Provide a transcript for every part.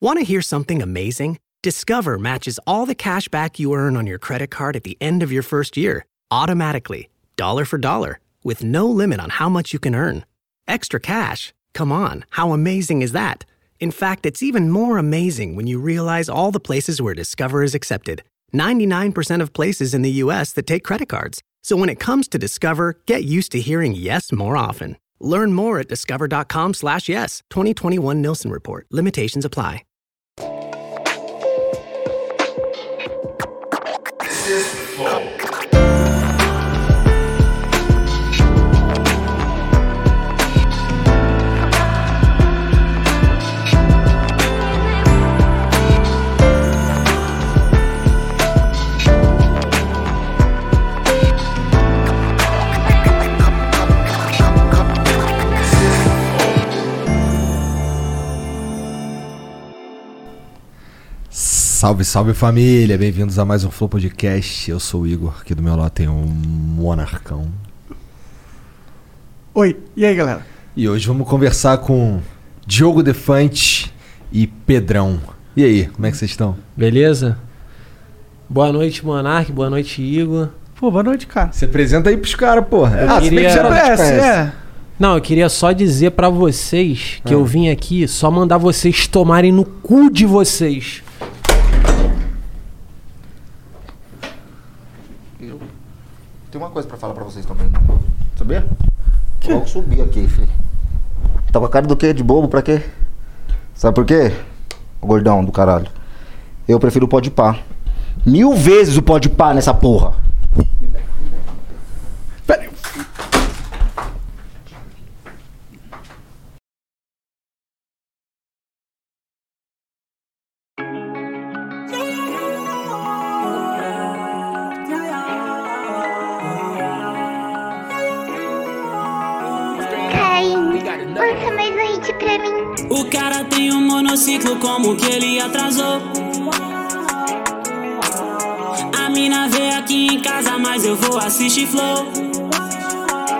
Want to hear something amazing? Discover matches all the cash back you earn on your credit card at the end of your first year, automatically, dollar for dollar, with no limit on how much you can earn. Extra cash? Come on, how amazing is that? In fact, it's even more amazing when you realize all the places where Discover is accepted 99% of places in the US that take credit cards. So when it comes to Discover, get used to hearing yes more often. Learn more at discover.com slash yes. 2021 Nielsen Report. Limitations apply. Salve, salve família! Bem-vindos a mais um Flow Podcast. Eu sou o Igor, aqui do meu lado tem um monarcão. Oi, e aí galera? E hoje vamos conversar com Diogo Defante e Pedrão. E aí, como é que vocês estão? Beleza? Boa noite, Monark. Boa noite, Igor. Pô, boa noite, cara. Se apresenta aí pros caras, porra. Eu se bem queria- Ah, que já não te é, conhece. é. Não, eu queria só dizer pra vocês Ah. que eu vim aqui só mandar vocês tomarem no cu de vocês. Eu tenho uma coisa pra falar pra vocês também. Sabia? Vou Logo subir aqui, filho. Tá com a cara do quê? De bobo pra quê? Sabe por quê? Ô, Gordão do caralho. Eu prefiro o pó de pá. Mil vezes o pó de pá nessa porra. Karen, marca mais leite pra mim. O cara tem um monociclo, como que ele atrasou? A mina veio aqui em casa, mas eu vou assistir Flow.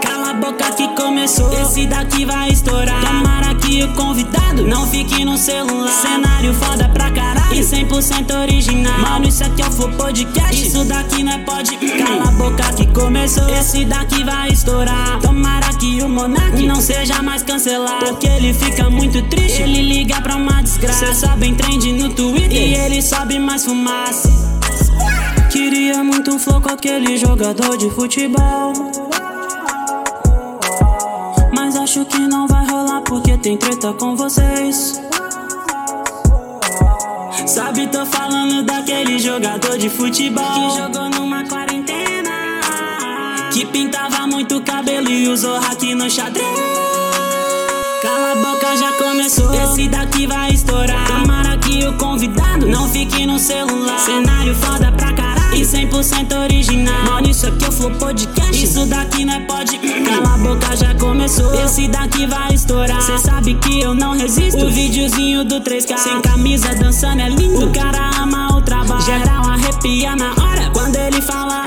Cala a boca que começou, esse daqui vai estourar. Tomara que o convidado não fique no celular. Cenário foda pra caralho e 100% original. Mano, isso aqui é o Flow Podcast, isso daqui não é pode. Cala a boca que começou, esse daqui vai estourar. Tomara que o Monark não seja mais cancelado. Porque ele fica muito triste, ele liga pra uma desgraça. Cê sobe em trend no Twitter e ele sobe mais fumaça. Queria muito um flow com aquele jogador de futebol. Mas acho que não vai rolar porque tem treta com vocês. Sabe, tô falando daquele jogador de futebol que jogou numa quarentena. Que pintava muito cabelo e usou hack no xadrez. Cala a boca, já começou. Esse daqui vai estourar. Tomara que o convidado não fique no celular. Cenário foda pra caralho e 100% original. Mano, isso aqui é o Flow Podcast. Isso daqui não é pode. Cala a boca, já começou. Esse daqui vai estourar. Cê sabe que eu não resisto. O videozinho do 3K. Sem camisa, dançando é lindo. O cara ama o trabalho. Geral arrepia na hora quando ele fala.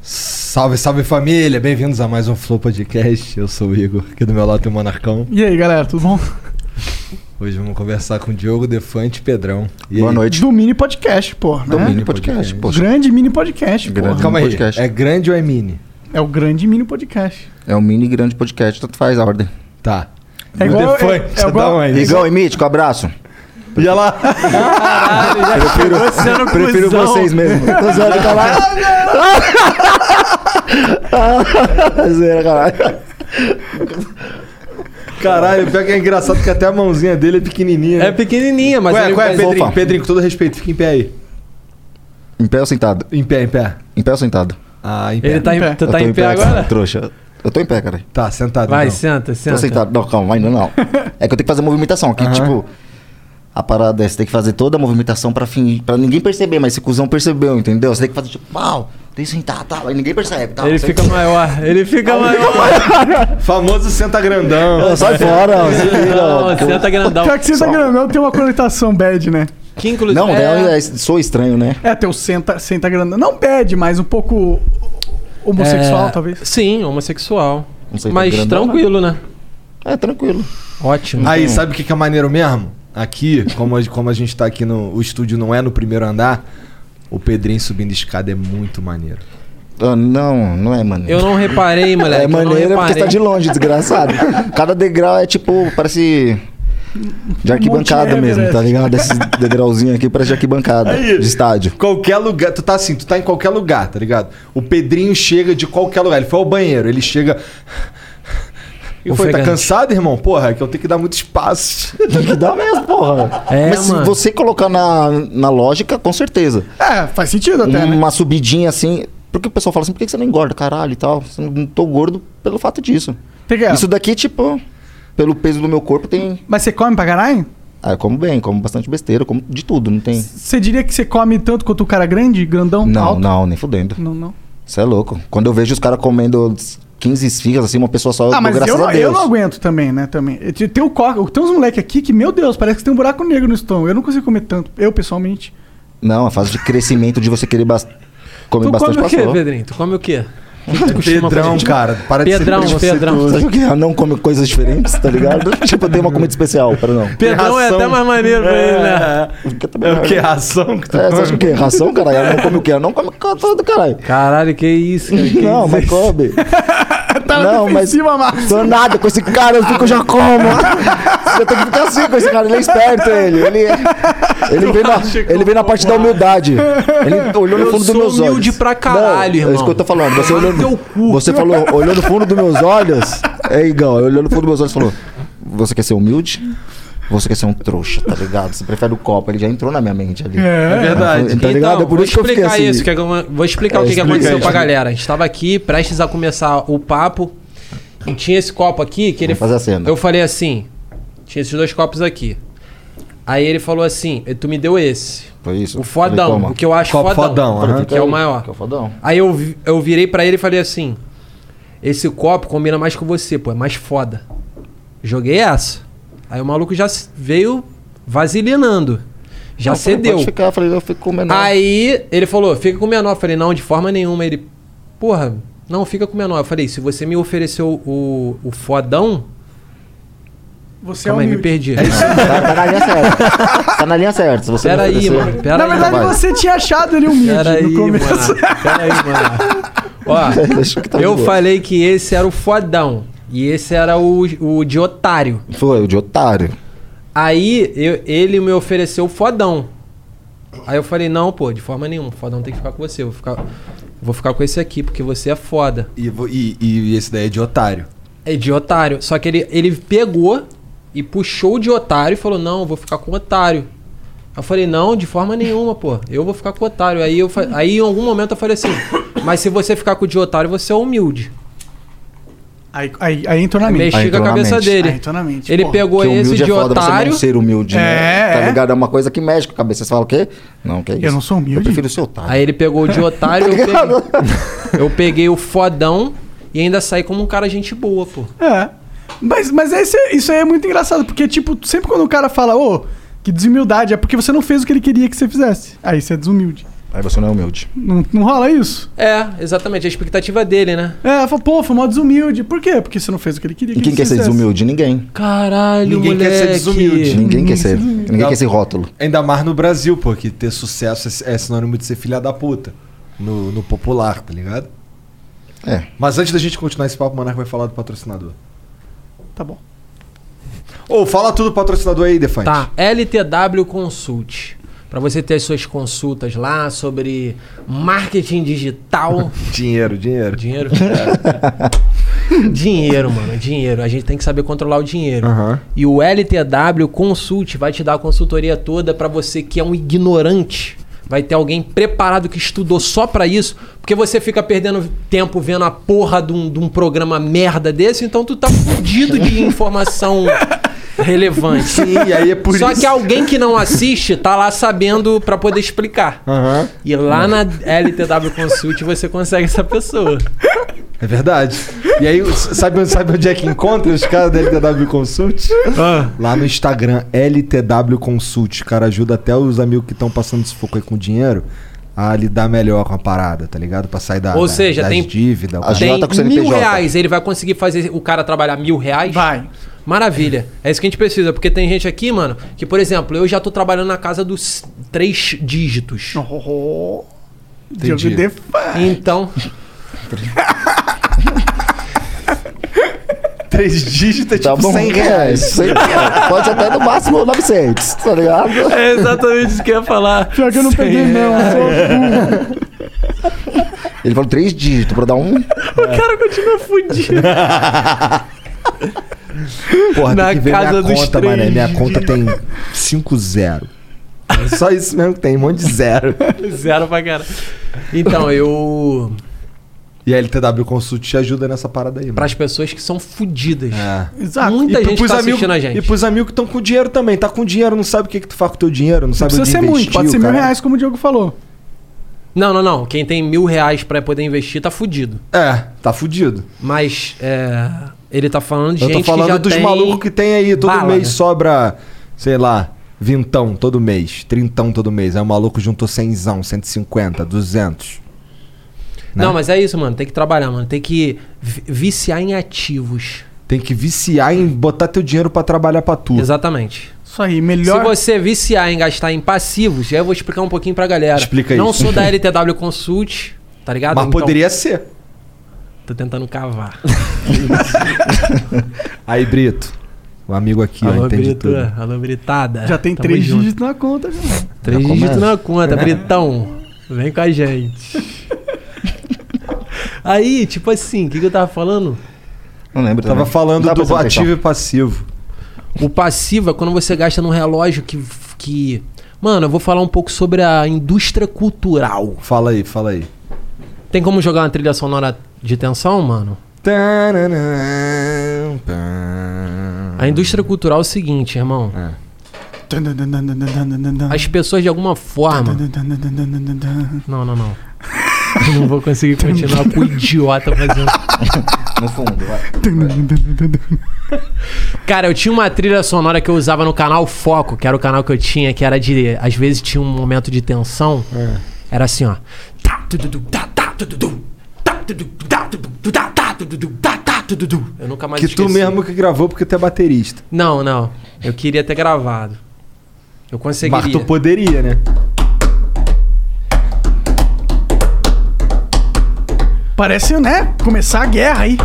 Salve, salve família! Bem-vindos a mais um Flow Podcast. Eu sou o Igor, aqui do meu lado tem um monarcão. E aí galera, tudo bom? Hoje vamos conversar com Diogo Defante e Pedrão. E Boa aí? noite. Do mini podcast, pô, né? Do mini podcast, podcast, poxa. Grande mini podcast, pô. Grande. Calma aí, Podcast. é grande ou é mini? É o grande mini podcast. É um mini grande podcast, tanto faz a ordem. Tá. É igual- é- é você dá igual- uma aí. Igão e Mítico, abraço. Olha lá. prefiro prefiro cuzão. vocês mesmo. Tô zoando, tá caralho. Zoeira, caralho. Caralho, pior que é engraçado que até a mãozinha dele é pequenininha. É pequenininha, mas Ué, ele qual é, mas- Pedrinho? Opa. Pedrinho, com todo respeito, fica em pé aí. Em pé ou sentado? Em pé, em pé. Em pé ou sentado? Ah, em pé. ele tá em, Em pé. tu Eu tá tô em pé seu agora? Trouxa. Eu tô em pé, cara. Tá, sentado. Vai, então. senta, senta. Tô sentado. Não, calma, ainda não. É que eu tenho que fazer movimentação. Aqui, tipo, a parada é, você tem que fazer toda a movimentação pra fingir, pra ninguém perceber, mas esse cuzão percebeu, entendeu? Você tem que fazer tipo, pau, tem que sentar, tá, aí ninguém percebe, tá? Ele Você- fica maior, ele fica maior. Famoso senta grandão. Não, sai fora, ó, você tira, ó. Não, senta grandão. Pior que você tá grandão tem uma conotação bad, né? Que inclusive. Não, é... é, é, sou estranho, né? É, tem o senta, senta grandão. Não bad, mas um pouco homossexual, É, talvez. Sim, homossexual. Não sei, tá Mas grandão, tranquilo, né? É, tranquilo. Ótimo. então. Aí, sabe o que, que é maneiro mesmo? Aqui, como a, como a gente tá aqui no. O estúdio não é no primeiro andar, o Pedrinho subindo escada é muito maneiro. Ah, não, não é maneiro. Eu não reparei, moleque. É eu não maneiro porque você reparei. tá de longe, desgraçado. Cada degrau é tipo, parece. De arquibancada Monte mesmo, tá Everest. ligado? Esse degrauzinho aqui parece de arquibancada, Tá de estádio. Qualquer lugar, tu tá assim, tu tá em qualquer lugar, tá ligado? O Pedrinho chega de qualquer lugar, ele foi ao banheiro, ele chega. E foi, tá Ofegante. cansado, irmão? Porra, é que eu tenho que dar muito espaço. Tem que dar mesmo, porra. É, Mas mano. se você colocar na, na lógica, com certeza. É, faz sentido até, né? Uma subidinha assim. Porque o pessoal fala assim, por que que você não engorda, caralho e tal? Você não não tô gordo pelo fato disso. Tem que- Isso daqui, tipo, pelo peso do meu corpo, tem. Mas você come pra caralho? Ah, eu como bem, como bastante besteira, eu como de tudo, não tem. Você diria que você come tanto quanto o cara grande, grandão, Não, alto? não, nem fudendo. Não, não. Você é louco. Quando eu vejo os caras comendo 15 esfirras, assim, uma pessoa só, eu Ah, dou mas eu, graças não- a eu Deus. não aguento também, né? Também. Eu te- Tem, o co- tem uns moleques aqui que, meu Deus, parece que tem um buraco negro no estômago. Eu não consigo comer tanto. Eu, pessoalmente. Não, a fase de crescimento de você querer bas- comer Tu bastante come o quê, passou. Pedrinho? Tu come o quê? Pedrão, cara, para Pedrão, de ser Pedrão. preconceituoso. Sabe o que? é? Não come coisas diferentes, tá ligado? tipo, eu tenho uma comida especial, pera não. Pedrão é Ração. até mais maneiro pra ele, né? Fica também É o raro. que? Ração que tu É, você come? acha o quê? Ração, caralho? Ela não come o quê? Ela não come coisa do caralho. Caralho, que isso, cara. que Não, isso. mas come. não, mas defensiva, Márcio. tô nada com esse cara, eu fico já como. Você tem que ficar assim com esse cara, ele é esperto, ele. Ele, ele, vem, na, ele vem na parte da humildade. Ele olhou Eu no fundo dos sou meus olhos. humilde pra caralho, É irmão. isso que eu tô falando. Você, Vai olhou, no teu cu. no, você falou, olhou no fundo dos meus olhos. É igual, olhou no fundo dos meus olhos e falou: Você quer ser humilde? Você quer ser um trouxa, tá ligado? Você prefere o copo, ele já entrou na minha mente ali. É verdade. Tá ligado? É por Então, vou isso que eu fiquei explicar assim. isso. Que eu, vou explicar É, o que, que explica aconteceu aí, pra explica. galera. A gente tava aqui, prestes a começar o papo. E tinha esse copo aqui que ele. Vamos fazer a cena. Eu falei assim: tinha esses dois copos aqui. Aí ele falou assim: tu me deu esse. Foi isso. O fodão, Falei, o que eu acho Copo fodão. fodão, aham. Que é o maior. Que é o fodão. Aí eu, vi- eu virei pra ele e falei assim: Esse copo combina mais com você, pô, é mais foda. Joguei essa. Aí o maluco já se- veio vasilinando. Já Eu falei, cedeu. Pode ficar, eu falei, eu fico com o menor. Aí ele falou: Fica com o menor. Eu falei: Não, de forma nenhuma. Ele, porra, não, fica com o menor. Eu falei: Se você me ofereceu o, o fodão. Você Calma é aí, me humilde. perdi. Tá, tá na linha certa. Tá na linha certa. Se você Pera me aí, oferecer- mano. Pera Na aí, verdade, mano. vai. você tinha achado ele humilde Pera aí, no mano. começo. Pera aí, mano. Ó, Deixa que tá de Eu boa. falei que esse era o fodão. E esse era o, o de otário. Foi, o de otário. Aí eu- ele me ofereceu o fodão. Aí eu falei, não, pô, de forma nenhuma, o fodão tem que ficar com você. Eu vou ficar, vou ficar com esse aqui, porque você é foda. E, vo- e- e esse daí é de otário. É de otário. Só que ele, ele pegou e puxou de otário e falou, não, eu vou ficar com o otário. Eu falei, não, de forma nenhuma, pô. Eu vou ficar com o otário. Aí, eu, fa- aí em algum momento eu falei assim, mas se você ficar com o de otário, você é humilde. Aí, aí, aí entrou na Aí mente. mexica entrou a na cabeça mente. dele. Aí entrou Ah, então na mente, ele porra. pegou Porque esse humilde de é foda você otário. um não ser humilde, né? É, Tá é. ligado? É uma coisa que mexe com a cabeça. Você fala o quê? Não, que é isso. Eu não sou humilde. Eu prefiro ser otário. Aí ele pegou o de otário, Tá eu, peguei, eu peguei o fodão e ainda saí como um cara gente boa, pô. É. Mas, mas esse, isso aí é muito engraçado, porque, tipo, sempre quando o cara fala, ô, que desumildade, é porque você não fez o que ele queria que você fizesse. Aí você é desumilde. Aí você não é humilde. Não, não rola isso? É, exatamente, a expectativa dele, né? É, fala, pô, foi mó desumilde. Por quê? Porque você não fez o que ele queria E quem você quer ser fizesse. desumilde? Ninguém. Caralho, Ninguém quer moleque. Hum. ser desumilde. Ninguém quer ser. Ninguém quer esse rótulo. Ainda mais no Brasil, pô, que ter sucesso é, é sinônimo de ser filha da puta. No, no popular, tá ligado? É. Mas antes da gente continuar esse papo, o Monarca vai falar do patrocinador. Tá bom. Ô, fala tudo do patrocinador aí, Defante. Tá, LTW Consult. Pra você ter as suas consultas lá sobre marketing digital. Dinheiro, dinheiro. dinheiro? dinheiro, mano, dinheiro. A gente tem que saber controlar o dinheiro. Aham. E o LTW Consult vai te dar a consultoria toda pra você que é um ignorante. Vai ter alguém preparado que estudou só pra isso, porque você fica perdendo tempo vendo a porra de um, de um programa merda desse, então tu tá fudido de informação relevante. Sim, e aí é por Só isso. que alguém que não assiste tá lá sabendo pra poder explicar. E lá na LTW Consult você consegue essa pessoa. É verdade. E aí, s- sabe, onde- sabe onde é que encontra os caras da LTW Consult? Ah. Lá no Instagram, LTW Consult. Cara, ajuda até os amigos que estão passando sufoco aí com dinheiro a lidar melhor com a parada, tá ligado? Pra sair da, Ou da- seja, das tem, dívida. tem mil reais, ele vai conseguir fazer o cara trabalhar mil reais? Vai. Maravilha. É isso que a gente precisa, porque tem gente aqui, mano, que, por exemplo, eu já tô trabalhando na casa dos três dígitos. Entendi. Diogo Então. Três dígitos é tá tipo bom, 100 reais. É, 100 reais. Pode ser até no máximo 900, tá ligado? É exatamente isso que eu ia falar. Pior que eu não peguei, não. eu sou burro. Ele falou três dígitos pra dar um. O cara continua fudido. Porra, Na tem que ver casa minha dos conta, três mano. Minha conta tem 5 zero. É só isso mesmo que tem, um monte de zero. Zero pra cara. Então, eu. E a LTW Consult te ajuda nessa parada aí, mano. Pras pessoas que são fudidas. É. Exato. Muita E gente pros tá amigos- assistindo a gente. E pros amigos que estão com dinheiro também. Tá com dinheiro, não sabe o que, que tu faz com o teu dinheiro, não, sabe precisa onde ser muito, investir, pode ser o mil cara- reais, como o Diogo falou. Não, não, não. Quem tem mil reais pra poder investir tá fudido. É, tá fudido. Mas é, ele tá falando de Eu gente tô que falando já dos tem malucos que tem aí. Todo bala, mês né? sobra, sei lá, vintão todo mês, trintão todo mês. Aí o maluco juntou cenzão, 150, 200. né? Não, mas é isso, mano. Tem que trabalhar, mano. Tem que vi- viciar em ativos. Tem que viciar em botar teu dinheiro pra trabalhar pra tu. Exatamente. Isso aí, melhor. Se você viciar em gastar em passivos, aí eu vou explicar um pouquinho pra galera. Explica Não isso. sou da LTW Consult, tá ligado? Mas Então, poderia ser. Tô tentando cavar. Aí, Brito. O amigo aqui, ó, Alô, entende Brito. tudo. é. Alô, Britada. Já tem Tamo três junto. É. dígitos na conta, já. Três Já dígitos começa? na conta, Britão. Vem com a gente. Aí, tipo assim, o que, que eu tava falando? Não lembro. Tava também. falando Não tava do prestando ativo e atenção. passivo. O passivo é quando você gasta num relógio que. que... Mano, eu vou falar um pouco sobre a indústria cultural. Fala aí, fala aí. Tem como jogar uma trilha sonora de tensão, mano? Tananã, pã. A indústria cultural é o seguinte, irmão. É. As pessoas de alguma forma. Não, não, não. Eu não vou conseguir continuar com o idiota fazendo. No fundo, vai. Cara, eu tinha uma trilha sonora que eu usava no canal Foco, que era o canal que eu tinha, que era de. Às vezes tinha um momento de tensão. É. Era assim, ó. Tá, tududu, tá, tá, tududu. Tá, tududu, tá, tududu, tá, tá, tududu, tá, tá, tududu. Eu nunca mais Que tu esqueci. mesmo que gravou porque tu é baterista. Não, não. Eu queria ter gravado. Eu conseguiria. Mas tu poderia, né? Parece, né? Começar a guerra aí.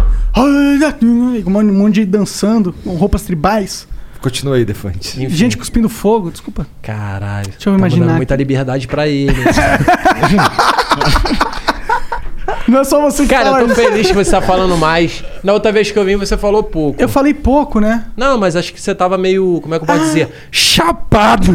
Um monte de gente dançando, com roupas tribais. Continua aí, Defante. Enfim. Gente cuspindo fogo, desculpa. Caralho. Deixa eu Tamo imaginar dando aqui. muita liberdade pra ele. Não é só você que Cara, fala eu tô isso. feliz que você tá falando mais. Na outra vez que eu vim, você falou pouco. Eu falei pouco, né? Não, mas acho que você tava meio. Como é que eu posso dizer? Chapado!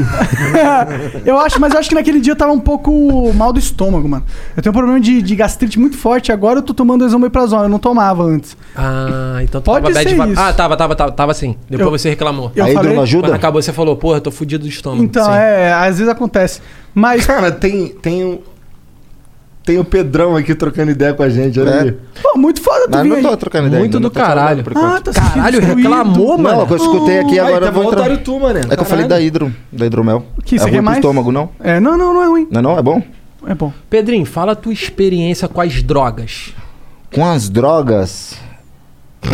Ah. eu acho, mas eu acho que naquele dia eu tava um pouco mal do estômago, mano. Eu tenho um problema de, de gastrite muito forte. Agora eu tô tomando exomeprazol, eu não tomava antes. Ah, então tu Pode tava bad ser vibe. isso. Ah, tava, tava, tava, tava sim. Depois Eu- você reclamou. eu Aí, falei- Bruno, Quando ajuda? acabou, você falou, porra, eu tô fudido do estômago. Então, Sim. é, às vezes acontece. Mas, Cara, tem, tem um. Tem o Pedrão aqui trocando ideia com a gente, olha É. aí. pô, muito foda tu Mas vir não tô aí. trocando ideia. Muito ainda, do não tô trocando caralho. ideia por Ah, enquanto. tá Caralho, destruído. reclamou, Não, mano. a coisa que eu escutei aqui agora tá eu vou bom entrar. otário tu, mano. É que eu falei da Hidro, da Hidromel. Que, é você ruim quer pro mais? estômago, não? É, não, não, não é ruim. Não é não? É bom? É bom. Pedrinho, fala a tua experiência com as drogas. Com as drogas...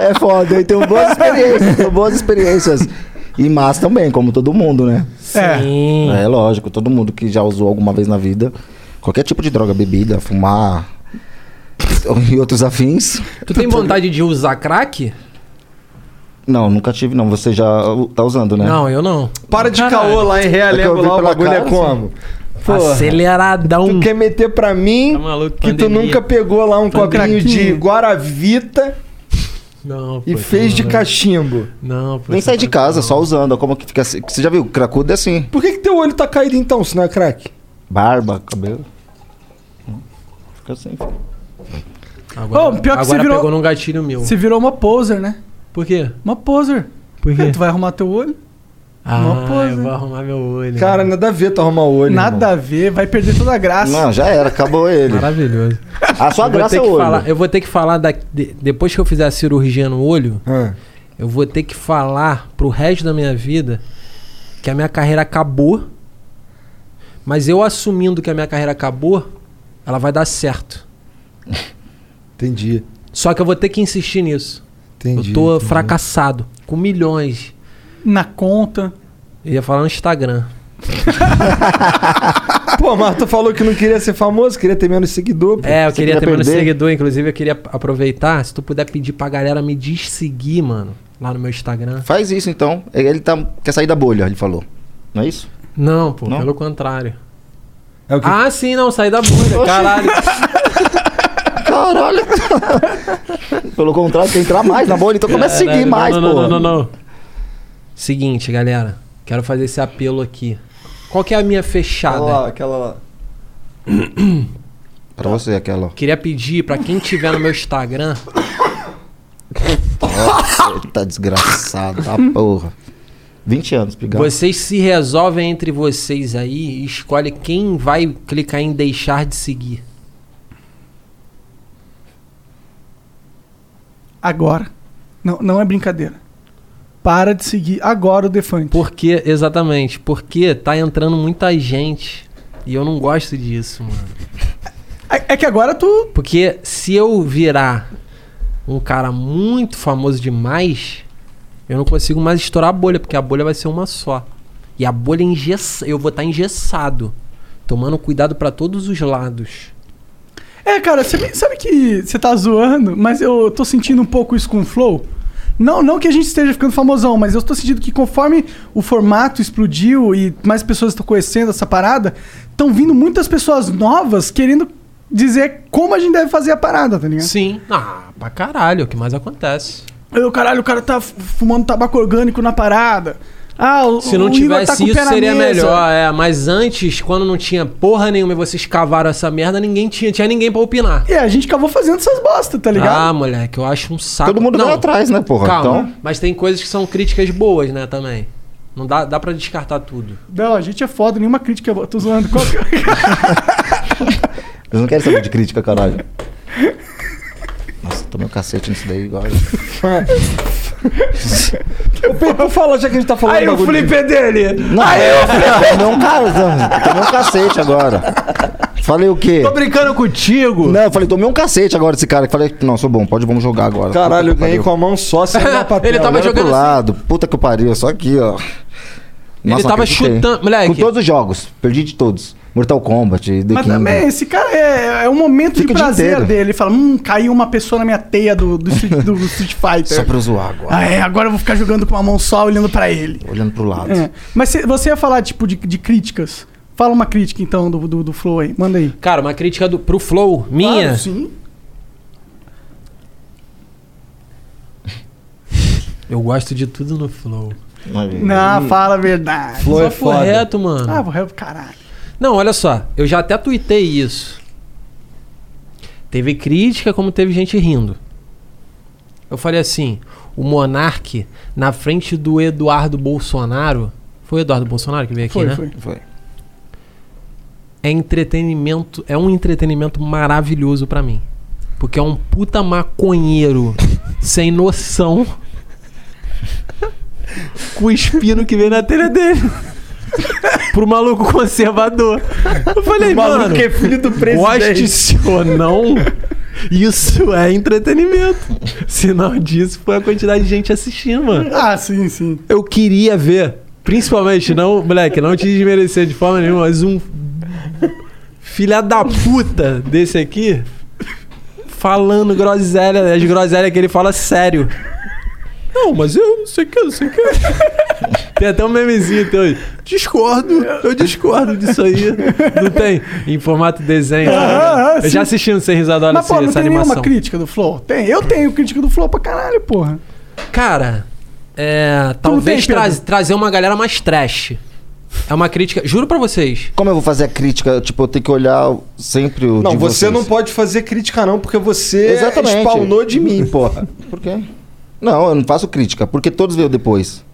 é foda, eu tenho boas experiências, tenho boas experiências. E más também, como todo mundo, né? É. Sim. É lógico, todo mundo que já usou alguma vez na vida, qualquer tipo de droga, bebida, fumar e outros afins. Tu tem vontade de usar crack? Não, nunca tive, não. Você já uh, tá usando, né? Não, eu não. Para de Caralho. caô lá em É que eu Realengo vi lá, o pela bagulho cara, é como? Porra, Aceleradão. tu quer meter pra mim Tá maluco, que tu pandemia. um nunca pegou lá um copinho de Craquinho. Guaravita Não, né? E fez de cachimbo. Não, Nem sai de casa, só usando. ó, Como que fica assim. Você já viu? Cracudo é assim. Por que, que teu olho tá caído então, se não é crack? Barba, cabelo. Fica assim, filho. Agora, Ô, pior que agora você virou- pegou num gatilho meu. Você virou uma poser, né? Por quê? Uma poser. É, Por quê? tu vai arrumar teu olho? Ah, uma eu poser. vou arrumar meu olho. Cara, nada a ver tu arrumar o olho. Nada a ver, vai perder toda a graça. Não, já é. era, acabou ele. Maravilhoso. Ah, A sua Eu vou graça ter é o que olho. falar, eu vou ter que falar da- de- depois que eu fizer a cirurgia no olho, eu vou ter que falar pro resto da minha vida que a minha carreira acabou. Mas eu assumindo que a minha carreira acabou, ela vai dar certo. Entendi. Só que eu vou ter que insistir nisso. Entendi, eu tô entendi. fracassado, com milhões. Na conta. Eu ia falar no Instagram. Pô, mas tu falou que não queria ser famoso, queria ter menos seguidor. pô. É, eu Você queria ter menos perder? seguidor, inclusive eu queria aproveitar, se tu puder pedir pra galera me desseguir, mano, lá no meu Instagram. Faz isso então. Ele tá, quer sair da bolha, ele falou. Não é isso? Não, pô, Não? É pelo contrário. Ah, sim, não, saí da bolha, caralho. Caralho. Pelo contrário, tem que entrar mais na bolha, então começa a Caralho, seguir não, mais, não, pô. não, não, não, não. Seguinte, galera, quero fazer esse apelo aqui. Qual que é a minha fechada? aquela lá. Pra você, aquela. ó. Queria pedir pra quem tiver no meu Instagram, Nossa, tá desgraçado, tá porra. 20 anos, pigão. vocês se resolvem entre vocês aí e escolhe quem vai clicar em deixar de seguir. Agora. Não, não é brincadeira. Para de seguir agora o Defante. Porque, exatamente, porque tá entrando muita gente e eu não gosto disso, mano. É, é que agora tu. Porque se eu virar um cara muito famoso demais, eu não consigo mais estourar a bolha, porque a bolha vai ser uma só. E a bolha é engessa, eu vou estar engessado, tomando cuidado pra todos os lados. É, cara, você me- sabe que você tá zoando, mas eu tô sentindo um pouco isso com o Flow. Não, não que a gente esteja ficando famosão, mas eu tô sentindo que conforme o formato explodiu e mais pessoas estão conhecendo essa parada, estão vindo muitas pessoas novas querendo dizer como a gente deve fazer a parada, tá ligado? Sim. Ah, pra caralho, é o que mais acontece. Eu, caralho, o cara tá f- fumando tabaco orgânico na parada. Ah, o, Se não o Igor tivesse tá com o pé isso, na seria mesa. melhor. É, mas antes, quando não tinha porra nenhuma e vocês cavaram essa merda, ninguém tinha, tinha ninguém pra opinar. É, E a gente acabou fazendo essas bosta, tá ligado? Ah, moleque, eu acho um saco. Todo mundo Não, vai atrás, né, porra? Calma, Então, mas tem coisas que são críticas boas, né, também. Não dá, dá pra descartar tudo. Não, a gente é foda, nenhuma crítica. é boa. Tô zoando. Qual que- eles não querem saber de crítica, caralho. Nossa, tomei um cacete nisso daí agora. Então. Ô, Pepe, fala já que a gente tá falando Aí o bagulho Felipe é dele. Não, tomei um cara, tomei um cacete agora. Falei o quê? Tô brincando contigo. Não, eu falei, tomei um cacete agora esse cara. que Falei, não, sou bom, pode, vamos jogar agora. Caralho, eu Puta que ganhei pariu. com a mão só, sem dar papel. Ele tava Olhando jogando pro assim. lado, puta que pariu, só aqui, ó. Ele não tava acreditei. chutando- moleque. Com todos os jogos, perdi de todos. Mortal Kombat, The Mas King. também, esse cara é, é um momento né? Fica o de dia prazer inteiro. dele. Ele fala: hum, caiu uma pessoa na minha teia do, do, Street, do Street Fighter. Só pra eu zoar agora, Ah, é, agora eu vou ficar jogando com uma mão só olhando pra ele. olhando pro lado. É. Mas cê- você ia falar, tipo, de, de críticas. Fala uma crítica, então, do, do, do Flow aí. Manda aí. Cara, uma crítica do, pro Flow, minha. Claro, sim. eu gosto de tudo no Flow. é Não, fala a verdade. Flow é Papo foda. reto, mano. Ah, vou re- caralho. Não, olha só, eu já até tuitei isso. Teve crítica, como teve gente rindo. Eu falei assim: o Monark, na frente do Eduardo Bolsonaro. Foi o Eduardo Bolsonaro que veio aqui, Foi, né? foi. Foi. É entretenimento, é um entretenimento maravilhoso pra mim. Porque é um puta maconheiro sem noção. Cuspindo que vem na telha dele. Pro maluco conservador. Eu falei, mano. é filho do Goste-se ou não, isso é entretenimento. Sinal disso foi a quantidade de gente assistindo, mano. Ah, sim, sim. Eu queria ver, principalmente, não, moleque, não te desmerecer de forma nenhuma, mas um filha da puta desse aqui falando né? groselha, as groselhas que ele fala sério. Não, mas eu não sei o que, não sei o que. Tem até um memezinho teu aí. Discordo, eu discordo disso aí. Não tem? Em formato desenho. Ah, ah, eu já sim. assisti no Sem Risada Olha Mas, esse- pô, não essa tem nenhuma animação. crítica do Flow? Tem, eu tenho crítica do Flow pra caralho, porra. Cara, é, talvez tem, Pedro? traz- trazer uma galera mais trash. É uma crítica. Juro pra vocês. Como eu vou fazer a crítica? Tipo, eu tenho que olhar o- sempre o. Não, de você vocês. não pode fazer crítica, não, porque você Exatamente. spawnou de mim, porra. Por quê? Não, eu não faço crítica, porque todos veio depois.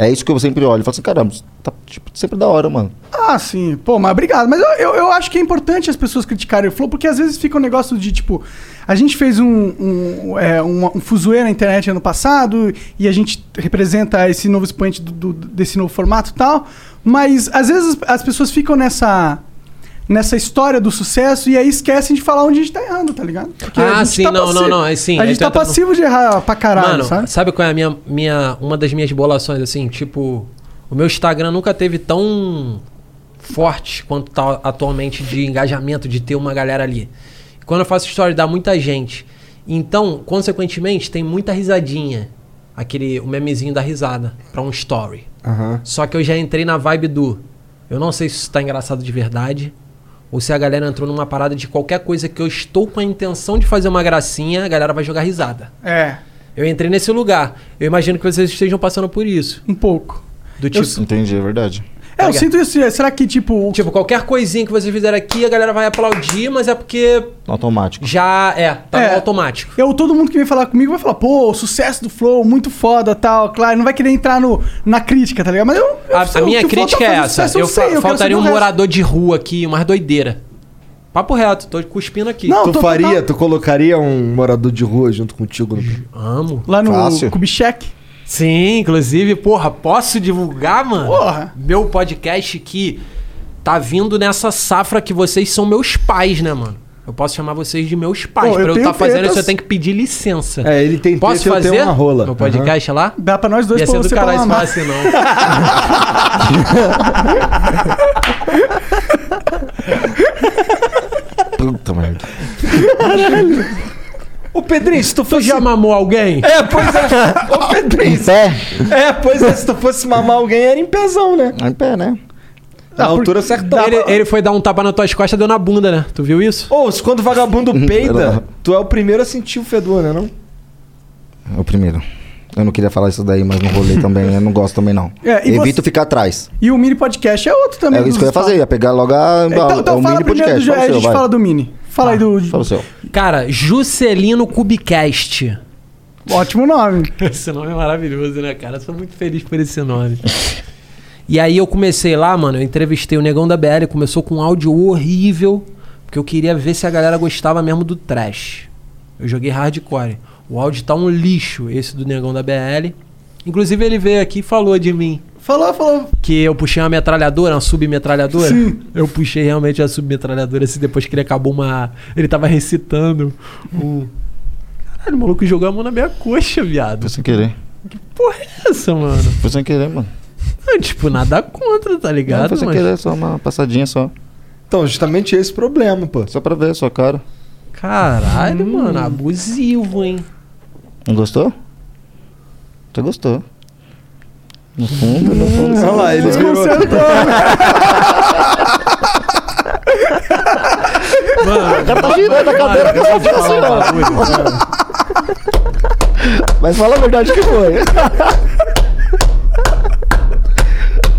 É isso que eu sempre olho. Eu falo assim, caramba, tá tipo, sempre da hora, mano. Ah, sim. Pô, mas obrigado. Mas eu, eu, eu acho que é importante as pessoas criticarem o Flow, porque às vezes fica um negócio de, tipo, a gente fez um, um, é, um, um fuzuê na internet ano passado e a gente representa esse novo expoente do- do- desse novo formato e tal, mas às vezes as, as pessoas ficam nessa... Nessa história do sucesso, e aí esquecem de falar onde a gente tá errando, tá ligado? Porque a Ah, gente sim, não, passi- não, não, é sim, A aí gente tu tá entra no- passivo de errar pra caralho, Mano, sabe? sabe? qual é a minha, minha. Uma das minhas bolações, assim, tipo, o meu Instagram nunca teve tão forte quanto tá atualmente de engajamento, de ter uma galera ali. Quando eu faço story, dá muita gente. Então, consequentemente, tem muita risadinha. Aquele, o memezinho da risada pra um story. Aham. Só que eu já entrei na vibe do. Eu não sei se isso tá engraçado de verdade. Ou se a galera entrou numa parada de qualquer coisa que eu estou com a intenção de fazer uma gracinha, a galera vai jogar risada. É. Eu entrei nesse lugar. Eu imagino que vocês estejam passando por isso. Um pouco. Do tipo. Entendi, é verdade. É, eu sinto isso. é, Será que, tipo. Tipo, qualquer coisinha que vocês fizerem aqui, a galera vai aplaudir, mas é porque Automático. já é, tá É. no automático. Eu, todo mundo que vem falar comigo vai falar, pô, o sucesso do Flow, muito foda tal. Claro, não vai querer entrar no, na crítica, tá ligado? Mas eu. eu A, sei, a o minha que o Flow tá crítica é fazendo essa. sucesso, eu sei, fa- quero saber faltaria o um resto. morador de rua aqui, umas doideira. Papo reto, tô cuspindo aqui. tu faria, tu colocaria um morador de rua junto contigo? No... Amo. Lá no Fácil. Kubitschek. Sim, inclusive, porra, posso divulgar, mano? Porra. Meu podcast que tá vindo nessa safra que vocês são meus pais, né, mano? Eu posso chamar vocês de meus pais. Pô, eu pra eu tenho estar fazendo tetas. isso, eu tenho que pedir licença. É, ele tem Posso teta e eu fazer tenho uma rola. meu podcast é lá? Dá pra nós dois Ia pra ser do você pra caralho se mamar. falasse não. Puta merda. Ô, Pedrinho, se tu Tu fosse. já mamou alguém? É, pois é. Ô, Pedrinho. Em pé? É, pois é, se tu fosse mamar alguém, era em pezão, né? Em pé, né? Na altura certa. Ah, Ele, ele foi dar um tapa nas tuas costas e deu na bunda, né? Tu viu isso? Ô, se quando vagabundo peida, tu é o primeiro a sentir o fedor, né? Não? É o primeiro. Eu não queria falar isso daí, mas no rolê também, eu não gosto também, não. É, e Evito você- ficar atrás. E o mini podcast é outro também. É isso que eu ia dos- fazer, ia pegar logo a. Então, então é o fala mini primeiro podcast. do. fala o aí a seu, gente vai. fala do mini. Fala aí do. Fala assim, o seu. Cara, Juscelino Cubicast. Ótimo nome. Esse nome é maravilhoso, né, cara? Eu sou muito feliz por esse nome. e aí eu comecei lá, mano, eu entrevistei o Negão da BL, começou com um áudio horrível, porque eu queria ver se a galera gostava mesmo do trash. Eu joguei hardcore. O áudio tá um lixo, esse do Negão da BL. Inclusive ele veio aqui e falou de mim. Falou, falou. Que eu puxei uma metralhadora, uma submetralhadora. Sim. Eu puxei realmente a submetralhadora, assim, depois que ele acabou uma... Ele tava recitando um... Caralho, o maluco jogou a mão na minha coxa, viado Foi sem querer. porra é essa, mano? Foi sem querer, mano. Eu, tipo, nada contra, tá Não, ligado? foi sem mas- querer, só uma passadinha só. Então, justamente esse problema, pô. Só pra ver, só cara. Caralho, Hum. mano, abusivo, hein? Não gostou? Você gostou. No fundo, no fundo. você Olha lá, ele virou. Mano, tá girando a cadeira que eu falar um assim, bagulho, mano. ó. Mas fala a verdade que foi.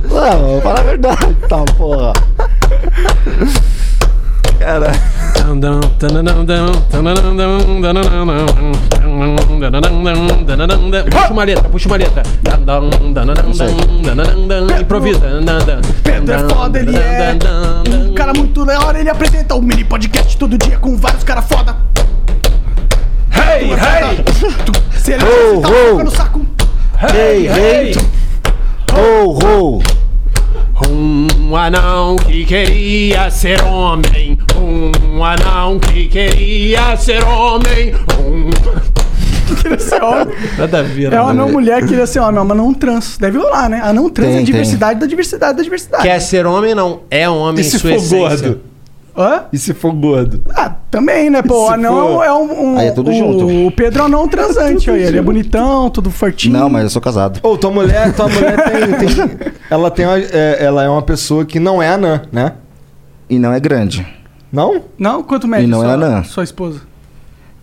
Não, fala a verdade, tá, porra. Tandanam, tandanam, tandanam, tandanam, tandanam, tandanam, tandanam. Puxa uma letra, puxa uma letra. Tandam, tandanam, Isso aí. tandanam, tandanam. Improvisa. Pedro é foda, ele é. Ah. Um cara muito da hora, ele apresenta um mini podcast todo dia com vários caras foda. Hey, hey! Se ele Ho, tá ho. no saco. Hey, hey. Ho, ho. Um anão que queria ser homem. Um anão que queria ser homem. Um. Esse é homem. Nada a ver, É uma não mulher que queria ser homem, mas não trans. Deve rolar, né? A não trans Tem, é a tem. diversidade da diversidade da diversidade. Quer ser homem, não. É homem E se em sua for essência. gordo? Hã? E se for gordo? Ah, Também, né? Pô, o Se anão for- é um. um- Aí é tudo o, junto. O Pedro é um anão transante, ó, ele é bonitão, tudo fortinho. Não, mas eu sou casado. Ô, tua mulher, tua mulher tem. tem- ela, tem uma- é, ela é uma pessoa que não é anã, né? E não é grande. Não? Não? Quanto E mede não sua, é anã. sua esposa?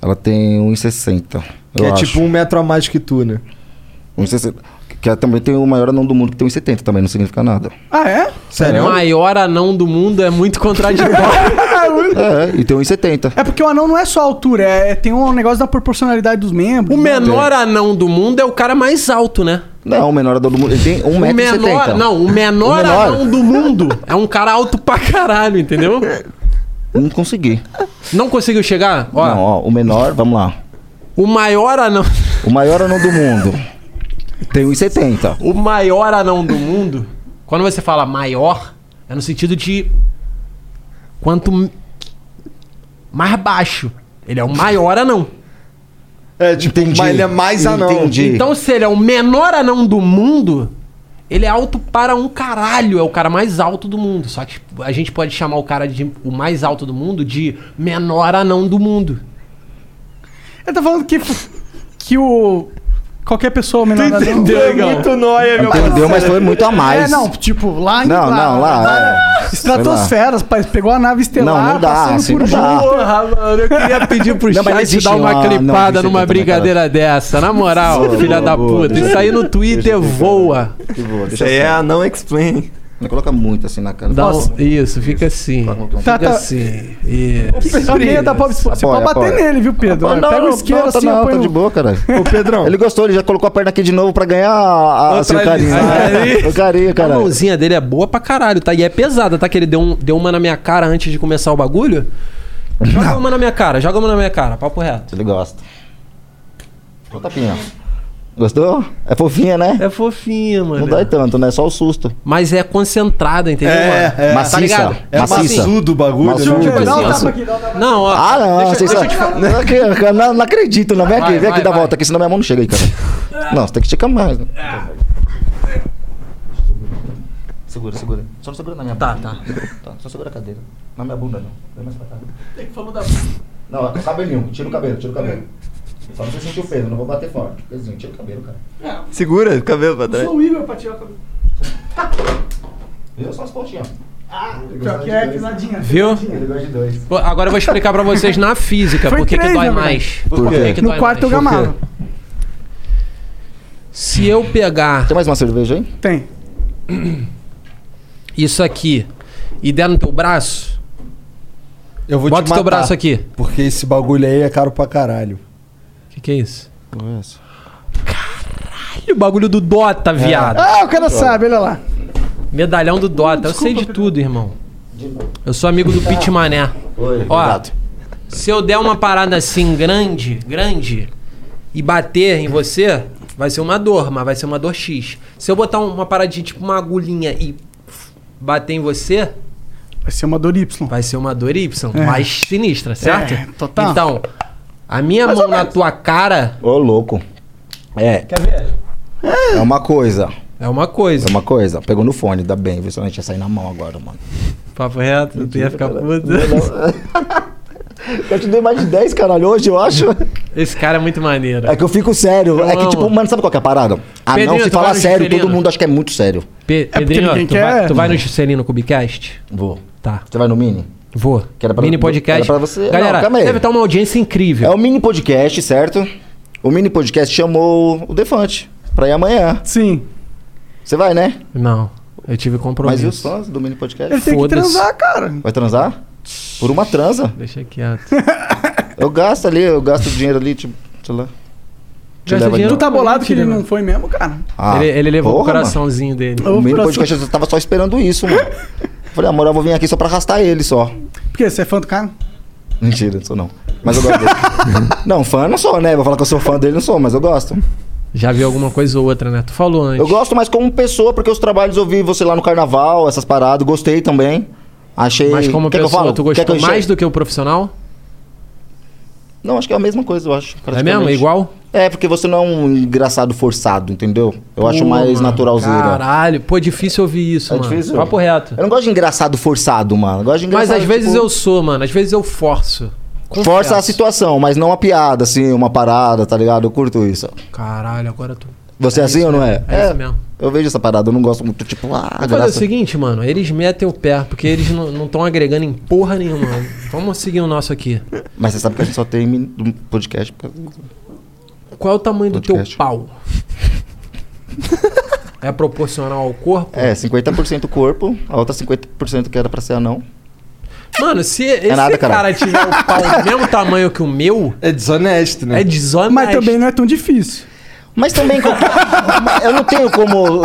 Ela tem 1,60. Que é tipo um metro a mais que tu, né? 1,60. Que ela também tem o maior anão do mundo, que tem 1,70 também, não significa nada. Ah, é? Sério? Maior anão do mundo é muito contraditório. É, e tem 1,70. É porque o anão não é só a altura, é, tem um negócio da proporcionalidade dos membros. né? O menor anão do mundo é o cara mais alto, né? Não, É o menor anão do mundo. Ele tem então. 1,70m. o menor, não, o menor, anão do mundo é um cara alto pra caralho, entendeu? Não consegui. Não conseguiu chegar? Ó, Não, ó, o menor, vamos lá. o maior anão, O maior anão do mundo. Tem 1,70. o maior anão do mundo. Quando você fala maior, é no sentido de quanto m- mais baixo. Ele é o maior anão. É, tipo, Entendi. mas ele é mais anão. Entendi. Então, se ele é o menor anão do mundo, ele é alto para um caralho. É o cara mais alto do mundo. Só que a gente pode chamar o cara de o mais alto do mundo de menor anão do mundo. Ele tá falando que, que o. Qualquer pessoa o menor anão. Igão? nóia, meu Entendeu, mas foi muito a mais. É, não, tipo, lá em não, não, lá. é. Estratosferas, pai, pegou a nave estelar Não, não dá, passando assim, por não dá. Júpiter. Porra, mano, eu queria pedir pro Não, mas não chat existe dar uma um anão clipada 1,70 numa na brincadeira dessa. Tá Na moral, Boa, filha boa, da boa. puta. Isso aí no Twitter voa. Que boa, Isso deixa aí assim. é anão explain. Não coloca muito assim na cara. Dá Nossa. um- Isso, fica assim. Tá, Fica tá. assim. Isso. A meia da Bob Esponja. Você Apoia, pode bater apoia. nele, viu, Pedro? Não, Pega o não, isqueiro não, tá assim, não, apoia tá no- de boa, caralho. Ô, Pedrão. Ele gostou, ele já colocou a perna aqui de novo pra ganhar a, a, assim, o Outra carinho. vez. o carinho, A caralho. mãozinha dele é boa pra caralho, tá? E é pesada, tá? Que ele deu, um- deu uma na minha cara antes de começar o bagulho. Joga uma na minha cara, joga uma na minha cara, papo reto. Ele gosta. Ô, tapinha. Gostou? É fofinha, né? É fofinha, mano. Não dói tanto, né? Só o susto. Mas é concentrada, entendeu? É, mano? é. Maciça. Tá ligado? É Maciça. maçudo o bagulho, né? Maçudo. Tipo Dá um assim, tapa ó. aqui, dá um tapa aqui. Não, ó. Ah, não, deixa, vocês deixa eu só- te falar. Não, aqui, cara, não, não acredito, não. Vem Vai, aqui, vem vai, aqui, dá vai. volta aqui, senão minha mão não chega aí, cara. Não, você tem que esticar mais. né? Segura, segura. Só não segura na minha Tá, bunda. tá. Tá, só segura a cadeira. Na minha bunda, não. Vem mais pra cá. Não, é cabelinho. Tira o cabelo, tira o cabelo. Só pra você sentir o peso, não vou bater forte. Pezinho, tira o cabelo, cara. Segura o cabelo pra trás. Sou o Igor pra tirar o cabelo. Viu? Só as pontinhas. Ah, Que é pisadinha. Viu? Ele gosta de dois. Pô, Agora eu vou explicar pra vocês na física Foi por que que três, dói na verdade. mais. Por Por que quê? que No dói quarto eu mais. gamava. Se eu pegar Tem mais uma cerveja aí? Tem. isso aqui e der no teu braço, Eu vou bota te o matar, teu braço aqui. Porque esse bagulho aí é caro pra caralho. O que, que é isso? Caralho, o bagulho do É. Dota, viado. Ah, o cara sabe, olha lá. Medalhão do Dota. Eu sei de tudo, irmão. Eu sou amigo do Pit Mané. Oi, Ó, obrigado. se eu der uma parada assim grande, grande, e bater em você, vai ser uma dor, mas vai ser uma dor X. Se eu botar uma paradinha, tipo uma agulhinha e bater em você, Vai ser uma dor Y. vai ser uma dor Y, É. mais sinistra, certo? É, total. Então, a minha mão na tua cara Ô, louco. É. Quer ver? É uma coisa. é uma coisa. É uma coisa. Pegou no fone, dá bem. Vê se a gente ia sair na mão agora, mano. Papo reto, tu ia ficar puto. Eu te dei mais de 10, caralho, hoje, eu acho. Esse cara é muito maneiro. É que eu fico sério. Eu é que, tipo, amo. mano, sabe qual que é a parada? Ah, Pedrinho, não, se tu vai falar no sério, todo Juscelino? mundo acha que é muito sério. Pe porque Pedrinho, ninguém tu, quer- vai, tu vai no Juscelino Cubicast? Vou. Tá. Você vai no mini? Vou. Que era pra- mini podcast. era pra você- Galera, Não, calma aí. deve estar uma audiência É incrível. o mini podcast, certo? O mini podcast chamou o Defante pra ir amanhã. Sim. Você vai, né? Não, eu tive Mas compromisso. e os fãs do mini podcast? Ele tem que Foda-se. transar, cara. Vai transar? Por uma transa. Deixa quieto. Eu gasto ali, eu gasto dinheiro ali, tipo, sei lá. Te Gasta leva dinheiro. de- Tu tá bolado que ele Mentira, não foi mesmo, cara? Ah, ele, ele levou o porra, mano. coraçãozinho dele. O mini Coração- podcast, eu tava só esperando isso, mano. Falei, amor, eu vou vir aqui só pra arrastar ele só. Por quê? Você é fã do cara? Mentira, sou não. Mas eu gosto dele. não, fã eu não sou, né? Vou falar que eu sou fã dele, não sou, mas eu gosto. Já viu alguma coisa ou outra, né? Tu falou antes. Eu gosto mais como pessoa, porque os trabalhos eu vi você lá no carnaval, essas paradas, gostei também. Achei. Mas como Quer que eu pessoa, falo? tu Quer que gostou eu enche- mais do que o profissional? Não, acho que é a mesma coisa, eu acho. É mesmo? praticamente. É igual? É, porque você não é um engraçado forçado, entendeu? Eu acho Pô, mais mano, naturalzinho. Caralho, pô, difícil ouvir isso, É mano. difícil? Papo reto. Eu não gosto de engraçado forçado, mano. Eu gosto de Mas engraçado. às vezes tipo- eu sou, mano. Às vezes eu forço. Força a situação, mas não uma piada, assim, uma parada, tá ligado? Eu curto isso. Caralho, agora tu. Você é, assim isso ou não é? mesmo, é isso mesmo. Eu vejo essa parada, eu não gosto muito, tipo, ah, Vamos fazer o graça. seguinte, mano. Eles metem o pé, porque eles não- não estão agregando em porra nenhuma. Vamos seguir o nosso aqui. Mas você sabe que a gente só tem min- um podcast. por causa- Qual é o tamanho do Podcast. teu pau? é proporcional ao corpo? É, 50% corpo, a outra 50% que era pra ser anão. Mano, se esse É nada, cara, caralho. tiver o pau do mesmo tamanho que o meu. É desonesto, né? É desonesto. Mas também não é tão difícil. Mas também. eu não tenho como.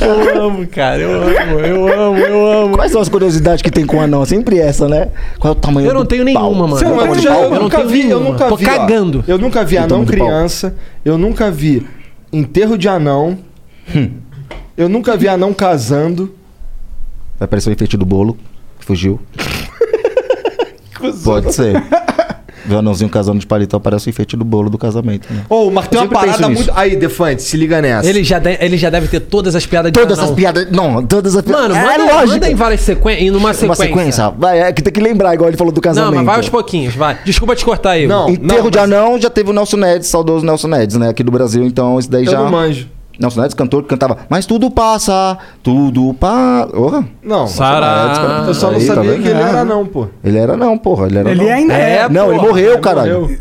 Eu amo, cara, eu amo, eu amo, eu amo. Quais são as curiosidades que tem com anão? Sempre essa, né? Qual é o tamanho Eu não do tenho pau? nenhuma, mano. Qual é Não, o tamanho eu, do já- um pau? eu nunca vi, eu nunca vi. ó. Eu nunca vi Do anão tamanho do pau. criança, eu nunca vi enterro de anão, Hum. eu nunca vi anão casando. Vai aparecer o enfeite do bolo. que Fugiu. Pode ser. Viu o anãozinho casando de paletó, parece o enfeite do bolo do casamento. Né? Ô, mas tem Eu uma sempre penso parada nisso. muito. Aí, Defante, se liga nessa. Ele já, de- ele já deve ter todas as piadas de Todas anão. as piadas. Não, todas as piadas. Mano, é manda, lógico. manda em várias sequências, em uma Uma sequência. sequência. Vai, é que tem que lembrar, igual ele falou do Não, casamento. mas vai aos pouquinhos, vai. Desculpa te cortar aí. Não, Enterro de anão já teve o Nelson Nedes, saudoso Nelson Nedes, né? Aqui do Brasil, então esse daí Eu já. não manjo. Nelson Nedes, cantor que cantava, mas tudo passa, tudo passa. Não, eu só não sabia que ele É. era anão, pô. tá É. Ele era não, porra. Ele, era Ele não. ainda é, Não, ele porra. morreu, Ele caralho. morreu.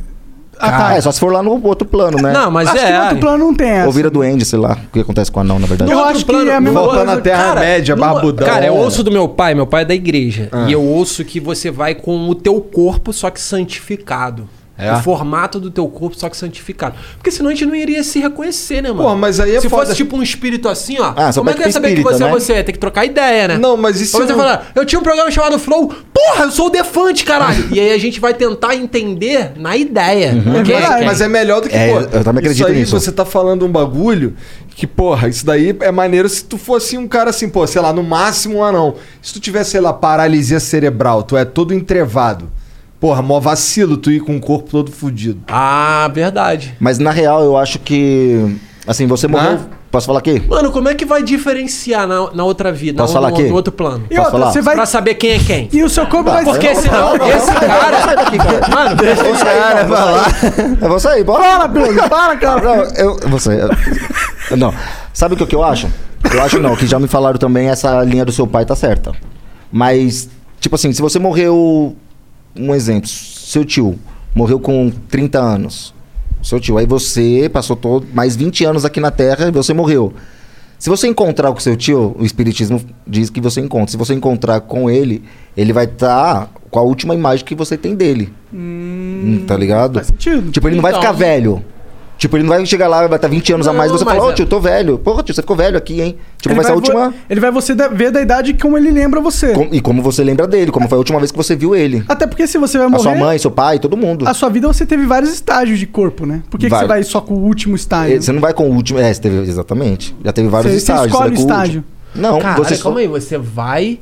Ah, é só se for lá no outro plano, né? Não, mas Acho é, que no outro é. plano não tem Ou vira doente, sei lá. O que acontece com o anão, na verdade. No outro plano- no- na Terra-média, numa- barbudão. Cara, eu ouço do meu pai, meu pai é da igreja. Ah. E eu ouço que você vai com o teu corpo, só que santificado. É? O formato do teu corpo, só que santificado. Porque senão a gente não iria se reconhecer, né, mano? Pô, mas aí é Se foda. fosse tipo um espírito assim, ó. Ah, seu como é pai que eu ia tipo saber que espírita, você é né? você? Tem que trocar ideia, né? Não, mas e se Ou você eu- falar, eu tinha um programa chamado Flow, porra, eu sou o Defante, caralho. e aí a gente vai tentar entender na ideia. É Quem- verdade, quem- mas é melhor do que, Uhum. É, pô, eu também acredito isso aí nisso. você tá falando um bagulho que, porra, isso daí é maneiro se tu fosse um cara assim, pô, sei lá, no máximo um anão. Se tu tivesse, sei lá, paralisia cerebral, tu é todo entrevado. Porra, mó vacilo tu ir com o corpo todo fudido. Ah, verdade. Mas na real, eu acho que. Assim, você morreu. Posso falar aqui? Mano, como é que vai diferenciar na, na outra vida, Posso na, falar no, aqui? no outro plano? E Posso outra, falar? você vai- Pra saber quem é quem. E o seu corpo vai- Porque Não, senão, não, não, esse não, cara... não, Mano, Eu Ah, vou sair, é, não, vou sair. Eu vou sair, bora. Para, Pedro, para, cara. Não, eu, eu vou sair. Eu- Não. Sabe o que, que eu acho? Eu acho não, que já me falaram também, essa linha do seu pai tá certa. Mas, tipo assim, se você morreu. Um exemplo, seu tio morreu com 30 anos. Seu tio, aí você passou todo, mais 20 anos aqui na Terra e você morreu. Se você encontrar com seu tio, o Espiritismo diz que você encontra. Se você encontrar com ele, ele vai estar com a última imagem que você tem dele. Hum, tá ligado? Faz sentido. Tipo, ele não vai Então. ficar velho. Tipo, ele não vai chegar lá, vai estar 20 anos a mais e Não, você mas fala, ô é- tio, eu tô velho. Porra, tio, você ficou velho aqui, hein? Tipo, vai ser a vo- última. Ele vai você da- ver da idade como ele lembra você. com- E como você lembra dele, como foi a última vez que você viu ele. Até porque se você vai A morrer. sua mãe, seu pai, todo mundo. A sua vida você teve vários estágios de corpo, né? Por que, que Vai. você vai só com o último estágio? E Você não vai com o último. É, você teve... exatamente. Já teve vários Você- você estágios. escolhe vai o com último. estágio. Não, Caralho, você calma aí, você vai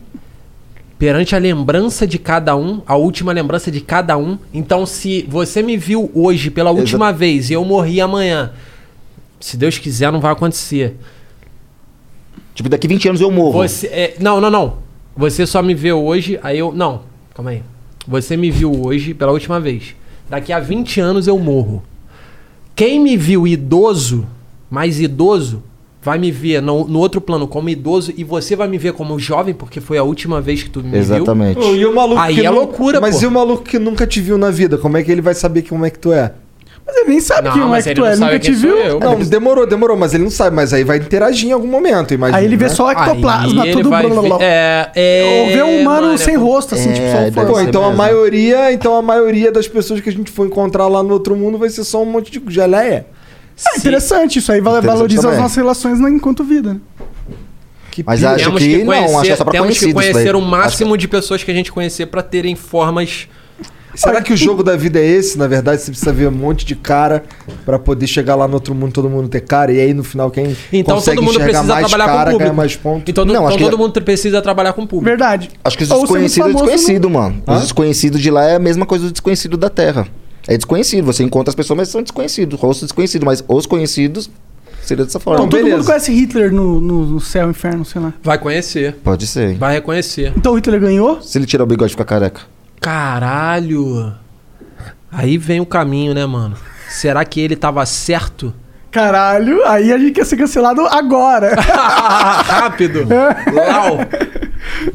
perante a lembrança de cada um, a última lembrança de cada um. Então, se você me viu hoje pela última vez e eu morri amanhã, se Deus quiser, não vai acontecer. Tipo, daqui 20 anos eu morro. Você, é, não, não, não. Você só me vê hoje, aí eu. Não, calma aí. Você me viu hoje pela última vez. Daqui a 20 anos eu morro. Quem me viu idoso, mais idoso, vai me ver no, no outro plano como idoso e você vai me ver como jovem, porque foi a última vez que tu me Exatamente. viu. Pô, Oh, e o maluco Aí que é nu- loucura, Mas pô. e o maluco que nunca te viu na vida? Como é que ele vai saber que- como é que tu é? Mas ele nem sabe Não, quem é mas que ele tu não é, sabe nunca te quem viu. sou eu. Não, demorou, demorou, mas ele não sabe, mas aí vai interagir em algum momento, imagina. Aí ele vê né? só o ectoplasma, Aí ele tudo vai blá, blá, blá. ver- é, é, Ou vê um humano mano, é sem com- rosto, assim, tipo, só um Pô, formato. então a maioria, então a maioria das pessoas que a gente for encontrar lá no outro mundo vai ser só um monte de geleia. É interessante, isso aí vai- Interessante valoriza as também. nossas relações na- enquanto vida. né? Mas Temos acho que, não, acho que é só pra Temos que conhecidos, conhecer velho. o Acho máximo de pessoas que a gente conhecer pra terem formas. Será que o jogo da vida é esse? Na verdade, você precisa ver um monte de cara pra poder chegar lá no outro mundo, todo mundo ter cara, e aí no final quem Então consegue todo mundo enxergar precisa mais trabalhar cara com o ganha público. mais ponto. Então, Não, então acho que- todo mundo precisa trabalhar com o público. Verdade. Acho que os desconhecidos é desconhecido, né? mano. Os desconhecidos de lá é a mesma coisa do desconhecido da Terra. É desconhecido. Você encontra as pessoas, mas são desconhecidos. Rosto desconhecido. Mas os conhecidos Seria dessa forma. Então, todo mundo conhece Hitler no, no, no céu, inferno, sei lá. Vai conhecer. Pode ser. hein? Vai reconhecer. Então o Hitler ganhou? Se ele tirar o bigode e ficar careca. Caralho. Aí vem o caminho, né, mano? Será que ele tava certo? Caralho, aí a gente quer ser cancelado agora. Rápido. Lau.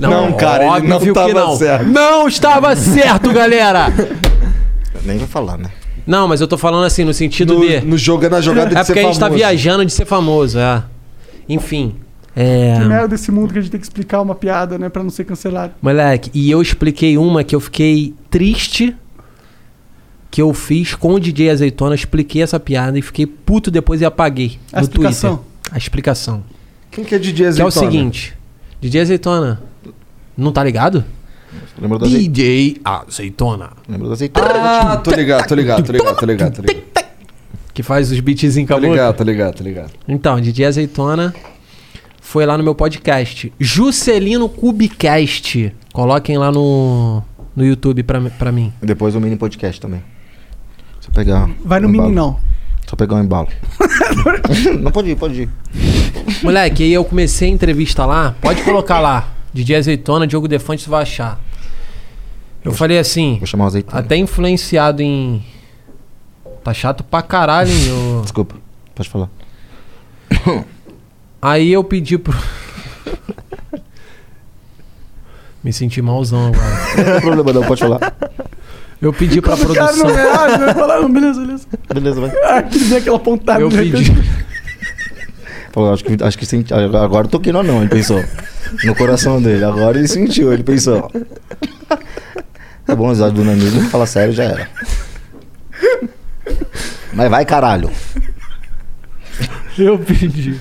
Não, cara, ele não óbvio tava que não. certo. Não estava certo, galera. Nem vai falar, né? Não, mas eu tô falando assim, no sentido No- de... no jogo é na jogada de É ser porque a gente tá famoso. viajando de ser famoso, é. Enfim. É... Que merda esse mundo que a gente tem que explicar uma piada, né? Pra não ser cancelado. Moleque, e eu expliquei uma que eu fiquei triste que eu fiz com o DJ Azeitona, expliquei essa piada e fiquei puto depois e apaguei A no explicação? Twitter. A explicação. Quem que é DJ Que é o Azeitona? seguinte, DJ Azeitona, não tá ligado? Lembra da DJ Azeitona. Lembra da Ah, tô ligado, tô ligado, tô ligado, tô ligado, tô ligado. Que faz os beats em Tô caboclo. ligado, tô ligado, tô ligado. Então, DJ Azeitona foi lá no meu podcast. Juscelino Cubicast. Coloquem lá no, no YouTube pra, mi- pra mim. E Depois o mini podcast também. Só pegar. Vai no um mini, embalo. Só pegar um embalo. não pode ir, pode ir. Moleque, aí eu comecei a entrevista lá. Pode colocar lá. DJ Azeitona, Diogo Defante, tu vai achar. Eu falei assim. Vou chamar o azeitona. Até influenciado em. Tá chato pra caralho, hein? ô. Desculpa, pode falar. Aí eu pedi pro. Me senti malzão agora. Não tem problema não, pode falar. Eu pedi pra Quando o cara produção. não é, ah, reage, vai falar, "Não, beleza, beleza. Beleza, vai. Ah, que vem aquela pontada. Eu né? pedi. Falou, acho que, acho que senti, agora eu toquei no anão, ele pensou. No coração dele. Agora ele sentiu, ele pensou. É bom usar do nanismo, fala sério, já era. Mas vai, caralho. Eu pedi.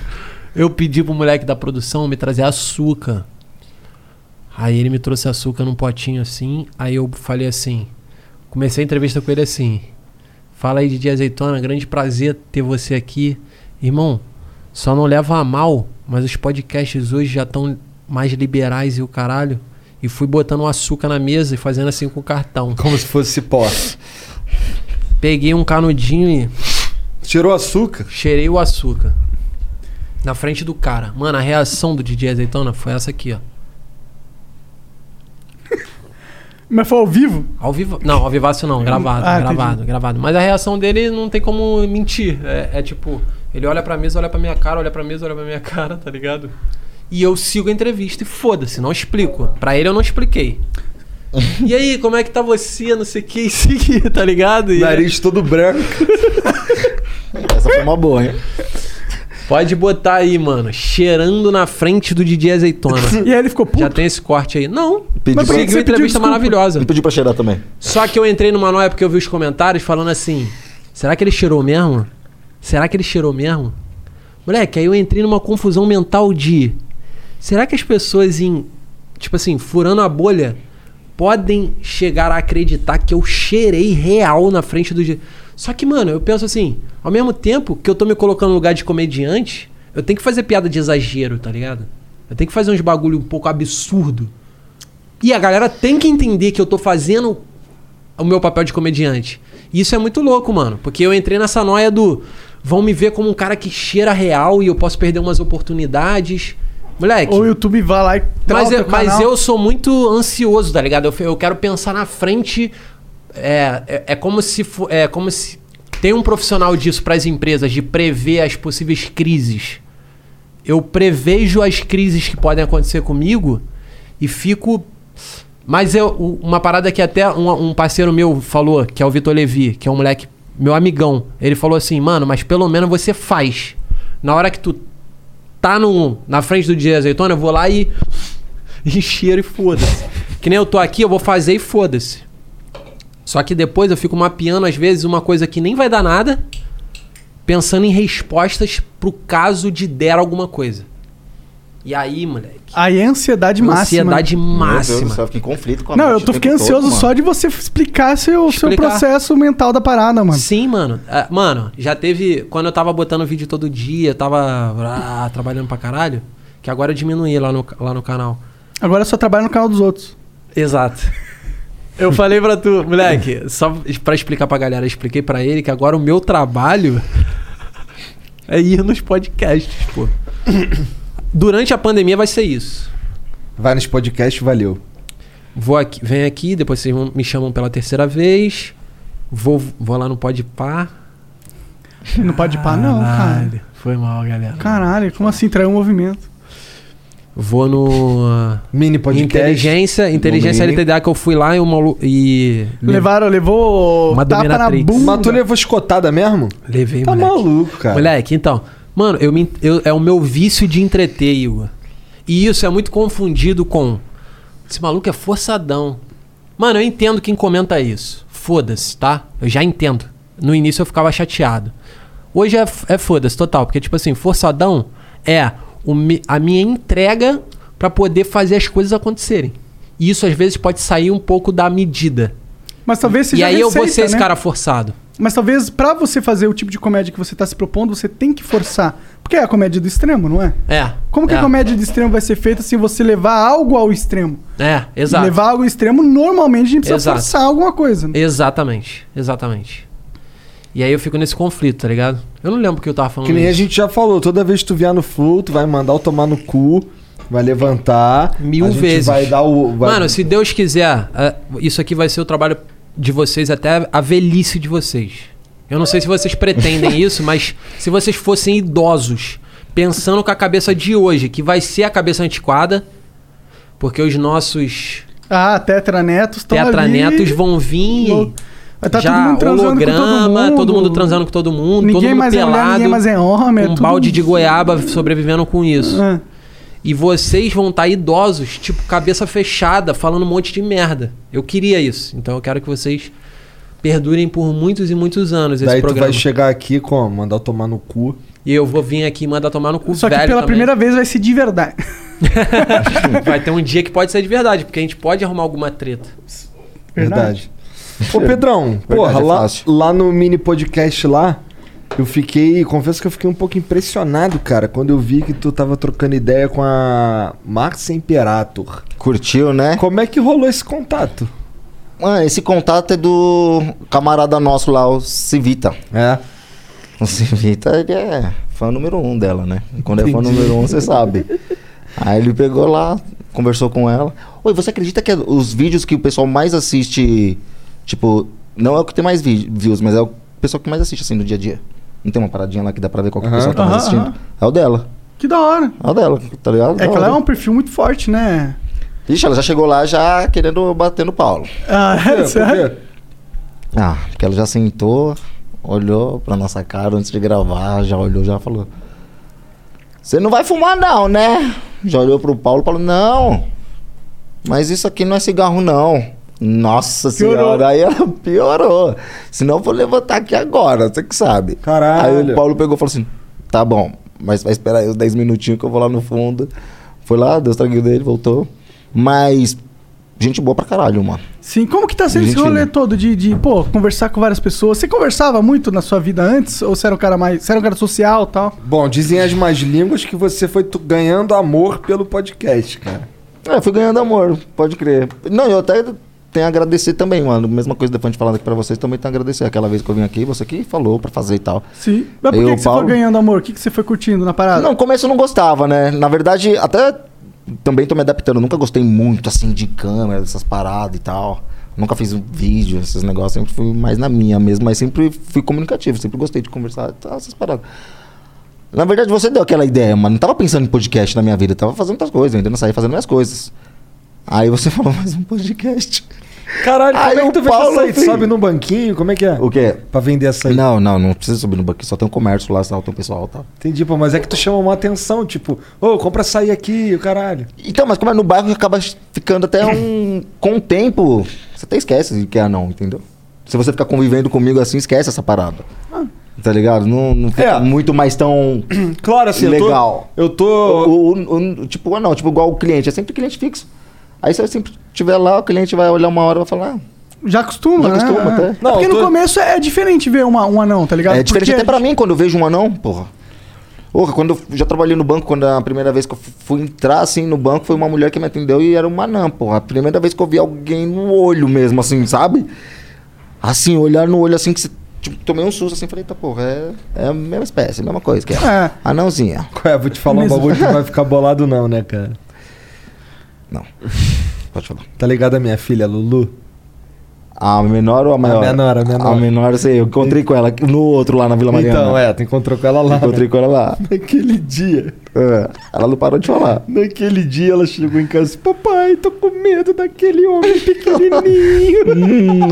Eu pedi pro moleque da produção me trazer açúcar. Aí ele me trouxe açúcar num potinho assim. Aí eu falei assim. Comecei a entrevista com ele assim. Fala aí, Didi Azeitona. Grande prazer ter você aqui. Irmão, só não leva a mal, mas os podcasts hoje já estão mais liberais e o caralho. E fui botando um açúcar na mesa e fazendo assim com o cartão. é Como se fosse pó. Peguei um canudinho e. Tirou açúcar? Cheirei o açúcar. Na frente do cara. Mano, a reação do DJ Azeitona foi essa aqui, ó. Mas foi ao vivo? Ao vivo. Não, ao vivaço não, gravado, Ah, entendi. gravado, gravado. Mas a reação dele não tem como mentir. É, é tipo, ele olha pra mesa, olha pra minha cara, olha pra mesa, olha pra minha cara, tá ligado? E eu sigo a entrevista e foda-se, não explico. Pra ele eu não expliquei. E aí, como é que tá você? Não sei o que, isso aqui, tá ligado? E Nariz todo branco. Essa foi uma boa, hein? Pode botar aí, mano. Cheirando na frente do DJ Azeitona. e aí ele ficou puto? Já tem esse corte aí. Não. Pedi mas pra- conseguiu Você uma pediu entrevista desculpa. maravilhosa. Ele pediu pra cheirar também. Só que eu entrei numa noia porque eu vi os comentários falando assim: será que ele cheirou mesmo? Será que ele cheirou mesmo? Moleque, aí eu entrei numa confusão mental de: será que as pessoas em. Tipo assim, furando a bolha, podem chegar a acreditar que eu cheirei real na frente do. di- Só que, mano, eu penso assim: ao mesmo tempo que eu tô me colocando no lugar de comediante, eu tenho que fazer piada de exagero, tá ligado? Eu tenho que fazer uns bagulho um pouco absurdo. E a galera tem que entender que eu tô fazendo o meu papel de comediante. E isso é muito louco, mano. Porque eu entrei nessa noia do. Vão me ver como um cara que cheira real e eu posso perder umas oportunidades. Moleque. Ou o YouTube vai lá e Mas trava eu, o mas canal. eu sou muito ansioso, tá ligado? Eu, fe- eu quero pensar na frente. É, é, é como se fo- é como se tem um profissional disso para as empresas de prever as possíveis crises. Eu prevejo as crises que podem acontecer comigo e fico. Mas eu, u- uma parada que até um, um parceiro meu falou, que é o Vitor Levi, que é um moleque, meu amigão. Ele falou assim, mano, mas pelo menos você faz. Na hora que tu tá no, na frente do DJ Azeitona, eu vou lá e. e cheiro e foda-se. Que nem eu tô aqui, eu vou fazer e foda-se. Só que depois eu fico mapeando, às vezes, uma coisa que nem vai dar nada, pensando em respostas pro caso de der alguma coisa. E aí, moleque? Aí é ansiedade máxima. Ansiedade Meu Deus do máxima. céu, eu fiquei em conflito com a Não, eu mente tô o tempo fiquei ansioso todo, mano. só de você explicar seu, seu Explicar. processo mental da parada, mano. Sim, mano. Ah, Mano, já teve. Quando eu tava botando vídeo todo dia, eu tava ah, trabalhando pra caralho, que agora eu diminuí lá no, lá no canal. Agora eu só trabalho no canal dos outros. Exato. Eu falei pra tu, moleque, só pra explicar pra galera, eu expliquei pra ele que agora o meu trabalho É ir nos podcasts, pô. Durante a pandemia vai ser isso. Vai nos podcasts, valeu. Vou aqui, vem aqui, depois vocês vão- me chamam pela terceira vez. Vou, vou lá no Podpah. Não pode pá, não, cara. Caralho, Foi mal, galera. Caralho, como assim? Traiu o movimento. Vou no. Mini Inteligência, inteligência No mini. LTDA que eu fui lá e o malu- e Levaram, levou Uma tapa na dominatrix. bunda. Mas tu levou escotada é mesmo? Levei, Tá moleque. maluco, cara. Moleque, então. Mano, eu me- eu- é o meu vício de entreter, Igor. E isso é muito confundido com. Esse maluco é forçadão. Mano, eu entendo quem comenta isso. Foda-se, tá? Eu já entendo. No início eu ficava chateado. Hoje é, f- é foda-se total, porque, tipo assim, forçadão é o mi- a minha entrega pra poder fazer as coisas acontecerem. E isso às vezes pode sair um pouco da medida. Mas talvez seja E aí eu vou receita, ser esse né? cara forçado. Mas talvez pra você fazer o tipo de comédia que você tá se propondo, você tem que forçar. Porque é a comédia do extremo, não é? É. Como que é. a comédia do extremo vai ser feita se você levar algo ao extremo? É, exato. Levar algo ao extremo, normalmente a gente precisa Exato. forçar alguma coisa. Exatamente, exatamente. E aí eu fico nesse conflito, tá ligado? Eu não lembro o que eu tava falando. Que nem a nisso. gente já falou, toda vez que tu vier no flow, tu vai mandar o tomar no cu, vai levantar. Mil a gente vezes. Vai dar o. vai- Mano, se Deus quiser, eh, isso aqui vai ser o trabalho de vocês até a velhice de vocês. Eu não sei se vocês pretendem isso, mas se vocês fossem idosos, pensando com a cabeça de hoje, que vai ser a cabeça antiquada, porque os nossos Ah, tetranetos estão tetranetos vão vir. Tá já todo mundo transando com todo holograma, mundo. todo mundo transando com todo mundo, todo Ninguém mundo mais é pelado, mulher, ninguém mais é homem, é um tudo- balde de goiaba sobrevivendo com isso. É. E vocês vão estar idosos, tipo cabeça fechada, falando um monte de merda. Eu queria isso, então eu quero que vocês perdurem por muitos e muitos anos esse Daí tu programa. vai chegar aqui como? Mandar o tomar no cu. E eu vou vir aqui e mandar tomar no cu Só que velho pela também. primeira vez vai ser de verdade. Vai ter um dia que pode ser de verdade, porque a gente pode arrumar alguma treta. Verdade. Ô, Pedrão, porra, é lá, lá no mini podcast lá, eu fiquei. Confesso que eu fiquei um pouco impressionado, cara, quando eu vi que tu tava trocando ideia com a Márcia Imperator. Curtiu, né? Como é que rolou esse contato? Mano, esse contato é do camarada nosso lá, o Civita. É. O Civita, ele é fã número um dela, né? E Quando é fã número um, você sabe. Aí ele pegou lá, conversou com ela. Oi, você acredita que os vídeos que o pessoal mais assiste, tipo, não é o que tem mais vi- views, mas é o pessoal que mais assiste, assim, no dia a dia. Não tem uma paradinha lá que dá pra ver qual que o Aham. pessoal tá mais Aham, assistindo? aham. É o dela. Que da hora. É o dela, tá ligado? É que ela é um... um perfil muito forte, né? Ixi, ela já chegou lá já querendo bater no Paulo. Ah, é, sério? Ah, porque ela já sentou, olhou pra nossa cara antes de gravar, já olhou, já falou. Você não vai fumar não, né? Já olhou pro Paulo e falou, não. Mas isso aqui não é cigarro, não. Nossa senhora, aí ela piorou. Senão eu vou levantar aqui agora, você que sabe. Caralho. Aí o Paulo pegou e falou assim: tá bom, mas vai esperar aí uns 10 minutinhos que eu vou lá no fundo. Foi lá, deu o traguinho dele, voltou. Mas, gente boa pra caralho, mano. Sim, como que tá sendo esse Gente, rolê né? todo de, de, pô, conversar com várias pessoas? Você conversava muito na sua vida antes? Ou você era um cara mais. Você era um cara social e tal? Bom, dizem as más línguas que você foi tu- ganhando amor pelo podcast, cara. É, fui ganhando amor, pode crer. Não, eu até tenho a agradecer também, mano. Mesma coisa depois de falar aqui pra vocês, também tenho a agradecer. Aquela vez que eu vim aqui, você que falou pra fazer e tal. Sim. Mas por Eu, que, que você Paulo? foi ganhando amor? O que, que você foi curtindo na parada? Não, no começo eu não gostava, né? Na verdade, até também tô me adaptando. Eu nunca gostei muito, assim, de câmera, dessas paradas e tal. Nunca fiz um vídeo, esses negócios. Sempre fui mais na minha mesmo, mas sempre fui comunicativo. Sempre gostei de conversar e tal, essas paradas. Na verdade, você deu aquela ideia, mano. Não tava pensando em podcast na minha vida. eu Tava fazendo outras coisas, eu ainda não saí fazendo minhas coisas. Aí você falou, mas um podcast. Caralho, Aí como é que o tu vende Paulo, açaí? Tu filho. sobe num banquinho? Como é que é? O quê? Pra vender açaí. Não, não, não precisa subir no banquinho. Só tem um comércio lá, só tem um pessoal e tal. Entendi, pô, mas é que tu chama uma atenção, tipo, ô, compra açaí aqui, o caralho. Então, mas como é no bairro, acaba ficando até um. Com o tempo, você até esquece de que é não, entendeu? Se você ficar convivendo comigo assim, esquece essa parada. Ah. Tá ligado? Não, não fica muito mais tão. É. Claro, assim, eu tô- legal. Eu tô. O, o- o- tipo, ah, não, tipo, igual o cliente, é sempre cliente fixo. Aí se eu sempre tiver lá, o cliente vai olhar uma hora e vai falar. "Ah, Já acostuma, Já né? acostuma, até. É porque no começo é diferente ver uma- um anão, tá ligado? É diferente Porque até pra mim quando eu vejo um anão, porra. Porra, quando eu já trabalhei no banco, quando a primeira vez que eu fu- fui entrar assim no banco, foi uma mulher que me atendeu e era uma anã, porra. A primeira vez que eu vi alguém no olho mesmo, assim, sabe? Assim, olhar no olho assim que você. tipo, tomei um susto assim, falei, tá porra, é, é a mesma espécie, a mesma coisa que ela. É. Anãozinha. Qual é? Vou te falar um Mesmo. bagulho que não vai ficar bolado, não, né, cara? Não. Pode falar. Tá ligado a minha filha, Lulu? A menor ou a maior? A menor, a menor. A menor, eu sei, eu encontrei com ela no outro lá na Vila Mariana. Então, é, tu encontrou com ela lá. né? Encontrei com ela lá. Naquele dia. É, Ela não parou de falar. Naquele dia ela chegou em casa e disse, papai, tô com medo daquele homem pequenininho.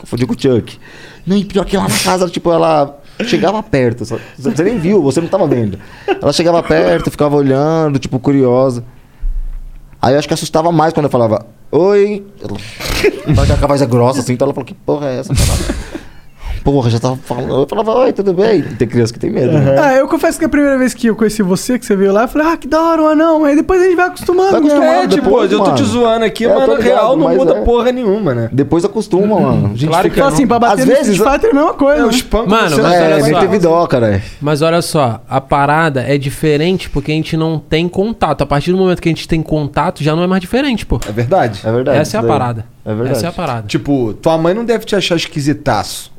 Confundi com o Chuck. Não, e pior que lá na casa, tipo, ela chegava perto. só- Você nem viu, você não tava vendo. Ela chegava perto, ficava olhando, tipo, curiosa. Aí eu acho que assustava mais quando eu falava, oi. Ela que a voz é grossa, assim, então ela falou, que porra é essa? Cara? Porra, já tava falando. Eu falava, oi, tudo bem? Tem criança que tem medo. né? Uhum. Ah, eu confesso que a primeira vez que eu conheci você, que você veio lá, eu falei, ah, que da hora, um anão. Aí depois a gente vai acostumando. Vai acostumando né? É, tipo, depois, eu tô te mano. zoando aqui, É, mas tô na ligado, real não mas muda é. porra nenhuma, né? Depois acostuma, mano. Claro que Então, assim, pra bater Às no vezes, Street Fighter é a mesma coisa. eu né? espanco Mano, você na assim. mas cara. olha É, nem só. teve dó, cara. Mas olha só, a parada é diferente porque a gente não tem contato. A partir do momento que a gente tem contato, já não é mais diferente, pô. É verdade. É verdade. Essa é a isso daí. parada. É verdade. Essa é a parada. Tipo, tua mãe não deve te achar esquisitaço.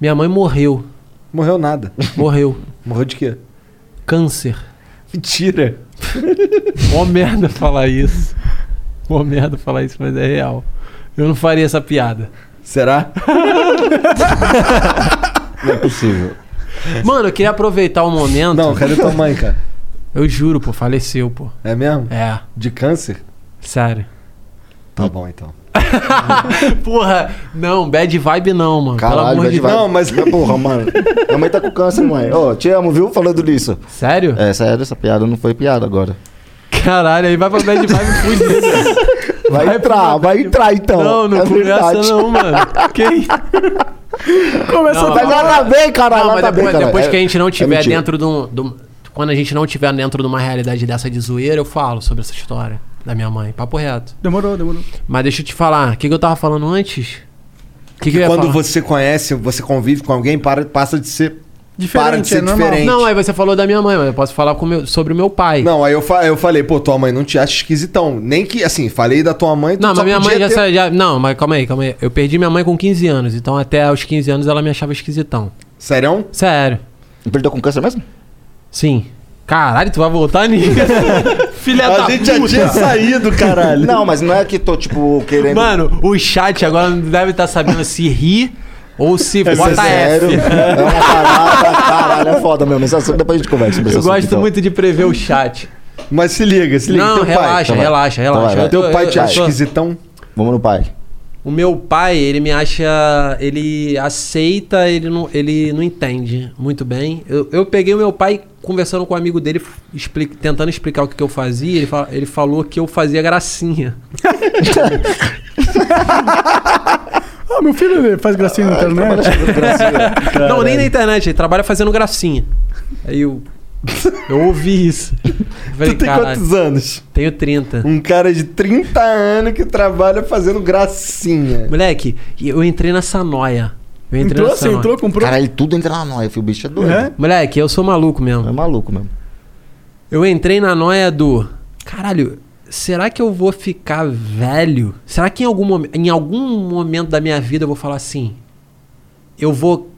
Minha mãe morreu. Morreu nada. Morreu. Morreu de quê? Câncer. Mentira. Mó merda falar isso. Mó merda falar isso, mas é real. Eu não faria essa piada. Será? Não é possível. Mano, eu queria aproveitar o momento. Não, cadê tua mãe, cara? Eu juro, pô, faleceu, pô. É mesmo? É, De câncer? sério. Tá bom, então. Porra, não, bad vibe não, mano. Pelo Caralho, amor de velho, vai. Deus. Não, mas- é porra, mano. Minha mãe tá com câncer, mãe. Ô, te amo, viu? Falando nisso. Sério? É, sério, essa piada não foi piada agora. Caralho, aí vai pra bad vibe fudido. Vai, entrar, vai entrar então. Não, não é começa verdade. não, mano. Quem? Começou Não, a Mas não, dar- ela tá bem, caralho. Não, ela mas tá depois, bem, cara. depois que a É- gente não é tiver mentira. dentro de um, de um- Quando a gente não tiver dentro de uma realidade dessa de zoeira, eu falo sobre essa história da minha mãe. Papo reto. Demorou, demorou. Mas deixa eu te falar, o que, que eu tava falando antes? O que, que eu ia Quando falar? você conhece, você convive com alguém, para, passa de ser. Diferente, para de ser é normal. diferente. Não, aí você falou da minha mãe, mas eu posso falar com o meu- sobre o meu pai. Não, aí eu, fa- eu falei, pô, tua mãe não te acha esquisitão. Nem que, assim, falei da tua mãe. tu Não, só mas minha mãe podia já, ter- sa- já. Não, mas calma aí, calma aí. Eu perdi minha mãe com 15 anos, então até aos 15 anos ela me achava esquisitão. Sério? Sério. Perdeu com câncer mesmo? Sim. Caralho, tu vai voltar nisso? Filha da A gente já puta. tinha saído, caralho. Não, mas não é que tô, tipo, querendo. Mano, o chat agora não deve estar sabendo se ri ou se é bota F. sério. É uma parada, caralho, é foda mesmo. Esse assunto, depois a gente conversa sobre esse Eu assunto, gosto então. muito de prever o chat. Mas se liga, se liga. Não, teu relaxa, pai. vai. relaxa, Então vai, relaxa. vai. Eu tô- Teu pai te eu- eu acha tô- esquisitão. Vamos no pai. O meu pai, ele me acha. Ele aceita, ele não, ele não entende muito bem. Eu, eu peguei o meu pai conversando com um amigo dele, expli- tentando explicar o que, que eu fazia. Ele, fa- ele falou que eu fazia gracinha. Ah, meu filho ele faz gracinha Ah, na internet. Não, nem na internet, ele trabalha fazendo gracinha. Aí eu. Eu ouvi isso. Eu Falei, Tu tem "Caralho, quantos anos? Tenho 30. Um cara de 30 anos que trabalha fazendo gracinha. Moleque, eu entrei nessa noia. Eu entrei É. Entrou nessa assim, noia. entrou, comprou. Caralho, tudo entra na noia, filho. O bicho é doido. É? Moleque, eu sou maluco mesmo. É maluco mesmo. Eu entrei na noia do. Caralho, será que eu vou ficar velho? Será que em algum, momen- em algum momento da minha vida eu vou falar assim? Eu vou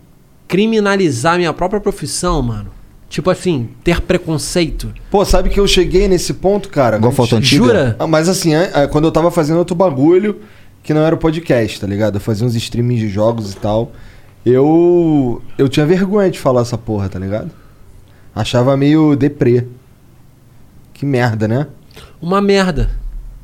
criminalizar minha própria profissão, mano? Tipo assim, ter preconceito. Pô, sabe que eu cheguei nesse ponto, cara? Igual foto antiga. Jura? Ah, Mas assim, an- ah, quando eu tava fazendo outro bagulho, que não era o podcast, tá ligado? Eu fazia uns streamings de jogos e tal. Eu. Eu tinha vergonha de falar essa porra, tá ligado? Achava meio deprê. Que merda, né? Uma merda.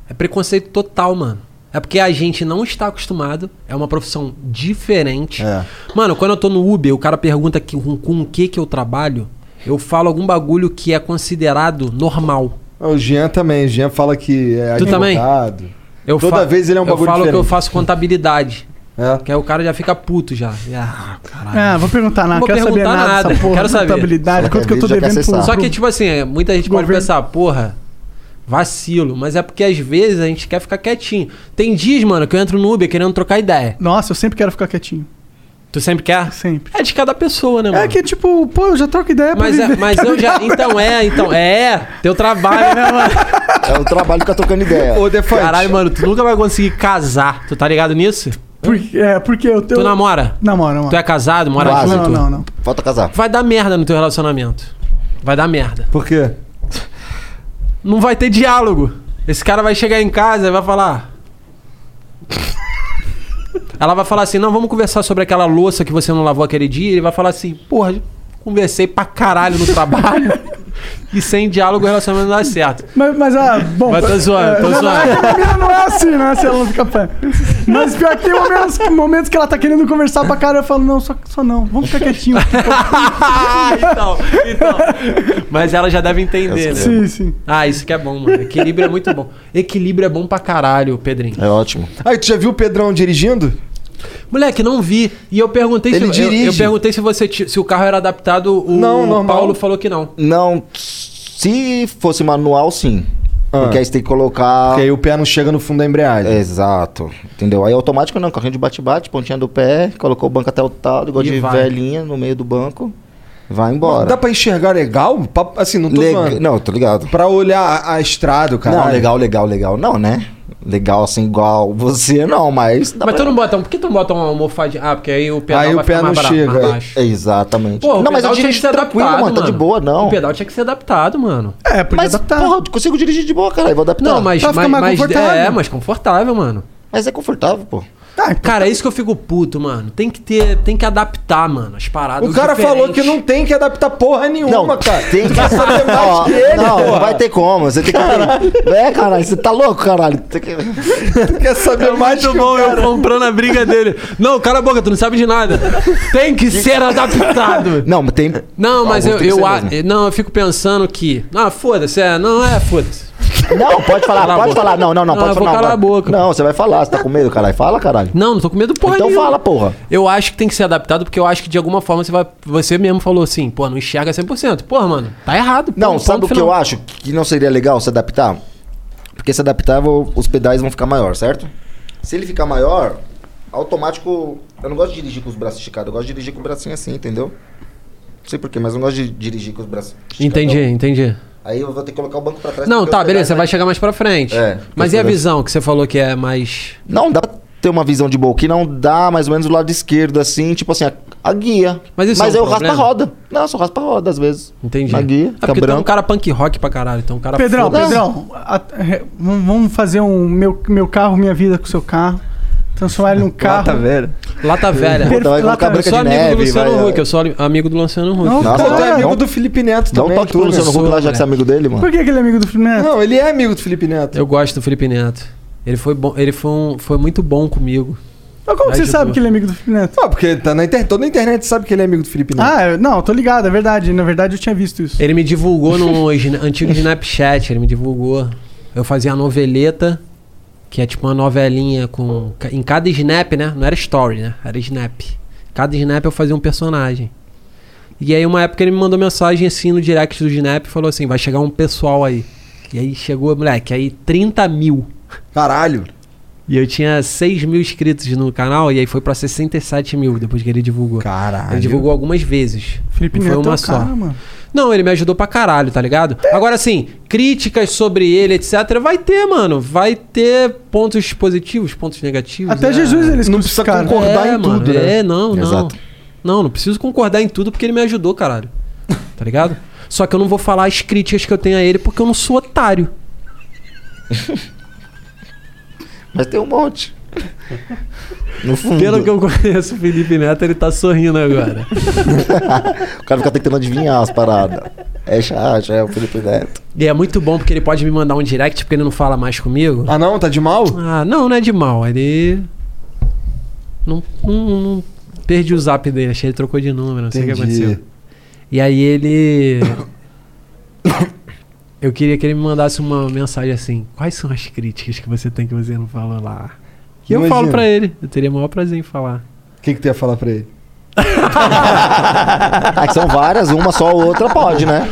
É preconceito total, mano. É porque a gente não está acostumado, é uma profissão diferente. É. Mano, quando eu tô no Uber, o cara pergunta que, com, com o que que eu trabalho, eu falo algum bagulho que é considerado normal. Ah, O Jean também. O Jean fala que é Tu também? advogado. Eu Toda fa- vez ele é um Eu bagulho falo que eu diferente. faço contabilidade. É. Que aí o cara já fica puto já. E, Ah, caralho. Ah, vou perguntar nada, Não vou quero saber perguntar nada. nada, dessa porra, quero saber. contabilidade, Só quanto quer que eu tô ver, já quer devendo pro- acessar. Só que, tipo assim, é, muita gente pode Governo. pensar, porra, vacilo. Mas é porque às vezes a gente quer ficar quietinho. Tem dias, mano, que eu entro no Uber querendo trocar ideia. Nossa, eu sempre quero ficar quietinho. Tu sempre quer? Sempre. É de cada pessoa, né, mano? É que tipo, pô, eu já troco ideia pra mas, é- viver. tá mas eu já. Então é, então. É, teu trabalho, né, mano? É o trabalho que tá trocando ideia. Ô, Defante. Caralho, mano, tu nunca vai conseguir casar. Tu tá ligado nisso? Porque, é, porque eu tenho. Tu namora? Namora, namora. Tu é casado, mora Quase. junto? Não, não, não. Falta casar. Vai dar merda no teu relacionamento. Vai dar merda. Por quê? Não vai ter diálogo. Esse cara vai chegar em casa e vai falar. Ela vai falar assim: não, vamos conversar sobre aquela louça que você não lavou aquele dia. Ele vai falar assim: porra, conversei pra caralho no trabalho. e sem diálogo o relacionamento não dá certo. Mas, mas ah, bom. Mas tô zoando, tô é, zoando. A menina não é assim, né? Se ela não fica pé. Mas pior que tem momentos, momentos que ela tá querendo conversar pra cara, eu falo, não, só, só não, vamos ficar quietinho. então, então. Mas ela já deve entender, né? Sim, sim. Ah, isso que é bom, mano. Equilíbrio é muito bom. Equilíbrio é bom pra caralho, Pedrinho. É ótimo. Aí, tu já viu o Pedrão dirigindo? Moleque, não vi. E eu perguntei Ele se eu- eu- Eu, dirige. perguntei se você ti- se o carro era adaptado. O Não, normal. Paulo falou que não. Não, se fosse manual, sim. Porque aí você tem que colocar. É, Porque Ah. aí o pé não chega no fundo da embreagem. Exato. Entendeu? Aí automático não, carrinho de bate-bate, pontinha do pé, colocou o banco até o tal, igual E de vai. velhinha no meio do banco. Vai embora. Dá pra enxergar legal? Pa- Assim, não tô Leg- zoando. Não, tô ligado. Pra olhar a, a estrada, cara. Não, é. legal, legal, legal. Não, né? Legal assim, igual você, não, mas. dá Mas tu pra- não bota. um- Por que tu não bota uma almofadinha? Ah, porque aí o pedal vai ficar mais barato, mais baixo. É, Exatamente. Pô, o não, mas pedal eu tinha que dirigi ser tranquilo, adaptado, mano, mano. Tá de boa, não. O pedal tinha que ser adaptado, mano. É, podia mas, Porra, eu consigo dirigir de boa, cara. Eu vou adaptar. Não, mas, Tá, Pra ficar mas, mais mas- confortável. é, mas confortável, mano. Mas é confortável, pô. Ah, então tá. Cara, é isso que eu fico puto, mano. Tem que ter, tem que adaptar, mano, as paradas. O cara falou que não tem que adaptar porra nenhuma, cara. Tem que saber mais Ó, que ele, Não, porra. não vai ter como. Você tem que. É, caralho, você tá louco, caralho. Tem que- quer saber é mais muito bom eu comprando a briga dele. Não, cala a boca, tu não sabe de nada. Tem que ser adaptado. Não, mas tem. Não, mas Algum eu, tem que eu, ser a- mesmo. não, eu fico pensando que. Ah, foda-se, é, não é, foda-se. Não, pode falar, Cala a pode boca. falar. Não, não, não, Não, pode eu vou falar. calar a boca. Não, você vai falar. Você tá com medo, caralho. Fala, caralho. Não, não tô com medo porra Então nenhuma. fala, porra. Eu acho que tem que ser adaptado porque eu acho que de alguma forma você vai. Você mesmo falou assim, pô, não enxerga 100%. Porra, mano, tá errado. Não, ponto, sabe o ponto que final. eu acho que não seria legal se adaptar? Porque se adaptar, vou- os pedais vão ficar maior, certo? Se ele ficar maior, automático. Eu não gosto de dirigir com os braços esticados, eu gosto de dirigir com o bracinho assim, entendeu? Não sei porquê, mas eu não gosto de dirigir com os braços esticados. Entendi, entendi. Aí eu vou ter que colocar o banco pra trás. Não, porque tá, os beleza, você pedais- vai chegar mais pra frente. É, Mas e a beleza. visão que você falou que é mais. né? Não, dá pra ter uma visão de boa, que não dá mais ou menos do lado esquerdo, assim, tipo assim, a, a guia. Mas isso é um eu raspo a problema? roda. Não, eu só raspo a roda às vezes. Entendi. Na guia, é fica porque tu é um branco. cara punk rock pra caralho, então um cara. Pedrão, foda-se. Pedrão, a- é, vamos vamos fazer um meu, meu carro, minha vida com o seu carro. Transformar ele num carro. Lata velha. Lata velha. Puta, então vai Lata velha. Eu colocar Branca sou de amigo do Neve, Luciano vai, Huck, eu sou ali- amigo do Luciano Huck. Não, Pô, Nossa, tu cara. é amigo do Felipe Neto Dá um também. toque pro tu, Luciano né? Huck lá, já que você é amigo dele, mano. Por que, que ele é amigo do Felipe Neto? Não, ele é amigo do Felipe Neto. Eu gosto do Felipe Neto. Ele foi bom, ele foi, um- foi muito bom comigo. Mas como que você Ajudou. sabe que ele é amigo do Felipe Neto? Ah, porque tá na internet, toda a internet sabe que ele é amigo do Felipe Neto. Ah, eu- não, tô ligado, é verdade. Na verdade, eu tinha visto isso. Ele me divulgou no sna- antigo Snapchat, ele me divulgou. Eu fazia a noveleta, que é tipo uma novelinha com. ca- Em cada Snap, né? Não era story, né? Era Snap. Cada Snap eu fazia um personagem. E aí uma época ele me mandou mensagem assim no direct do Snap e falou assim: vai chegar um pessoal aí. E aí chegou, moleque, aí 30 mil. Caralho. E eu tinha 6 mil inscritos no canal, e aí foi pra 67 mil depois que ele divulgou. Caralho. Ele divulgou algumas vezes. Felipe Não foi Neto é uma o só. cara, mano. Não, ele me ajudou pra caralho, tá ligado? Agora, assim, críticas sobre ele, etc., vai ter, mano. Vai ter pontos positivos, pontos negativos. Até né? Jesus eles Não precisa crucificaram. concordar É, em mano, tudo, né? É, não, não. Exato. Não, não preciso concordar em tudo porque ele me ajudou, caralho. Tá ligado? Só que eu não vou falar as críticas que eu tenho a ele porque eu não sou otário. Mas tem um monte. No fundo. Pelo que eu conheço o Felipe Neto, ele tá sorrindo agora. O cara fica tentando adivinhar as paradas. É chato, é o Felipe Neto. E é muito bom porque ele pode me mandar um direct porque ele não fala mais comigo. Ah, não? Tá de mal? Ah, não, não é de mal. Ele. Não, não, não- Perdi o zap dele, achei que ele trocou de número, não sei o que Entendi. aconteceu. E aí ele. Eu queria que ele me mandasse uma mensagem assim: Quais são as críticas que você tem que você não falou lá? E eu Imagina. falo pra ele, eu teria o maior prazer em falar. O que, que tu ia falar pra ele? Ah, que são várias, uma só, outra pode, né?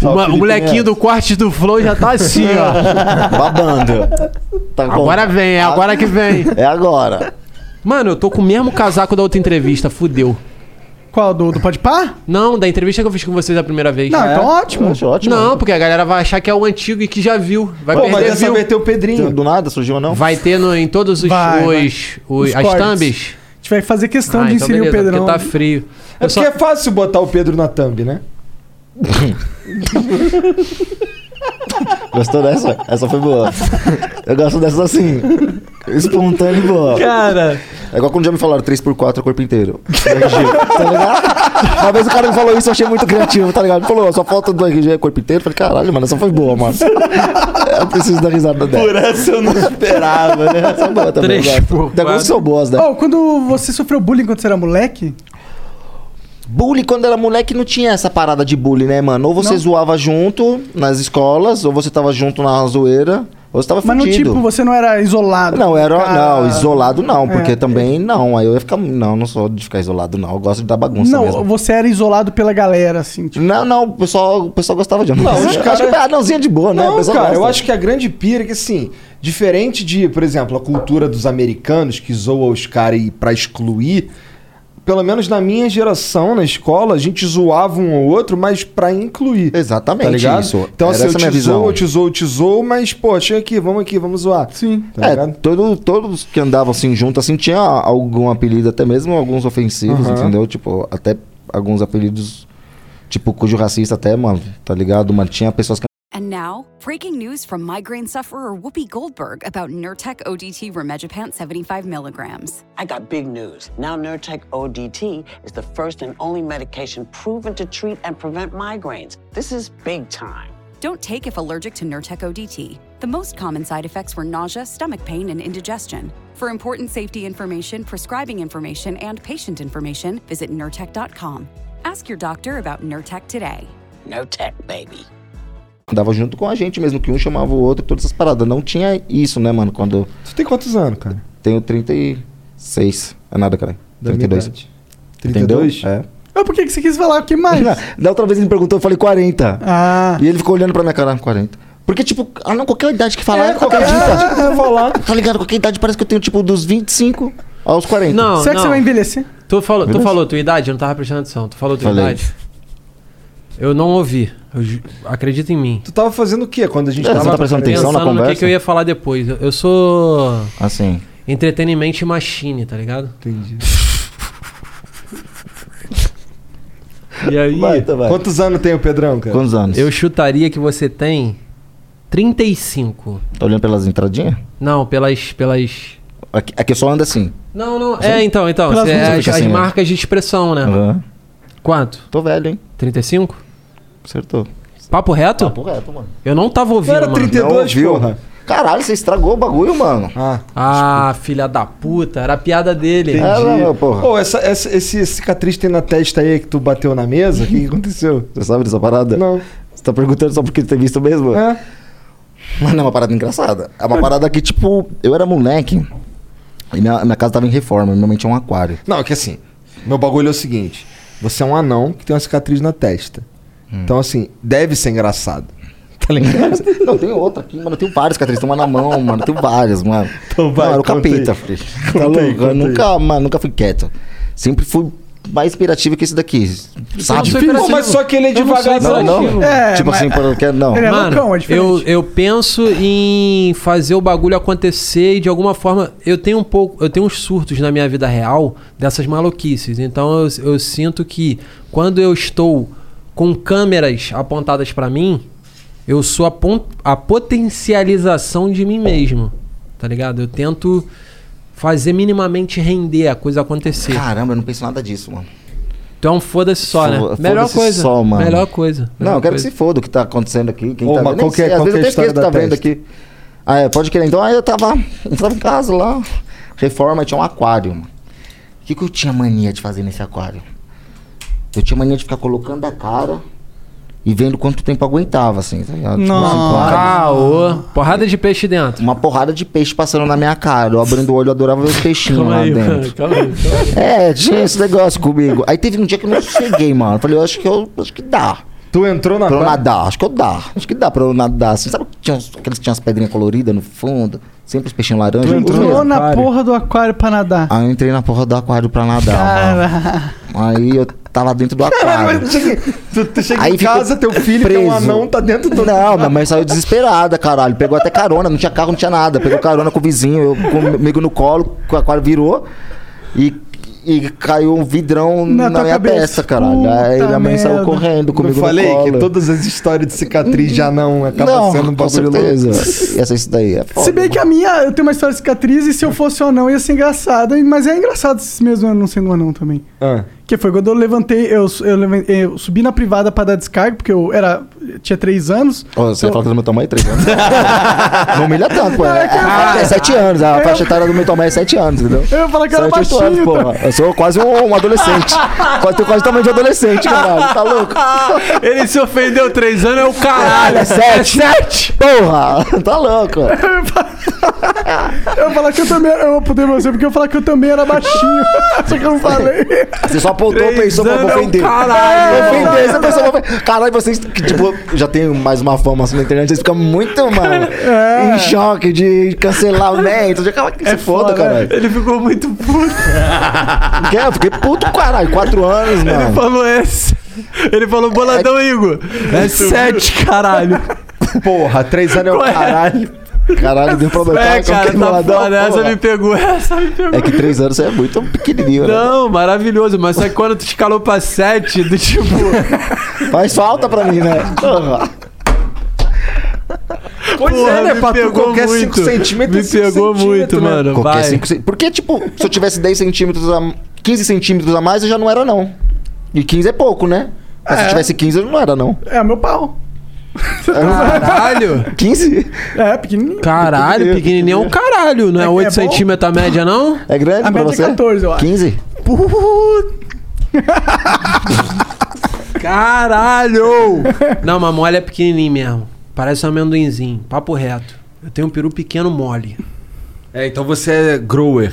Só Uma- o Felipe molequinho do corte do Flow já tá assim, ó. Babando. Tá com- Agora vem, é agora que vem. É agora. Mano, eu tô com o mesmo casaco da outra entrevista, fudeu. Qual? Do, do Podpah? Não, da entrevista que eu fiz com vocês a primeira vez. Não, É? então ótimo. Eu acho ótimo. Não, porque a galera vai achar que é o antigo e que já viu. Vai Pô, mas perder dessa view. vez tem o Pedrinho. Do nada surgiu, um não? Vai ter no- em todos os, Vai, os, vai. os- Os as cortes. thumbs. A gente vai fazer questão Ah, de então inserir beleza, o Pedrão. porque tá frio. É porque é fácil botar o Pedro na thumb, né? Gostou dessa? Essa foi boa. Eu gosto dessas assim. Espontânea e boa. Cara. É igual quando já me falaram 3x4 o corpo inteiro. RG, tá ligado? Uma vez o cara me falou isso, eu achei muito criativo, tá ligado? Ele falou, só falta do RG é corpo inteiro. Eu falei, caralho, mano, essa foi boa, mano. Eu preciso dar risada dela. Por essa eu não esperava, né? Essa é boa também. Três eu gosto. por Tem algumas que são boas, né? Oh, quando você sofreu bullying quando você era moleque? Bullying, quando era moleque, não tinha essa parada de bullying, né, mano? Ou você Não. zoava junto nas escolas, ou você tava junto na zoeira, ou você tava Mas no fudido. tipo, você não era isolado. Não, era. Cara- Não, isolado não, porque É. também não. Aí eu ia ficar. Não, não sou de ficar isolado, não. Eu gosto de dar bagunça Não, mesmo. você era isolado pela galera, assim. Tipo. Não, não, o pessoal, o pessoal gostava de anão. Não, os acho cara- que anãozinha de boa, né? O Não, pessoal cara, gosta. eu acho que a grande pira é que, assim, diferente de, por exemplo, a cultura dos americanos que zoa os caras e- pra excluir, pelo menos na minha geração, na escola, a gente zoava um ao outro, mas pra incluir. Exatamente Tá ligado? isso. Então, Era assim, eu essa te minha visão. zoo, eu te zoo, eu te zoo, mas, pô, chega aqui, vamos aqui, vamos zoar. Sim. Tá é, ligado? todo, todos que andavam assim junto, assim, tinha algum apelido, até mesmo alguns ofensivos, Aham. entendeu? Tipo, até alguns apelidos, tipo, cujo racista até, mano, tá ligado? Mano, tinha pessoas que And now, breaking news from migraine sufferer Whoopi Goldberg about Nurtec ODT Remegipant 75 milligrams. I got big news. Now Nurtec ODT is the first and only medication proven to treat and prevent migraines. This is big time. Don't take if allergic to Nurtec ODT. The most common side effects were nausea, stomach pain, and indigestion. For important safety information, prescribing information, and patient information, visit Nurtec.com. Ask your doctor about Nurtec today. Nurtec, baby. andavam junto com a gente mesmo, que um chamava o outro, todas essas paradas. Não tinha isso, né, mano? Quando. Tu tem quantos anos, cara? Tenho 36. É nada, cara. Da minha 32. idade. 32? Entendeu? É. Mas por que, que você quis falar? O que mais? Da outra vez ele me perguntou, eu falei 40. Ah. E ele ficou olhando pra minha cara, 40. Porque, tipo, ah, não, qualquer idade que falar, É, eu qualquer- acredito. é, é, falar. Tá ligado? Qualquer idade parece que eu tenho, tipo, dos 25 aos 40. Não, Será que não. você vai envelhecer? Tu falou, tu Beleza. falou tua idade? Eu não tava prestando atenção. Tu falou tua Falei. idade? Eu não ouvi. Eu ju- acredita em mim. Tu tava fazendo o quê quando a gente É, tava você tá prestando atenção na Pensando no que, conversa? que eu ia falar depois. Eu, eu sou Assim. entretenimento e machine, tá ligado? Entendi. E aí? Vai, então vai. Quantos anos tem o Pedrão, cara? Quantos anos? Eu chutaria que você tem 35. Tá olhando pelas entradinhas? Não, pelas pelas Aqui, aqui eu só ando assim. Não, não. É, então, então, Pelas cê- mãos as, fica as assim, né? marcas de expressão, né? Aham. Quanto? Tô velho, hein? 35? Acertou. Papo reto? Papo reto, mano. Eu não tava ouvindo, mano. viu? Caralho, você estragou o bagulho, mano. Ah, Ah, filha da puta, era a piada É, dele. Entendi. Pô, essa, essa- esse cicatriz que tem na testa aí que tu bateu na mesa, o que que aconteceu? Você sabe dessa parada? Não. Você tá perguntando só porque tu tem visto mesmo? É. Mas não é uma parada engraçada. É uma parada que, tipo, eu era moleque e minha, minha casa tava em reforma. Minha mãe tinha um aquário. Não, é que assim, meu bagulho é o seguinte: você é um anão que tem uma cicatriz na testa. Então, assim, deve ser engraçado. Tá ligado? não, tem outra aqui, mano. Eu tenho várias cicatrizes. Tem uma na mão, mano. Eu tenho várias, mano. Então vai, não, era o conta capeta, aí. filho. Conta Tá louco? aí, conta eu nunca, mano, nunca fui quieto. Sempre fui mais imperativo que esse daqui. Sabe? sou imperativo. Pô, mas só que ele é Eu não sou Não, devagar, não. é não. imperativo. É, tipo mas- é assim, por- que- não. é Mano, eu, eu penso em fazer o bagulho acontecer e de alguma forma eu tenho um pouco, eu tenho uns surtos na minha vida real dessas maluquices. Então eu, eu sinto que quando eu estou com câmeras apontadas pra mim, eu sou a, pon- a potencialização de mim mesmo. Tá ligado? Eu tento fazer minimamente render a coisa acontecer. Caramba, eu não penso nada disso, mano. Então foda-se só, né? Foda-se Melhor coisa. Só, mano. Melhor coisa. não, melhor eu quero coisa. que se foda o que tá acontecendo aqui. Quem Ô, tá mas vendo. Nem qual que é- sei, Às qual vezes eu que é até a história esqueço que tá da vendo testa? aqui. Ah, é, pode querer. Então, aí eu tava, eu tava em casa lá, reforma, e tinha um aquário, mano. O que, que eu tinha mania de fazer nesse aquário? Eu tinha mania de ficar colocando a cara e vendo quanto tempo aguentava, assim, tá ligado? Tipo, Nossa. assim, Caô. Porrada de peixe dentro. Uma porrada de peixe passando na minha cara. Eu abrindo o olho, eu adorava ver os peixinhos lá dentro. calma aí. É, tinha esse negócio comigo. Aí teve um dia que eu não cheguei, mano. Eu Falei, eu acho que eu acho que dá. Tu entrou na Pra eu quadra? nadar, acho que eu dá. Acho que dá pra eu nadar. Assim, sabe que tinha, uns- aqueles que tinham as pedrinhas coloridas no fundo? Sempre os peixinhos laranja. Tu entrou Os- na porra do aquário pra nadar. Aí eu entrei na porra do aquário pra nadar. Cara. mano. Aí eu tava dentro do aquário. Tu, tu chega em ficou casa, teu filho, teu preso. anão tá dentro do. Não, minha mãe saiu desesperada, caralho. Pegou até carona, não tinha carro, não tinha nada. Pegou carona com o vizinho, eu comigo no colo, o aquário virou e, e caiu um vidrão Na na, tua minha cabeça. testa, caralho. Aí minha mãe saiu merda. correndo comigo Eu falei no colo. que todas as histórias de cicatriz já não acabam Não, sendo um com bagulho certeza. louco. Essa isso daí é Se bem que a minha, eu tenho uma história de cicatriz e se eu fosse um anão ia ser engraçado. Mas é engraçado mesmo eu não sendo um anão também. Ah. Que foi quando eu levantei, eu, su- eu, levan- eu subi na privada pra dar descarga, porque eu era tinha três anos. Ó, você Então- fala que do meu tamanho é 3 anos. Não humilha tanto, pô. É, cara. é 7 anos. A faixa etária do meu tamanho é 7 anos, entendeu? Eu ia falar que eu era Sete, oito baixinho, pô. tá? Eu sou quase um, um adolescente. quase, tenho quase o tamanho de adolescente, caralho. Tá louco? Ele se ofendeu três anos, é o caralho. Caralho, é 7. Porra, tá louco. Eu ia falar que eu também era. Eu apontei meu porque eu ia falar que eu também era baixinho. Só que eu não falei. Você só apontou, Três pensou, pra vou anos é um ofender. caralho. Vou ofender, essa pessoa vai ofender. Caralho, vocês, que, tipo, já tem mais uma fama assim na internet, vocês ficam muito, mano, É. em choque de cancelar o neto. De, cara, que se foda, caralho. né? Ele ficou muito puto. Que é? Eu fiquei puto, caralho. Quatro anos, mano. Ele falou esse. Ele falou boladão, Igor. É sete, caralho. Porra, três anos é o Qual é? caralho. Caralho, deu problema. É, cara, tá foda. Essa me pegou, essa me pegou. um É que três anos é muito pequenininho, né? Não, maravilhoso, mas só que quando tu escalou pra 7, do tipo. Faz falta pra mim, né? Porra. Pois Porra, é, né, me Pato? pegou Qualquer muito. 5 centímetros Me é cinco pegou muito, centímetros, né? mano. Qualquer Vai. cinco cen- Porque, tipo, se eu tivesse 10 centímetros a 15 centímetros a mais, eu já não era, não. E 15 é pouco, né? Mas É. se eu tivesse 15, eu não era, não. É meu pau. Caralho! 15? É, pequenininho. Caralho, pequenininho é um caralho, não é, É- é 8 bom? centímetros a média, não? É grande A pra média é você? 14, eu acho. 15? Puta. Caralho! Não, mas mole é pequenininho mesmo. Parece um amendoinzinho, papo reto. Eu tenho um peru pequeno mole. É, então você é grower.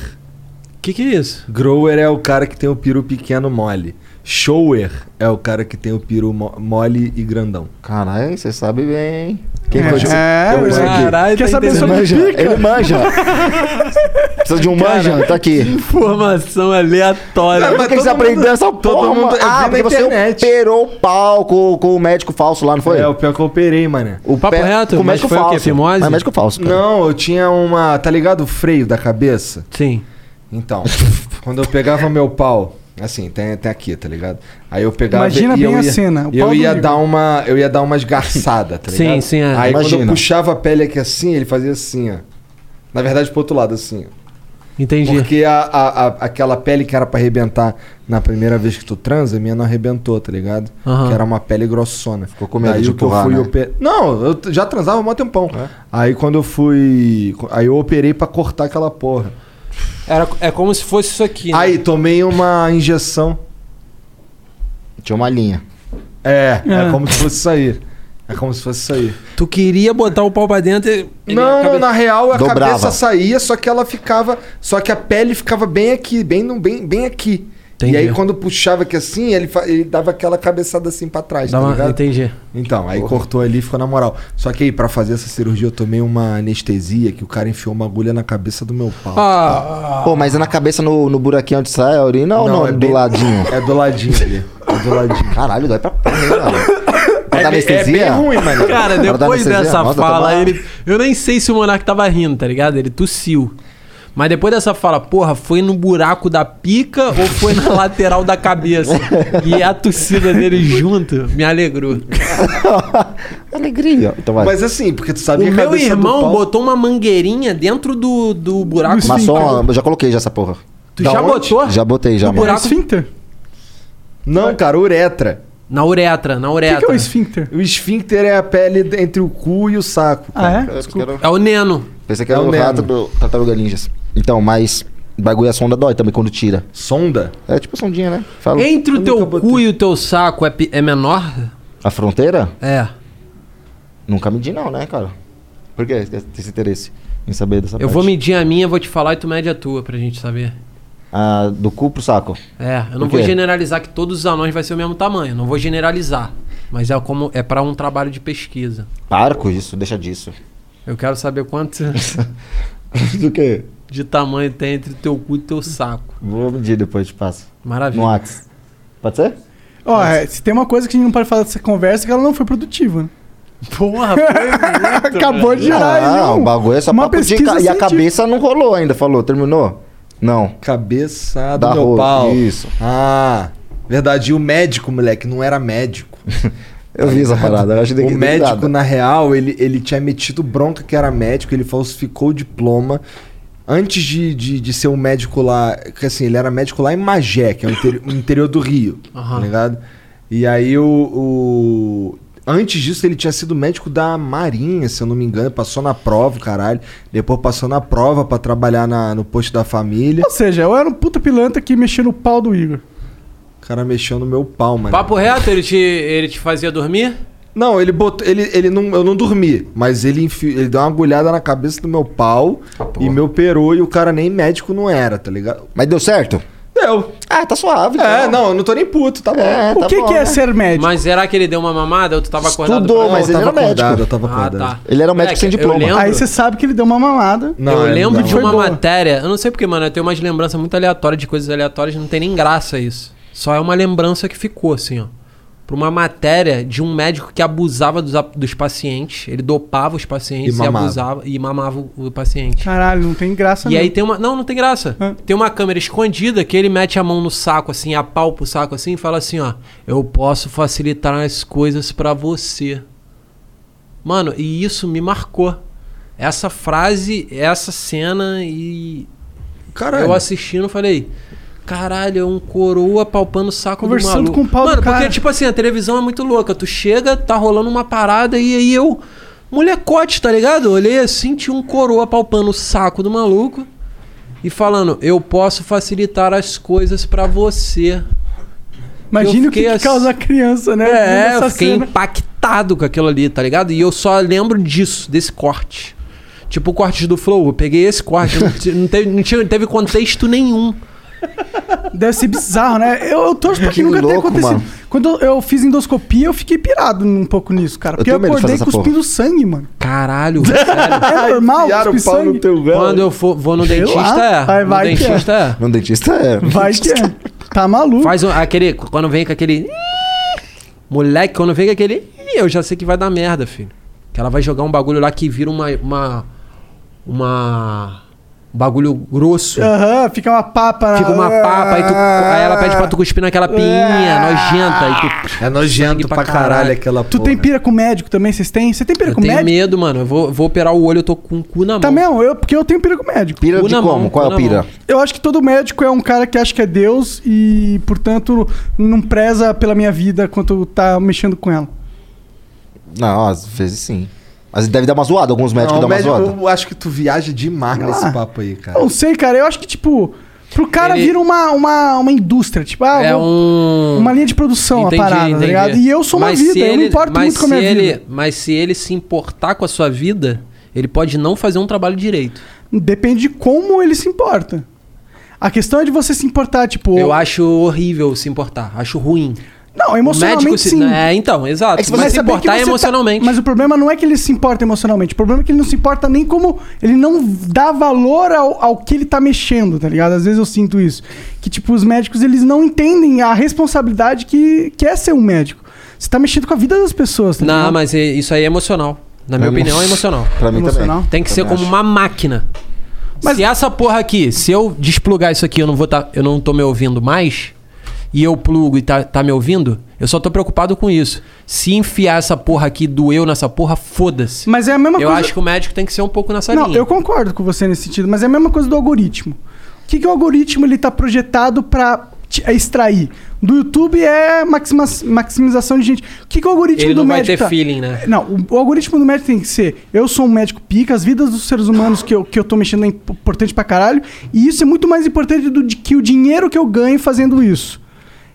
O que, que é isso? Grower é o cara que tem o peru pequeno mole. Shower é o cara que tem o peru mo- mole e grandão. Caralho, você sabe bem. Quem manja? É, Eu manjo aqui. caralho, Quer tá saber Ele sobre manja, pica? ele manja. Precisa de um manja? Tá aqui. Informação aleatória. Por que que você aprendeu essa todo porra? mundo- mano? eu vi ah, na porque você internet. operou o pau com, com o médico falso lá, não foi? É, o pior que eu operei, mané. O Papo pé- reto? Com o Mas médico foi o quê? falso. Fimose? Mas médico falso. cara. Não, eu tinha uma. Tá ligado o freio da cabeça? Sim. Então, quando eu pegava meu pau, assim, tem, tem aqui, tá ligado? Aí eu pegava. Imagina e bem eu a ia, cena, o e eu pau do ia Igor. dar uma. Eu ia dar uma esgarçada, tá Sim, ligado? sim, é. Aí quando eu Imagina. puxava a pele aqui assim, ele fazia assim, ó. Na verdade, pro outro lado, assim, ó. Entendi. Porque a, a- a- aquela pele que era pra arrebentar na primeira vez que tu transa, a minha não arrebentou, tá ligado? Aham. Que era uma pele grossona. Ficou com medo de o que eu empurrar, fui né? É? oper- Não, eu t- já transava há mó tempão. Aí quando eu fui. Aí eu operei pra cortar aquela porra. Era, é como se fosse isso aqui, né? Aí tomei uma injeção. Tinha uma linha. É, é, Ah. como se fosse sair. É como se fosse sair. Tu queria botar o pau pra dentro e. Não, não, na é real a Dobrava. cabeça saía, só que ela ficava. Só que a pele ficava bem aqui, bem, no- bem, bem aqui. Entendi. E aí quando puxava aqui assim, ele, fa- ele dava aquela cabeçada assim pra trás, Dá tá uma- ligado? Entendi. Então, aí cortou ali e ficou na moral. Só que aí, pra fazer essa cirurgia, eu tomei uma anestesia que o cara enfiou uma agulha na cabeça do meu pau. Ah, Pô, mas é na cabeça, no, no buraquinho onde sai a urina ou não? é do bem- ladinho? É do ladinho ali. É do ladinho. Caralho, dói pra porra, hein, mano? Pra É dar bem- anestesia? É bem ruim, mano. Cara, Pra dar depois anestesia? dessa Nossa, tá fala, tomar- ele. tá Eu nem sei se o Monark tava rindo, tá ligado? Ele tossiu. Mas depois dessa fala, porra, foi no buraco da pica ou foi na lateral da cabeça? E a tossida dele junto me alegrou. Alegria. Então vai. Mas assim, porque tu sabe O que a meu cabeça do irmão pau- botou uma mangueirinha dentro do, do buraco. Maçom, eu já coloquei já essa porra. Tu Da já onde? botou? Já botei já, No mano. É buraco esfíncter? Não, cara, uretra. Na uretra, na O que, uretra. que é o esfíncter? O esfíncter é a pele d- entre o cu e o saco. Ah, é? Desculpa. É o neno. Pensei que era É o o Nemo. rato do Tartaruga Ninjas. Então, mas bagulho a sonda dói também quando tira. Sonda? É tipo sondinha, né? Fala. Entre o teu cu e o teu saco é, pe- é menor? A fronteira? É. Nunca medi não, né, cara? Por que esse esse interesse em saber dessa Eu parte? vou medir a minha, vou te falar e tu mede a tua pra gente saber. Ah, do cu pro saco. É, eu não Por vou quê? generalizar que todos os anões vai ser o mesmo tamanho, não vou generalizar. Mas é como é para um trabalho de pesquisa. Para com isso, deixa disso. Eu quero saber quanto Do quê? De tamanho tem entre teu cu e teu saco. Vou medir depois, te passo. Maravilha. No Whats. Pode ser? Ó, é, se tem uma coisa que a gente não pode falar dessa conversa, é que ela não foi produtiva, né? Porra, Acabou de girar aí, Não, não. Ah, o bagulho é só Uma papo de pesquisa ca- E a científica. cabeça não rolou ainda, falou. Terminou? Não. Cabeça Ah, Da Ah, do meu rola, pau. isso. Ah, verdade. E o médico, moleque, não era médico. Eu vi essa parada, eu acho que O tem médico, na real, ele, ele tinha metido bronca que era médico, ele falsificou o diploma. Antes de, de, de ser um médico lá, que assim, ele era médico lá em Magé, que é o interi- o interior do Rio, Aham. tá ligado? E aí o, o- Antes disso, ele tinha sido médico da Marinha, se eu não me engano, passou na prova, caralho. Depois passou na prova pra trabalhar na- no posto da família. Ou seja, eu era um puta pilantra que mexia no pau do Igor. O cara mexeu no meu pau, mano. Papo reto, ele te, ele te fazia dormir? Não, ele botou. Ele, ele não, eu não dormi, mas ele, enfi- ele deu uma agulhada na cabeça do meu pau Ah, e me operou e o cara nem médico não era, tá ligado? Mas deu certo? Deu. Ah, tá suave. É, não, eu não tô nem puto, tá bom. É, tá bom, né? médico? Mas será que ele deu uma mamada ou tu tava acordado? Estudou, pra- mas Não, ele eu era tava médico. acordado. Ah, tá. Moleque, Eu lembro, Aí você sabe que ele deu uma mamada. eu lembro de uma matéria. Eu não sei porque, mano, eu tenho umas lembranças muito aleatórias de coisas aleatórias, não tem nem graça isso. Só é uma lembrança que ficou, assim, ó. Pra uma matéria de um médico que abusava dos, ap- dos pacientes. Ele dopava os pacientes E e, mamava. abusava e mamava o- o paciente. Caralho, não tem graça E não. aí tem uma. Não, não tem graça. Tem uma câmera escondida que ele mete a mão no saco, assim, apalpa o saco assim e fala assim, ó. Eu posso facilitar as coisas pra você. Mano, e isso me marcou. Essa frase, essa cena e. Caralho. Eu assistindo falei. Caralho, é um coroa palpando o saco do Conversando maluco. com o pau do Mano, cara. porque, tipo assim, a televisão é muito louca. Tu chega, tá rolando uma parada e aí eu. Molecote, tá ligado? Olhei assim, tinha um coroa palpando o saco do maluco e falando: Eu posso facilitar as coisas pra você. Imagina Eu o que, fiquei que assim- causa a criança, né? é, Essa eu fiquei cena. impactado com aquilo ali, tá ligado? E eu só lembro disso, desse corte. Tipo cortes do Flow, eu peguei esse corte, não, ti- não teve, não tinha- não teve contexto nenhum. Deve ser bizarro, né? Eu, eu torço pra que, Que nunca tenha é louco, acontecido. mano. Quando eu- eu fiz endoscopia, eu fiquei pirado um pouco nisso, cara. Porque eu, tenho medo de acordei fazer essa cuspindo sangue, mano. Caralho, É normal Enfiaram o cuspir pau no sangue? teu velho. Quando eu for, vou no Sei dentista, lá. é. Vai- no vai que dentista, é. No dentista é. Vai que é. Tá maluco. Faz um- aquele. Quando vem com aquele. Moleque, quando vem com aquele. Eu já sei que vai dar merda, filho. Que ela vai jogar um bagulho lá que vira uma. Uma. uma um bagulho grosso. Aham, fica uma papa na... Fica uma papa, aí, tu, aí ela pede pra tu cuspir É. naquela pinha nojenta. Aí tu, é nojento pra caralho, aquela Ah, Tu tem pira com médico também? Vocês têm? Você tem pira Eu com tenho médico? medo, mano. Eu vou, vou operar o olho, eu tô com o cu na mão. Tá mesmo? Eu, porque eu tenho pira com médico. Pira Cu de na como? mão, Qual cu é a na pira? mão. Eu acho que todo médico é um cara que acha que é Deus e, portanto, não preza pela minha vida quanto tá mexendo com ela. Não, às vezes sim. Mas deve dar uma zoada, alguns médicos Não, dão uma médico, zoada. eu acho que tu viaja demais Ah. nesse papo aí, cara. Eu não sei, cara. Eu acho que, tipo, pro cara Ele- vira uma, uma, uma indústria. Tipo, ah, É vou- um- uma linha de produção, Entendi, a parada, tá entendi. ligado? E eu sou uma Mas vida, se eu não ele- importo mas muito com a minha se ele- vida. Mas se ele se importar com a sua vida, ele pode não fazer um trabalho direito. Depende de como ele se importa. A questão é de você se importar, tipo... Eu acho horrível se importar, acho ruim. Não, emocionalmente Médico se- sim. É, então, exato. É que você mas se saber que importar você tá- emocionalmente. Mas o problema não é que ele se importa emocionalmente. O problema é que ele não se importa nem como. Ele não dá valor ao, ao que ele tá mexendo, tá ligado? Às vezes eu sinto isso. Que, tipo, os médicos, eles não entendem a responsabilidade que, que é ser um médico. Você tá mexendo com a vida das pessoas, tá Não, mas e- isso aí é emocional. Na minha É opinião, é emo- emocional. Pra mim Emocional? também. Tem que ser Também como acho. uma máquina. se essa porra aqui, se eu desplugar isso aqui, eu não vou tá, eu não tô me ouvindo mais, e eu plugo e tá, tá me ouvindo, eu só tô preocupado com isso. Se enfiar essa porra aqui, doeu nessa porra, foda-se. Mas é a mesma eu coisa- acho que o médico tem que ser um pouco nessa Não, linha. eu concordo com você nesse sentido, mas é a mesma coisa do algoritmo. O que, que o algoritmo ele tá projetado para extrair? Do YouTube é maxima- maximização de gente. O que, que o algoritmo Ele do não vai médico ter tá? feeling, né? Não, o, o algoritmo do médico tem que ser: eu sou um médico pica, as vidas dos seres humanos que eu, que eu tô mexendo é imp- importante pra caralho, e isso é muito mais importante do de- que o dinheiro que eu ganho fazendo isso.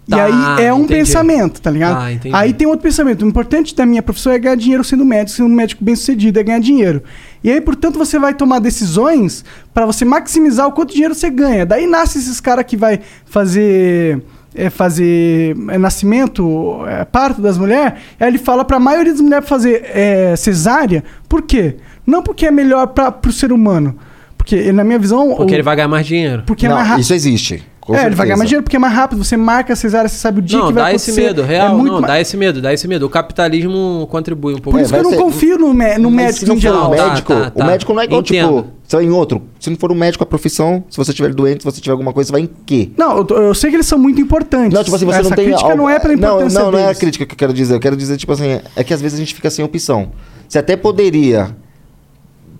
e Tá, aí é um entendi. pensamento, tá ligado? Ah, entendi. aí tem outro pensamento. O importante da minha profissão é ganhar dinheiro sendo médico, sendo um médico bem sucedido, é ganhar dinheiro. E aí, portanto, você vai tomar decisões pra você maximizar o quanto dinheiro você ganha. Daí nasce esses caras que vai fazer. É fazer é, nascimento, é, parto das mulheres, aí ele fala pra maioria das mulheres fazer é, cesárea, por quê? Não porque é melhor para o ser humano, Porque, na minha visão. Porque o- ele vai ganhar mais dinheiro. Porque é mais rápido. existe. É, ele vai ganhar mais dinheiro porque é mais rápido. Você marca a cesárea, você sabe o dia Não, que vai dá acontecer. esse medo, É real. muito não, ma- dá esse medo, dá esse medo. O capitalismo contribui um pouco. Por isso que eu não confio no, mé- no Mas médico Se não em for geral. um médico, Tá, tá, tá. o médico não é igual, Entendo. tipo, você vai em outro. Se não for um médico, a profissão, se você tiver doente, se você tiver alguma coisa, você vai em quê? Não, eu, tô- eu sei que eles são muito importantes. Não, tipo assim, você Essa não tem. crítica algo- não é pela Não, importância não, não é a deles. crítica que eu quero dizer. Eu quero dizer, tipo assim, é que às vezes a gente fica sem opção. Você até poderia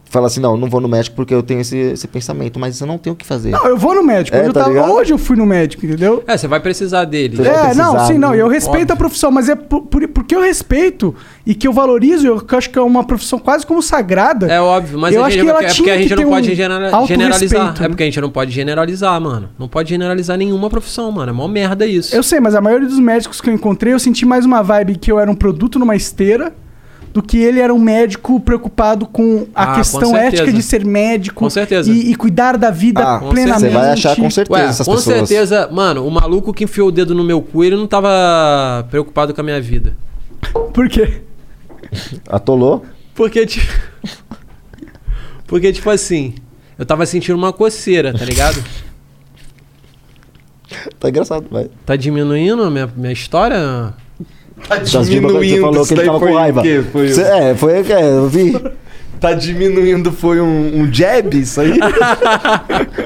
falar assim, não, não vou no médico porque eu tenho esse, esse pensamento, mas eu não tenho o que fazer. Não, eu vou no médico. É, hoje, eu tá tava- ligado? hoje eu fui no médico, entendeu? É, você vai né? precisar dele. É, não, sim, não. Eu respeito a profissão, mas é por, por- porque eu respeito e que eu valorizo, eu que eu acho que é uma profissão quase como sagrada. É óbvio, mas eu a acho gente, que ela é porque tinha a que gente ter não um pode genera- autorrespeito, generalizar. né? É porque a gente não pode generalizar, mano. Não pode generalizar nenhuma profissão, mano. É mó merda isso. Eu sei, mas a maioria dos médicos que eu encontrei, eu senti mais uma vibe que eu era um produto numa esteira do que ele era um médico preocupado com a Ah, com questão certeza. ética de ser médico Com certeza. E, e cuidar da vida Ah, com plenamente. certeza. Ué, essas com pessoas. certeza, mano, o maluco que enfiou o dedo no meu cu, ele não tava preocupado com a minha vida. Por quê? Atolou? Porque, tipo. Porque, tipo assim, eu tava sentindo uma coceira, tá ligado? Tá engraçado, vai. Tá diminuindo a minha, minha história? Tá Você falou que ele tava com raiva. Você- é, foi é, eu vi. Tá diminuindo, foi um, um jab isso aí?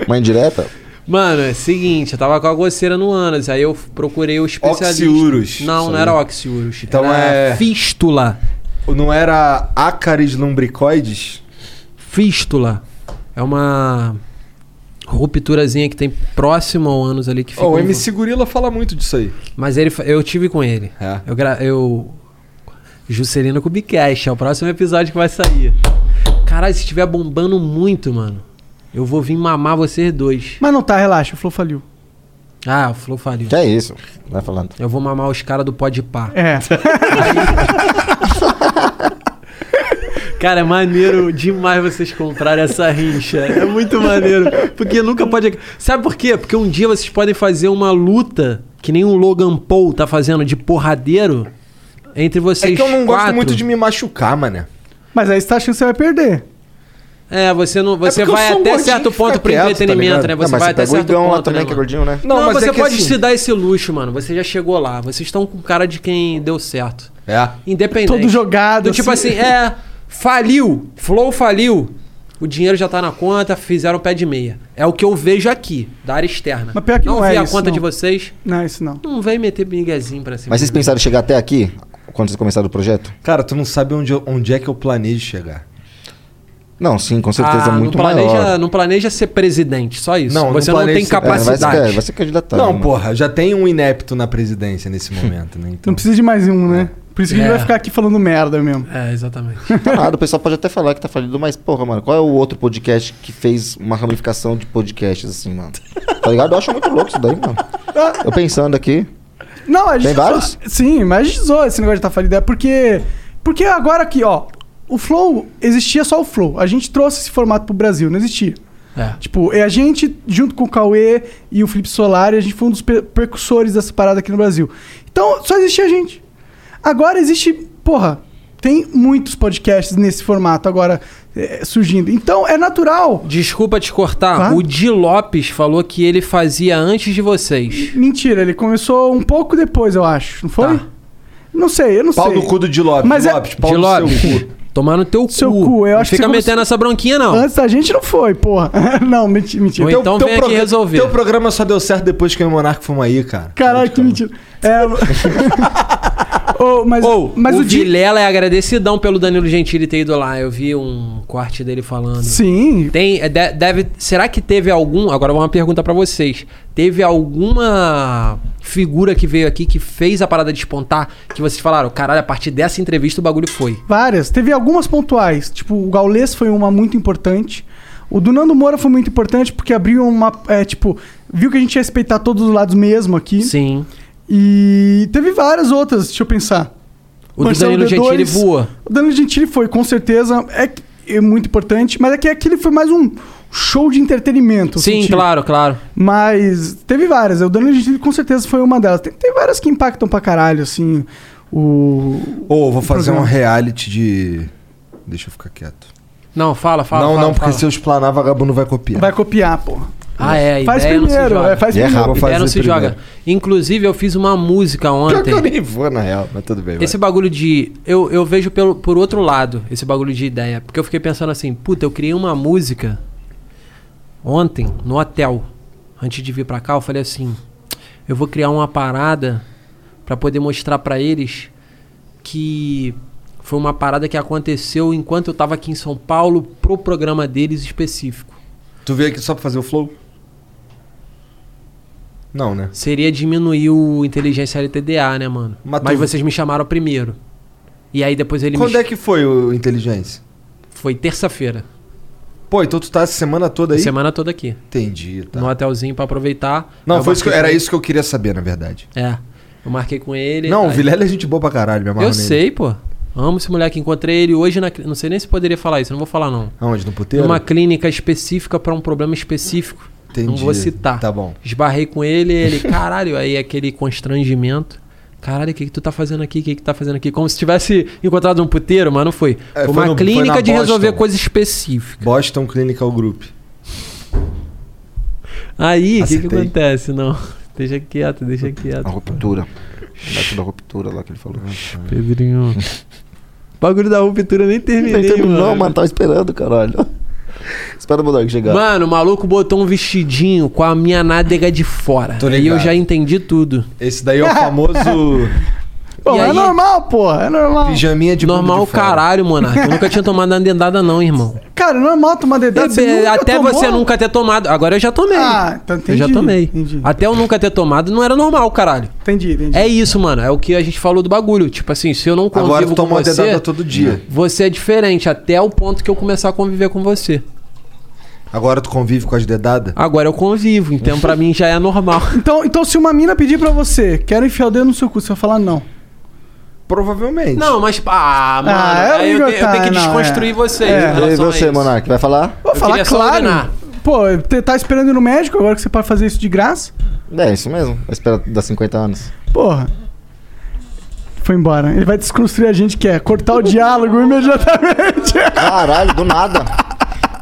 Uma indireta? Mano, é seguinte, eu tava com a goceira no ânus, aí eu procurei o especialista. Oxiurus. Não, Isso não aí. era oxiurus. Então era é- Fístula. Não era ácaris lumbricoides? Fístula. É uma rupturazinha que tem próximo ao ânus ali que fica. Ó, um- o MC Gorila fala muito disso aí. É. Mas ele, fa- eu tive com ele. Eu, gra, eu. Juscelino Kubicast, é o próximo episódio que vai sair. Caralho, se estiver bombando muito, mano, eu vou vir mamar vocês dois. Mas não tá, relaxa, o Flow faliu. Ah, o Flow faliu. Que é isso? Vai falando. Eu vou mamar os caras do pó de pá. É. Cara, é maneiro demais vocês comprarem essa rincha. É muito maneiro. Porque nunca pode. Sabe por quê? Porque um dia vocês podem fazer uma luta que nem o Logan Paul tá fazendo de porradeiro entre vocês. É que eu não quatro. gosto muito de me machucar, mané. Mas aí você tá achando que você vai perder. É, você não, você porque eu vai sou um até gordinho certo que ponto fica pro quieto, tá entretenimento, ligado? né? Não, Você mas vai você até pega o certo Igão lá ponto, também, né, que é mano? gordinho, né? Não, Não, mas você é que pode assim- se dar esse luxo, mano. Você já chegou lá. Vocês estão com cara de quem deu certo. É. Independente. Todo jogado, Do tipo assim. assim, é, faliu, flow faliu. O dinheiro já tá na conta, fizeram pé de meia. É o que eu vejo aqui, da área externa. Mas pior que não vi é a isso, conta não. de vocês. Não, isso não. Não vem meter miguezinho pra cima. Mas vocês de mim. pensaram em chegar até aqui? Quando vocês começaram o projeto? Cara, tu não sabe onde, eu- onde é que eu planejo chegar. Não, sim, com certeza é Ah, muito não planeja, maior. Não planeja ser presidente, só isso. você não, planejo tem ser- é, capacidade. vai se- é, vai se candidatar, Não, né? porra, já tem um inepto na presidência nesse momento, né? Então, Não precisa de mais um, né? Por isso que a gente É. vai ficar aqui falando merda mesmo. É, exatamente. Tá nada, o pessoal pode até falar que tá falido, mas, porra, mano, qual é o outro podcast que fez uma ramificação de podcasts assim, mano? Tá ligado? Eu acho muito louco isso daí, mano. Eu pensando aqui. Não, a gente. Tem vários? zoa- sim, mas a gente zoa esse negócio de tá falido. É porque. Porque agora aqui, ó. O Flow existia só o Flow. A gente trouxe esse formato pro Brasil, não existia. É. Tipo, é a gente, junto com o Cauê e o Felipe Solari, a gente foi um dos per- precursores dessa parada aqui no Brasil. Então, só existia a gente. Agora existe, porra, tem muitos podcasts nesse formato agora eh, surgindo. Então, é natural. Desculpa te cortar. Claro. O Di Lopes falou que ele fazia antes de vocês. Mentira, ele começou um pouco depois, eu acho, não foi? Não sei, eu não Tá. Pau sei. no cu do Di Lopes, Mas é- Di Lopes, tomar no teu Seu cu. cu, eu não acho que fica você metendo começou- essa bronquinha, não. Antes da gente não foi, porra. Não, menti- mentira. um- Ou então vem aqui resolver. Teu programa só deu certo depois que o Monarca fomos aí, cara. Caralho, que mentira. É... Ô, mas, mas o, o, Di... Vilela é agradecidão pelo Danilo Gentili ter ido lá. Eu vi um corte dele falando. Sim. Tem, é, de- deve, será que teve algum. Agora uma pergunta pra vocês. Teve alguma figura que veio aqui que fez a parada despontar? Que vocês falaram, caralho, a partir dessa entrevista o bagulho foi. Várias. Teve algumas pontuais. Tipo, o Gaules foi uma muito importante. O do Nando Moura foi muito importante porque abriu uma. É, tipo, viu que a gente ia respeitar todos os lados mesmo aqui. Sim. E teve várias outras, deixa eu pensar. O do Danilo Gentili voa. O Danilo Gentili foi, com certeza. É, que- é muito importante, mas é que aquele foi mais um show de entretenimento. eu Sim, senti. claro, claro. Mas teve várias. O Danilo Gentili com certeza foi uma delas. Tem, tem várias que impactam pra caralho, assim. O. Ou vou fazer um programa. reality de. Deixa eu ficar quieto. Não, fala, fala. não, fala, não, porque fala. se eu explanar, vagabundo vai copiar. Vai copiar, pô. Ah, é, Faz ideia não se primeiro, joga. é, faz E é primeiro. rápido. Ideia não Fazer se primeiro. joga. Inclusive, eu fiz uma música Pior que ontem. eu nem vou, na real, mas tudo bem. vai. Esse bagulho de. Eu, eu vejo pelo, por outro lado, esse bagulho de ideia. Porque eu fiquei pensando assim, puta, eu criei uma música ontem, no hotel. Antes de vir pra cá, eu falei assim: eu vou criar uma parada pra poder mostrar pra eles que foi uma parada que aconteceu enquanto eu tava aqui em São Paulo pro programa deles específico. Tu veio aqui só pra fazer o flow? é Não, né? Seria diminuir o inteligência LTDA, né, mano? Mas, Mas tu- vocês me chamaram primeiro. E aí depois ele Quando me é que foi o Inteligência? Foi terça-feira. Pô, então tu tá essa semana toda aí? Semana toda aqui. Entendi, tá. No hotelzinho pra aproveitar. Não, Aí foi eu isso que eu- marquei era com- isso que eu queria saber, na verdade. É. Eu marquei com ele. não, o aí- Vilela é gente boa pra caralho, meu Eu sei, pô. Amo esse moleque. Encontrei ele hoje na. cli- Não sei nem se poderia falar isso, não vou falar não. Aonde? No puteiro? Numa clínica específica pra um problema específico. Entendi. Não vou citar. Tá bom. Esbarrei com ele, ele, caralho, aí aquele constrangimento. Caralho, o que, que tu tá fazendo aqui? O que, que tá fazendo aqui? Como se tivesse encontrado um puteiro, mas não foi. É, foi foi uma no- foi clínica na de resolver Boston. coisa específica. Boston Clinical Group. Aí, o que, que Acertei. acontece? Não. Deixa quieto, deixa quieto. A ruptura. O método da ruptura lá que ele falou. Pedrinho. Bagulho da ruptura eu nem terminei, Não, mano. não, mano, tava esperando, caralho. Espera o moleque chegar. Mano, o maluco botou um vestidinho com a minha nádega de fora. Tô Aí eu ligado. já entendi tudo. Esse daí é o famoso. Pô, E mas é aí? normal, pô. É normal. Pijaminha de Normal caralho, monarca. Eu nunca tinha tomado uma dedada, não, irmão. Cara, é normal tomar dedada. Bebe- você nunca até tomou? você nunca ter tomado. Agora eu já tomei. Ah, então Eu entendi. já tomei. Até eu nunca ter tomado não era normal, caralho. Entendi, entendi. É isso, mano. É o que a gente falou do bagulho. Tipo assim, se eu não convivo Agora tu com toma uma você... dedada todo dia. Você é diferente, até o ponto que eu começar a conviver com você. Agora tu convive com as dedadas? Agora eu convivo, então pra mim já é normal. Então, então, se uma mina pedir pra você, quero enfiar o dedo no seu cu, você vai falar não. Provavelmente. Não, mas. Ah, mano. Ah, é o aí eu, Igor te- eu tenho que Tarno, desconstruir é. vocês. É. em relação E você, a isso. Monark, vai falar? Vou Eu falar queria só claro. urinar. Pô, você tá esperando ir no médico agora que você pode fazer isso de graça? É, isso mesmo. Vai esperar dar 50 anos. Porra. Foi embora. Ele vai desconstruir a gente que é cortar o diálogo imediatamente. Caralho, do nada.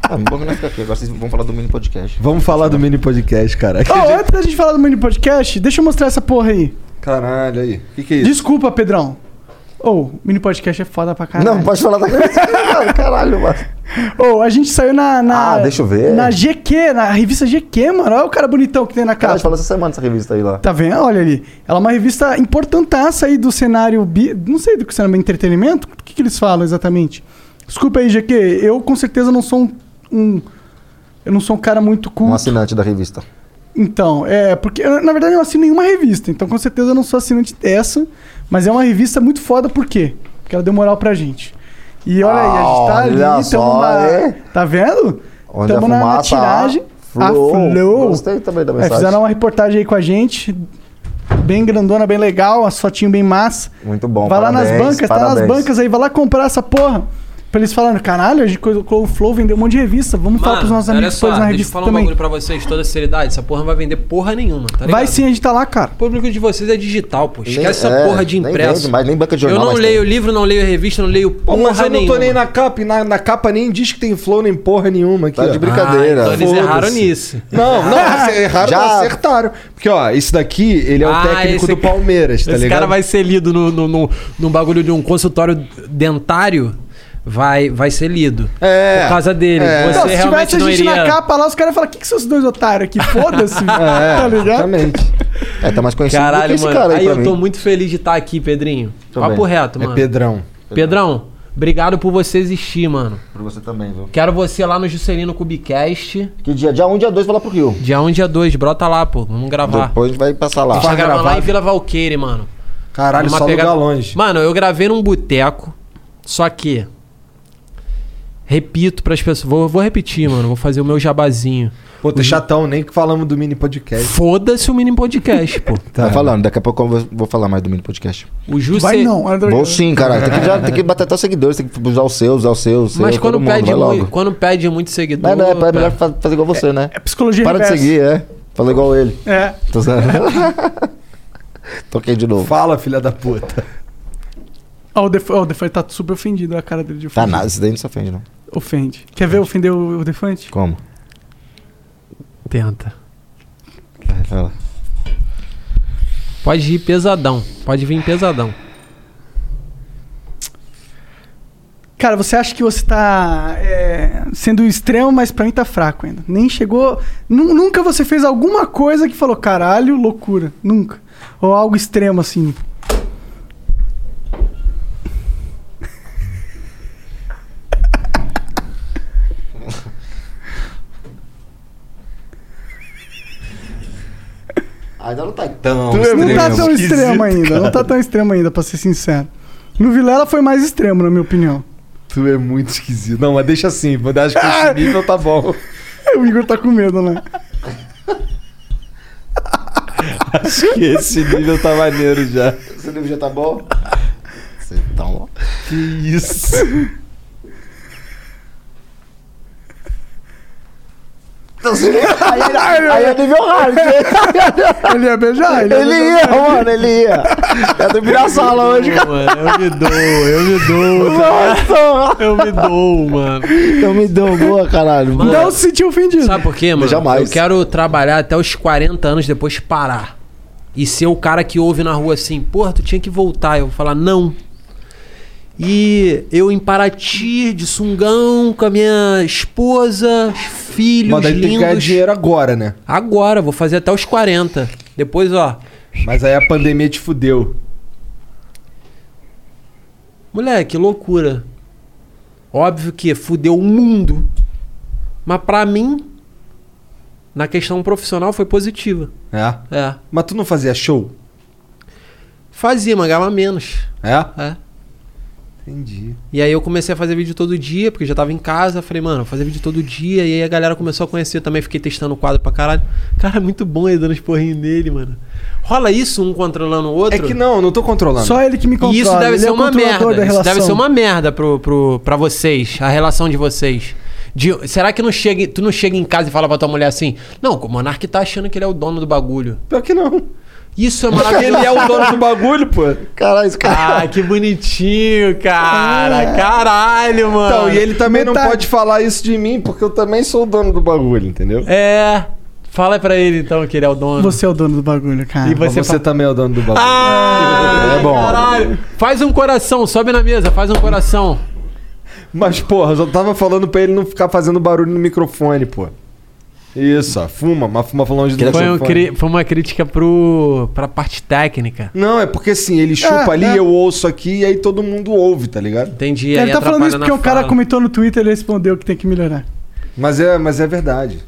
Ah, bom que nós fica aqui. Agora vocês vão falar do mini podcast. Vamos falar do mini podcast, Ah, cara. Ó, antes da gente falar do mini podcast, deixa eu mostrar essa porra aí. Caralho, aí. O que, que é isso? Desculpa, Pedrão. Ô, o mini podcast é foda pra caralho. Não, pode falar da Caralho, mano. Ô, a gente saiu na, na- Ah, deixa eu ver. Na GQ, na revista GQ, mano. Olha o cara bonitão que tem na Cara, a capa. gente falou essa semana essa revista aí lá. Tá vendo? Olha ali. Ela é uma revista importantaça aí do cenário. bi- Não sei do que cenário entretenimento. O que, que eles falam exatamente? Desculpa aí, GQ. Eu com certeza não sou um. um- eu não sou um cara muito Um culto. assinante da revista. Então, é. Porque, eu, na verdade, eu não assino nenhuma revista. Então, com certeza, eu não sou assinante dessa. Mas é uma revista muito foda, por quê? Porque ela deu moral pra gente. E olha aí, a gente tá ali, Olha tamo só, na- hein? Tá vendo? Onde tamo a na, na fumaça tiragem. aflou. Aflou. Gostei também da É, mensagem. fizeram uma reportagem aí com a gente. Bem grandona, bem legal, as fotinhas bem massa. Muito bom. vai lá nas parabéns, bancas, tá nas parabéns. bancas aí, vai lá comprar essa porra. Pra eles falarem, caralho, a gente colocou o Flow, vendeu um monte de revista. Vamos falar Mano, pros nossos olha amigos só, todos na deixa eu revista falar um também. bagulho pra vocês, toda seriedade. Essa porra não vai vender porra nenhuma, tá ligado? Vai sim, a gente tá lá, cara. O público de vocês é digital, pô. Esquece Nem- essa é, porra de nem impresso. vende mais, nem banca de jornal Eu não mais leio livro, não leio revista, não leio Pô, porra mas eu não nenhuma. tô nem na capa, e na, na capa nem diz que tem flow nem porra nenhuma aqui. Tá de ó. brincadeira. Ah, então eles erraram Foda-se. nisso. Não, não, eles erraram, Já- não acertaram. Porque, ó, esse daqui, ele é o Ah, técnico esse do ca- Palmeiras, tá Esse ligado? cara vai ser lido no, no, no- num bagulho de um consultório dentário. Vai, vai ser lido. É. Por causa dele. É. Você Não, se realmente tivesse a não gente iria... na capa lá, os caras falam, o que, que são esses dois otários aqui? Foda-se, tá ligado? Exatamente. É, tá mais conhecido do que Caralho, esse mano. cara aí, aí pra eu mim. tô muito feliz de estar aqui, Pedrinho. Também. Papo reto, É mano. Pedrão. Pedrão, obrigado por você existir, mano. Pra você também, viu? Quero você lá no Juscelino Cubicast. Que dia? Dia 1, um, dia 2 vai lá pro Rio. Dia 1, dia 2, brota lá, pô. Vamos gravar. Depois a gente vai passar lá. A gente tá gravando lá gravado. em Vila Valqueire, mano. Caralho, Numa só pegada- lugar longe. Mano, eu gravei num boteco, só que. Repito pras pessoas. Vou, vou repetir, mano. Vou fazer o meu jabazinho. Pô, tá chatão, nem que falamos do mini podcast. Foda-se o mini podcast, pô. Tá falando, daqui a pouco eu vou- vou falar mais do mini podcast. O Jusce... Vai não, olha, Vou sim, caralho. Tem que, já, tem que bater até os seguidores, tem que usar os seus, usar os seus. Mas seu, quando é todo mundo, pede, um vai muito, logo. quando pede muito seguidor. Mas não, é, é melhor pé. fa- fazer igual você, né? É psicologia Para de reversa. seguir, é. Fala igual ele. É. Tô zoando. Toquei de novo. Fala, filha da puta. Ó, o Defo, ó, o Defo tá super ofendido a cara dele Tá de ofendido. um nada, Ah, isso daí não se ofende, não. Ofende. Quer ver ofender o, o Defante? Como? Tenta. Pode ir pesadão. Pode vir pesadão. Cara, você acha que você tá é, sendo extremo, mas pra mim tá fraco ainda. Nem chegou. nu- Nunca você fez alguma coisa que falou, caralho, loucura. Nunca. Ou algo extremo assim. Ainda não tá tão. não tá tão esquisito, extremo ainda. Não tá cara. tão extremo ainda, pra ser sincero. No Vilela foi mais extremo, na minha opinião. Tu é muito esquisito. Não, mas deixa assim. mas Acho que Ah. esse nível tá bom. O Igor tá com medo, né? Acho que esse nível tá maneiro já. Esse livro já tá bom? Você tá bom. Que isso. Aí, ele- aí é nível hard. ele ia beijar? Ele, ia, mano, ele ia. Eu dormi na sala hoje, cara. eu me dou, eu me dou. Nossa! Eu me dou, mano. Eu me dou, boa, caralho. Mano, boa. se sentiu ofendido. Sabe por quê, mano? Jamais. Eu quero trabalhar até os 40 anos depois parar. E ser o cara que ouve na rua assim, porra, tu tinha que voltar. Eu vou falar, não. E eu em Paraty, de sungão, com a minha esposa, filhos Mas daí tem que ganhar lindos. dinheiro agora, né? Agora, vou fazer até os 40. Depois, ó. Mas aí a pandemia te fudeu. Moleque, loucura. Óbvio que fudeu o mundo. Mas pra mim, na questão profissional, foi positiva. É? É. Mas tu não fazia show? Fazia, mas ganhava menos. É? É. Entendi. E aí eu comecei a fazer vídeo todo dia, porque eu já tava em casa. Falei, mano, vou fazer vídeo todo dia. E aí a galera começou a conhecer. Eu também fiquei testando o quadro pra caralho. Cara, é muito bom ele dando os porrinhos nele, mano. Rola isso, um controlando o outro? É que não, eu não tô controlando. Só ele que me E isso deve Ele ser é o uma controlador merda. da Isso deve relação. ser uma merda pro, pro, pra vocês, a relação de vocês. De- será que não chega, tu não chega em casa e fala pra tua mulher assim? Não, o Monark tá achando que ele é o dono do bagulho. Pior que não. Isso é maravilhoso. Ele é o dono do bagulho, pô. Caralho, esse cara. Ah, que bonitinho, cara. É. É. Caralho, mano. Então, e ele também não pode falar isso de mim, porque eu também sou o dono do bagulho, entendeu? É. Fala pra ele então que ele é o dono. Você é o dono do bagulho, cara. E você, Você tá também é o dono do bagulho. Ah! é bom. Caralho. Faz um coração, sobe na mesa, faz um coração. Mas, porra, eu só tava falando pra ele não ficar fazendo barulho no microfone, pô. Isso, ó. Fuma, mas fuma falando longe do Foi, um microfone. cri- foi uma crítica pro, pra parte técnica. Hum. Não, é porque assim, ele chupa É, ali, é. eu ouço aqui, e aí todo mundo ouve, tá ligado? Entendi. Ele tá falando isso porque o cara comentou no Twitter e respondeu que tem que melhorar. Mas é, mas é verdade.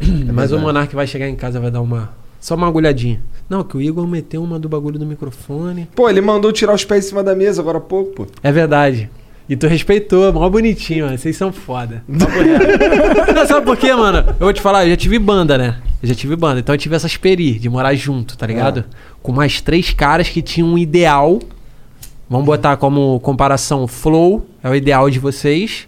É Mas verdade. o Monark vai chegar em casa e vai dar uma. Só uma agulhadinha. Não, que o Igor meteu uma do bagulho do microfone. Pô, ele mandou tirar os pés em cima da mesa agora há pouco, pô. É verdade. E tu respeitou, mó bonitinho, mano. Vocês são foda. Papo reto. Não, sabe por quê, mano? Eu vou te falar, eu já tive banda, né? Eu já tive banda. Então eu tive essa experiência de morar junto, tá ligado? É. Com mais três caras que tinham um ideal. Vamos botar como comparação flow, é o ideal de vocês.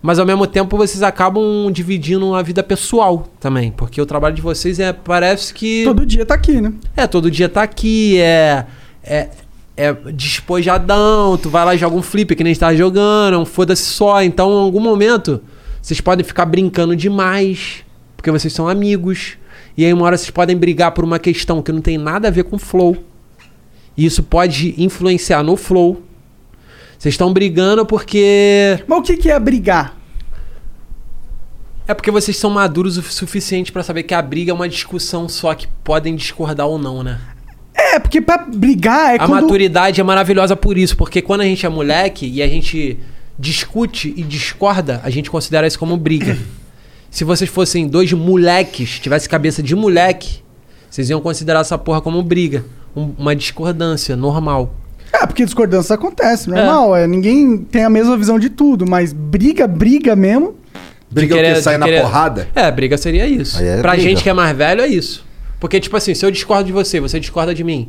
Mas ao mesmo tempo vocês acabam dividindo a vida pessoal também. Porque o trabalho de vocês é. Parece que. Todo dia tá aqui, né? É, todo dia tá aqui, é. É, é despojadão, tu vai lá e joga um flip que nem está jogando, é um foda-se só. Então, em algum momento, vocês podem ficar brincando demais, porque vocês são amigos. E aí, uma hora, vocês podem brigar por uma questão que não tem nada a ver com flow. E isso pode influenciar no flow. Vocês estão brigando porque. Mas o que, que é brigar? É porque vocês são maduros o suficiente pra saber que a briga é uma discussão só que podem discordar ou não, né? É, porque pra brigar é a quando... maturidade é maravilhosa por isso, porque quando a gente é moleque e a gente discute e discorda, a gente considera isso como briga. Se vocês fossem dois moleques, tivesse cabeça de moleque, vocês iam considerar essa porra como briga, um- uma discordância normal. É, porque discordância acontece, normal. É. ninguém tem a mesma visão de tudo, mas briga, briga mesmo. De querer- de querer- É, briga seria isso. Aí é pra briga. gente que é mais velho, é isso. Porque, tipo assim, se eu discordo de você, você discorda de mim,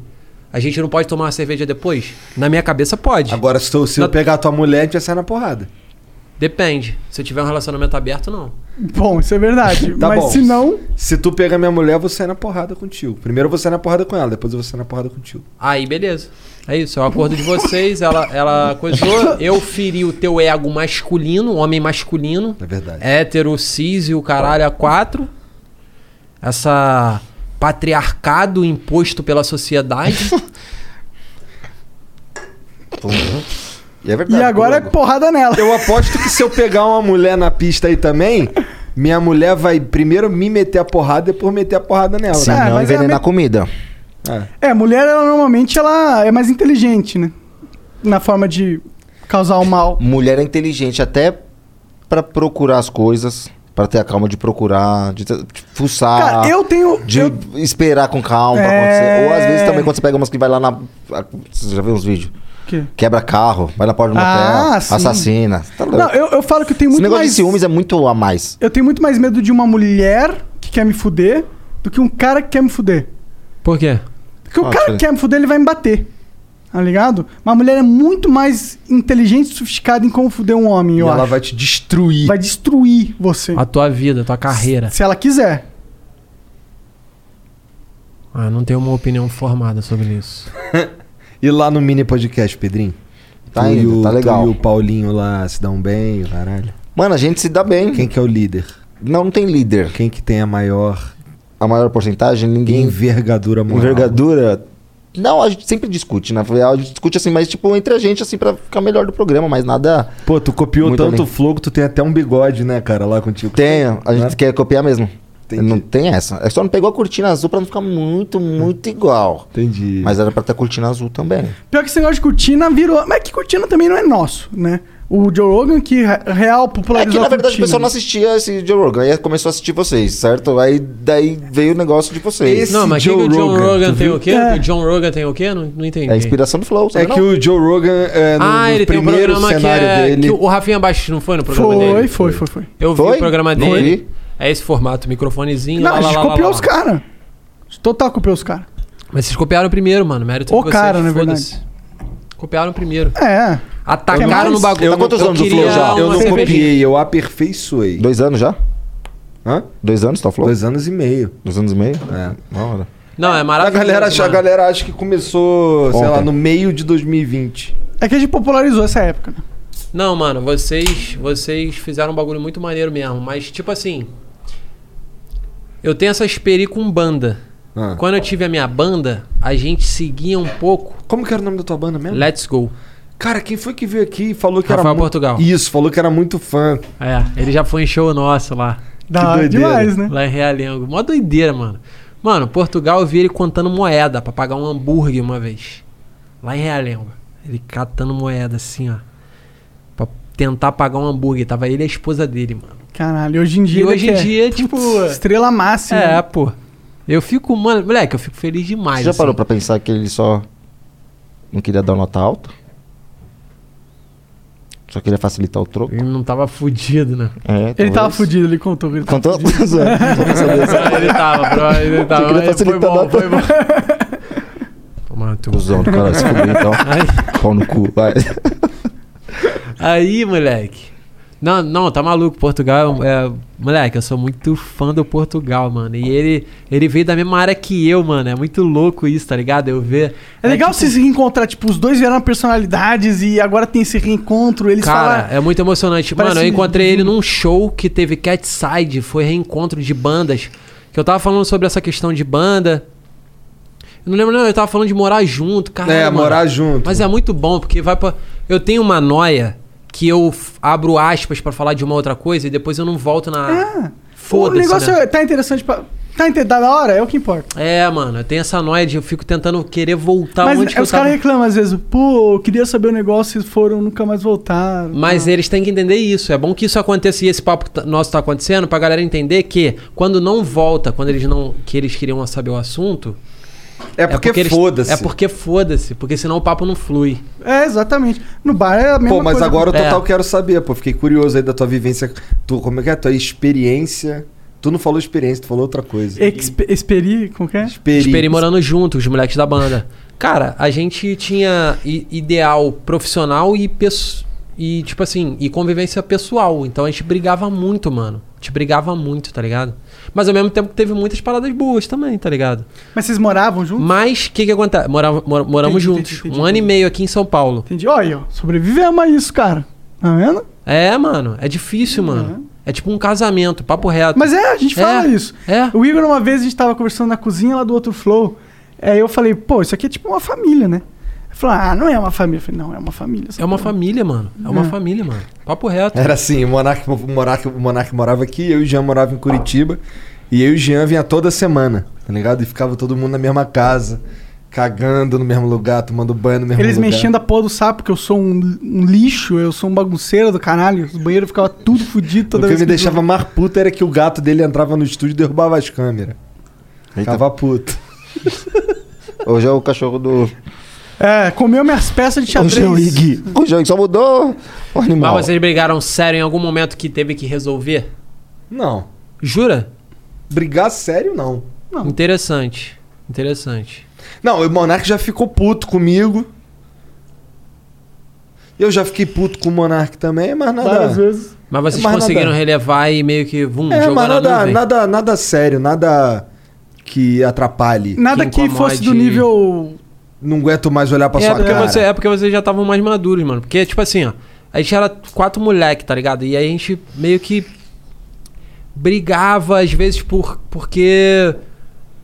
a gente não pode tomar uma cerveja depois? Na minha cabeça, pode. Agora, se eu, se eu pegar a tua mulher, a gente vai sair na porrada. Depende. Se eu tiver um relacionamento aberto, não. Bom, isso é verdade. Tá mas bom. se não. Se tu pegar minha mulher, eu vou sair na porrada contigo. Primeiro eu vou sair na porrada com ela, depois eu vou sair na porrada contigo. Aí, beleza. É isso, é o acordo de vocês, ela, ela coisou, eu feri o teu ego masculino, homem masculino. É verdade. Hétero, cis e o caralho a quatro. Essa patriarcado imposto pela sociedade. E é E agora é porrada nela. Eu aposto que se eu pegar uma mulher na pista aí também, minha mulher vai primeiro me meter a porrada, depois meter a porrada Ah, nela. Se não mas é a envenenar a me- comida. É, mulher, ela normalmente ela é mais inteligente, né? Na forma de causar o mal. Mulher é inteligente até pra procurar as coisas, pra ter a calma de procurar, de, te- de fuçar. Cara, eu tenho- De esperar com calma pra É. acontecer. Ou às vezes também quando você pega umas que vai lá na. a- Você já viu uns vídeos? Que? Quebra carro, vai na porta do motel, Ah, sim. assassina. Tá louco. Não, eu, eu falo que eu tenho Esse muito negócio mais. de ciúmes é muito a mais. Eu tenho muito mais medo de uma mulher que quer me fuder do que um cara que quer me fuder. Por quê? Porque Qual o a cara que diferença? quer me fuder, ele vai me bater. Tá ligado? Mas a mulher é muito mais inteligente e sofisticada em como fuder um homem, eu ela acho. vai te destruir. Vai destruir você. A tua vida, a tua carreira. Se ela quiser. Ah, eu não tenho uma opinião formada sobre isso. E lá no mini podcast, Pedrinho? Tá Tu e indo, o- tá tu legal. e o Paulinho lá se dão bem, o caralho. Mano, a gente se dá bem. Quem que é o líder? Não, não tem líder. Quem que tem a maior... A maior porcentagem? Ninguém... Envergadura moral. Envergadura. Não, a gente sempre discute, na real. A gente discute assim, mas tipo, entre a gente, assim, pra ficar melhor do programa, mas nada. Pô, tu copiou Muito tanto o além. flow que tu tem até um bigode, né, cara, lá contigo. Tenho, a gente Né? quer copiar mesmo. Não tem essa. É só não pegou a cortina azul pra não ficar muito, muito igual. Entendi. Mas era pra ter a cortina azul também. É Pior que esse negócio de cortina virou. Mas que cortina também não é nosso, né? O Joe Rogan que re- real É que popularizou na verdade o cortina. pessoal não assistia esse Joe Rogan, aí começou a assistir vocês, certo? Aí daí veio o negócio de vocês. não, mas que, que o John Rogan, tem o quê? É. O John Rogan tem o quê? Não, não entendi. É a inspiração do Flow, É sabe que o Joe Rogan, é, no, ah, no ele tem um primeiro programa que, cenário é, dele... que o Rafinha Baixo não foi no programa Foi, dele? foi, foi, foi. Eu vi Foi? o programa Não dele. vi. É esse formato, microfonezinho. Não, lá, a gente lá, lá, copiou lá, os lá. caras. Total copiou os caras. Mas vocês copiaram primeiro, mano. Mérito de O vocês, cara, na foda-se. Copiaram primeiro. É. Atacaram Tá no bagulho. Tá Eu, não, eu, queria uma eu não cervejinha. copiei, eu aperfeiçoei. Dois anos já? Hã? Dois anos, tá Flow? Dois anos e meio. Dois anos e meio? É. Uma hora. Não, é A maravilhoso. galera, acha, a mano. galera acha que começou, sei Ontem. lá, no meio de 2020. É que a gente popularizou essa época, né? Não, mano, vocês, vocês fizeram um bagulho muito maneiro mesmo. Mas, tipo assim. Eu tenho essas peri com banda. Ah. Quando eu tive a minha banda, a gente seguia um pouco. Como que era o nome da tua banda mesmo? Let's Go. Cara, quem foi que veio aqui e falou que era Rafael mu- Portugal. Isso, falou que era muito fã. É, ele já foi em show nosso lá. Da hora doideira. demais, né? Lá em Realengo. Mó doideira, mano. Mano, Portugal eu vi ele contando moeda pra pagar um hambúrguer uma vez. Lá em Realengo. Ele catando moeda assim, ó. Pra tentar pagar um hambúrguer. Tava ele e a esposa dele, mano. Caralho, hoje em dia. E ele hoje em quer- dia, tipo. Estrela máxima. É, pô. Eu fico, mano. Moleque, eu fico feliz demais. Você já assim. parou pra pensar que ele só não queria dar nota alta? Só queria facilitar o troco? Ele não tava fudido, né? É, Ele tava talvez. fudido, ele contou. que Ele tava Contou? fudido. ele tava, bro. Ele tava. queria mas Foi facilitar bom, nada. foi bom. Mano, tu... Cusão do cara, se fuder, então. tá- Pau no cu, vai. Aí, moleque. Não, não, tá maluco. Portugal é. Moleque, eu sou muito fã do Portugal, mano. E ele, ele veio da mesma área que eu, mano. É muito louco isso, tá ligado? Eu ver. É legal vocês se reencontrar, tipo, os dois vieram personalidades e agora tem esse reencontro. Eles Cara, falaram. é muito emocionante. Mano, eu Parece- um encontrei ele num show que teve Catside, foi reencontro de bandas. Que eu tava falando sobre essa questão de banda. Eu não lembro, não, eu tava falando de morar junto, cara. É, morar junto. Mas é muito bom, porque vai pra. Eu tenho uma noia que eu f- abro aspas pra falar de uma outra coisa e depois eu não volto na. É, "Ah, O Foda-se. negócio né? é- tá interessante pra. Tá inte- da hora, é o que importa. É, mano, eu tenho essa noia de eu fico tentando querer voltar Mas onde que é, eu os caras tava. reclamam às vezes, pô, eu queria saber o negócio, vocês foram, nunca mais voltaram. Mas eles têm que entender isso. É bom que isso aconteça e esse papo que tá- nosso tá acontecendo pra galera entender que quando não volta, quando eles não. que eles queriam saber o assunto. É porque eles- foda-se. É porque foda-se, porque senão o papo não flui. É, exatamente. No bar é a mesma Pô, mas coisa. agora eu total É. quero saber, pô. Fiquei curioso aí da tua vivência. Tu, como é que é? Tua experiência. Tu não falou experiência, tu falou outra coisa. Expe- Experi, como que é? Experi- Esperi morando junto, os moleques da banda. Cara, a gente tinha i- ideal profissional e pesso- E, tipo assim, e convivência pessoal. Então a gente brigava muito, mano. A gente brigava muito, tá ligado? Mas ao mesmo tempo teve muitas paradas boas também, tá ligado? Mas vocês moravam juntos? Mas o que que acontece? Morava, mora- moramos Entendi, juntos. um ano e meio aqui em São Paulo. Entendi. Olha, ó, sobrevivemos a isso, cara. Tá vendo? É, mano. É difícil, mano. É tipo um casamento, papo reto. Uhum. Mas é, a gente fala isso. é. O Igor, uma vez, a gente tava conversando na cozinha lá do outro Flow. Aí eu falei, pô, isso aqui é tipo uma família, né? Ele falou, ah, não é uma família. Eu falei, não, é uma família. É uma família, mano. É Uhum. uma família, mano. Papo reto. Era assim, o Monark, o, Monark, o Monark morava aqui, eu e o Jean morava em Curitiba. E eu e o Jean vinha toda semana, tá ligado? E ficava todo mundo na mesma casa, cagando no mesmo lugar, tomando banho no mesmo Eles né, lugar. mexendo a porra do sapo, porque eu sou um, um lixo, eu sou um bagunceiro do caralho. Os banheiros ficavam tudo fodido O toda que vez me que- deixava mais puto era que o gato dele entrava no estúdio e derrubava as câmeras. Ficava puto. Hoje é o cachorro do. É, comeu minhas peças de xadrez. Hoje é o Ig. Hoje é o Ig, só mudou o Mas animal. vocês brigaram sério em algum momento que teve que resolver? Não. Jura? Brigar sério, não. Não. Interessante. Interessante. Não, o Monark já ficou puto comigo. Eu já fiquei puto com o Monark também, mas nada. Várias vezes. Mas vocês Mas nada- conseguiram relevar e meio que vum, É, jogar mas na nada, nuvem? nada, nada sério, nada que atrapalhe. Nada Que que fosse incomode. do nível- Não aguento mais olhar pra é, sua porque cara. você, é porque vocês já estavam mais maduros, mano. Porque, tipo assim, ó, a gente era quatro moleque, tá ligado? E aí a gente meio que brigava, às vezes, por, porque.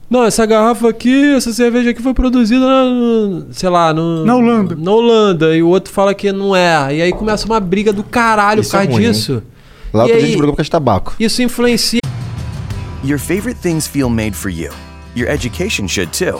Não, essa garrafa aqui, essa cerveja aqui foi produzida, na, sei lá, no, na Holanda. Na Holanda. E o outro fala que não é. E aí começa uma briga do caralho por é causa ruim, hein? disso. Lá outro e dia a aí, gente brigou por causa de tabaco. isso influencia. Your favorite things feel made for you. Your education should too.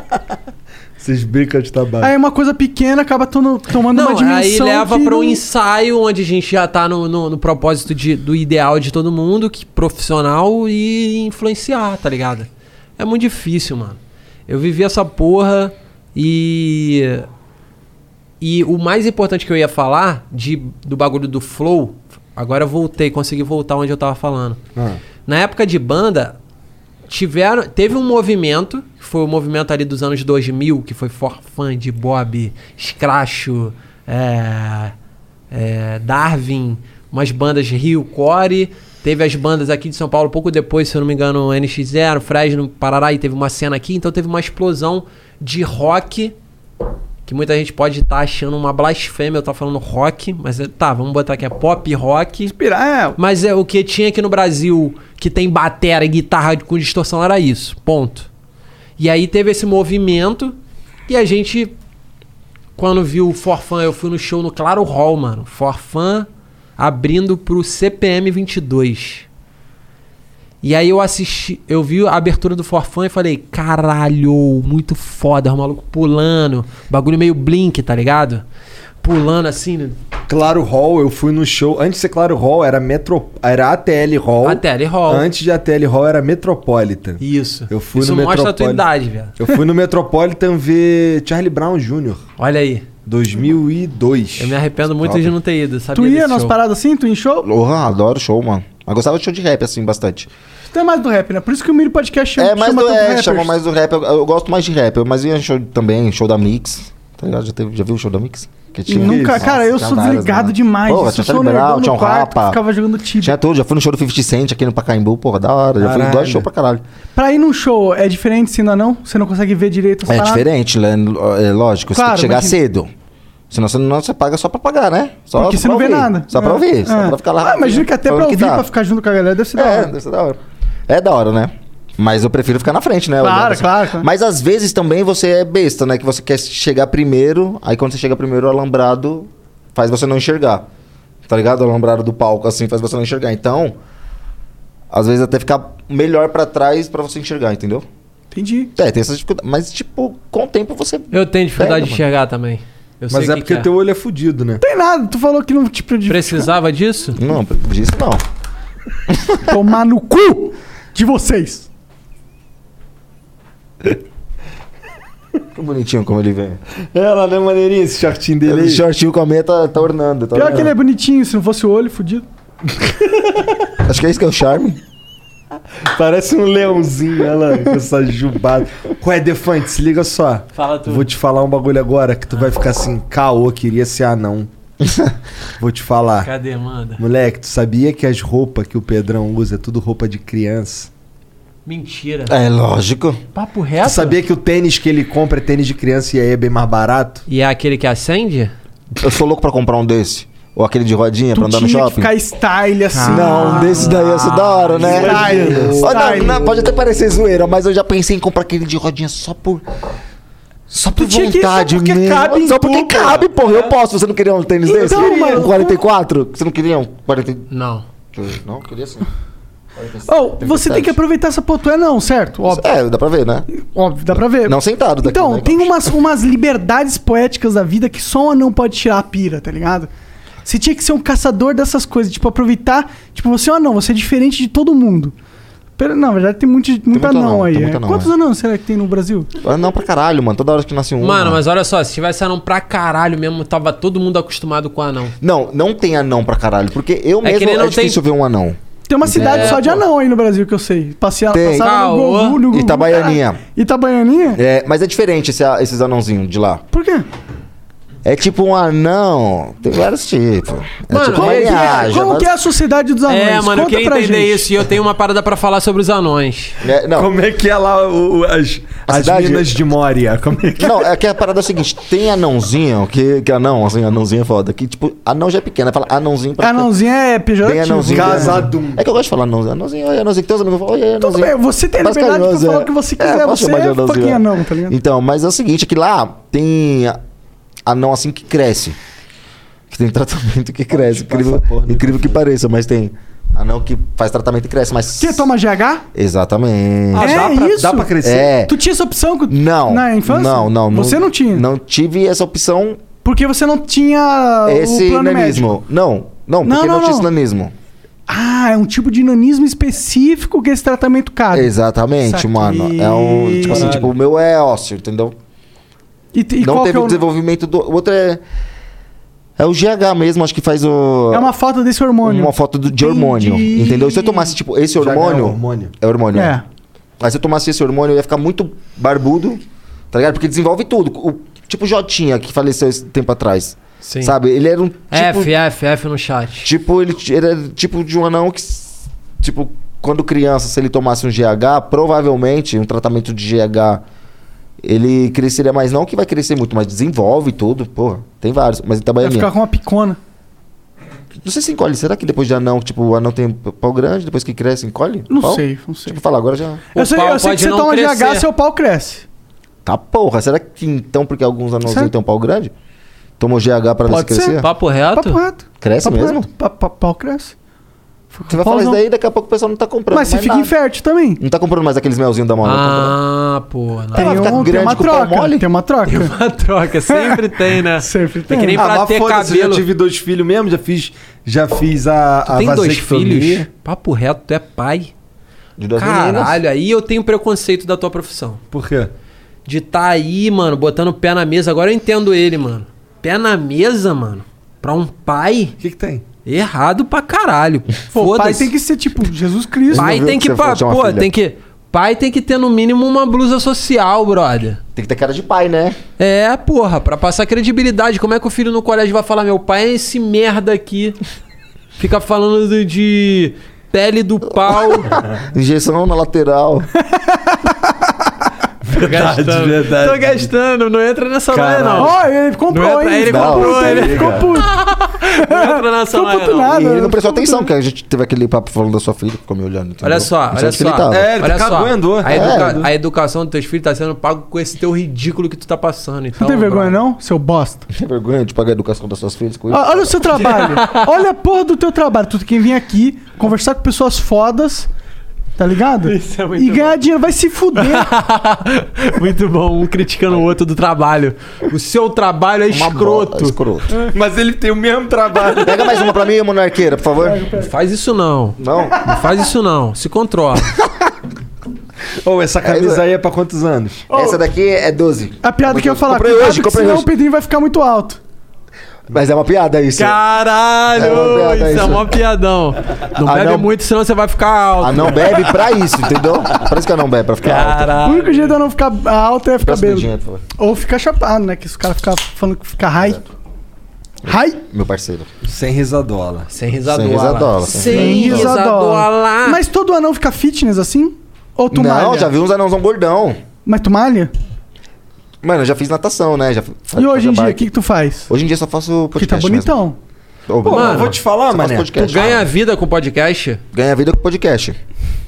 Vocês brincam de tabaco. Aí uma coisa pequena acaba tono- tomando Não, uma dimensão. aí leva que para um não- ensaio onde a gente já tá no, no, no propósito de, do ideal de todo mundo, que profissional e influenciar, tá ligado? É muito difícil, mano. Eu vivi essa porra e e o mais importante que eu ia falar de, do bagulho do flow, agora eu voltei, consegui voltar onde eu tava falando. Ah. Na época de banda, tiveram, teve um movimento, que foi o movimento ali dos anos 2000, que foi Forfã de Bob, Scratcho, é, é, Darwin, umas bandas Rio Core. Teve as bandas aqui de São Paulo pouco depois, se eu não me engano, NX0, Fresno, Parará, e teve uma cena aqui. Então teve uma explosão de rock que muita gente pode estar achando uma blasfêmia eu estar falando rock, mas é- tá, vamos botar aqui é pop rock. Mas é o que tinha aqui no Brasil que tem batera e guitarra com distorção era isso. Ponto. E aí teve esse movimento e a gente quando viu o Forfan, eu fui no show no Claro Hall, mano. Forfan abrindo pro CPM 22. E aí eu assisti, eu vi a abertura do Forfã e falei, caralho, muito foda, o maluco pulando, bagulho meio blink, tá ligado? Pulando assim, né? Claro Hall, eu fui no show. Antes de ser Claro Hall, era, Metro, era ATL Hall. ATL Hall. Antes de ATL Hall era Metropolitan. Isso. Eu fui Isso no mostra a tua Metropolitan- idade, velho. Eu fui no Metropolitan ver Charlie Brown Jr. Olha aí. 2002. Eu me arrependo muito Top. de não ter ido, sabia Tu ia desse nas show? paradas assim? Tu em show? Porra, adoro show, mano. Mas gostava de show de rap, assim, bastante. Tu é mais do rap, né? Por isso um que o Mini Podcast chama, É, mais chama do, tanto é, rappers. chama mais do rap. Eu, eu gosto mais de rap, eu- mas ia em show também, show da Mix. Tá ligado? Já, teve, já viu o show da Mix? Que Nunca, cara, eu tinha sou várias, desligado mano. demais. Porra, Isso, tinha eu sou Charlie negão Brown, no tinha um quarto, Rapa. ficava jogando Tibia. Tinha tudo, já fui no show do 50 Cent aqui no Pacaembu, porra, da hora. Já fui em dois Caralho. shows pra caralho. Pra ir num show é diferente se ainda não? Você não consegue ver direito as É paradas? diferente, né? L- é lógico, você Claro, tem que chegar imagina. cedo. Senão você, não, você paga só pra pagar, né? Só Porque só você pra não vê ouvir. nada. Só pra É. ouvir, só É. pra ficar lá. Ah, imagina que até pra falando ouvir, dá. pra ficar junto com a galera, deve ser da É, hora. deve ser da hora. É da hora, né? Mas eu prefiro ficar na frente, né? Claro, Olhando assim. claro, claro. Mas às vezes também você é besta, né? Que você quer chegar primeiro, aí quando você chega primeiro, o alambrado faz você não enxergar. Tá ligado? O alambrado do palco, assim, faz você não enxergar. Então, às vezes até ficar melhor pra trás pra você enxergar, entendeu? Entendi. É, tem essas dificuldades. Mas, tipo, com o tempo você. Eu tenho dificuldade Pega, de mano. enxergar também. Eu Mas é sei o que porque que teu olho é fudido, né? Tem nada, tu falou que não te prejudicou. Precisava disso? Não, disso não. Tomar no cu de vocês. Que bonitinho como ele vem. É, Ela, né, maneirinha, esse shortinho dele Ele aí. shortinho com a meia tá, tá ornando. Tá Pior ornando. que ele é bonitinho, se não fosse o olho, fudido. Acho que é isso que é o charme. Parece um leãozinho, ela com essa jubada. Ué, Defante, se liga só. Fala tu. Vou te falar um bagulho agora que tu vai ficar assim, caô, queria ser anão. Vou te falar. Cadê, manda? Moleque, tu sabia que as roupas que o Pedrão usa é tudo roupa de criança? é. Mentira. É, Papo Papo reto? reto. Tu sabia que o tênis que ele compra é tênis de criança e aí é bem mais barato? E é aquele que acende? Eu sou louco pra comprar um desse. Ou aquele de rodinha É pra andar no Tinha é que shopping. ficar style assim. Ah. Não, um desse daí ia ser da hora, né? Style, Ó, não, style. não, pode até parecer zoeira, mas eu já pensei em comprar aquele de rodinha só por. Só por tinha que- vontade, só porque mesmo. cabe em Só porque tu, cabe, porra. Eu posso. Você não queria um tênis Então, desse? mano, Um 44? Você não queria um 40... Não. Não, eu queria sim. Oh, você tem que aproveitar essa pô, tu é não, certo? Óbvio. É, dá pra ver, né? Óbvio, dá pra ver. Não sentado daqui, Então, né? tem umas, umas liberdades poéticas da vida que só um anão pode tirar a pira, tá ligado? Você tinha que ser um caçador dessas coisas, tipo, aproveitar. Tipo, você é um anão, você é diferente de todo mundo. Pera, não, na verdade tem muito, muito, muito anão, anão, aí. tem muito é. anão, Quantos é. anãos será que tem no Brasil? Ah, Não pra caralho, mano. Toda hora que nasce um. Mano, mas olha só, se tivesse anão pra caralho mesmo, tava todo mundo acostumado com anão. Não, não tem anão pra caralho. Porque eu É que mesmo nem é não difícil ver um anão. Tem uma cidade É, só de pô. anão aí no Brasil que eu sei. Passear, Tem. passaram Tá no Caoa, Gugu, no tá Gugu. Itabaianinha. Itabaianinha? É, mas é diferente esse- esses anãozinhos de lá. Por quê? É tipo um anão. Tem vários tipos. É Mano, tipo uma é que- linhagem, Como mas- que é a sociedade dos anões? É, mano, eu Conta queria pra entender gente. isso e eu tenho uma parada pra falar sobre os anões. Como é que é lá o- o- as, as cidade- minas de Moria? Como é que Não, é que a parada é o seguinte: tem anãozinho, que, que anão, assim, anãozinho é foda. Que tipo, anão já é pequeno. Fala anãozinho pra Anãozinho é pejorativo. Tem anãozinho. né? Casadum. É que eu gosto de falar anãozinho. Anãozinho, olha, anãozinho. Que teus amigos falam, olha, Tudo anãozinho. bem, É, você tem a Mas liberdade pra carinhoso, falar o que você quiser. É, posso você chamar de é anãozinho, fucking é. anão, tá ligado? Então, mas é o seguinte, é que lá tem anão assim que cresce. Que tem tratamento que cresce. Incrível, né? incrível que pareça, mas tem anão que faz tratamento e cresce, mas... Quer tomar GH? Exatamente. Ah, dá É pra- isso? dá pra crescer? É. Tu tinha essa opção com- não, na infância? Não, não. Você não tinha? Não tive essa opção, Porque você não tinha esse o plano nanismo. médico. Não, não, Não, porque não, não, tinha não. esse nanismo. Ah, é um tipo de nanismo específico que esse tratamento cabe. Exatamente, Saquei. mano. É um. Tipo assim, Caralho. tipo, o meu é ósseo, entendeu? E, te- e não qual que teve é o o... desenvolvimento do. O outro é. É o GH mesmo, acho que faz o. É uma falta desse hormônio. uma foto do- de hormônio. Entendeu? Se eu tomasse, tipo, esse GH é hormônio. hormônio? É hormônio. É. Mas se eu tomasse esse hormônio, eu ia ficar muito barbudo, tá ligado? Porque desenvolve tudo. O, tipo o Jotinha, que faleceu esse tempo atrás. Sim. Sabe? Ele era um. Tipo, É, F, F, F no chat. Tipo, ele t- ele era tipo de um anão que. s- Tipo, quando criança, se ele tomasse um GH, provavelmente um tratamento de GH. Ele cresceria mais, não que vai crescer muito, mas desenvolve tudo, porra. Tem vários, mas em Vai Itabaianinha. ficar com uma picona. Não sei se encolhe. Será que depois de anão, tipo, o anão tem p- pau grande, depois que cresce, encolhe? Não Pau? sei, não sei. Tipo, fala, agora já. eu sei, eu sei que você toma GH, seu pau cresce. Tá porra, será que então porque alguns Será? anãozinhos têm um pau grande? Tomou GH pra ver se Pode crescer? ser. Papo reto. Cresce Papo mesmo? reto. Pa- pa- Pau cresce. Você vai falar isso daí, daqui a pouco o pessoal não tá comprando. Mas você é mais fica nada. infértil também. Não tá comprando mais aqueles melzinhos da moda. Ah, pô. não. Tem Ela fica um- tem grande uma com o pau troca, mole? Tem uma troca. uma troca, sempre tem, né? Sempre É que nem Ah, pra mas ter foda-se, Eu cabelo. já tive dois filhos mesmo, já fiz, já fiz a, Ah, Tu a tem dois vasectomia. filhos? Papo reto, tu é pai. De duas Caralho, meninas. aí eu tenho preconceito da tua profissão. Por quê? De tá aí, mano, botando o pé na mesa. Agora eu entendo ele, mano. Pé na mesa, mano. Pra um pai. O que, tem? Errado pra caralho. Pô, pai Foda-se. tem que ser tipo Jesus Cristo. Pai tem que. pa- pô, tem que. Pai tem que ter no mínimo uma blusa social, brother. Tem que ter cara de pai, né? É, porra, pra passar credibilidade. Como é que o filho no colégio vai falar, meu pai é esse merda aqui? Fica falando de, de tá? pele do pau. Injeção na lateral. Verdade, gastando. verdade. Tô gastando, não entra nessa Caralho. laia, não. Ó, ele comprou, não entra, hein? Ele Não, comprou, isso aí, ele ficou cara. puto. não entra nessa laia, não. e ele não prestou atenção, porque a gente teve aquele papo falando da sua filha, que ficou me olhando. entendeu? Olha só, Não sei olha onde que ele só. É, tá tava. olha só. A, educa- É. a educação dos teus filhos tá sendo pago com esse teu ridículo que tu tá passando. Então, Não tem vergonha, não, seu bosta? Tem vergonha de pagar a educação das suas filhas com isso? Ah, Olha o seu trabalho. Olha a porra do teu trabalho. Tu tem que vir aqui, conversar com pessoas fodas, tá ligado? Isso é muito e ganhar dinheiro. Vai se fuder. Muito bom, um criticando o outro do trabalho. O seu trabalho é escroto. bola, escroto. Mas ele tem o mesmo trabalho. Pega mais uma pra mim, monarqueira, por favor. Não faz isso não. Não? Não faz isso não. Se controla. Ô, essa camisa aí é pra quantos anos? Essa daqui é 12. A piada que eu ia falar. Comprei cuidado hoje, que comprei senão hoje. o Pedrinho vai ficar muito alto. Mas é uma piada isso. Caralho, É uma piada isso é isso. mó piadão. Não Ah, bebe não. muito, senão você vai ficar alto. Ah, não bebe pra isso, entendeu? Por isso que eu não bebe, pra ficar alta. O único jeito de eu não ficar alto é ficar Próximo bêbado. dia, por favor. Ou ficar chapado, né? Que se o cara ficar falando que fica high. High? Meu parceiro. Sem risadola. Sem risadola. Sem risadola. Sem risadola. Mas todo anão fica fitness assim? Ou tu malha? Não, já vi uns anãozão gordão. Mas tu malha? Mano, eu já fiz natação, né? Já E hoje em dia, o que, que tu faz? Hoje em dia eu só faço podcast. Que tá bonitão. mesmo. Ô, Pô, mano, eu vou te falar, só faço podcast. tu ganha vida com podcast? Ganha vida com podcast.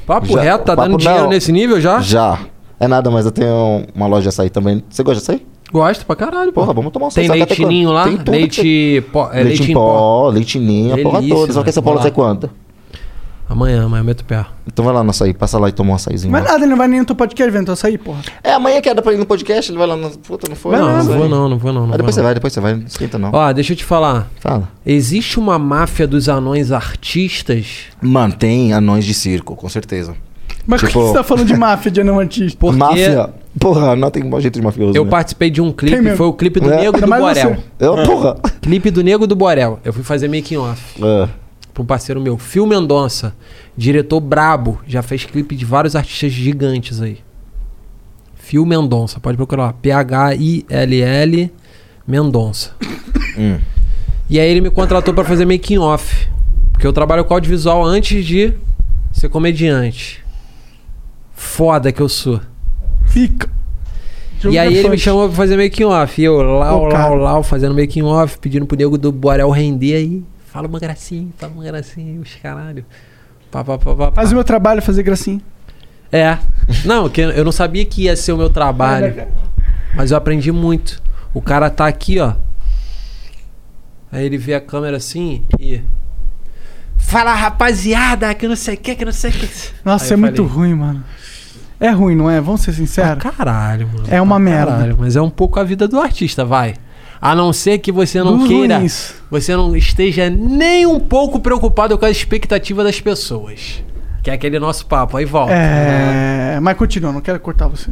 Papo Já- reto, tá papo dando dinheiro não. nesse nível já? Já. É nada, mas eu tenho uma loja de açaí também. Você gosta de açaí? Gosto pra caralho, pô. Porra, vamos tomar um Tem açaí, leite sabe até ninho quando? lá? Tem tudo leite, pó, é, leite, em pó, leite ninho, a porra Delícia, toda. Só que essa mano. porra sai Vai lá. quando? Amanhã, amanhã eu meto o pé. Então vai lá no açaí, passa lá e toma um açaizinho. Mas lá. nada, ele não vai nem no teu podcast vendo teu açaí, porra. É, amanhã que era pra ir no podcast, ele vai lá na... Puta, não foi? Não, não sei. vou não, não vou não. não Mas vou depois você não. vai, depois você vai. Não esquenta não. Ó, deixa eu te falar. Fala. Existe uma máfia dos anões artistas? Mano, tem anões de circo, com certeza. Mas por que Tipo- você tá falando de máfia de anão artista? Porque Máfia. Porra, não tem um bom jeito de mafioso. eu né? participei de um Tem clipe, mesmo. foi o clipe do É. Nego Ainda do mais Borel. você. Ah. Eu, porra. Clipe do Nego do Borel. Eu fui fazer making off É. pra um parceiro meu, Phil Mendonça, diretor brabo, já fez clipe de vários artistas gigantes aí. Phil Mendonça, pode procurar lá. P-H-I-L-L Mendonça. Hum. E aí ele me contratou pra fazer making off. Porque eu trabalho com audiovisual antes de ser comediante. Foda que eu sou. Fica. E aí ele me chama. chamou pra fazer making off. E eu, lá, Ô, lá, cara. lá, fazendo making off, pedindo pro nego do Borel render aí. Fala uma gracinha, fala uma gracinha, os caralho. Pá, pá, pá, pá, pá. Faz o meu trabalho, fazer gracinha. É. Não, que eu não sabia que ia ser o meu trabalho. Mas eu aprendi muito. O cara tá aqui, ó. Aí ele vê a câmera assim e. Fala rapaziada, que não sei o que, que não sei o que. Nossa, Aí é eu muito falei, ruim, mano. É ruim, não é? Vamos ser sinceros. Caralho, mano. é uma merda. Caralho, mas é um pouco a vida do artista, vai. A não ser que você não Dos queira, ruins. você não esteja nem um pouco preocupado com a expectativa das pessoas. Que é aquele nosso papo, aí volta. É. Mas continua, não quero cortar você.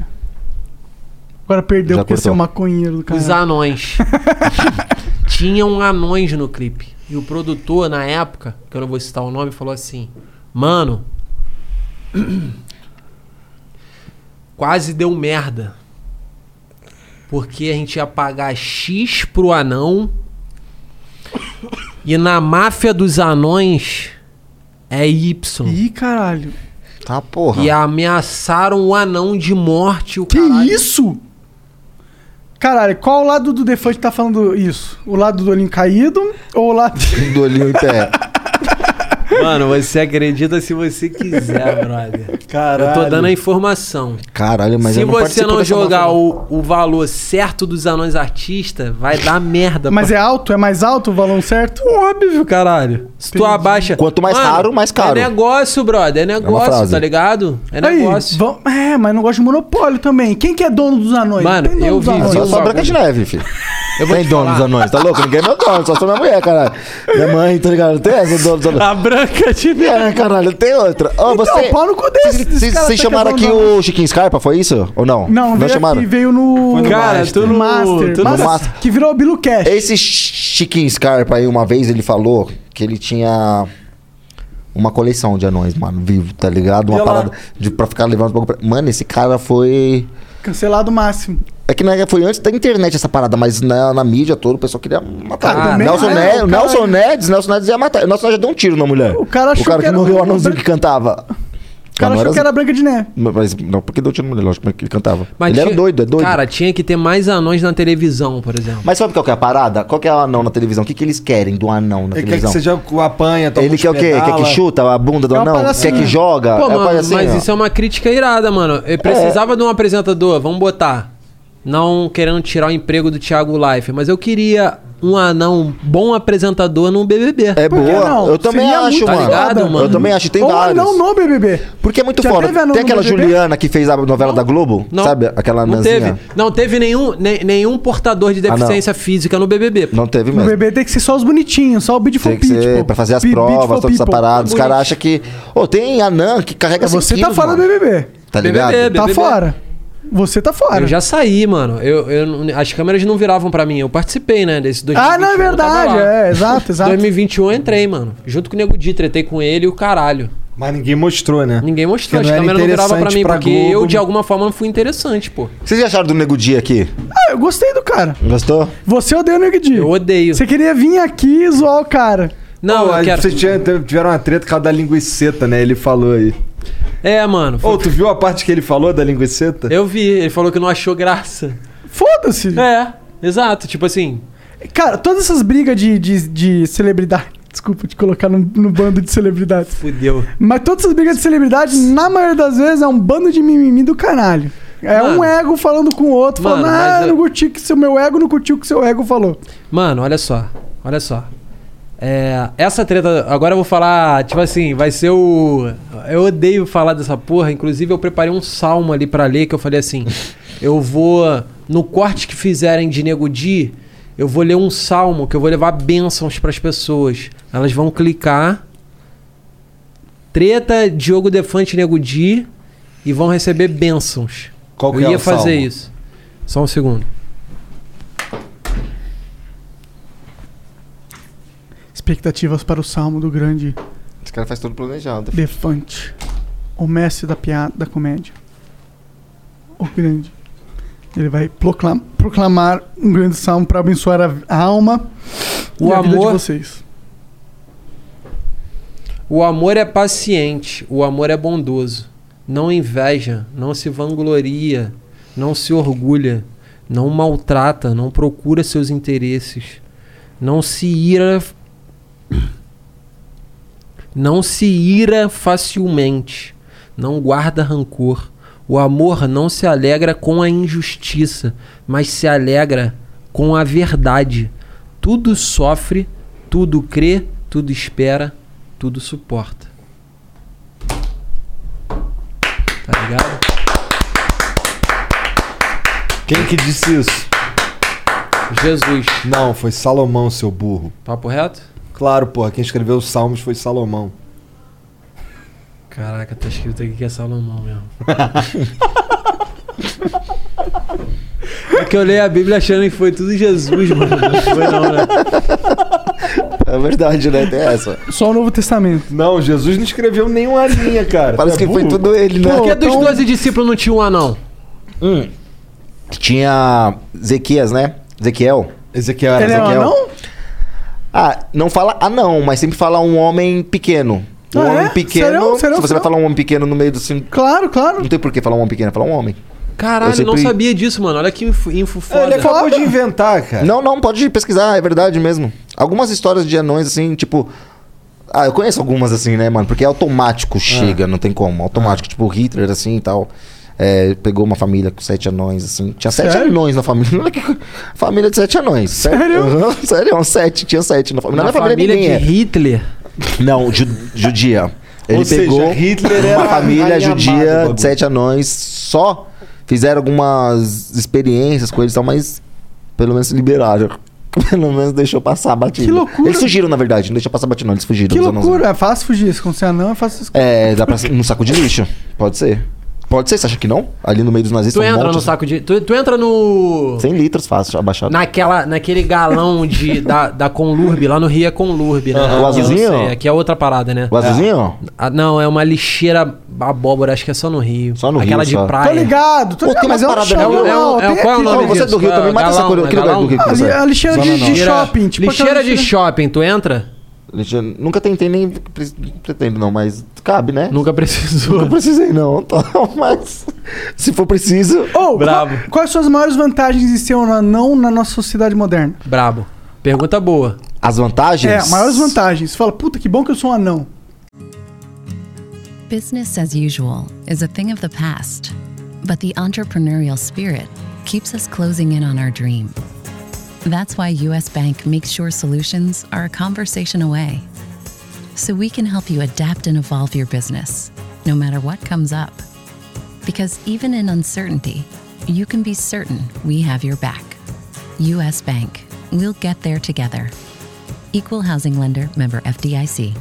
Agora perdeu Já porque você é cortou. um maconheiro do Os cara. anões. Tinham anões no clipe. E o produtor, na época, que eu não vou citar o nome, falou assim: Mano. quase deu merda. Porque a gente ia pagar X pro anão. E na máfia dos anões é Y. Ih, caralho. Tá, porra. E ameaçaram o anão de morte. O Que isso? Caralho, qual o lado do Defante tá falando isso? O lado do olhinho caído ou o lado. Do olhinho em pé. Mano, você acredita se você quiser, brother. Caralho. Eu tô dando a informação. Caralho, mas se eu não você participo não dessa jogar o, o valor certo dos anões artistas, vai dar merda. Mas é alto? É mais alto o valão certo? Óbvio, caralho. Se tu abaixa. Quanto mais caro, mais caro. É negócio, brother. É negócio, frase. tá ligado? É Aí, negócio. vam- É, mas não gosto de monopólio também. Quem que é dono dos anões? Mano, Não tem dono eu dos vivi anões. Só, só bagulho. Branca de Neve, filho. Eu vou tem te dono falar. dos anões, tá louco? Ninguém é meu dono, só sou minha mulher, caralho. Minha mãe, tá ligado? Não tem essa dono dos anões. A branca de Neve. É, caralho, tem outra. Ó, você... Então, pau no cu desse- Vocês- desse Vocês cara vocês tá chamaram quebrando aqui o Chiquinho Scarpa, foi isso? Ou não? Não, veio chamaram? aqui, veio no. Foi no Cara, Master. Master. tu no- Master, tu no Master, Master. Que virou o Bilu Cash. Esse Chiquinho Scarpa aí, uma vez ele falou que ele tinha uma coleção de anões, mano, vivo, tá ligado? Uma E olha lá. parada de, pra ficar levando os bagulho pra... Mano, esse cara foi... Cancelado o máximo. É que né, foi antes da internet essa parada, mas na, na mídia toda o pessoal queria matar. Ah, também, Nelson, né, Ne- o cara- Nelson tá, Nedes, Nelson Nedes ia matar. Nelson Nedes já deu um tiro na mulher. O cara achou o cara que que, era- morreu, o anãozinho que cantava. cara achou que era Branca de Neve. Mas não, porque deu tiro no mulher, lógico, mas ele cantava. Mas ele era tinha- doido, é doido. Cara, tinha que ter mais anões na televisão, por exemplo. Mas sabe qual que é a parada? Qual que é o anão na televisão? O que, que eles querem do anão na É Ele quer televisão? que você joga, apanha, um Ele quer o quê? Quer que chuta a bunda do É uma anão? parada Quer assim, que né? joga? Pô, É uma mano, parada assim, mas ó. É. isso é uma crítica irada, mano. Eu precisava de um apresentador, vamos botar. Não querendo tirar o emprego do Thiago Life, mas eu queria um anão, um bom apresentador num BBB. É boa. Eu também acho, tá mano. Ligado, mano. Eu também acho, tem um vários. no BBB. Porque é muito foda. teve anão Tem no aquela BBB? Juliana que fez a novela da Globo, Não. sabe? Aquela Não anãzinha. teve, não teve nenhum, ne- nenhum portador de Assim, Ah, não. deficiência física no BBB. Não teve O mesmo. bebê tem que ser só os bonitinhos, só o Bid for Tem que Pete, ser pô. pra fazer as Be- Beat provas, todos for People. separados. Os caras acham que. Ô, tem anã que carrega Você 100 tá quilos, fora é mano. do BBB. Tá ligado? BBB. Tá fora. Você tá fora. Eu já saí, mano. Eu, eu não- as câmeras não viravam pra mim. Eu participei, né, desse 2021. Ah, não, é eu tava verdade, lá. é, exato, exato. 2021 eu entrei, mano. Junto com o Nego Di, tretei com ele e o caralho. Mas ninguém mostrou, né? Ninguém mostrou. Porque As não era câmeras não viravam pra interessante mim, pra porque Globo. eu, de alguma forma, não fui interessante, pô. O que Vocês acharam do Nego Dia aqui? Ah, eu gostei do cara. Gostou? Você odeia o Nego Di. Eu odeio. Você queria vir aqui e zoar o cara. Não, eu quero... Vocês tinham- tiveram uma treta por causa da linguiceta, né? Ele falou aí. É, mano. Ô, tu viu a parte que ele falou da linguiceta? Eu vi, ele falou que não achou graça. Foda-se. É, exato. Tipo assim, Cara, todas essas brigas de, de, de celebridade. Desculpa te colocar no, no bando de celebridades. fudeu. Mas todas essas brigas de celebridade, na maioria das vezes, é um bando de mimimi do caralho. É Mano. um ego falando com o outro, Mano, falando, mas ah, eu- eu não curti que seu meu ego não curtiu que seu ego falou. Mano, olha só. Olha só. É, essa treta, agora eu vou falar, tipo assim, vai ser o. Eu odeio falar dessa porra. Inclusive, eu preparei um salmo ali pra ler que eu falei assim: eu vou. No corte que fizerem de Nego Di, eu vou ler um salmo que eu vou levar bênçãos pras pessoas. Elas vão clicar. Treta, Diogo Defante e Nego Di. E vão receber bênçãos. Qual que eu é ia o fazer salmo? isso. Só um segundo. Expectativas para o salmo do grande Esse cara faz tudo planejado. Defante, o mestre da piada, da comédia. O grande. Ele vai proclam- proclamar um grande salmo para abençoar a- a alma O e a vida de amor- vocês. O amor é paciente, o amor é bondoso. Não inveja, não se vangloria, não se orgulha, não maltrata, não procura seus interesses, não se ira. Não se ira facilmente, não guarda rancor. O amor não se alegra com a injustiça, mas se alegra com a verdade. Tudo sofre, tudo crê, tudo espera, tudo suporta. Tá ligado? Quem que disse isso? Jesus. Não, foi Salomão, seu burro. Papo reto? Claro, porra. Quem escreveu os salmos foi Salomão. Caraca, tá escrito aqui que é Salomão mesmo. é que eu leio a Bíblia achando que foi tudo Jesus, mano. Não foi não, né? É verdade, né? Tem essa. Só o Novo Testamento. Não, Jesus não escreveu nenhuma linha, cara. é Parece que É foi tudo ele, né? Por que é dos 12 discípulos não tinha um anão? Hum. Tinha Zequias, né? Ezequiel. Ezequiel Ele é um anão? Ah, não fala anão, mas sempre fala um homem pequeno. Um Ah, homem é? pequeno. Serão? Serão? se você Serão? vai falar um homem pequeno no meio do cinco. Claro, claro. Não tem por que falar um homem pequeno, falar um homem. Caralho, Eu eu não sempre- sabia disso, mano. Olha que info, info foda. É, Ele acabou de inventar, cara. Não, não, pode pesquisar, é verdade mesmo. Algumas histórias de anões, assim, tipo. Ah, eu conheço algumas assim, né, mano? Porque é automático, Ah. chega, não tem como. Automático, tipo, Hitler, assim e tal. é, pegou uma família com sete anões, assim. Tinha sete Sério? anões na família. Olha que co- Família de sete anões. Sério? Aham, Sério, um sete, tinha sete na família. Na Na, minha família, família de ninguém Hitler? é. Não, ju- judia. Ele Ou seja, pegou Hitler era uma família alinhamado, judia bagulho. de sete anões só. Fizeram algumas experiências com eles e tal, mas pelo menos liberaram. Pelo menos deixou passar a batida. Que loucura. Eles fugiram, na verdade. Não deixou passar a batida, não. Eles fugiram. Que os anãozão. loucura. É fácil fugir. Se com você é anão, é fácil esconder. É, dá pra... Num saco de lixo. Pode ser. Pode ser, você acha que não? Ali no meio dos nazistas Tu um entra monte, no assim. saco de. Tu, tu entra no. 100 litros fácil, abaixado. Naquela, naquele galão de, da, da Conlurb, lá no Rio é Conlurb, né? Aham. O Aqui eu azulzinho? não sei, Aqui é outra parada, né? O azulzinho? Ah, não, é uma lixeira abóbora, acho que é só no Rio. Só no Aquela Rio, de só. praia. Tô ligado, tô Pô, ligado. tem umas Mas é um paradas show. ali, É um- é um- qual é o nome Ô, você é disso? Ah, do Rio também, mata essa Galão, curiosidade. Que né? lugar do Rio que Galão? você é? Ah, ali- a lixeira de- de shopping, tipo lixeira aquela de shopping, tu entra? A gente nunca tentei nem pre- pretendo, não, mas cabe, né? Nunca precisou. Nunca precisei, não. Então, mas se for preciso. Oh, Ou, qual- quais são as maiores vantagens de ser um anão na nossa sociedade moderna? Brabo. Pergunta boa. As vantagens? É, maiores vantagens. Você fala, puta, que bom que eu sou um anão. Business as usual is a thing of the past, but the entrepreneurial spirit keeps us closing in on our dream. That's why U.S. Bank makes sure solutions are a conversation away. So we can help you adapt and evolve your business, no matter what comes up. Because even in uncertainty, you can be certain we have your back. U.S. Bank, we'll get there together. Equal Housing Lender, member FDIC.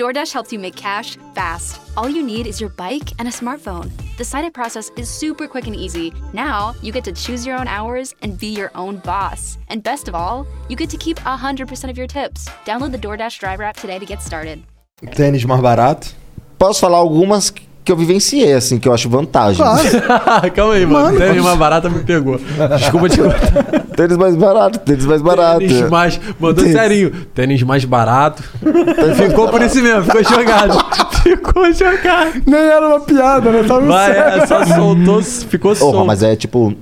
DoorDash helps you make cash fast. All you need is your bike and a smartphone. The sign up process is super quick and easy. Now you get to choose your own hours and be your own boss. And best of all, you get to keep 100% of your tips. Download the DoorDash driver app today to get started. ah. Tênis mais barato. Posso falar algumas que eu vivenciei, assim, que eu acho vantagens. Calma aí, mano. Mano, Tênis mas- mais barata me pegou. Desculpa te contar. Tênis mais barato, tênis mais barato. Tênis mais. Mandou Tênis. serinho. Tênis mais barato. Tá ficou por isso mesmo, ficou jogado. ficou jogado. Nem era uma piada, né? Tava Vai, sério. é, só soltou, ficou Porra, solto. mas é tipo.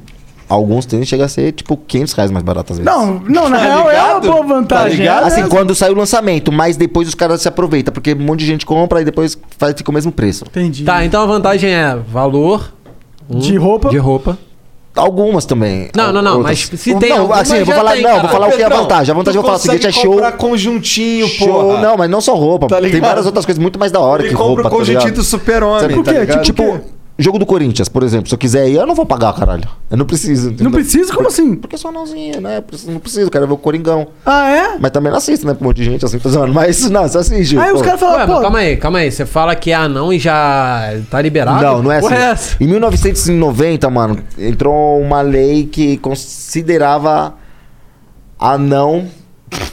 Alguns tênis chega a ser tipo 500 reais mais barato às vezes. Não, não, na Tá real é uma ligado? boa vantagem. Tá ligado? É, assim, né? quando sai o lançamento, mas depois os caras se aproveitam, porque um monte de gente compra e depois faz, fica o mesmo preço. Entendi. Tá, então a vantagem é valor. um, De roupa? De roupa. Algumas também. Não, não, não, Outras. mas se tem Não, alguma, assim, eu vou já falar, tem, não, eu vou cara. falar o que é a Pedrão, vantagem. A vantagem eu tu vou falar o seguinte, é consegue show. comprar conjuntinho, show, porra. Não, mas não só roupa. Tá tem ligado? várias outras coisas muito mais da hora Ele que compra roupa, o conjuntinho ligado? do super-homem, Sabe tá ligado? Tipo, jogo do Corinthians, por exemplo, se eu quiser ir, eu não vou pagar, caralho. Eu não preciso. entendeu? Não precisa? Como assim? Porque sou anãozinho, né? Não preciso, quero ver o Coringão. Ah, é? Mas também não assisto, né? Pra um monte de gente assim, fazendo. Mas não, você assiste. Ah, pô. Ué, mas calma aí, calma aí. Você fala que é anão e já tá liberado? Não, não é assim. Porra, Em 1990, mano, entrou uma lei que considerava anão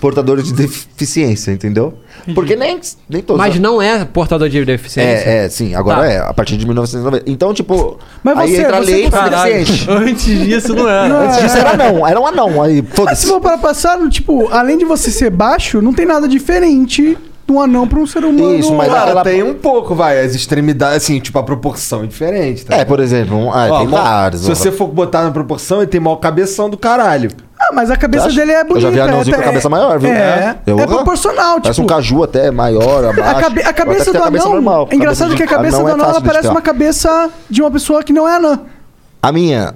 portadores de deficiência, entendeu? Porque nem, nem todos. Mas não é portador de deficiência. É, é, sim, agora Tá. é, a partir de 1990. Então, tipo, Mas aí você- entra a você lei é que- pra ser Caralho, deficiente. antes disso não era. Antes disso era Não, é. anão, era um anão. Aí, Mas se for para passar, tipo, além de você ser baixo, não tem nada diferente de um anão pra um ser humano. Cara, tem um pouco, vai. As extremidades, assim, tipo, a proporção é diferente, tá? É, por exemplo, um- ah, Ó, tem mó- vários. Se você for botar na proporção, ele tem maior cabeção do caralho. Ah, mas a cabeça Eu acho- dele é eu bonita. já vi anãozinho é- com a cabeça maior, viu? É, é, Eu- proporcional, Parece tipo... um caju até, maior, abaixo. a, cabe- a Até cabeça que tem do a anão... normal. é engraçado que a cabeça do é anão, ela fácil de parece tirar. uma cabeça de uma pessoa que não é anã. A minha.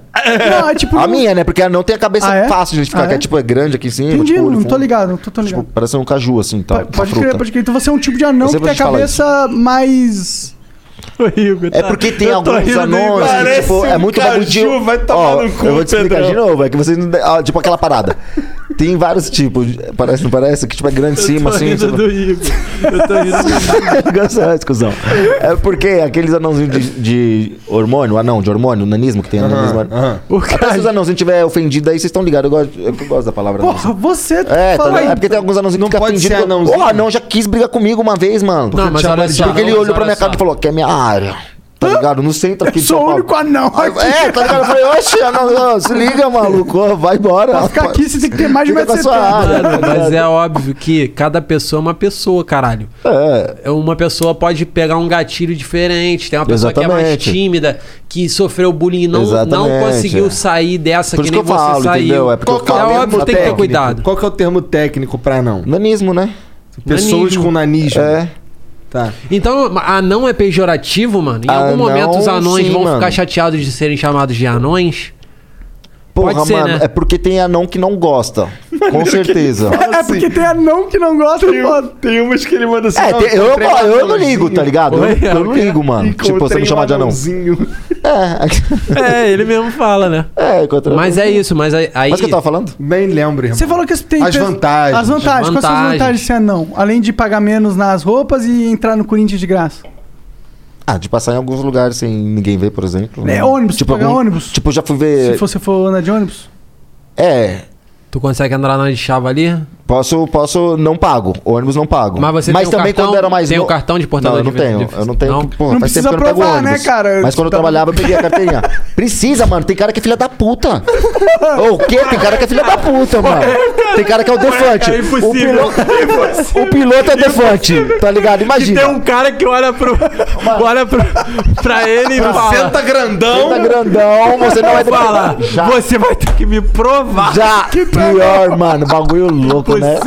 Não, é tipo... a minha, né? Porque ela não tem a cabeça Ah, é? fácil de identificar, Ah, que é? é tipo, é grande aqui em cima. Entendi, tipo, olho não tô fundo. ligado, não tô, tô ligado. Parece um caju, assim, tá? pode crer, pode crer. Então você é um tipo de anão Eu que sempre tem a vou te falar cabeça mais... É porque tem Eu tô alguns rindo, anões Igor. que, tipo, Parece é um muito bagulho de- caju, vai tomar Ó, no cu, Eu vou te explicar Pedrão. de novo, é que vocês não. ó, tipo aquela parada. Tem vários tipos, de- parece, não parece? Que tipo é grande em cima, assim. rindo tipo- do Igor. Eu tô rindo do Igor. Gosta da discussão. É porque aqueles anãozinhos de, de hormônio, anão de hormônio, nanismo que tem Aham, nanismo. aham. Até se os anãozinhos tiver ofendido aí, vocês estão ligados. Eu gosto, eu gosto da palavra. Porra, nanismo. você... É, tá fala- ligado? é porque tem alguns anãozinhos que ficam pode ser ofendidos. anãozinho. Porra, anão já quis brigar comigo uma vez, mano. Não, é mas olha só, Porque ele não, mas olhou pra olha minha cara só. e falou que é minha área. Tá ligado? Não centro aqui de São Sou o Paulo. único anão Aí, aqui. É, tá ligado? Eu falei, oxe, anão, não, se liga, maluco, ó, vai embora. Pra ficar aqui, você tem que ter mais de Fica com a 1,70m. sua área. Mano, mas é óbvio que cada pessoa é uma pessoa, caralho. É. Uma pessoa pode pegar um gatilho diferente. Tem uma pessoa que é mais Exatamente. tímida, que sofreu bullying e não, não Exatamente, conseguiu é. sair dessa Por que isso nem que eu você falo, saiu. entendeu? É porque eu é falo mesmo óbvio, tem que ter técnico. cuidado. Qual que é o termo técnico pra anão? Nanismo, né? Pessoas Nanismo. com nanismo. É. Tá. Então, anão é pejorativo, mano? Em algum Anão, momento os anões sim, vão mano. ficar chateados de serem chamados de anões? Porra, Pode ser, mano, né? é porque tem anão que não gosta. com certeza. É porque tem anão que não gosta, foda. Tem umas que ele manda assim, É, tem- eu, eu, eu não ligo, tá ligado? Eu, Oi, eu não alguém- ligo, mano. Tipo, você me chama de anão. É, ele mesmo fala, né? É, encontrei Mas um- é isso, mas aí... aí- Mas o que eu tava falando? Nem lembro, irmão. Você falou que tem As tem- vantagens. As vantagens. Quais são as Vantagens. vantagens de ser anão? Além de pagar menos nas roupas e entrar no Corinthians de graça. Ah, de passar em alguns lugares sem ninguém ver, por exemplo. É, ônibus, tipo, pegar ônibus. Tipo, eu já fui ver. Se você for andar de ônibus. É. Tu consegue andar na de chava ali? Posso, posso, não pago. Ônibus não pago. Mas você tem um também cartão- quando era mais tem no- um cartão de portador não, eu de não de- tenho. Eu não tenho. Não? que- Pô, Não faz tempo precisa que eu não pego provar, ônibus. né, cara? Mas quando eu Tá- trabalhava, eu peguei a carteirinha. Precisa, mano. Tem cara que é filha da puta. Ô, o quê? Tem cara que é filha da puta, mano. Tem cara que é o defante. cara, o, impossível. piloto, o piloto é defante. Tá ligado? Imagina. tem um cara que olha pro. olha pro, pra ele e Fala. fala. Senta grandão. Senta grandão, você não vai ter que- falar. Já. Você vai ter que me provar. Já! Que tá Pior, mano. Bagulho louco, né?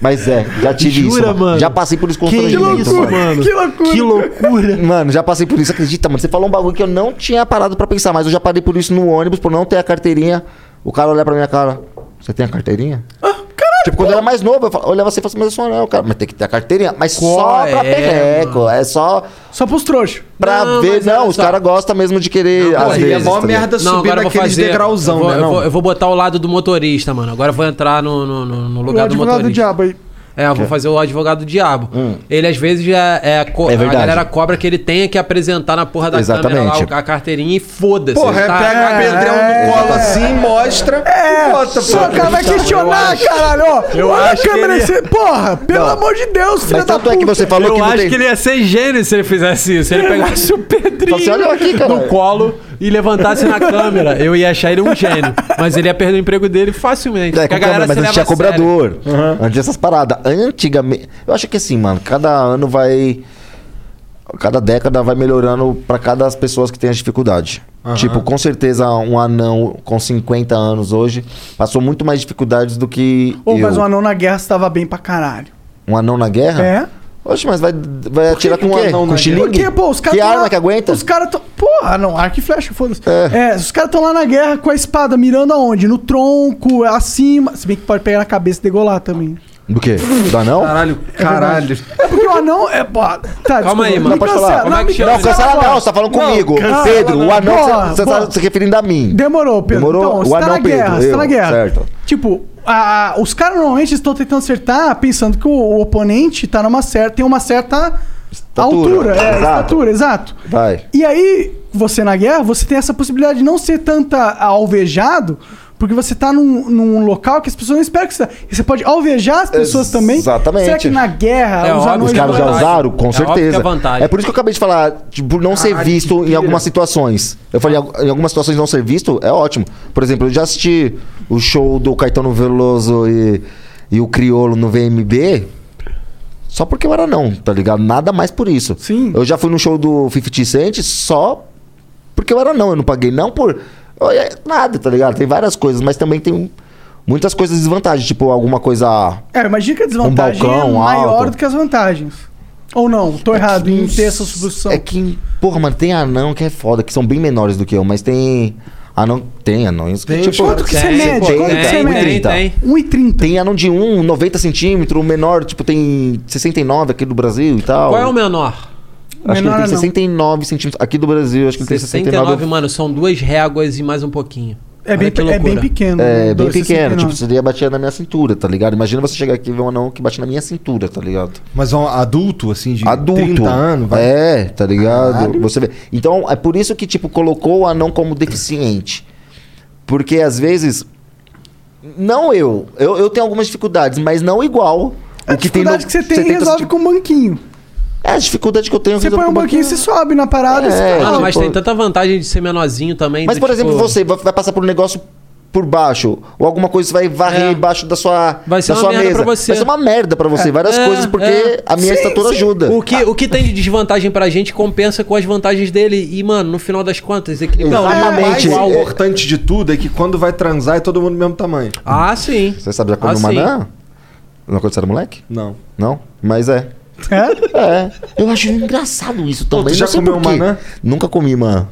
Mas é, já tive Jura, isso. Mano. mano? Já passei por isso Que loucura, mano. Que loucura. Que loucura. Mano, já passei por isso. Acredita, mano. Você falou um bagulho que eu não tinha parado pra pensar, mas eu já parei por isso no ônibus, por não ter a carteirinha. O cara olhar pra minha cara. Você tem a carteirinha? Tipo, quando eu era mais novo, eu fal- olhava assim e falava assim, mas eu sou anel, cara. Mas tem que ter a carteirinha. Mas só Qual pra é, perreco. É só... Só pros trouxas. Pra Não, ver... mas olha Não, os só. caras gostam mesmo de querer... às Aí vezes, é mó tá ligado? É, agora eu vou fazer- eu né, vou, Eu vou, eu vou botar o lado do motorista, mano. Agora eu vou entrar no, no, no- no lugar do advogado motorista. do diabo aí. É, eu vou Que? fazer o advogado do diabo. Ele às vezes é, é, co- Hum. É a verdade. galera cobra que ele tenha que apresentar na porra da câmera Exatamente. lá o- a carteirinha e foda-se. Porra, ele é, pega é, Pedrão no Cola assim, mostra É, e bota, só pô. o cara vai questionar, caralho. ó. eu Olha acho a câmera que ele- aí, Porra, pelo Não. amor de Deus, filha da tanto puta. é que você falou eu que não acho tem- que ele ia ser gênio se ele fizesse isso. Se ele pegasse o Pedrinho Fala assim, olha aqui, cara. no colo e levantasse na câmera, eu ia achar ele um gênio. Mas ele ia perder o emprego dele facilmente. É, com câmera, mas se antes tinha leva a sério. cobrador. Antes dessas paradas. Antigamente. Eu acho que assim, mano, cada ano vai. Cada década vai melhorando pra cada as pessoas que têm as dificuldade. Aham. Tipo, com certeza um anão com 50 anos hoje passou muito mais dificuldades do que. Ô, mas eu. o anão na guerra estava bem pra caralho. Um anão na guerra? É. Oxe, mas vai, vai atirar com Por o quê? anão, com xilingue? Porque, pô, os caras. Que tão arma lá- que aguenta? Os caras tão. Porra, não, arco e flecha, foda-se. É. os caras estão lá na guerra com a espada, mirando aonde? No tronco, acima. Se bem que pode pegar na cabeça e degolar também. Do quê? Do anão? Caralho, É verdade. É porque o anão é. pô, Tá, desculpa, Calma aí, me mano. Não, pode falar. cancela, Como é me que chama? Não, cancela agora. não, você tá falando Não, comigo. cancela Pedro, não. o anão, Porra, você- você porra. tá se referindo a mim. Demorou, Pedro. Demorou? Então, O você tá anão na guerra, Pedro, você tá eu, na guerra. certo. Tipo, a- os caras normalmente estão tentando acertar pensando que o, o oponente tá numa certa, tem uma certa altura, exato. é, estatura, exato. Vai. E aí, você na guerra, você tem essa possibilidade de não ser tanta alvejado, porque você tá num, num local que as pessoas não esperam que você. tá. E você pode alvejar as pessoas também. Exatamente. Será que na guerra É óbvio, anões os caras já vão- usaram? Com É óbvio que certeza. é vantagem. É, por isso que eu acabei de falar, tipo, por não ser visto em algumas situações. Eu falei, em algumas situações não ser visto é ótimo. Por exemplo, eu já assisti o show do Caetano Veloso e, e o Criolo no VMB. Só porque eu era não, tá ligado? Nada mais por isso. Sim. Eu já fui no show do 50 Cent só porque eu era não. Eu não paguei não por olha, nada, tá ligado? Tem várias coisas, mas também tem muitas coisas de desvantagem. Tipo, alguma coisa... É, imagina que a desvantagem é Um balcão maior alto. do que as vantagens. Ou não, tô errado um em ter essa suposição. É que, porra, mano, tem anão que é foda, que são bem menores do que eu, mas tem. Anão. Tem anões que. tipo, Tem, quanto que você mede? Quanto que você mede? então. Tem, 1,30. Tem anão de 1, 90 centímetros, o menor, tipo, tem 69 aqui do Brasil e tal. Qual é o menor? Acho menor que ele anão? tem 69 centímetros. Aqui do Brasil, acho que ele tem 69, 69. mano, são duas réguas e mais um pouquinho. É bem, que é bem pequeno. É, bem dois, pequeno. 69. Tipo, seria bater na minha cintura, tá ligado? Imagina você chegar aqui e ver um anão que bate na minha cintura, tá ligado? Mas um adulto, assim, de adulto. 30 anos, vai. É, tá ligado? Caralho. Você vê. Então, é por isso que, tipo, colocou o anão como deficiente. Porque, às vezes... Não eu. Eu, eu tenho algumas dificuldades, mas não igual. o que tem no- dificuldade que você tem, tenta resolve assistir- com um banquinho. É, a dificuldade que eu tenho... Você põe um banquinho, você sobe na parada. É, você "Ah, Mano, Ah, mas tipo- tem tanta vantagem de ser menorzinho também. Mas, do por tipo- exemplo, você vai vai passar por um negócio por baixo, ou alguma coisa você vai varrer embaixo da sua, É. Vai ser da sua uma merda mesa. pra você. Vai ser uma merda pra você, várias É, coisas, porque é. a minha Sim, estatura sim. ajuda. O que, o que tem de desvantagem pra gente compensa com as vantagens dele. E, mano, no final das contas, equilibra Não, é, tudo exatamente. igual. O importante de tudo é que quando vai transar é todo mundo do mesmo tamanho. Ah, sim. Você sabe já quando Ah, uma sim. anã? Não quando você era moleque? Não. Não? Mas é. É? Eu acho engraçado isso Pô, também. tu já não sei comeu por quê. uma anã? Nunca comi uma.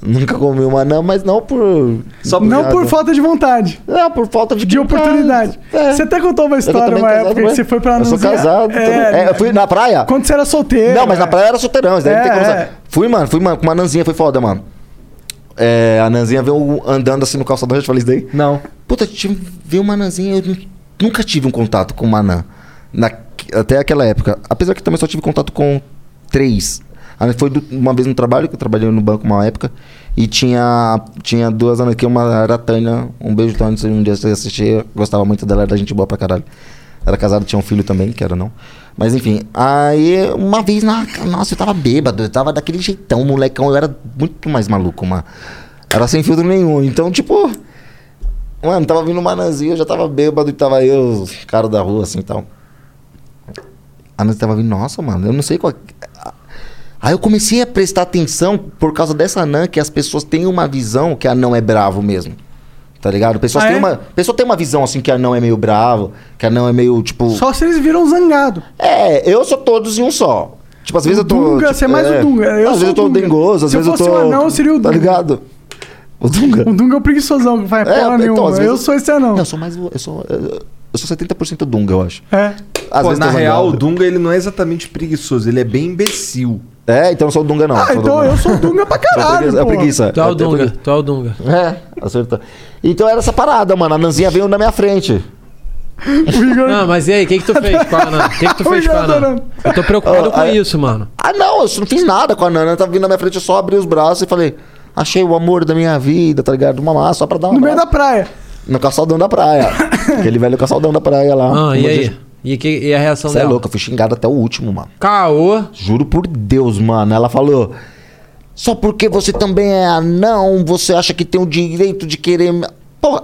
Nunca comi uma anã, mas não por. Só não por falta de vontade. Não, por falta de, É. oportunidade. Você até contou uma história uma época que você foi pra Eu sou Ananzinha. casado. É, também. É, eu fui na praia. Quando você era solteiro. Não, mas na praia era solteirão, isso daí não tem É, como é. saber. Fui, mano, fui mano, com uma ananzinha, foi foda, mano. É, a ananzinha veio andando assim no calçadão, eu já te falei isso daí? Não. Puta, eu tive- vi uma ananzinha, eu nu- nunca tive um contato com uma anã. Na- até aquela época. Apesar que também só tive contato com três. Aí foi do- uma vez no trabalho, que eu trabalhei no banco uma época, e tinha, tinha duas anos aqui, uma era a Tânia, um beijo, Tânia, se um dia você assistir, eu gostava muito dela, era gente boa pra caralho. Era casada, tinha um filho também, que era não. Mas enfim, aí uma vez, na, nossa, eu tava bêbado, eu tava daquele jeitão, molecão, eu era muito mais maluco, mano. Era sem filtro nenhum, então tipo... Mano, tava vindo uma Nanzinha, eu já tava bêbado e tava eu, os caras da rua, assim e tal. A Nanzinha tava vindo, nossa, mano, eu não sei qual. Aí eu comecei a prestar atenção por causa dessa Nan que as pessoas têm uma visão que a Nan é bravo mesmo. Tá ligado? Pessoas Ah, têm é? uma, pessoa tem uma visão assim que a Nan é meio bravo, que a Nan é meio tipo. Só se eles viram zangado. É, eu sou todos em um só. Tipo, às vezes O eu tô. Dunga, tipo, você é mais o Dunga, eu às sou vezes eu o tô Dunga. dengoso, às Se eu vezes eu tô. fosse um anão, eu seria o Tá Dunga. ligado? O Dunga. O Dunga é o preguiçosão, que vai É, porra então, nenhuma. às vezes- Eu sou esse anão. Eu sou mais. Eu sou, eu, eu sou 70% Dunga, eu acho. É. Às Pô, vezes na tô real, zangado. o Dunga ele não é exatamente preguiçoso, ele é bem imbecil. É, então eu sou o Dunga não. Ah, então Dunga. eu sou o Dunga pra caralho, preguiça- é pô. preguiça. Tu é É o Dunga, preguiça. tu é o Dunga. É, acertou. Então era essa parada, mano. A Nanzinha veio na minha frente. Não, mas e aí, o que, que tu fez com a Ana? O que, que tu fez com a Ana? Eu tô preocupado Ah, com ah, isso, mano. Ah, não, eu não fiz nada com a Nana. Ela tava vindo na minha frente, eu só abri os braços e falei, achei o amor da minha vida, tá ligado? Uma massa, só pra dar uma. No meio da praia. No calçadão da praia. Aquele velho calçadão da praia lá. Ah, e Um aí? monte de- E, que, e a reação Você é dela? louco, eu fui xingado até o último, mano. Caô. Juro por Deus, mano. Ela falou. Só porque você também é anão, você acha que tem o direito de querer. me-" Porra,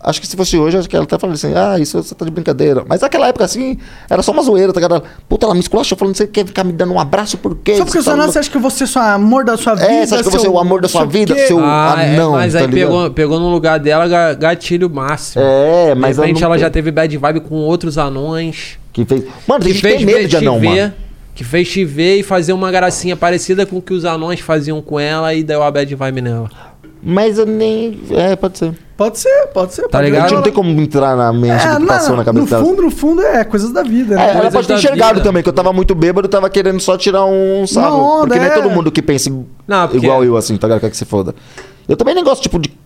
acho que se fosse hoje, acho que ela até falaria assim: ah, isso você tá de brincadeira. Mas naquela época assim, era só uma zoeira, tá ligado? Puta, ela me esculachou falando: você quer ficar me dando um abraço por quê? Só porque Você tá você não louco?" você acha que você é só amor da sua vida? É, você acha que você é o amor da sua seu vida, quê? seu é, anão, mas tá aí ligado? pegou, pegou no lugar dela ga- gatilho máximo. É, mas De eu repente não ela tô- já teve bad vibe com outros anões. Que fez. Mano, tem gente que tem medo de te anão, ver, mano. Que fez te ver e fazer uma gracinha parecida com o que os anões faziam com ela e deu a bad vibe nela. Mas eu nem. É, pode ser. Pode ser, pode ser. Tá pode ligado? A ser. gente não tem como entrar na mente do É, que passou na cabeça no dela. fundo, no fundo, é coisas da vida. É, ela pode ter enxergado também, que eu tava muito bêbado, eu tava querendo só tirar um sarro. Uma onda, porque não é é. todo mundo que pensa i- Não, porque- é. igual eu, assim, tá ligado? Quer que se foda. Eu também nem gosto, tipo, de.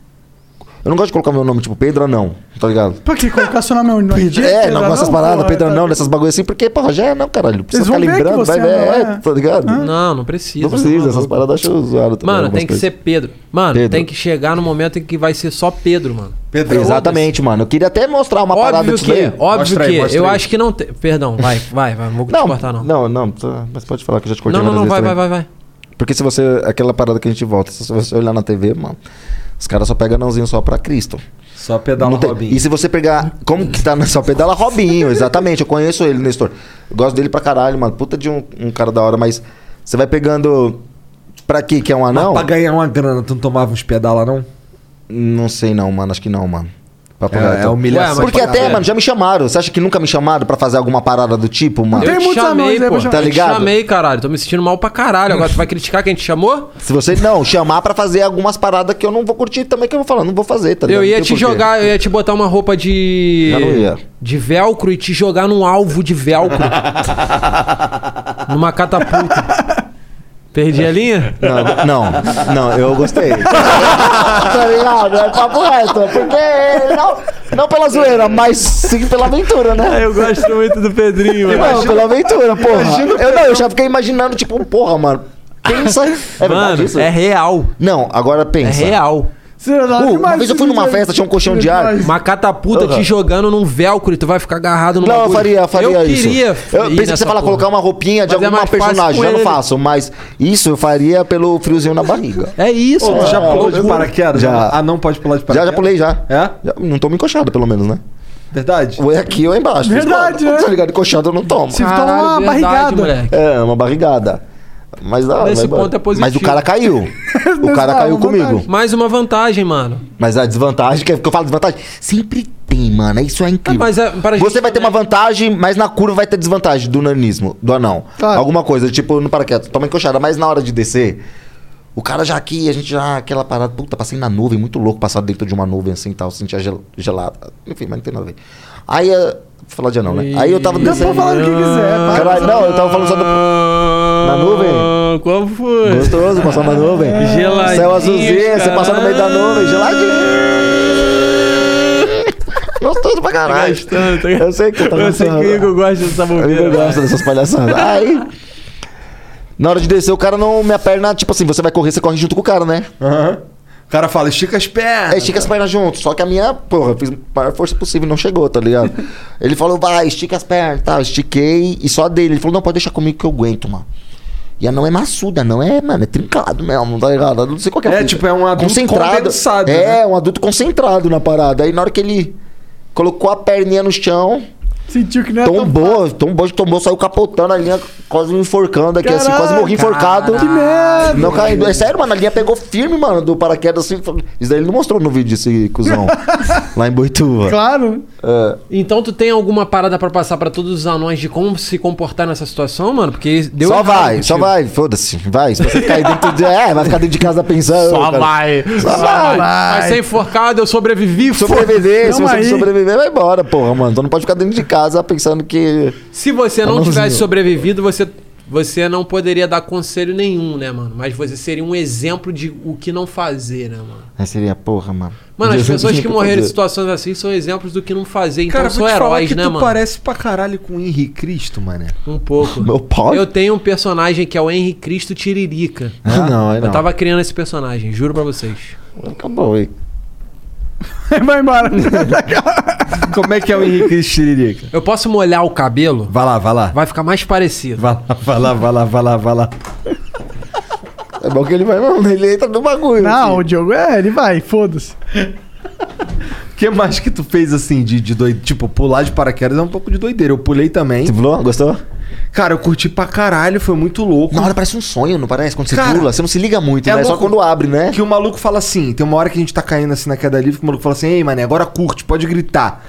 Eu não gosto de colocar meu nome, tipo, Pedro Anão, tá ligado? Por que colocar seu nome no no RG? é, não, Pedro com essas Anão, paradas, porra, Pedro Anão, nessas bagulhas assim, porque, porra, já é não, caralho. Precisa Eles ficar vão ver que lembrando, vai você ver, é anão, é, é. tá ligado? Não, não precisa. tá Não precisa, essas paradas eu acho zoado também, Mano, algumas tem que coisas. ser Pedro. Mano, Pedro. tem que chegar no momento em que vai ser só Pedro, mano. Pedro, Exatamente, mano. Eu queria até mostrar uma parada Óbvio disso que, é, daí. óbvio que, eu acho que não tem... Perdão, vai, vai, vai, não vou te cortar não. Não, não, tá, mas pode falar que eu já te cortei Não, não, várias não, vai, vezes vai, também. vai, vai. Porque se você. Aquela parada que a gente volta, se você olhar na TV, mano, os caras só pegam anãozinho só pra Cristo. Só pedala Não tem- Robinho. E se você pegar. Como que tá na sua pedala? Robinho, exatamente. Eu conheço ele, Nestor. Eu gosto dele pra caralho, mano. Puta de um, um cara da hora, mas. Você vai pegando. Pra que que é um anão? Pra ganhar uma grana, tu não tomava uns pedala, não? Não sei não, mano. Acho que não, mano. Papo É, reto. é humilhação Ué, mas Porque pra até, caralho. mano, já me chamaram. Você acha que nunca me chamaram pra fazer alguma parada do tipo, mano? Eu te chamei, Tá pô. Eu te ligado? chamei, caralho. Tô me sentindo mal pra caralho. Agora tu vai criticar quem te chamou? Se você não chamar pra fazer algumas paradas que eu não vou curtir também, que eu vou falar, não vou fazer, tá ligado? eu Não ia tem te porquê. jogar, eu ia te botar uma roupa de... Já não ia. De velcro e te jogar num alvo de velcro. numa catapulta. Perdi a linha? É. Não, não, não, eu gostei. tá ligado? É papo reto. Porque não, não pela zoeira, mas sim pela aventura, né? Ah, É, Eu gosto muito do Pedrinho, mano. Não, pela aventura, porra. Eu, não, eu já fiquei imaginando, tipo, porra, mano. Pensa. É Mano, verdade isso? é real. Não, agora pensa. É real. Uh, uma vez eu fui numa festa, tinha um colchão de ar. Uma catapulta Aham. te jogando num velcro e tu vai ficar agarrado no Não, eu faria, eu faria eu isso. Queria eu ir pensei que nessa você fala porra. colocar uma roupinha de Mas é alguma mais fácil personagem, com já não ele. faço, mas isso eu faria pelo friozinho na barriga. É isso, Pô, tu já pulou de paraquedas? Já. Ah, não pode pular de Já, paraquedas? já pulei já. É? Já- não tomo encoxado, pelo menos, né? Verdade. Ou é aqui ou é embaixo. Verdade, né? né? Tá ligado? Encoxado eu não tomo. Se toma Caralho, uma verdade, barrigada. moleque. É, uma barrigada. Mas, ah, Nesse mas, ponto é positivo. Mas o cara caiu. o cara caiu comigo. Mais uma vantagem, mano. Mas a desvantagem, que é que eu falo desvantagem, sempre tem, mano. Isso é incrível. Você vai ter uma vantagem, mas na curva vai ter desvantagem do nanismo, do anão. Alguma coisa, tipo, no paraquedas, toma encoxada, mas na hora de descer, o cara já aqui, a gente já, aquela parada, puta, passei na nuvem, muito louco passar dentro de uma nuvem assim e tal, sentia gel, gelada. Enfim, mas não tem nada a ver. Aí, eh, falar de anão, né? Aí eu tava Ih, descendo. pode falar do que quiser, para. Caralho, não, eu tava falando só do. Na nuvem? Qual foi? Gostoso, passar na nuvem. Geladinho, Ah. Céu azulzinho, você passar no meio da nuvem, geladinho. Gostoso pra caralho. tá Eu sei é que tá eu tava Eu sei que o Igor gosta dessa bobeira. Eu gosto dessas palhaçadas. Aí. Na hora de descer, o cara não me aperna, tipo assim, você vai correr, você corre junto com o cara, né? O cara fala, estica as pernas. É, estica as pernas junto. Só que a minha, porra, eu fiz a maior força possível, não chegou, tá ligado? ele falou, vai, estica as pernas, tá? eu Estiquei e só a dele. Ele falou, não, pode deixar comigo que eu aguento, mano. E a não é maçuda, não é, mano, é trincado mesmo, tá ligado? Eu Não sei qual que É, a fita. tipo, é um adulto condensado, É, né? um adulto concentrado na parada. Aí na hora que ele colocou a perninha no chão. Sentiu que não era tombou, tão Tombou, tombou, saiu capotando a linha, quase me enforcando aqui, assim, quase morri enforcado. Que merda! Não caindo. É sério, mano, a linha pegou firme, mano, do paraquedas assim. Isso daí ele não mostrou no vídeo, esse cuzão. lá em Boituva. Claro. É. Então tu tem alguma parada pra passar pra todos os anões de como se comportar nessa situação, mano? Porque deu só errado vai, contigo. só vai, foda-se, vai. Se você ficar aí dentro de. É, vai ficar dentro de casa pensando. Só cara. vai, Só vai. vai. Vai ser enforcado, eu sobrevivi. Sobreviver, foda-se. se você não sobreviver, vai embora, porra, mano. Então não pode ficar dentro de casa pensando que. Se você não Anãozinho. tivesse sobrevivido, você, você não poderia dar conselho nenhum, né, mano? Mas você seria um exemplo de o que não fazer, né, mano? Aí seria, porra, mano. Mano, as Deus, pessoas Um não que tinha o morreram em fazer. situações assim são exemplos do que não fazer, então Cara, são vou te falar heróis, que né, tu mano? parece pra caralho com o Henri Cristo, mané. Um pouco. Meu pau. Eu tenho um personagem que é o Henry Cristo Tiririca. Ah, não, aí Eu não. Tá tava criando esse personagem, juro pra vocês. Acabou, hein? Vai embora. Como é que é o Henri Cristo Tiririca? Eu posso molhar o cabelo? Vai lá, vai lá. Vai ficar mais parecido. Vai lá, vai lá, vai lá, vai lá, vai lá. É bom que ele vai mesmo, ele entra no bagulho. tá- Não, o Diogo, é, ele vai, foda-se. O que mais que tu fez assim de, de doido? Tipo, pular de paraquedas é um pouco de doideira. Eu pulei também. Você pulou? Gostou? Cara, eu curti pra caralho, foi muito louco. Na hora parece um sonho, não parece? Quando você pula, você não se liga muito, é né? Só louco quando abre, né? Que o maluco fala assim, tem uma hora que a gente tá caindo assim na queda livre, que o maluco fala assim, ei, mané, agora curte, pode gritar.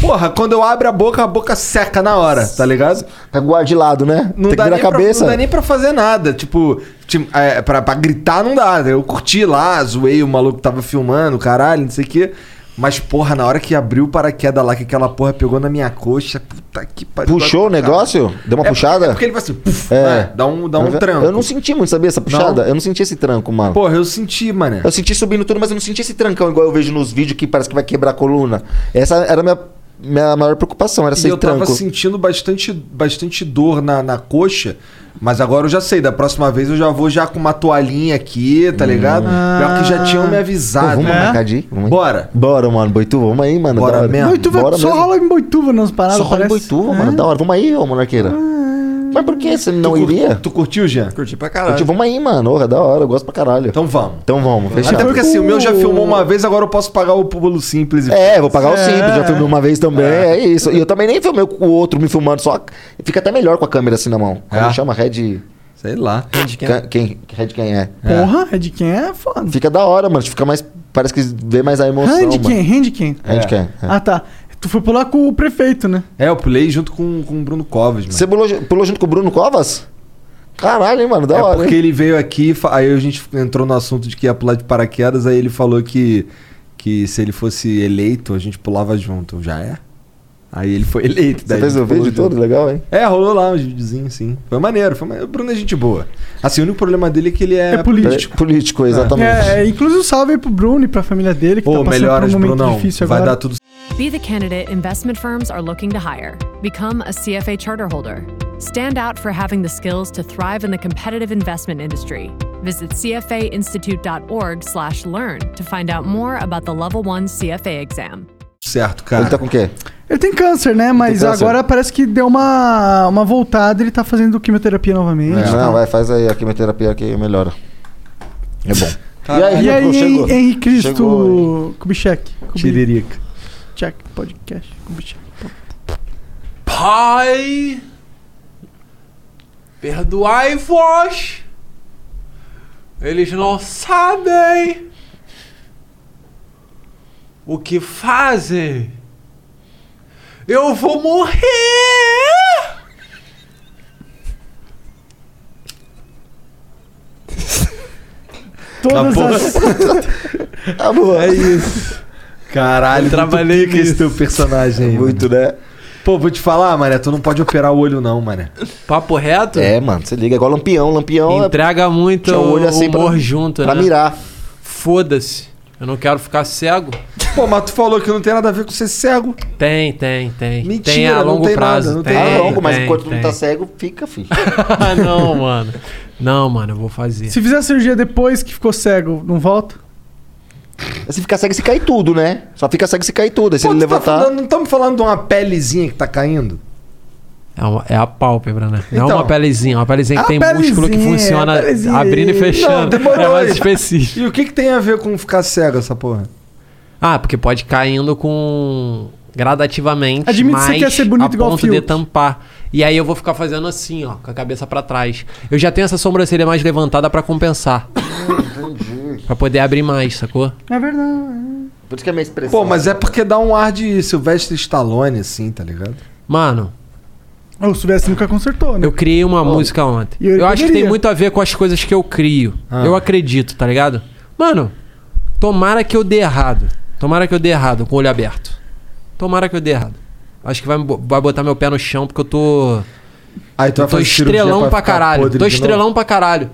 Porra, quando eu abro a boca, a boca seca na hora, tá ligado? Tá guardilado, né? Não Tem que dá virar nem a Pra, cabeça. não dá nem pra fazer nada. Tipo, ti- é, pra, pra gritar não dá. Eu curti lá, zoei o maluco que tava filmando, caralho, não sei o quê. Mas, porra, na hora que abriu o paraquedas lá, que aquela porra pegou na minha coxa, puta que pariu. Puxou o negócio? Deu uma É- puxada? é porque ele vai assim, puf, É. né? dá um, dá um Eu- tranco. Eu não senti muito, sabia, essa puxada? Eu não senti esse tranco, mano. Porra, eu senti, mané. Eu senti subindo tudo, mas eu não senti esse trancão igual eu vejo nos vídeos que parece que vai quebrar a coluna. Essa era a minha, minha maior preocupação, era E ser eu tranco. tava assim, sentindo bastante, bastante dor na, na coxa, mas agora eu já sei. Da próxima vez eu já vou já com uma toalhinha aqui, tá ligado? Pior que Ah. já tinham me avisado. Hum. Pô, vamos né? marcar de ir? Vamos aí. Bora. Bora, mano. Boituva, vamos aí, mano. Bora da hora. mesmo. Boituva, Bora só mesmo. rola em Boituva nas paradas, Só rola em parece. É. Ah. Boituva, mano. Da hora. Vamos aí, ô monarqueira. Mas por que você não Tu cur- iria? Tu curtiu, Jean? Curti pra caralho. Tipo, vamos aí, mano. Porra, da hora. Eu gosto pra caralho. Então vamos. Então vamos, fechado. Até porque assim, o meu Uh. já filmou uma vez, agora eu posso pagar o pulo simples. É, vou pagar o simples, já filmei uma vez também, é. isso. E eu também nem filmei o outro me filmando, só fica até melhor com a câmera assim na mão. É. Como chama? Red... Sei lá. Red quem? quem? Red quem é. Porra, é de quem é foda. Fica da hora, mano. Fica mais... Parece que vê mais a emoção, Handicam, mano. handicam. Handicam, é. Ah, tá. Tu foi pular com o prefeito, né? É, eu pulei junto com, com o Bruno Covas, mano. Você pulou, ju- pulou junto com o Bruno Covas? Caralho, hein, mano. Da é hora, porque hein? ele veio aqui, fa- aí a gente entrou no assunto de que ia pular de paraquedas, aí ele falou que, que se ele fosse eleito, a gente pulava junto. Já é? Aí ele foi eleito. Você fez o vídeo todo? Legal, hein? É, rolou lá uns videozinhos, sim. Foi maneiro, foi maneiro. O Bruno é gente boa. Assim, o único problema dele é que ele é... É político. É, político, exatamente. É, é, inclusive um salve aí pro Bruno e pra família dele, que Pô, tá passando melhoras, por um momento Brunão. difícil Vai agora. dar tudo Be the candidate investment firms are looking to hire. Become a CFA charter holder. Stand out for having the skills to thrive in the competitive investment industry. Visit cfainstitute.org/learn to find out more about the Level 1 CFA exam. certo, cara. Ele tá com o quê? Ele tem câncer, né? Mas câncer. agora parece que deu uma, uma voltada, ele tá fazendo quimioterapia novamente. É, tá? não, vai, faz aí a quimioterapia que melhora. É bom. E aí, Renan, chegou. Henrique Chegou. Cristo Kubitschek. Kubi- Tiririca. Check podcast Kubitschek. Pai, perdoai-vos. Eles não sabem o que fazem. Eu vou morrer. Todas as... Tá bom. É isso. Caralho, Eu trabalhei muito pica esse teu personagem aí. Muito, né? Pô, vou te falar, mané, tu não pode operar o olho não, mané. Papo reto? É, mano, se liga, é igual lampião. Lampião é- Entrega muito um Tinha o o olho assim humor pra- junto, pra né? mirar. Foda-se. Eu não quero ficar cego. Pô, mas tu falou que não tem nada a ver com ser cego. Tem, tem, tem. Mentira, tem a não longo tem prazo. nada, não tem, tem nada. Ah, longo, mas tem, enquanto tem. não tá cego, fica, filho. Ah, não, mano. Não, mano, eu vou fazer. Se fizer a cirurgia depois que ficou cego, não volta? Se ficar cego, se cair tudo, né? Só fica cego se cair tudo. Aí se Pô, ele tu tá levantar. falando- não estamos falando de uma pelezinha que tá caindo? É, uma- é a pálpebra, né? Não é Então. uma pelezinha. Uma pelezinha que A tem músculo que Ah, pelezinha, funciona a pelezinha. abrindo e Não, fechando. demorou é mais aí. específico. E o que, que tem a ver com ficar cego essa porra? Ah, porque pode caindo com. gradativamente. Admite que mas você quer ser bonito a igual o ponto de Fiuk. tampar. E aí eu vou ficar fazendo assim, ó, com a cabeça pra trás. Eu já tenho essa sobrancelha mais levantada pra compensar. Pra poder abrir mais, sacou? É verdade. Por isso que é minha expressão. Pô, mas é porque dá um ar de Silvestre Stallone, assim, tá ligado? Mano. O Silvestre nunca consertou, né? Eu criei uma música ontem. e ele Eu, acho que poderia. tem muito a ver com as coisas que eu crio. Eu acredito, tá ligado? Mano, tomara que eu dê errado. Tomara que eu dê errado com o olho aberto. Tomara que eu dê errado. Acho que vai, me bo- vai botar meu pé no chão porque eu tô. Aí tu vai eu tô fazer cirurgia estrelão pra pra, ficar caralho. podre Tô de novo? estrelão pra caralho.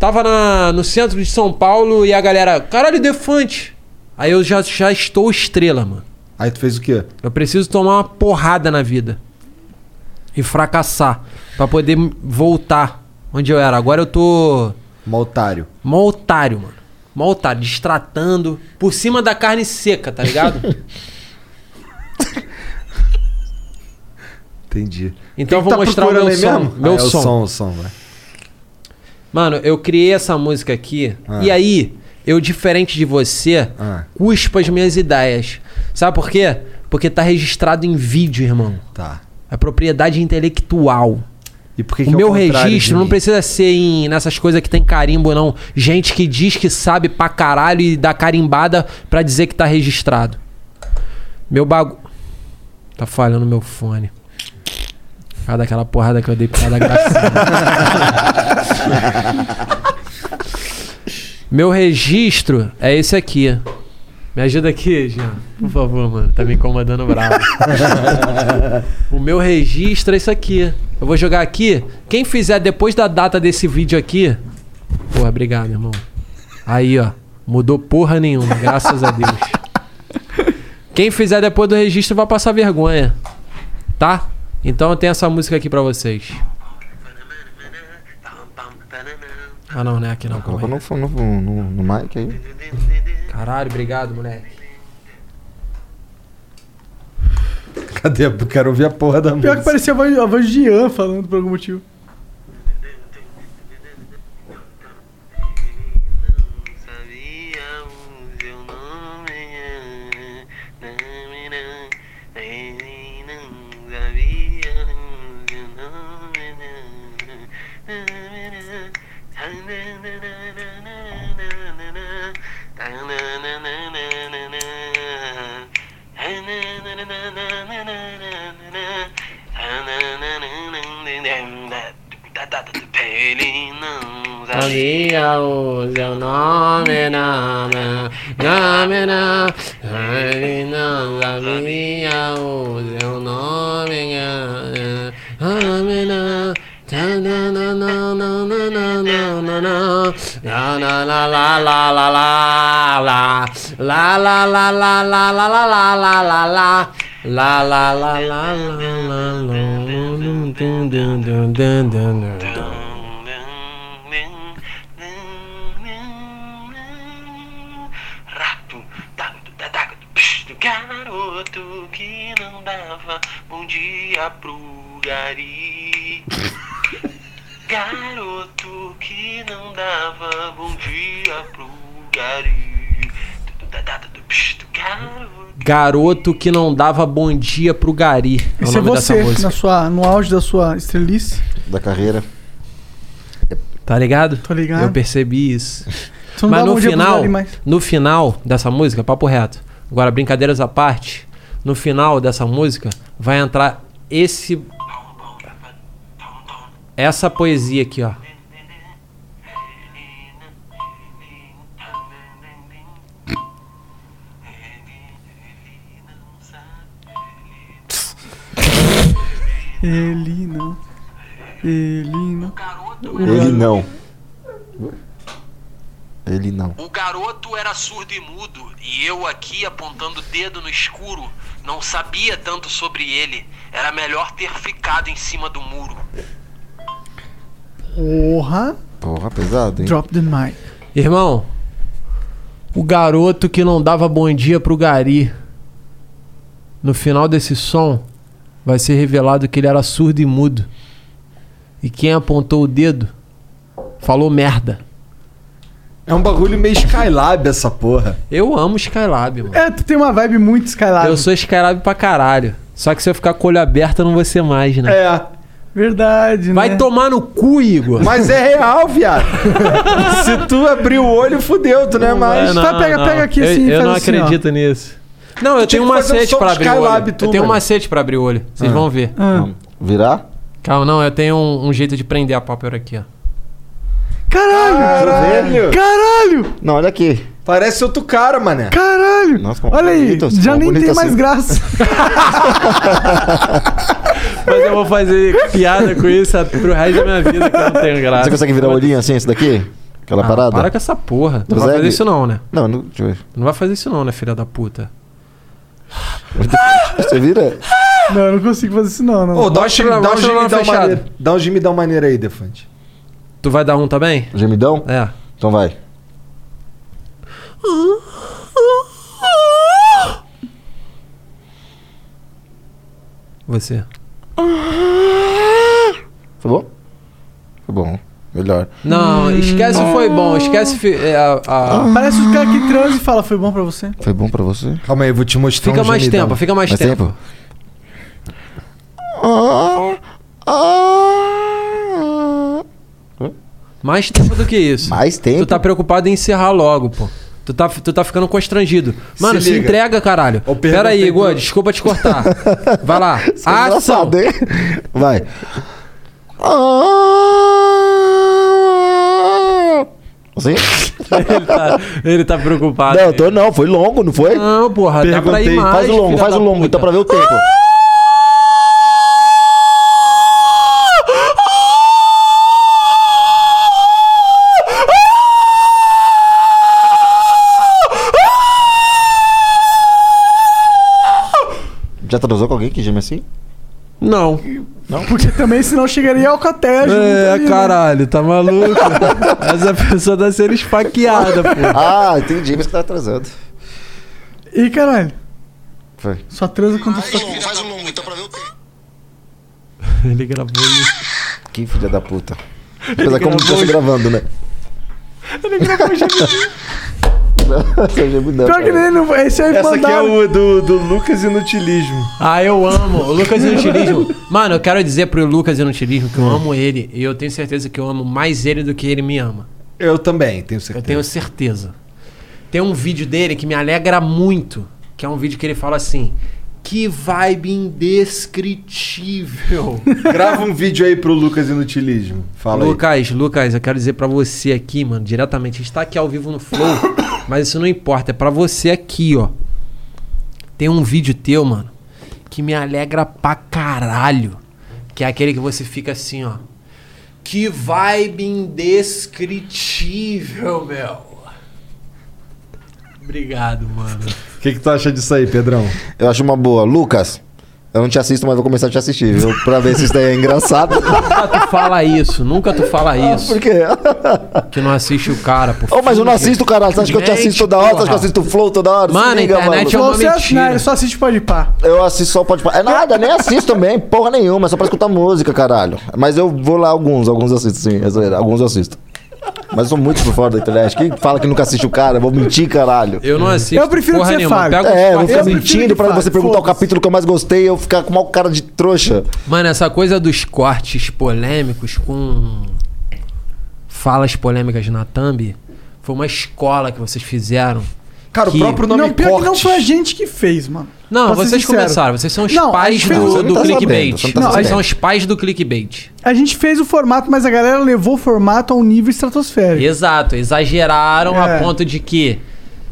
Tava na- no centro de São Paulo e a galera. Caralho, Defante! Aí eu já, já estou estrela, mano. Aí tu fez o quê? Eu preciso tomar uma porrada na vida. E fracassar. Pra poder m- voltar onde eu era. Agora eu tô. Mó otário. Mó otário, mano. Mó otário, destratando. Por cima da carne seca, tá ligado? Entendi. Então eu Quem vou mostrar o tá procurando meu aí som. Meu Ah, é som. O som, o som, vai. Mano, eu criei essa música aqui. Ah. E aí, eu, diferente de você, cuspo as minhas ideias. Sabe por quê? Porque tá registrado em vídeo, irmão. Tá. É propriedade intelectual. E por que o que é o meu contrário de registro não mim? precisa ser em nessas coisas que tem carimbo, não. Gente que diz que sabe pra caralho e dá carimbada pra dizer que tá registrado. Meu bagulho. Tá falhando meu fone. Por causa daquela porrada que eu dei por causa da gracinha. meu registro é esse aqui. Me ajuda aqui, Jean. Por favor, mano. Tá me incomodando bravo. o meu registro é isso aqui. Eu vou jogar aqui. Quem fizer depois da data desse vídeo aqui. Porra, obrigado, irmão. Aí, ó. Mudou porra nenhuma, graças a Deus. Quem fizer depois do registro vai passar vergonha. Tá? Então eu tenho essa música aqui pra vocês. Ah, não, não é aqui não. calma Colocou no, no, no, no mic aí. aí. Caralho, obrigado, moleque. Cadê? Eu quero ouvir a porra da Pior que música. parecia a voz, a voz de Ian falando por algum motivo. Sabia o seu nome, nome, nome, nome, ele não sabia o seu nome, nome, nome, nome. Na, na, na, na, na, na, na, na, na. Na, na, la, la, la, la, la, la. La, la, la, la, la, la, la, la, la, la, la. La, la, la, la, la, la, la. Dun, dun, dun, dun, dun, dun, dun, dun. do garoto que não dava bom dia pro gari. Garoto que não dava bom dia pro gari. Garoto que não dava bom dia pro Gari. É o Esse é nome dessa você, música. na sua, no auge da sua estrelice. Da carreira. Tá ligado? Tô ligado. Eu percebi isso. Só não Mas dá um no bom dia pro final, Gari mais. no final dessa música, papo reto. Agora, brincadeiras à parte, no final dessa música vai entrar esse. Essa poesia aqui, ó. Ele não. Ele não. Ele não. Ele não. O garoto era surdo e mudo, e eu aqui apontando o dedo no escuro, não sabia tanto sobre ele. Era melhor ter ficado em cima do muro. Porra. Porra, pesado, hein? Drop the mic. Irmão, o garoto que não dava bom dia pro Gari, no final desse som, vai ser revelado que ele era surdo e mudo. E quem apontou o dedo falou merda. É um bagulho meio Skylab essa porra. Eu amo Skylab, mano. É, tu tem uma vibe muito Skylab. Eu sou Skylab pra caralho. Só que se eu ficar com o olho aberto, eu não vou ser mais, né? É. Verdade, Vai tomar no cu, Igor. Mas é real, viado. Se tu abrir o olho, fudeu, tu não é mais. Não, Tá, não. eu, Eu não assim, acredito nisso. Não, eu Tinha tenho um que fazer um macete som pra de abrir o Skylab, olho. tu, eu tenho um mano. macete pra abrir o olho. Vocês Ah. vão ver. Ah. Virar? Calma, não, eu tenho um, um jeito de prender a pápera aqui, ó. Caralho! Caralho! Caralho! Não, olha aqui. Parece outro cara, mané. Caralho! Nossa, Olha aí, Então, já nem tem assim. mais graça. Mas eu vou fazer piada com isso pro resto da minha vida, que eu não tenho graça. Você consegue virar o olhinho assim, esse daqui? Aquela Ah, parada? Para com essa porra. Tu não vai Consegue? fazer isso não, né? Não, não, deixa eu ver. Tu Não vai fazer isso não, né, filha da puta? Você vira? Não, eu não consigo fazer isso não. não. Ô, dá um time, dá um Mostra lá time, no dá um fechado. maneiro. Dá um time, dá um maneiro aí, Defante. Tu vai dar um também? Gemidão? É. Então vai. Você. Foi bom? Foi bom. Melhor. Não, esquece o foi bom, esquece fi- é, a- a- Ah. Parece os caras que transam e falam, foi bom pra você. Foi bom pra você? Calma aí, eu vou te mostrar Fica um mais gemidão. tempo, fica mais tempo. Ah. Oh. Hum? Mais tempo do que isso. Mais tempo? Tu tá preocupado em encerrar logo, pô. Tu tá, tu tá ficando constrangido. Mano, se, liga. entrega, caralho. pergunta Pera aí, aí Igor, pro- desculpa te cortar. Vai lá. Isso é Ação. engraçado, hein? Vai. Assim? ele, tá, ele tá preocupado. Não, eu tô não, foi longo, não foi? Não, porra, dá pra ir mais, Faz o longo, filha faz da o longo, puta. então pra ver o tempo. Já transou com alguém que geme assim? Não. Porque também senão chegaria ao catejo. né? É, caralho, tá maluco? Essa pessoa tá sendo esfaqueada, pô. Ah, entendi, mas que tá atrasado. E caralho. Foi. Só transa quando tu tá... Faz o longo, então pra ver o tempo. Ele gravou isso. Que filha da puta. Ele Apesar como se gravou fosse isso. gravando, né? Ele gravou o gemidinho. Essa geme não, Pior que cara. nem não... Esse aí Essa aqui é mandaram. o do, do Lucas Inutilismo. Ah, eu amo. O Lucas Inutilismo. Mano, eu quero dizer pro Lucas Inutilismo que eu amo ele. E eu tenho certeza que eu amo mais ele do que ele me ama. Eu também, tenho certeza. Eu tenho certeza. Tem um vídeo dele que me alegra muito. Que é um vídeo que ele fala assim. Que vibe indescritível. Grava um vídeo aí pro Lucas Inutilismo. Fala aí. Lucas, Lucas, eu quero dizer pra você aqui, mano, diretamente, a gente tá aqui ao vivo no Flow, mas isso não importa, é pra você aqui, ó. Tem um vídeo teu, mano, que me alegra pra caralho, que é aquele que você fica assim, ó. Que vibe indescritível, meu. Obrigado, mano. O que, que tu acha disso aí, Pedrão? Eu acho uma boa. Lucas, eu não te assisto, mas vou começar a te assistir, viu? Pra ver se isso daí é engraçado. Nunca tu fala isso, nunca tu fala isso. Ah, Por quê? Que não assiste o cara, pô. Oh, mas eu não assisto, caralho. Você acha que eu te Gente, assisto toda hora? Você acha que eu porra. assisto Flow toda hora? Se Mano, a liga, internet mano. é uma Você acha, mentira. não, ele só assiste pode pá. Eu assisto só pode É nada, nem assisto também, porra nenhuma, é só pra escutar música, caralho. Mas eu vou lá alguns, alguns eu assisto, sim, é zoeira, alguns eu assisto. Mas eu sou muito por fora da internet. Quem fala que nunca assiste o cara, eu vou mentir, caralho. Eu não assisto Eu prefiro porra que você nenhuma. fale. Pega os É, eu vou quatro ficar prefiro que mentindo pra fale, você perguntar o capítulo que eu mais gostei e eu ficar com o maior cara de trouxa. Mano, essa coisa dos cortes polêmicos com falas polêmicas na thumb foi uma escola que vocês fizeram. Cara, que... o próprio nome Não, pior que não cortes. foi a gente que fez, mano. Não, Pra ser vocês sincero. começaram. Vocês são os Não, a pais do, gente fez o- do tá clickbait. sabendo, você não tá vocês sabendo. são os pais do clickbait. A gente fez o formato, mas a galera levou o formato a um nível estratosférico. Exato. Exageraram a É. ponto de que,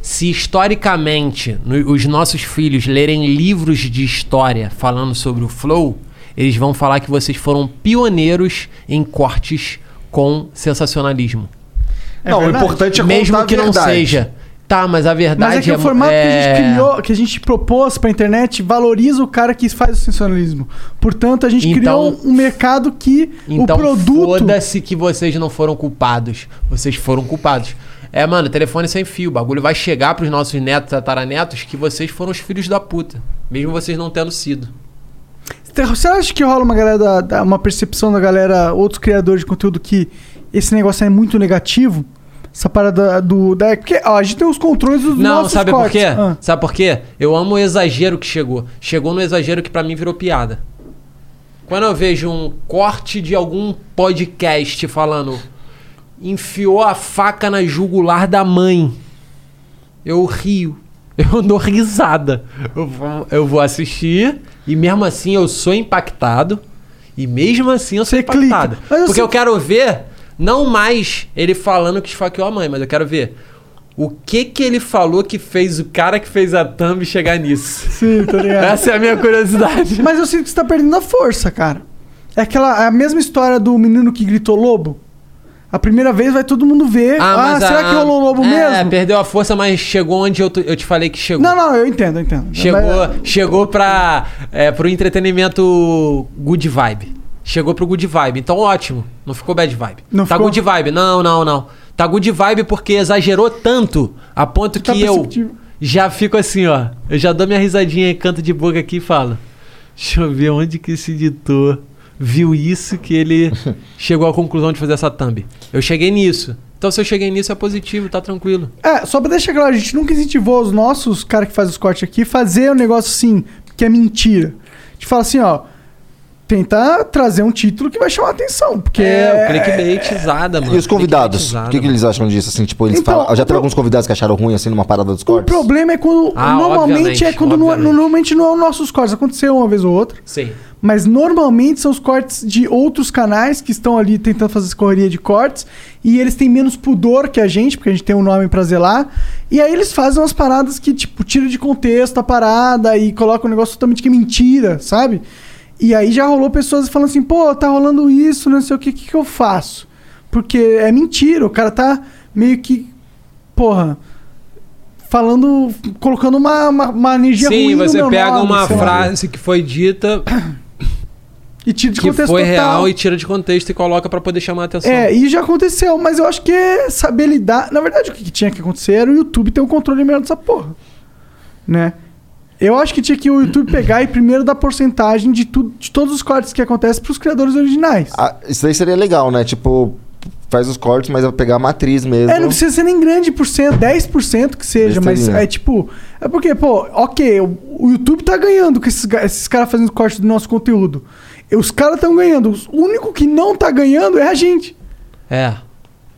se historicamente no- os nossos filhos lerem livros de história falando sobre o flow, eles vão falar que vocês foram pioneiros em cortes com sensacionalismo. É verdade. Mesmo que não seja. Tá, mas a verdade Mas é que o formato que a gente criou, que a gente propôs pra internet, valoriza o cara que faz o sensacionalismo. Portanto, a gente Então- criou um mercado que Então, o produto. foda-se que vocês não foram culpados. Vocês foram culpados. É, mano, telefone sem fio. O bagulho vai chegar pros nossos netos, tataranetos, que vocês foram os filhos da puta. Mesmo vocês não tendo sido. Você acha que rola uma galera da- da- uma percepção da galera, outros criadores de conteúdo que esse negócio é muito negativo? Essa parada do da porque ó, a gente tem os controles dos Não, nossos sabe por cortes. quê? Ah. Sabe por quê? Eu amo o exagero que chegou. Chegou no exagero que pra mim virou piada. Quando eu vejo um corte de algum podcast falando enfiou a faca na jugular da mãe, eu rio. Eu dou risada. Eu vou, eu vou assistir e mesmo assim eu sou impactado. E mesmo assim eu sou impactado. Porque eu quero ver, não mais ele falando que esfaqueou a mãe, mas eu quero ver o que que ele falou que fez o cara que fez a thumb chegar nisso. Sim, tá ligado? Essa é a minha curiosidade. Mas eu sinto que você tá perdendo a força, cara. É aquela a mesma história do menino que gritou lobo. A primeira vez vai todo mundo ver. Ah, mas será a- que rolou lobo mesmo? É, perdeu a força, mas chegou onde eu, tu- eu te falei que chegou. Não, não, eu entendo, eu entendo. Chegou, Mas- é- chegou pra, é, pro entretenimento good vibe. Chegou pro good vibe. Então, ótimo. Não ficou bad vibe. Não tá ficou? good vibe. Não, não, não. Tá good vibe porque exagerou tanto a ponto Tá que eu já fico assim, ó. Eu já dou minha risadinha e canto de boca aqui e falo. Deixa eu ver onde que esse editor viu isso que ele chegou à conclusão de fazer essa thumb. Eu cheguei nisso. Então, se eu cheguei nisso, é positivo, tá tranquilo. É, só pra deixar claro, a gente nunca incentivou os nossos caras que fazem os cortes aqui fazer um negócio assim, que é mentira. A gente fala assim, ó. Tentar trazer um título que vai chamar a atenção. Porque É, o clickbaitizada, mano. E os convidados? O Clickbaitizada, que, que eles acham disso? Assim, tipo, eles Então, falam. Já teve o- alguns convidados que acharam ruim, assim, numa parada dos O cortes? problema é quando. Ah, normalmente é obviamente, quando não, é- normalmente não é os nossos cortes. Aconteceu uma vez ou outra. Sim. Mas normalmente são os cortes de outros canais que estão ali tentando fazer escorreria de cortes. E eles têm menos pudor que a gente, porque a gente tem um nome pra zelar. E aí eles fazem umas paradas que, tipo, tira de contexto a parada e coloca um negócio totalmente que é mentira, sabe? E aí já rolou pessoas falando assim, pô, tá rolando isso, não sei o que, o que, que eu faço? Porque é mentira, o cara tá meio que. Porra. Falando. colocando uma, uma, uma energia ruim Sim, no você meu pega nome, uma sei lá. frase que foi dita E tira de que contexto foi total. real e tira de contexto e coloca pra poder chamar a atenção. É, e já aconteceu, mas eu acho que é saber lidar. Na verdade, o que que tinha que acontecer era o YouTube ter um controle melhor dessa porra. Né? Eu acho que tinha que o YouTube pegar e primeiro dar porcentagem de, tudo, de todos os cortes que acontecem pros criadores originais. Ah, isso daí seria legal, né? Tipo, faz os cortes, mas eu pegar a matriz mesmo. É, não precisa ser nem grande por cento, 10% que seja, mas Besteirinha. é tipo. É porque, pô, ok, o, o YouTube tá ganhando com esses, ga- esses caras fazendo corte do nosso conteúdo. E Os caras estão ganhando. O único que não tá ganhando é a gente. É.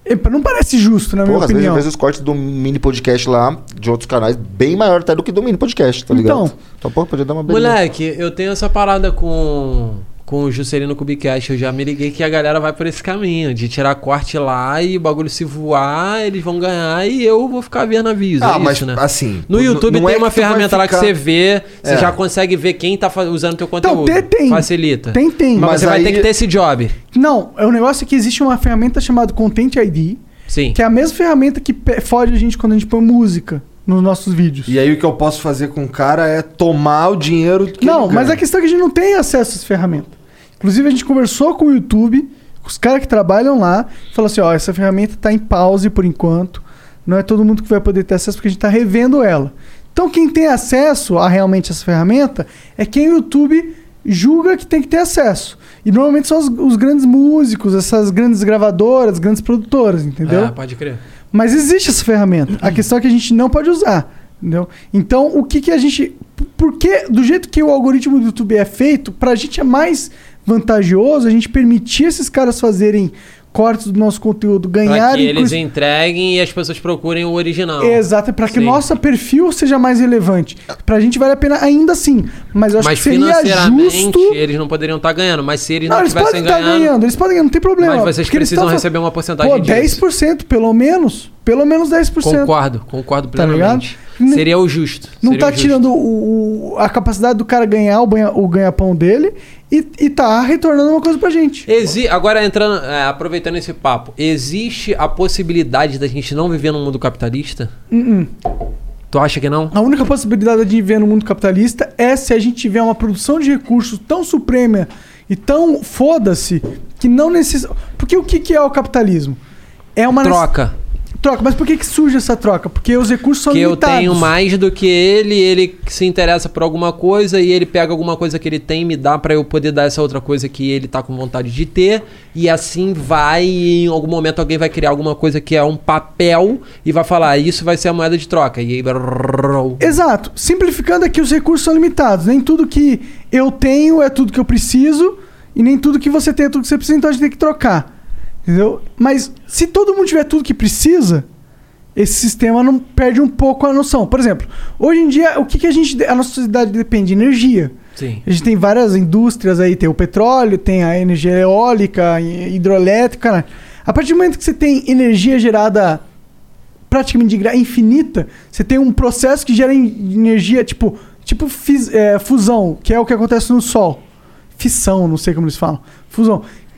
É, Não parece justo, na Porra, às minha vezes é opinião. eu vejo os cortes do mini podcast lá, de outros canais, bem maior até do que do mini podcast, tá ligado? Então. então porra, podia dar uma beleza. Moleque, eu tenho essa parada com, com o Juscelino Kubicast. Eu já me liguei que a galera vai por esse caminho de tirar corte lá e o bagulho se voar, eles vão ganhar e eu vou ficar vendo aviso. Ah, é mas, isso, né? assim, No n- YouTube não tem é uma que tu vai ferramenta lá que ficar- você vê, você É. já consegue ver quem tá fa- usando teu conteúdo. Então, tem- tem. Facilita. Tem, tem. Mas, Mas você vai aí- ter que ter esse job. Não, é o negócio é que existe uma ferramenta chamada Content ID, Sim. que é a mesma ferramenta que pe- fode a gente quando a gente põe música nos nossos vídeos. E aí o que eu posso fazer com o cara é tomar o dinheiro que Não, mas a questão é que a gente não tem acesso a essa ferramenta. Inclusive, a gente conversou com o YouTube, com os caras que trabalham lá, e falou assim: ó, essa ferramenta tá em pause por enquanto. Não é todo mundo que vai poder ter acesso porque a gente tá revendo ela. Então, quem tem acesso a realmente essa ferramenta é quem o YouTube julga que tem que ter acesso. E normalmente são os, os grandes músicos, essas grandes gravadoras, grandes produtoras, entendeu? Ah, pode crer. Mas existe essa ferramenta. A questão é que a gente não pode usar. Entendeu? Então, o que, que a gente. Por que, do jeito que o algoritmo do YouTube é feito, pra gente é mais vantajoso a gente permitir esses caras fazerem cortes do nosso conteúdo, Pra que ganharem. eles com- entreguem e as pessoas procurem o original. Exato, para que o Sim. nosso perfil seja mais relevante. Pra gente vale a pena ainda assim. Mas eu acho Mas que seria financeiramente justo. eles não poderiam estar ganhando, mas se eles Não, não eles estivessem podem tá estar ganhando, ganhando. eles podem ganhar, não tem problema. Mas vocês porque eles precisam tão fa- receber uma porcentagem Pô, disso. 10%, pelo menos. Pelo menos 10%. Concordo, concordo Tá ligado? plenamente. Seria o justo. Não seria tá o justo. tirando o- o- a capacidade do cara ganhar o, banha- o ganha-pão dele e, e tá retornando uma coisa pra gente. Exi Agora, entrando, é, aproveitando esse papo, existe a possibilidade da gente não viver num mundo capitalista? Hum, hum. Tu acha que não? A única possibilidade de viver no mundo capitalista é se a gente tiver uma produção de recursos tão suprema e tão foda-se que não necessita. Porque o que, que é o capitalismo? É uma nece- Troca. Troca, mas por que, que surge essa troca? Porque os recursos são Que eu limitados. tenho mais do que ele, ele se interessa por alguma coisa e ele pega alguma coisa que ele tem e me dá pra eu poder dar essa outra coisa que ele tá com vontade de ter. E assim vai, e em algum momento alguém vai criar alguma coisa que é um papel e vai falar, "Ah, isso vai ser a moeda de troca. E aí. brrrrou. Exato. Simplificando aqui, os recursos são limitados. Nem tudo que eu tenho é tudo que eu preciso, e nem tudo que você tem é tudo que você precisa, então a gente tem que trocar. Entendeu? Mas se todo mundo tiver tudo que precisa, esse sistema não perde um pouco a noção. Por exemplo, hoje em dia, o que, que a gente. A nossa sociedade depende de energia. Sim. A gente tem várias indústrias aí, tem o petróleo, tem a energia eólica, hi- hidrelétrica. né? A partir do momento que você tem energia gerada praticamente de gra- infinita, você tem um processo que gera en- energia tipo, tipo fis- é, fusão, que é o que acontece no Sol. Fissão, não sei como eles falam. Fusão.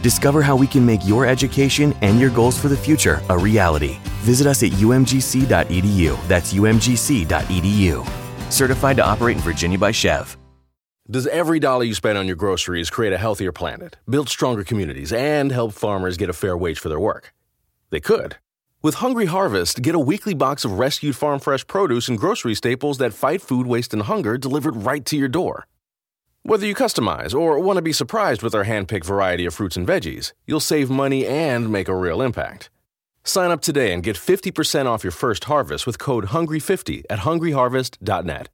Discover how we can make your education and your goals for the future a reality. Visit us at umgc.edu. E That's E umgc.edu. Certified to operate in Virginia by Chev. Does every dollar you spend on your groceries create a healthier planet, build stronger communities, and help farmers get a fair wage for their work? They could. With Hungry Harvest, get a weekly box of rescued farm fresh produce and grocery staples that fight food waste and hunger delivered right to your door. Whether you customize or want to be surprised with our hand-picked variety of fruits and veggies, you'll save money and make a real impact. Sign up today and get 50% off your first harvest with code HUNGRY50 at hungryharvest.net.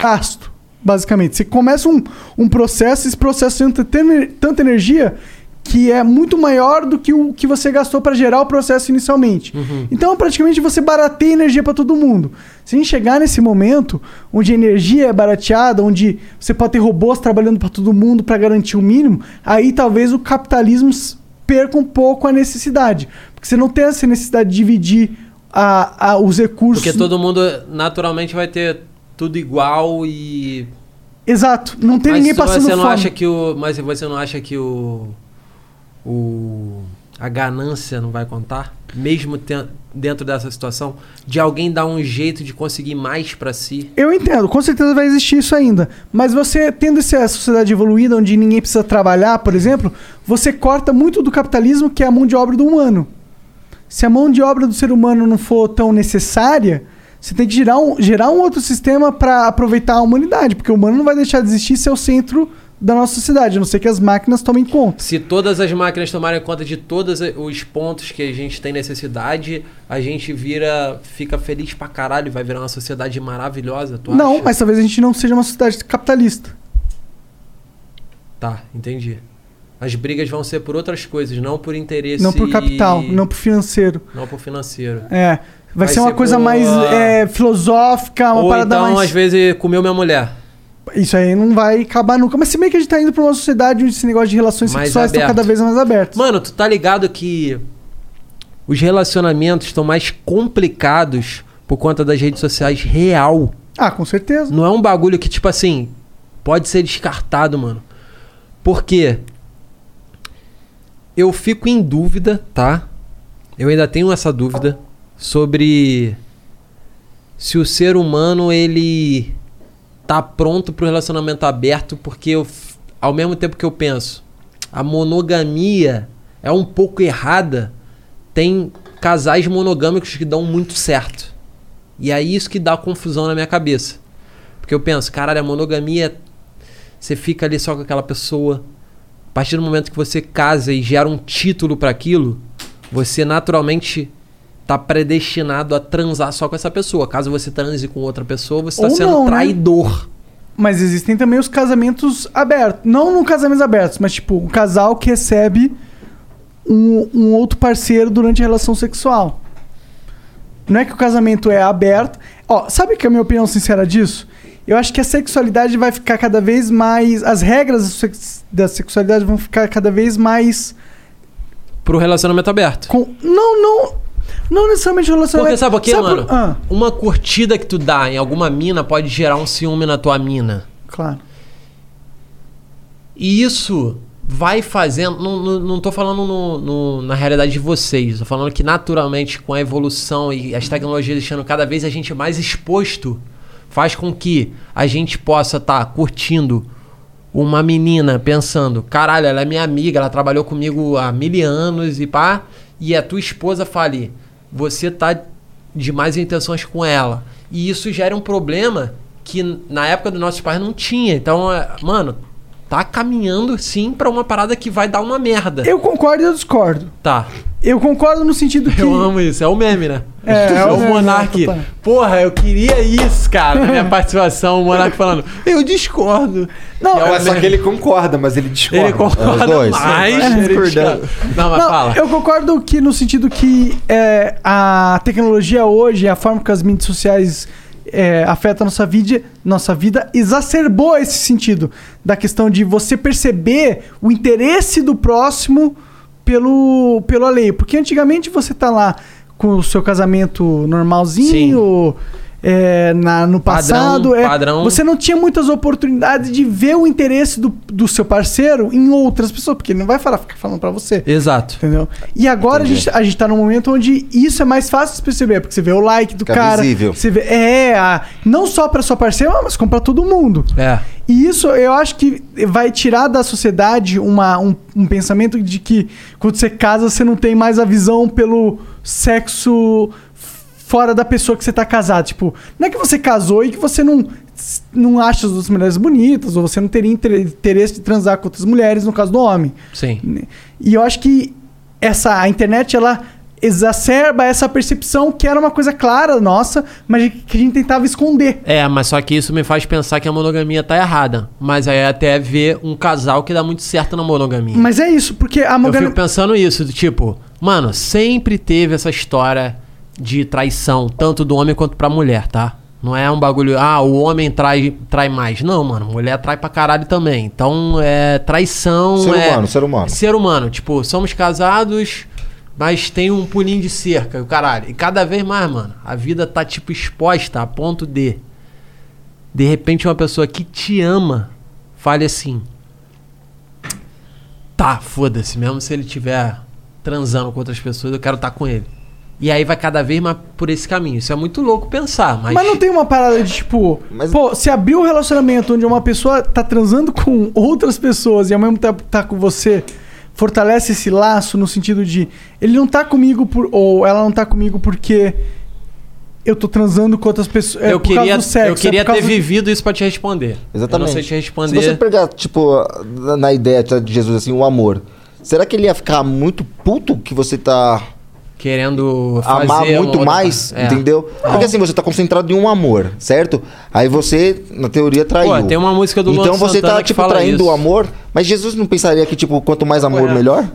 gasto, basicamente. Você começa um, um processo, esse processo entra ten- tanta energia que é muito maior do que o que você gastou para gerar o processo inicialmente. Uhum. Então, praticamente, você barateia energia para todo mundo. Se a gente chegar nesse momento onde a energia é barateada, onde você pode ter robôs trabalhando para todo mundo para garantir o mínimo, aí talvez o capitalismo s- perca um pouco a necessidade. Porque você não tem essa necessidade de dividir a, a- os recursos. Porque todo mundo naturalmente vai ter tudo igual e. Exato. Não tem ninguém tu- passando você não fome. acha que o Mas você não acha que o. O. A ganância não vai contar? Mesmo ten- dentro dessa situação? De alguém dar um jeito de conseguir mais pra si? Eu entendo, com certeza vai existir isso ainda. Mas você, tendo essa sociedade evoluída onde ninguém precisa trabalhar, por exemplo, você corta muito do capitalismo que é a mão de obra do humano. Se a mão de obra do ser humano não for tão necessária, você tem que gerar um, gerar um outro sistema para aproveitar a humanidade, porque o humano não vai deixar de existir ser o centro da nossa sociedade, a não ser que as máquinas tomem conta. Se todas as máquinas tomarem conta de todos os pontos que a gente tem necessidade, a gente vira. fica feliz pra caralho, vai virar uma sociedade maravilhosa, tu não, acha? mas talvez a gente não seja uma sociedade capitalista. Tá, entendi. As brigas vão ser por outras coisas, não por interesse. Não por capital, e- não por financeiro. Não por financeiro. É. Vai, ser uma coisa por mais uma- é, filosófica, é uma Ou parada então, mais. às vezes, comeu minha mulher. Isso aí não vai acabar nunca. Mas se bem que a gente tá indo pra uma sociedade onde esse negócio de relações Mais sexuais estão aberto. cada vez mais aberto. Mano, tu tá ligado que os relacionamentos estão mais complicados por conta das redes sociais real. Ah, com certeza. Não é um bagulho que, tipo assim, pode ser descartado, mano. Por quê? Eu fico em dúvida, tá? Eu ainda tenho essa dúvida sobre se o ser humano ele tá pronto pro relacionamento aberto, porque eu, f- ao mesmo tempo que eu penso, a monogamia é um pouco errada, tem casais monogâmicos que dão muito certo. E é isso que dá confusão na minha cabeça. Porque eu penso, caralho, a monogamia é- você fica ali só com aquela pessoa. A partir do momento que você casa e gera um título pra aquilo, você naturalmente tá predestinado a transar só com essa pessoa. Caso você transe com outra pessoa, você tá Ou sendo não, né? traidor. Mas existem também os casamentos abertos. Não no casamentos abertos, mas tipo, um casal que recebe um, um outro parceiro durante a relação sexual. Não é que o casamento é aberto. Ó, sabe que é a minha opinião sincera disso? Eu acho que a sexualidade vai ficar cada vez mais. As regras da sex- da sexualidade vão ficar cada vez mais. Pro relacionamento aberto. Não, não. Não necessariamente o relacionamento. Porque sabe por quê, mano? por- Ah, Uma curtida que tu dá em alguma mina pode gerar um ciúme na tua mina. claro. E isso vai fazendo. Não, não, não tô falando no- no- na realidade de vocês. Tô falando que naturalmente, com a evolução e as tecnologias deixando cada vez a gente mais exposto, faz com que a gente possa estar curtindo uma menina pensando: caralho, ela é minha amiga, ela trabalhou comigo há mil anos e pá. E a tua esposa fale: você tá de mais intenções com ela. E isso gera um problema que na época dos nossos pais não tinha. Então, é, mano, tá caminhando sim pra uma parada que vai dar uma merda. Eu concordo e eu discordo. Tá. Eu concordo no sentido que. Eu amo isso, é o meme, né? É, é É. o o meme, Monark. total. Porra, eu queria isso, cara, na minha participação. O Monark falando, eu discordo. Não, é o é só meme. que ele concorda, mas ele É discorda. Ele concorda mais, ele discordando. Não, mas Não, fala. Eu concordo que no sentido que é, a tecnologia hoje, a forma que as mídias sociais é, afetam a nossa vida, nossa vida, exacerbou esse sentido da questão de você perceber o interesse do próximo pelo, pelo alheio. Porque antigamente você tá lá com o seu casamento normalzinho... é, na- no Padrão, passado é, padrão. você não tinha muitas oportunidades de ver o interesse do, do seu parceiro em outras pessoas, porque ele não vai falar, ficar falando pra você. Exato. Entendeu? E agora a gente, a gente tá num momento onde isso é mais fácil de perceber, porque você vê o like do Fica cara. visível. Você vê, é, a- não só pra sua parceira, mas como pra todo mundo. É. E isso eu acho que vai tirar da sociedade uma, um, um pensamento de que quando você casa, você não tem mais a visão pelo sexo fora da pessoa que você tá casado. Tipo, não é que você casou e que você não, não acha as outras mulheres bonitas, ou você não teria inter- interesse de transar com outras mulheres, no caso do homem. Né? Sim. E eu acho que essa a internet ela exacerba essa percepção que era uma coisa clara nossa, mas que a gente tentava esconder. É, mas só que isso me faz pensar que a monogamia tá errada. Mas aí até ver um casal que dá muito certo na monogamia. Mas é isso, porque a Eu monogamia fico pensando isso, do tipo, mano, sempre teve essa história de traição, tanto do homem quanto pra mulher, tá? Não é um bagulho, ah, o homem trai, trai mais. Não, mano, mulher trai pra caralho também. Então, é traição. Ser é- humano, ser humano. Ser humano, tipo, somos casados, mas tem um pulinho de cerca, e o caralho. E cada vez mais, mano, a vida tá, tipo, exposta a ponto de. De repente, uma pessoa que te ama fale assim: tá, foda-se, mesmo se ele tiver transando com outras pessoas, eu quero estar com ele. E aí vai cada vez mais por esse caminho. Isso é muito louco pensar, mas. Mas não tem uma parada de tipo, pô, se abrir um relacionamento onde uma pessoa tá transando com outras pessoas e ao mesmo tempo tá com você, fortalece esse laço no sentido de ele não tá comigo por ou ela não tá comigo porque eu tô transando com outras pessoas, é eu, por queria, causa do sexo, eu queria é por causa ter vivido isso pra te responder. Eu não Exatamente. sei te responder. Se você pegar, tipo, na- na ideia de Jesus, assim, o amor, será que ele ia ficar muito puto que você tá Querendo fazer amar uma muito outra- mais, É. entendeu? Porque assim, você tá concentrado em um amor, certo? Aí você, na teoria, traiu. Pô, tem uma música do Luan Então você Santana tá, que tipo, fala traindo o isso. amor, mas Jesus não pensaria que, tipo, quanto mais amor, melhor?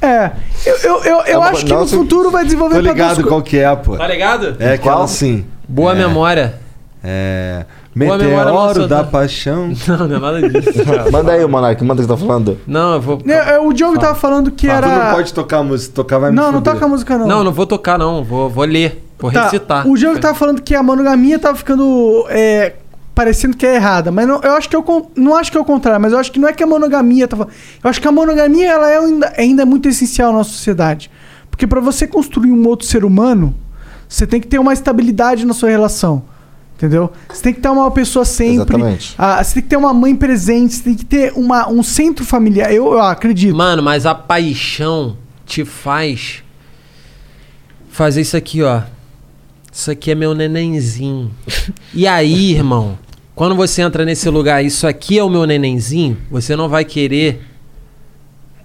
É, eu, eu, eu, eu É uma- acho que nossa, no futuro vai desenvolver Tá Tô pra ligado duas qual que é, pô. Tá ligado? É aquela assim. Boa memória. É. Boa memória, Meteoro Luan da Santana. paixão. Não, não é nada disso. manda aí, Monark, manda o que você tá falando. Não, eu vou. co- É, é, o Diogo tava falando que Ah, Tu era não pode tocar a música, tocar vai me Não, não foder. toca a música não. Não, não vou tocar, não. Vou, vou ler. Vou Tá, recitar. O Diogo tava falando que a monogamia tava ficando é, parecendo que é errada, mas não, eu acho que eu con- não acho que é o contrário, mas eu acho que não é que a monogamia tava, eu acho que a monogamia ela é ainda, ainda é muito essencial na nossa sociedade, porque pra você construir um outro ser humano, você tem que ter uma estabilidade na sua relação. Entendeu? Você tem que ter uma pessoa sempre. Exatamente. Ah, você tem que ter uma mãe presente, você tem que ter uma, um centro familiar. Eu, eu acredito. Mano, mas a paixão te faz fazer isso aqui, ó. Isso aqui é meu nenenzinho. E aí, irmão, quando você entra nesse lugar, isso aqui é o meu nenenzinho, você não vai querer.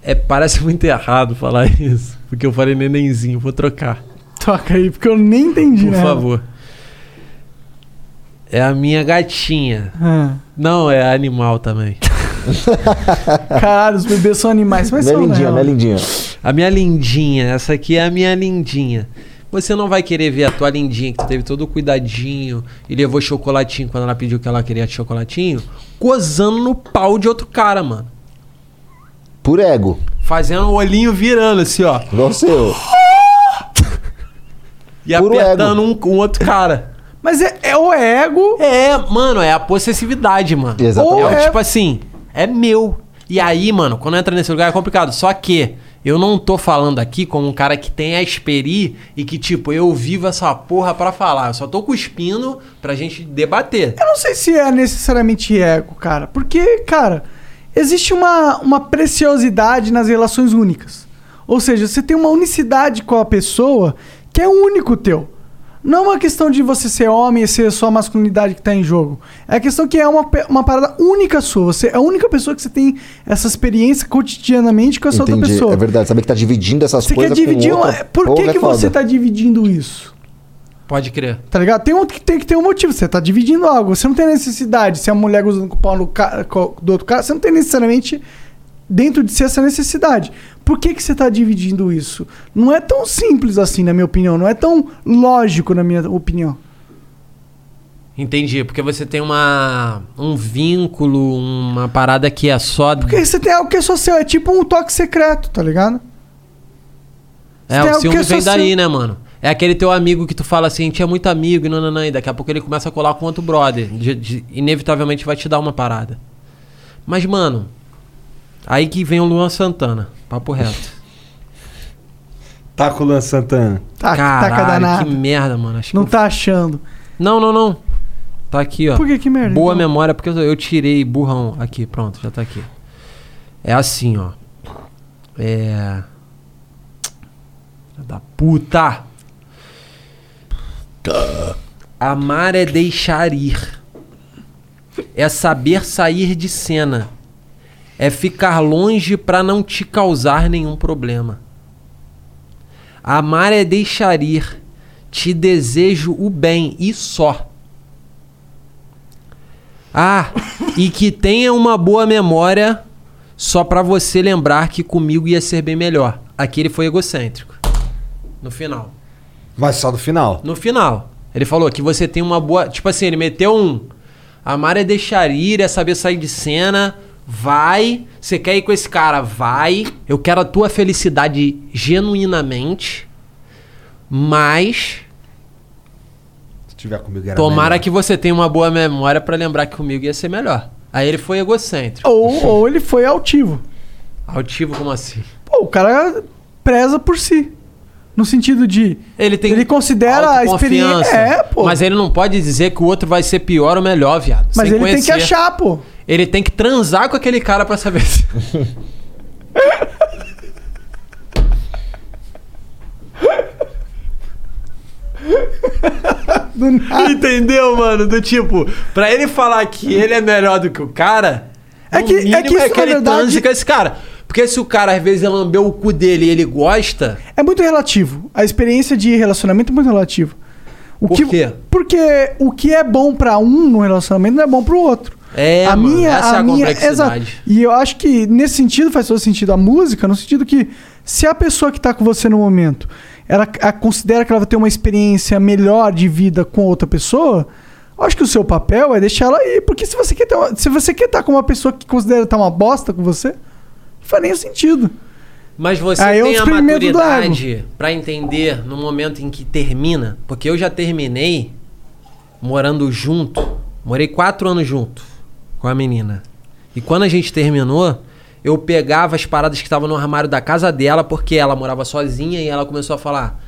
É, parece muito errado falar isso. Porque eu falei nenenzinho, vou trocar. Toca aí, porque eu nem entendi, Por né? favor. É a minha gatinha. Ah. Não, é animal também. Caralho, os bebês são animais, mas são, né? A minha lindinha, essa aqui é a minha lindinha. Você não vai querer ver a tua lindinha, que tu teve todo o cuidadinho e levou chocolatinho quando ela pediu que ela queria chocolatinho, cozando no pau de outro cara, mano. Por ego. Fazendo o olhinho virando assim, ó. Não seu. E apertando um, um outro cara. Mas é, o ego. É, mano, é a possessividade, mano. Exatamente. Ou é, tipo assim, é meu. E aí, mano, quando entra nesse lugar é complicado. Só que eu não tô falando aqui como um cara que tem a experi e que, tipo, eu vivo essa porra pra falar. Eu só tô cuspindo pra gente debater. Eu não sei se é necessariamente ego, cara. Porque, cara, existe uma, uma preciosidade nas relações únicas. Ou seja, você tem uma unicidade com a pessoa que é único teu. Não é uma questão de você ser homem e ser só a masculinidade que tá em jogo. É a questão que é uma, pe- uma parada única sua. Você é a única pessoa que você tem essa experiência cotidianamente com essa outra Entendi, pessoa. é verdade. Saber que tá dividindo essas Você quer coisas dividir com uma... outra, Por que, porra, é que você foda. tá dividindo isso? Pode crer. Tá ligado? Tem, um, tem que ter um motivo. Você tá dividindo algo. Você não tem necessidade. Se a mulher gozando com o pau no ca- co- do outro cara, você não tem necessariamente dentro de si essa necessidade. Por que, que você tá dividindo isso? Não é tão simples assim, na minha opinião. Não é tão lógico, na minha opinião. Entendi, porque você tem uma um vínculo, uma parada que é só Porque você tem algo que é só seu. É tipo um toque secreto, tá ligado? É, Tem o algo que ciúme é só vem daí, ciúme. né, mano? É aquele teu amigo que tu fala assim, tinha muito amigo e nananã, e daqui a pouco ele começa a colar com outro brother. De- de- inevitavelmente vai te dar uma parada. Mas, mano, aí que vem o Luan Santana, papo reto. Tá com o Luan Santana. Tá, taca Caralho, danado. que merda, mano. Acho que Não tá achando. Não, não, não. Tá aqui, ó. Por que que merda, Boa então? memória, porque eu- eu tirei burrão aqui. Pronto, já tá aqui. É assim, ó. É. Filha Da puta! Amar é deixar ir. É saber sair de cena. É ficar longe pra não te causar nenhum problema. Amar é deixar ir. Te desejo o bem e só. Ah, e que tenha uma boa memória só pra você lembrar que comigo ia ser bem melhor. Aqui ele foi egocêntrico. No final. Mas só no final. No final. Ele falou que você tem uma boa. Tipo assim, ele meteu um. Amar é deixar ir, é saber sair de cena. Vai. Você quer ir com esse cara? Vai. Eu quero a tua felicidade genuinamente. Mas. Se tiver comigo era Tomara melhor. que você tenha uma boa memória pra lembrar que comigo ia ser melhor. Aí ele foi egocêntrico. Ou, ou ele foi altivo. Altivo como assim? Pô, o cara preza por si. No sentido de. Ele tem. Ele considera a experiência. Confiança. É, pô. Mas ele não pode dizer que o outro vai ser pior ou melhor, viado. Mas sem ele tem conhecer. que achar, pô. Ele tem que transar com aquele cara pra saber se. Ah. Entendeu, mano? Do tipo, pra ele falar que ele é melhor do que o cara, é que- é mínimo é que que, isso, na ele verdade- transe com esse cara. Porque se o cara às vezes lambeu o cu dele e ele gosta, É muito relativo. A experiência de relacionamento é muito relativo. O Por que, quê? Porque o que é bom pra um no relacionamento não é bom pro outro. É, a mano, minha, essa a é a minha, complexidade. exato. E eu acho que nesse sentido faz todo sentido a música, no sentido que se a pessoa que tá com você no momento, ela a- considera que ela vai ter uma experiência melhor de vida com outra pessoa, eu acho que o seu papel é deixar ela ir, porque se você quer ter uma- se você quer estar com uma pessoa que considera estar uma bosta com você, não faz nenhum sentido. Mas você Aí é o tem a experimento do maturidade pra entender no momento em que termina, porque eu já terminei morando junto, morei quatro anos junto com a menina. E quando a gente terminou, eu pegava as paradas que estavam no armário da casa dela, porque ela morava sozinha e ela começou a falar: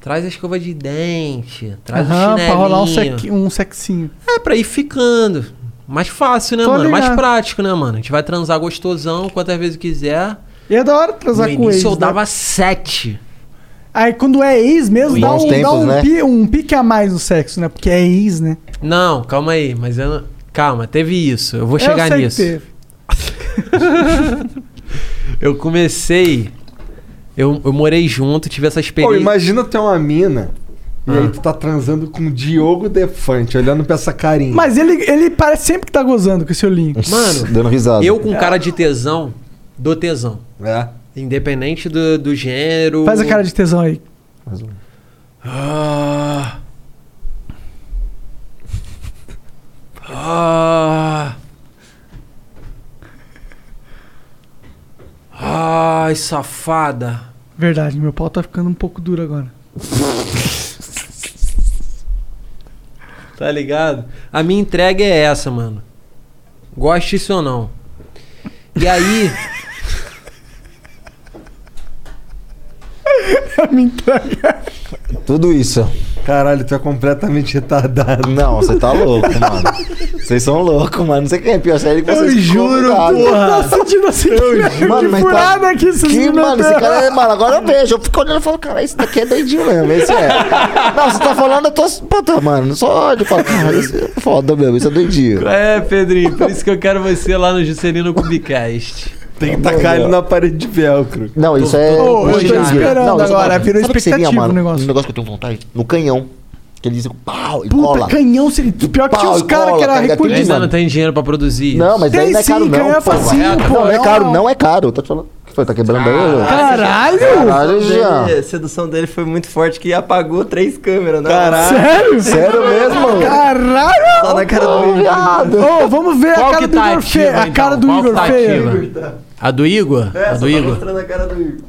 traz a escova de dente, traz Aham, o pra chinelinho. rolar um, sexi- um sexinho. É, pra ir ficando. Mais fácil, né, Tô mano? Mais ligado. prático, né, mano? A gente vai transar gostosão quantas vezes quiser. E é da hora transar No com início eles. eu né? dava sete. Aí quando é ex mesmo, dá, Bons um, dá tempos, um, né? pi- um pique a mais no sexo, né? Porque é ex, né? Não, calma aí, mas eu não- calma, teve isso. Eu vou Eu chegar sei que nisso. teve. Eu comecei. Eu, eu morei junto, tive essa Pô, experiência. imagina ter uma mina e Ah. aí tu tá transando com o Diogo Defante, olhando pra essa carinha. Mas ele, ele parece sempre que tá gozando com esse olhinho. Mano, eu com cara de tesão, dou tesão. É. Independente do, do gênero. Faz a cara de tesão aí. Ah. Ah. Ah, Ai, safada. Verdade, meu pau tá ficando um pouco duro agora. Tá ligado? A minha entrega é essa, mano. Goste isso ou não. E aí. Tudo isso. Caralho, tu é completamente retardado. Não, você tá louco, mano. Vocês são loucos, mano. Não sei quem é pior série que vocês. Eu juro, convidaram. porra. Tá sentindo assim, Eu que juro, mas tá- furada aqui, vocês Que, me mano, esse meteram. cara é, mano, agora eu vejo. Eu fico olhando e falo, cara, esse daqui é doidinho mesmo. Esse é. Não, você tá falando, eu tô. Puta, mano, só olho e falo, cara, esse é foda mesmo, esse é doidinho. É, Pedrinho, por isso que eu quero você lá no Juscelino Cubicast. Tem que Tá tacar ele na parede de velcro. Não, isso é. Ô, eu tô hoje em dia. esperando Não, isso- agora, mano, virou sabe o que seria, expectativa mano? o Um negócio que eu tenho vontade. No canhão. Que ele diz, pau, e Puta, cola. canhão, se... pior que tinha Pau os e caras cola, que era tá ligado? recolhido. Tudo, Ainda não mano. tem dinheiro pra produzir isso. Não, mas Tem daí não é sim, caro, não. canhão é pô. facinho, pô. Não, não é Não, caro, não. não é caro. Eu tô te falando. O que Foi, tá quebrando aí? Caralho! Caralho, Jean. A sedução dele foi muito forte que apagou três câmeras, né? Caralho. Sério? Sério mesmo, mano? Caralho! Só na cara do viado. Ô, vamos ver Qual a cara que do tá Igor ativa, feia. A então? cara do Qual que Igor tá feia. É, ativa? A do Igor? a do Igor? É, tá mostrando a cara do Igor.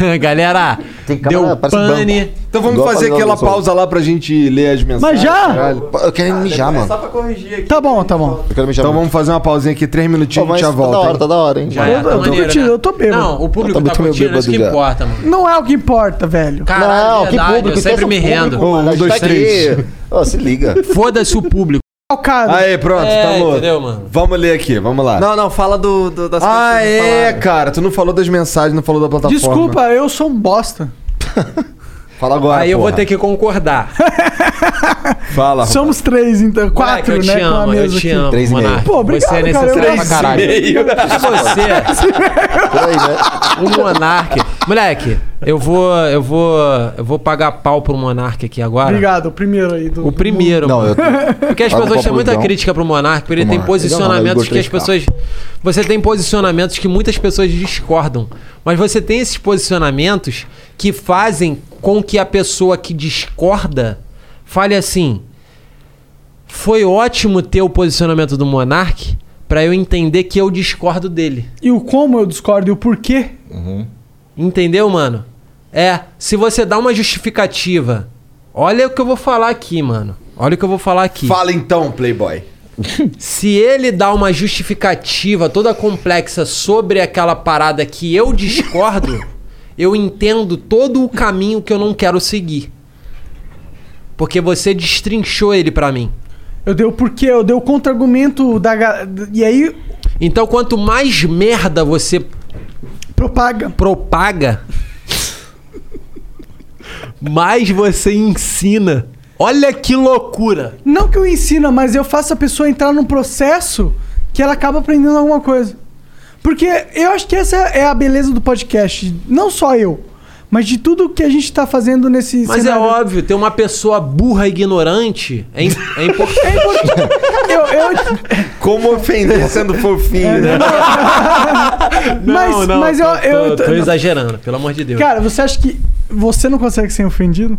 Galera, É, deu pane. Então vamos fazer aquela pausa lá pra gente ler as mensagens. Ah, Mas já? Caralho. Eu quero mijar, mano. pra corrigir aqui. Tá bom, tá bom. Eu quero mijar então vamos fazer uma pausinha aqui, três minutinhos e a mas gente já tá da volta. hora, tá da hora, hein? Já Eu, eu tô curtindo, eu tô bêbado. né? Não, o público Eu tô muito tá meio curtindo, isso que bêbado já. importa, mano. Não é o que importa, velho. Caralho, Não, que verdade, público, eu sempre me rendo. Um, tá dois, três. Ó, se liga. Foda-se o público. Calcado. Aê, pronto, É, tá louco. entendeu, mano? Vamos ler aqui, vamos lá. Não, não, fala do, do- das coisas ah, que vocês é, falaram. cara. Tu não falou das mensagens, não falou da plataforma. Desculpa, eu sou um bosta. Fala agora, Aí eu vou porra. ter que concordar. Fala. Somos três, então. Quatro, eu né? te com a amo, eu mesa te aqui. amo. Monark. Pô, obrigado, Você é cara, necessário eu- pra caralho. Três e meio. Você, o Monark. Moleque, eu vou, eu vou, eu vou pagar pau pro Monark aqui agora. Obrigado, o primeiro aí. Do, O primeiro. Não, mano. eu- Porque as Paga pessoas um pau pro têm muita Igão. crítica pro Monark, porque ele Pro tem Monark. é um Igão não, posicionamentos Igor que as 3K. pessoas. Você tem posicionamentos que muitas pessoas discordam. Mas você tem esses posicionamentos que fazem com que a pessoa que discorda fale assim. Foi ótimo ter o posicionamento do Monark pra eu entender que eu discordo dele. E o como eu discordo e o porquê. Entendeu, mano? É, se você dá uma justificativa. Olha o que eu vou falar aqui, mano. Olha o que eu vou falar aqui. Fala então, Playboy. Se ele dá uma justificativa toda complexa sobre aquela parada que eu discordo, eu entendo todo o caminho que eu não quero seguir. Porque você destrinchou ele pra mim. Eu dei o porquê, eu dei o contra-argumento da. ga- E aí. Então, quanto mais merda você propaga, propaga mais você ensina. Olha que loucura. Não que eu ensina, mas eu faço a pessoa entrar num processo que ela acaba aprendendo alguma coisa. Porque eu acho que essa é a beleza do podcast. Não só eu, mas de tudo que a gente tá fazendo nesse. Mas é cenário. óbvio, ter uma pessoa burra e ignorante é, im- é importante. Eu, eu... É, Como ofender sendo fofinho, né? mas mas eu, tô, eu tô- tô exagerando, pelo amor de Deus. Cara, você acha que você não consegue ser ofendido?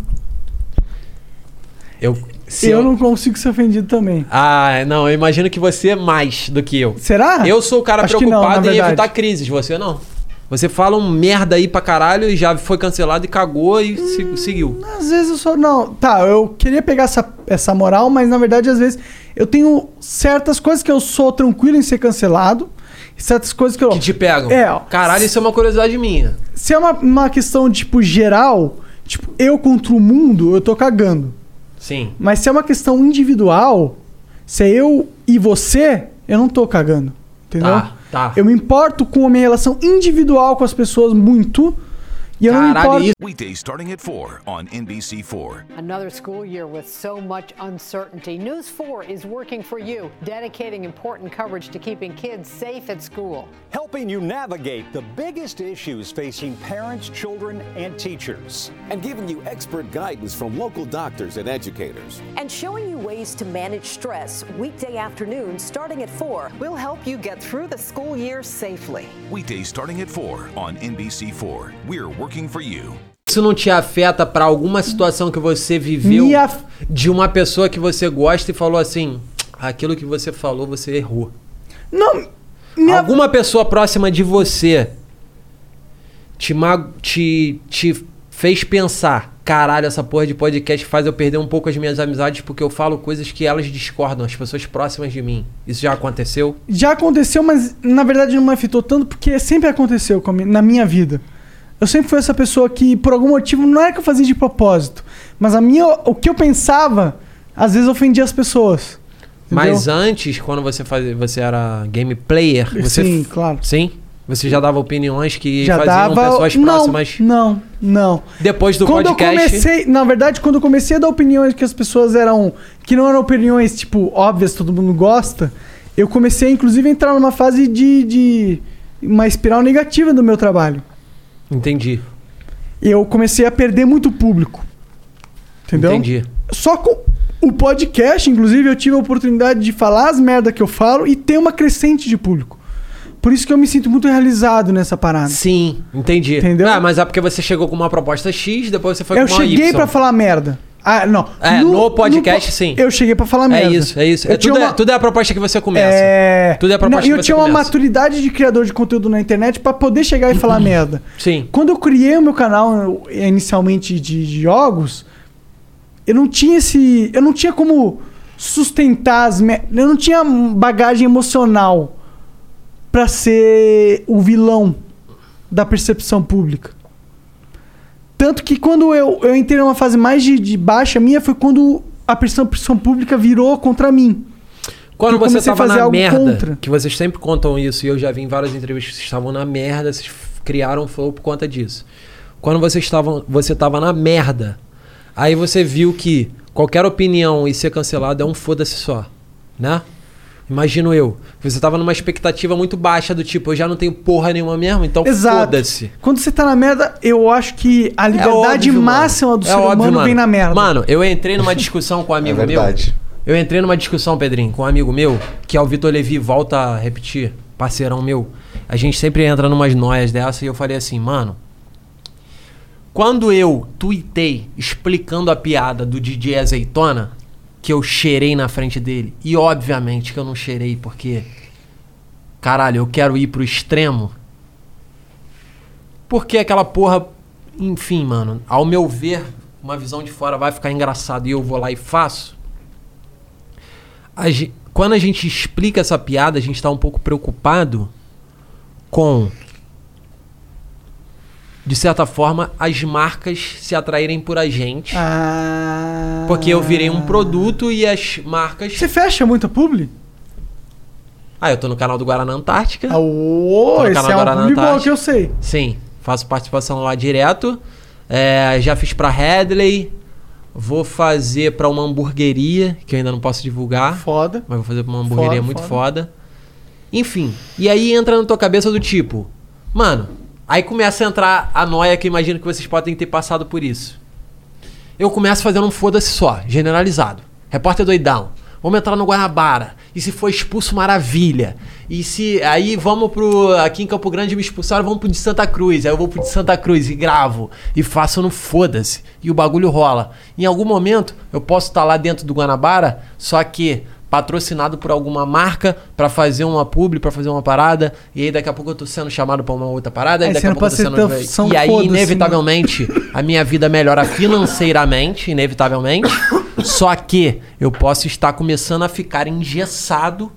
eu, se eu, não consigo ser ofendido também. Ah, não, eu imagino que você é mais do que eu. Será? Eu sou o cara Acho que não, preocupado na em verdade. evitar crises, você não. Você fala um merda aí pra caralho e já foi cancelado e cagou e se- seguiu. Às vezes eu sou. Não, tá, eu queria pegar essa, essa moral, mas na verdade, às vezes, eu tenho certas coisas que eu sou tranquilo em ser cancelado. E certas coisas que eu. Que te pegam. É, ó. Caralho, isso é uma curiosidade minha. Se é uma, uma questão, tipo, geral, tipo, eu contra o mundo, eu tô cagando. Sim. Mas se é uma questão individual, se é eu e você, eu não tô cagando. Entendeu? Tá, tá. Eu me importo com a minha relação individual com as pessoas muito. E eu não me importo. Weekdays starting at 4 on NBC4. Another school year with so much uncertainty. News 4 is working for you, dedicating important coverage to keeping kids safe at school. helping you navigate the biggest issues facing parents, children, and teachers. And giving you expert guidance from local doctors and educators. And showing you ways to manage stress weekday afternoons starting at 4. We'll help you get through the school year safely. Weekdays starting at 4 on NBC4. We're working for you. Isso não te afeta pra alguma situação que você viveu Me af- de uma pessoa que você gosta e falou assim: aquilo que você falou, você errou. Não. Alguma pessoa próxima de você te, ma- te, te fez pensar: caralho, essa porra de podcast faz eu perder um pouco as minhas amizades porque eu falo coisas que elas discordam, as pessoas próximas de mim. Isso já aconteceu? Já aconteceu, mas na verdade não me afetou tanto porque sempre aconteceu com a mi- na minha vida. Eu sempre fui essa pessoa que, por algum motivo, não era que eu fazia de propósito, mas a minha, o que eu pensava, às vezes ofendia as pessoas. entendeu? Mas antes, quando você fazia, você era game player, você Sim, f- claro. Sim. Você já dava opiniões que já faziam dava. pessoas não, próximas. Não, não. Depois do quando podcast. eu comecei, na verdade, quando eu comecei a dar opiniões que as pessoas eram. que não eram opiniões, tipo, óbvias, todo mundo gosta, eu comecei, inclusive, a entrar numa fase de. de uma espiral negativa do meu trabalho. Entendi. Eu comecei a perder muito público. Entendeu? Entendi. Só com o podcast, inclusive, eu tive a oportunidade de falar as merda que eu falo e ter uma crescente de público. Por isso que eu me sinto muito realizado nessa parada. Sim, entendi. Entendeu? Ah, mas é porque você chegou com uma proposta X, depois você foi eu com uma cheguei Y. pra falar merda. Ah, não. É, no podcast, po- sim. Eu cheguei pra falar É merda. isso, é isso. Eu É, tinha tudo, é, uma- tudo é a proposta que você começa. É. Tudo é a proposta Não, e eu que você tinha uma começa. maturidade de criador de conteúdo na internet pra poder chegar e falar merda. Sim. Quando eu criei o meu canal eu, inicialmente de jogos, eu não tinha esse. Eu não tinha como sustentar as. Me... Eu não tinha bagagem emocional pra ser o vilão da percepção pública. Tanto que quando eu, eu entrei numa fase mais de, de baixa minha foi quando a percepção pública virou contra mim. Quando Eu você comecei a estava fazer na algo merda, contra. que vocês sempre contam isso, e eu já vi em várias entrevistas que vocês estavam na merda, vocês f- criaram um flow por conta disso. Quando vocês estavam, você estava na merda, aí você viu que qualquer opinião e ser cancelado é um foda-se só, né? Imagino eu. Você estava numa expectativa muito baixa do tipo, eu já não tenho porra nenhuma mesmo, então foda-se. Quando você tá na merda, eu acho que a É liberdade óbvio, mano. máxima do É ser óbvio, humano mano. vem na merda. É Mano, eu entrei numa discussão com um amigo meu. verdade. Eu entrei numa discussão, Pedrinho, com um amigo meu, que é o Vitor Levi, volta a repetir, parceirão meu. A gente sempre entra numas noias dessa e eu falei assim, mano. Quando eu tuitei explicando a piada do DJ Azeitona, que eu cheirei na frente dele, e obviamente que eu não cheirei porque. Caralho, eu quero ir pro extremo. Porque aquela porra. Enfim, mano. Ao meu ver, uma visão de fora vai ficar engraçado e eu vou lá e faço. A ge- quando a gente explica essa piada, a gente tá um pouco preocupado com. De certa forma, as marcas se atraírem por a gente. Porque eu virei um produto e as marcas. Você fecha muita publi? Ah, eu tô no canal do Guarana Antártica. Ah, Ô, Tô no esse canal é Guarana um publi bom Antártica. que eu sei. Sim, faço participação lá direto. É, já fiz pra Headley. Vou fazer pra uma hamburgueria, que eu ainda não posso divulgar. Foda. Mas vou fazer pra uma hamburgueria é Foda, muito foda. foda. Enfim, e aí entra na tua cabeça do tipo, mano, aí começa a entrar a noia que eu imagino que vocês podem ter passado por isso. Eu começo fazendo um foda-se só, generalizado. Repórter doidão. Vamos entrar no Guanabara. E se for expulso, maravilha. E se. Aí vamos pro. Aqui em Campo Grande me expulsaram, vamos pro de Santa Cruz. Aí eu vou pro de Santa Cruz e gravo. E faço no foda-se. E o bagulho rola. Em algum momento, eu posso estar lá dentro do Guanabara, só que patrocinado por alguma marca pra fazer uma publi, pra fazer uma parada. E aí daqui a pouco eu tô sendo chamado pra uma outra parada. Aí e daqui É, a você não pouco pode ser eu tão- tô sendo. são um E aí, foda-se, né? inevitavelmente inevitavelmente, a minha vida melhora financeiramente, inevitavelmente. Só que eu posso estar começando a ficar engessado.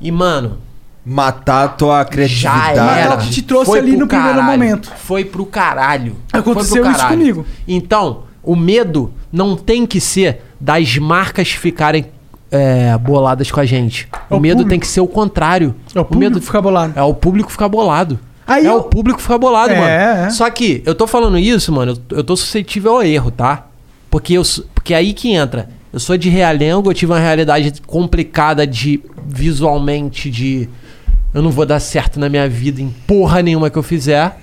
E, mano. Matar a tua É, criatividade. Já era. Matar o que te trouxe ali pro no primeiro momento. Foi pro caralho. Aconteceu Foi pro isso caralho. comigo. Então, o medo não tem que ser das marcas ficarem é, boladas com a gente. O, medo tem que ser o contrário. É o, público medo ficar bolado. É o público ficar bolado. é, o público fica bolado, É, mano. é. Só que eu tô falando isso, mano, eu eu tô suscetível ao erro, tá? Porque, eu, sou- porque é aí que entra. Eu sou de realengo, eu tive uma realidade complicada de visualmente, de eu não vou dar certo na minha vida em porra nenhuma que eu fizer.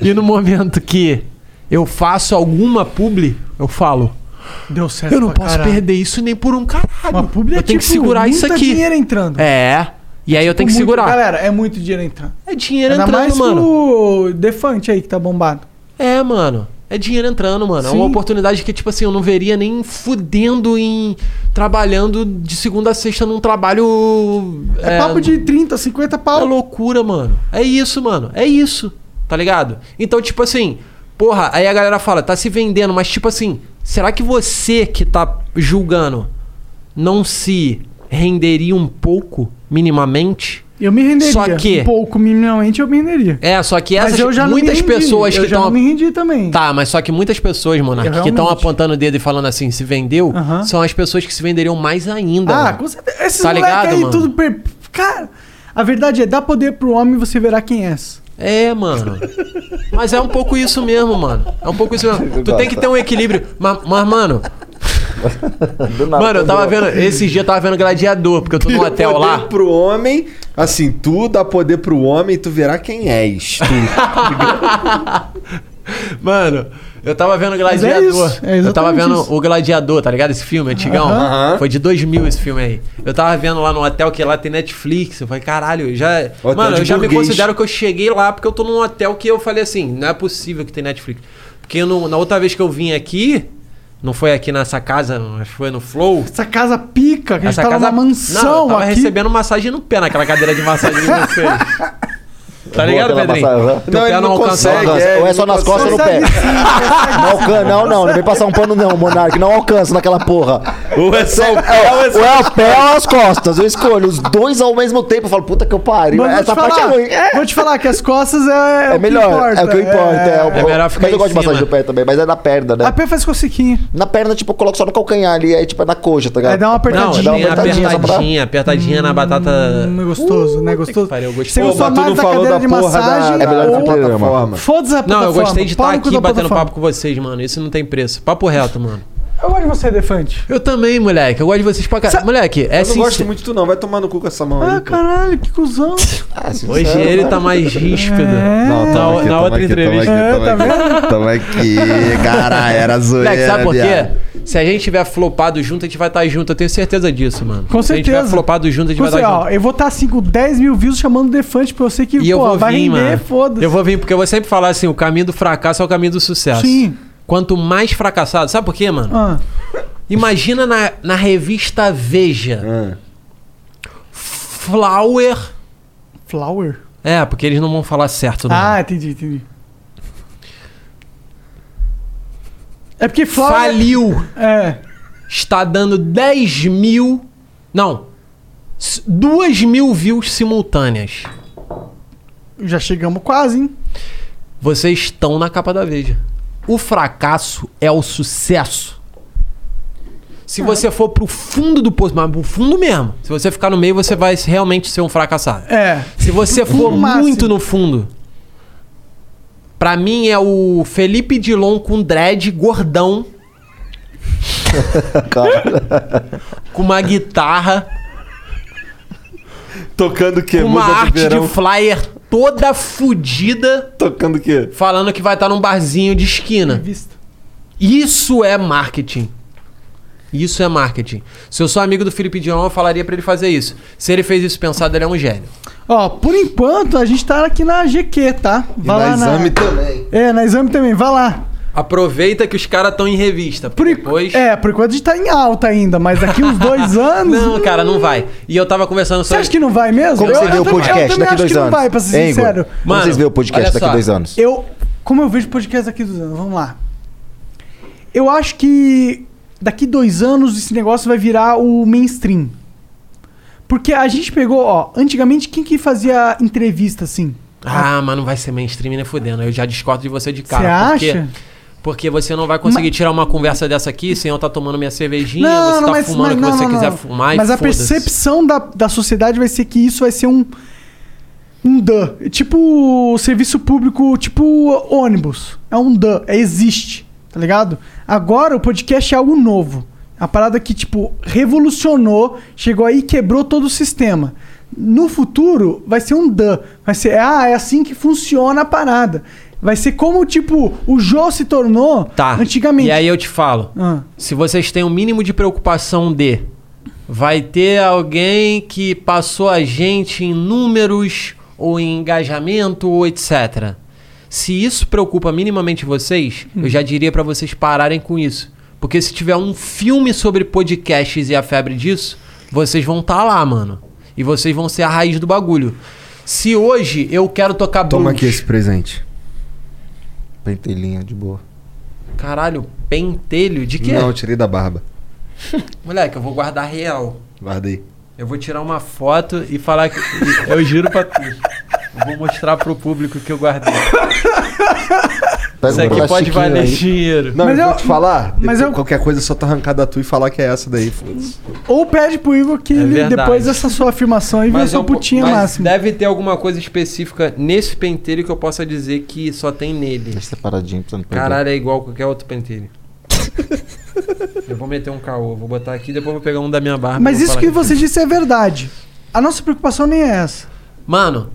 E no momento que eu faço alguma publi, eu falo. Deu certo Eu não pra posso caralho. perder isso nem por um caralho. Uma publi é eu tenho que tipo, segurar isso muita aqui. dinheiro entrando. É. E aí eu tenho que Muito- segurar. Galera, é muito dinheiro entrando. É dinheiro Ainda entrando, mais pro Defante aí que tá bombado. É, mano. É dinheiro entrando, mano. É Sim. uma oportunidade que, tipo assim, eu não veria nem fudendo em. trabalhando de segunda a sexta num trabalho. É, papo de 30, 50 pau. É loucura, mano. É isso, mano. É isso. Tá ligado? Então, tipo assim, porra, aí a galera fala, tá se vendendo, mas tipo assim, será que você que tá julgando não se renderia um pouco, minimamente? Eu me renderia. Só que- Um pouco, minimamente, eu me renderia. É, só que Mas essas eu já não me muitas rendi, pessoas eu que já estão não me rendi também. Tá, mas só que muitas pessoas, Eu Monark, que realmente. estão apontando o dedo e falando assim, se vendeu, são as pessoas que se venderiam mais ainda. Ah, mano. com certeza. Esses Tá moleque ligado, aí, mano? tudo... Per... Cara, a verdade é, dá poder pro homem e você verá quem é. É, mano. Mas é um pouco isso mesmo, mano. É um pouco isso mesmo. Tu tem que ter um equilíbrio. Mas, mas, mano. mano, eu tá tava vendo. Esses dias eu tava vendo Gladiador, porque eu tô num Tira hotel poder lá. pro homem, assim, tu dá poder pro homem e tu verá quem és. Tu. Mano, eu tava vendo Mas é Gladiador. isso, é eu tava exatamente vendo isso. o Gladiador, tá ligado? Esse filme antigão. Aham. Foi de 2000 esse filme aí. Eu tava vendo lá no hotel que lá tem Netflix. Eu falei, caralho, eu já. mano, de eu já me burguês. considero que eu cheguei lá porque eu tô num hotel que eu falei assim: não é possível que tem Netflix. Porque no- na outra vez que eu vim aqui. Não foi aqui nessa casa, mas foi no Flow. Essa casa pica, que a gente tava numa mansão eu tava aqui. recebendo massagem no pé naquela cadeira de massagem de vocês. tá boa ligado, aquela Pedrinho? massagem, né? Teu Não, pé ele não alcança- consegue, é, ele não consegue. Não, alcan- não, não, não vem passar um pano não, Monark, não alcança naquela porra. Ou é só o É, pé, ou é só- ou é o pé ou as costas, eu escolho os dois ao mesmo tempo, eu falo, puta que eu pariu, Mas essa vou, te parte é falar, ruim. É, vou te falar que as costas é, é o que melhor, é o que importa. É, o- É melhor ficar mas eu em gosto de massagem do cima. pé também, mas é na perna, né? A perna faz cosquinha. Na perna, tipo, eu coloco só no calcanhar ali, aí tipo é na coxa, tá ligado? Aí dá uma apertadinha. Não, tem dá uma apertadinha, apertadinha, só pra- apertadinha, na batata. Não é gostoso, né? Gostoso. Pariu, eu Você gostei. usou mais da cadeira de massagem É melhor ou- que plataforma. Foda-se a Não, eu plataforma, gostei de pau estar no cu aqui da batendo plataforma. papo com vocês, mano. Isso não tem preço. Papo reto, mano. Eu gosto de você, Defante. Eu também, moleque. Eu gosto de vocês pra caralho. Moleque, é eu não gosto sincero. muito de tu não, vai tomar no cu com essa mão aí. Ah, caralho, que cuzão. Ah, Hoje é ele um tá mais ríspido. É. Não, na tamo aqui, na tamo outra aqui, tamo entrevista. aqui, tamo tá aqui. Tamo aqui, cara, era zoeira. Moleque, sabe por viado. quê? Se a gente tiver flopado junto, a gente vai estar junto. Eu tenho certeza disso, mano. Com Se a gente certeza. tiver flopado junto, a gente Com vai certeza, estar ó, junto. eu vou estar Tipo assim com 10 mil views chamando o Defante pra você que, E eu pô, vou vai vir, render, mano. foda-se. Eu vou vir porque eu vou sempre falar assim, o caminho do fracasso é o caminho do sucesso. Sim. Quanto mais fracassado, sabe por quê, mano? Ah. Imagina na, na revista Ah. Veja. Flower. Flower? É, porque eles não vão falar certo, não. Ah, entendi, entendi. É porque Flower... Faliu. É. Está dando 10 mil. Não. 2 mil views simultâneas. Já chegamos quase, hein? Vocês estão na capa da Veja. O fracasso é o sucesso. É. Se você for pro fundo do poço, mas pro fundo mesmo. Se você ficar no meio, você vai realmente ser um fracassado. É. Se você Pro for máximo. muito no fundo. Pra mim é o Felipe Dilon com dread gordão, com uma guitarra, Tocando o quê? com uma Música do arte de verão. flyer toda fudida. Tocando o quê? Falando que vai estar num barzinho de esquina. Isso é marketing. Isso é marketing. Se eu sou amigo do Felipe Dilon, eu falaria pra ele fazer isso. Se ele fez isso pensado, ele é um gênio. Ó, por enquanto a gente tá aqui na GQ, tá? Vai na lá Exame também. É, na exame também, vai lá. Aproveita que os caras estão em revista. Por depois. É, por enquanto a gente tá em alta ainda, mas daqui uns dois anos. Não, cara, não vai. E eu tava conversando Você sobre. acha que não vai mesmo? Como você vê o também- podcast também daqui acho dois que anos? Não vai, pra ser Hein, Igor? sincero. Como Mano, vocês veem o podcast olha daqui só. dois anos? Eu, como eu vejo o podcast daqui dois anos? Vamos lá. Eu acho que daqui dois anos esse negócio vai virar o mainstream. Porque a gente pegou, ó, antigamente quem que fazia entrevista assim? Ah, mas não vai ser mainstream, né? Fudendo. Eu já discordo de você de cara. Você porque- acha? Porque você não vai conseguir tirar uma conversa dessa aqui sem eu estar tomando minha cervejinha, você tá fumando o que não, você não, quiser não. fumar e Mas a foda-se. percepção da, da sociedade vai ser que isso vai ser um. Um DAN. É Tipo serviço público, tipo ônibus. É um DAN. É existe. Tá ligado? Agora o podcast é algo novo. A parada que, tipo, revolucionou, chegou aí e quebrou todo o sistema. No futuro, vai ser um DAN. Vai ser, ah, é assim que funciona a parada. Vai ser como, tipo, o Jô se tornou Tá. antigamente. E aí eu te falo. Ah. Se vocês têm o mínimo de preocupação de vai ter alguém que passou a gente em números ou em engajamento ou etc. Se isso preocupa minimamente vocês, eu já diria pra vocês pararem com isso. Porque se tiver um filme sobre podcasts e a febre disso, vocês vão estar lá, mano. E vocês vão ser a raiz do bagulho. Se hoje eu quero tocar Toma blues- aqui esse presente. Pentelinha de boa. Caralho, pentelho? De quê? Não, eu tirei da barba. Moleque, eu vou guardar real. Guarda aí. Eu vou tirar uma foto e falar que. e Eu juro pra tu. Eu vou mostrar pro público que eu guardei. Isso aqui pode valer dinheiro. Não, Mas eu eu- vou te falar. mas depois eu- Qualquer coisa é só tu arrancar da tua e falar que é essa daí. foda-se. Ou pede pro Igor que ele, verdade. depois dessa sua afirmação aí, vê Mas sua eu- putinha mas máxima. Deve ter alguma coisa específica nesse pentelho que eu possa dizer que só tem nele. Separadinho pra você não perder. Caralho, é igual qualquer outro pentelho. eu vou meter um caô, vou botar aqui, depois vou pegar um da minha barba. Mas e vou isso falar que você disse é verdade. A nossa preocupação nem é essa. Mano,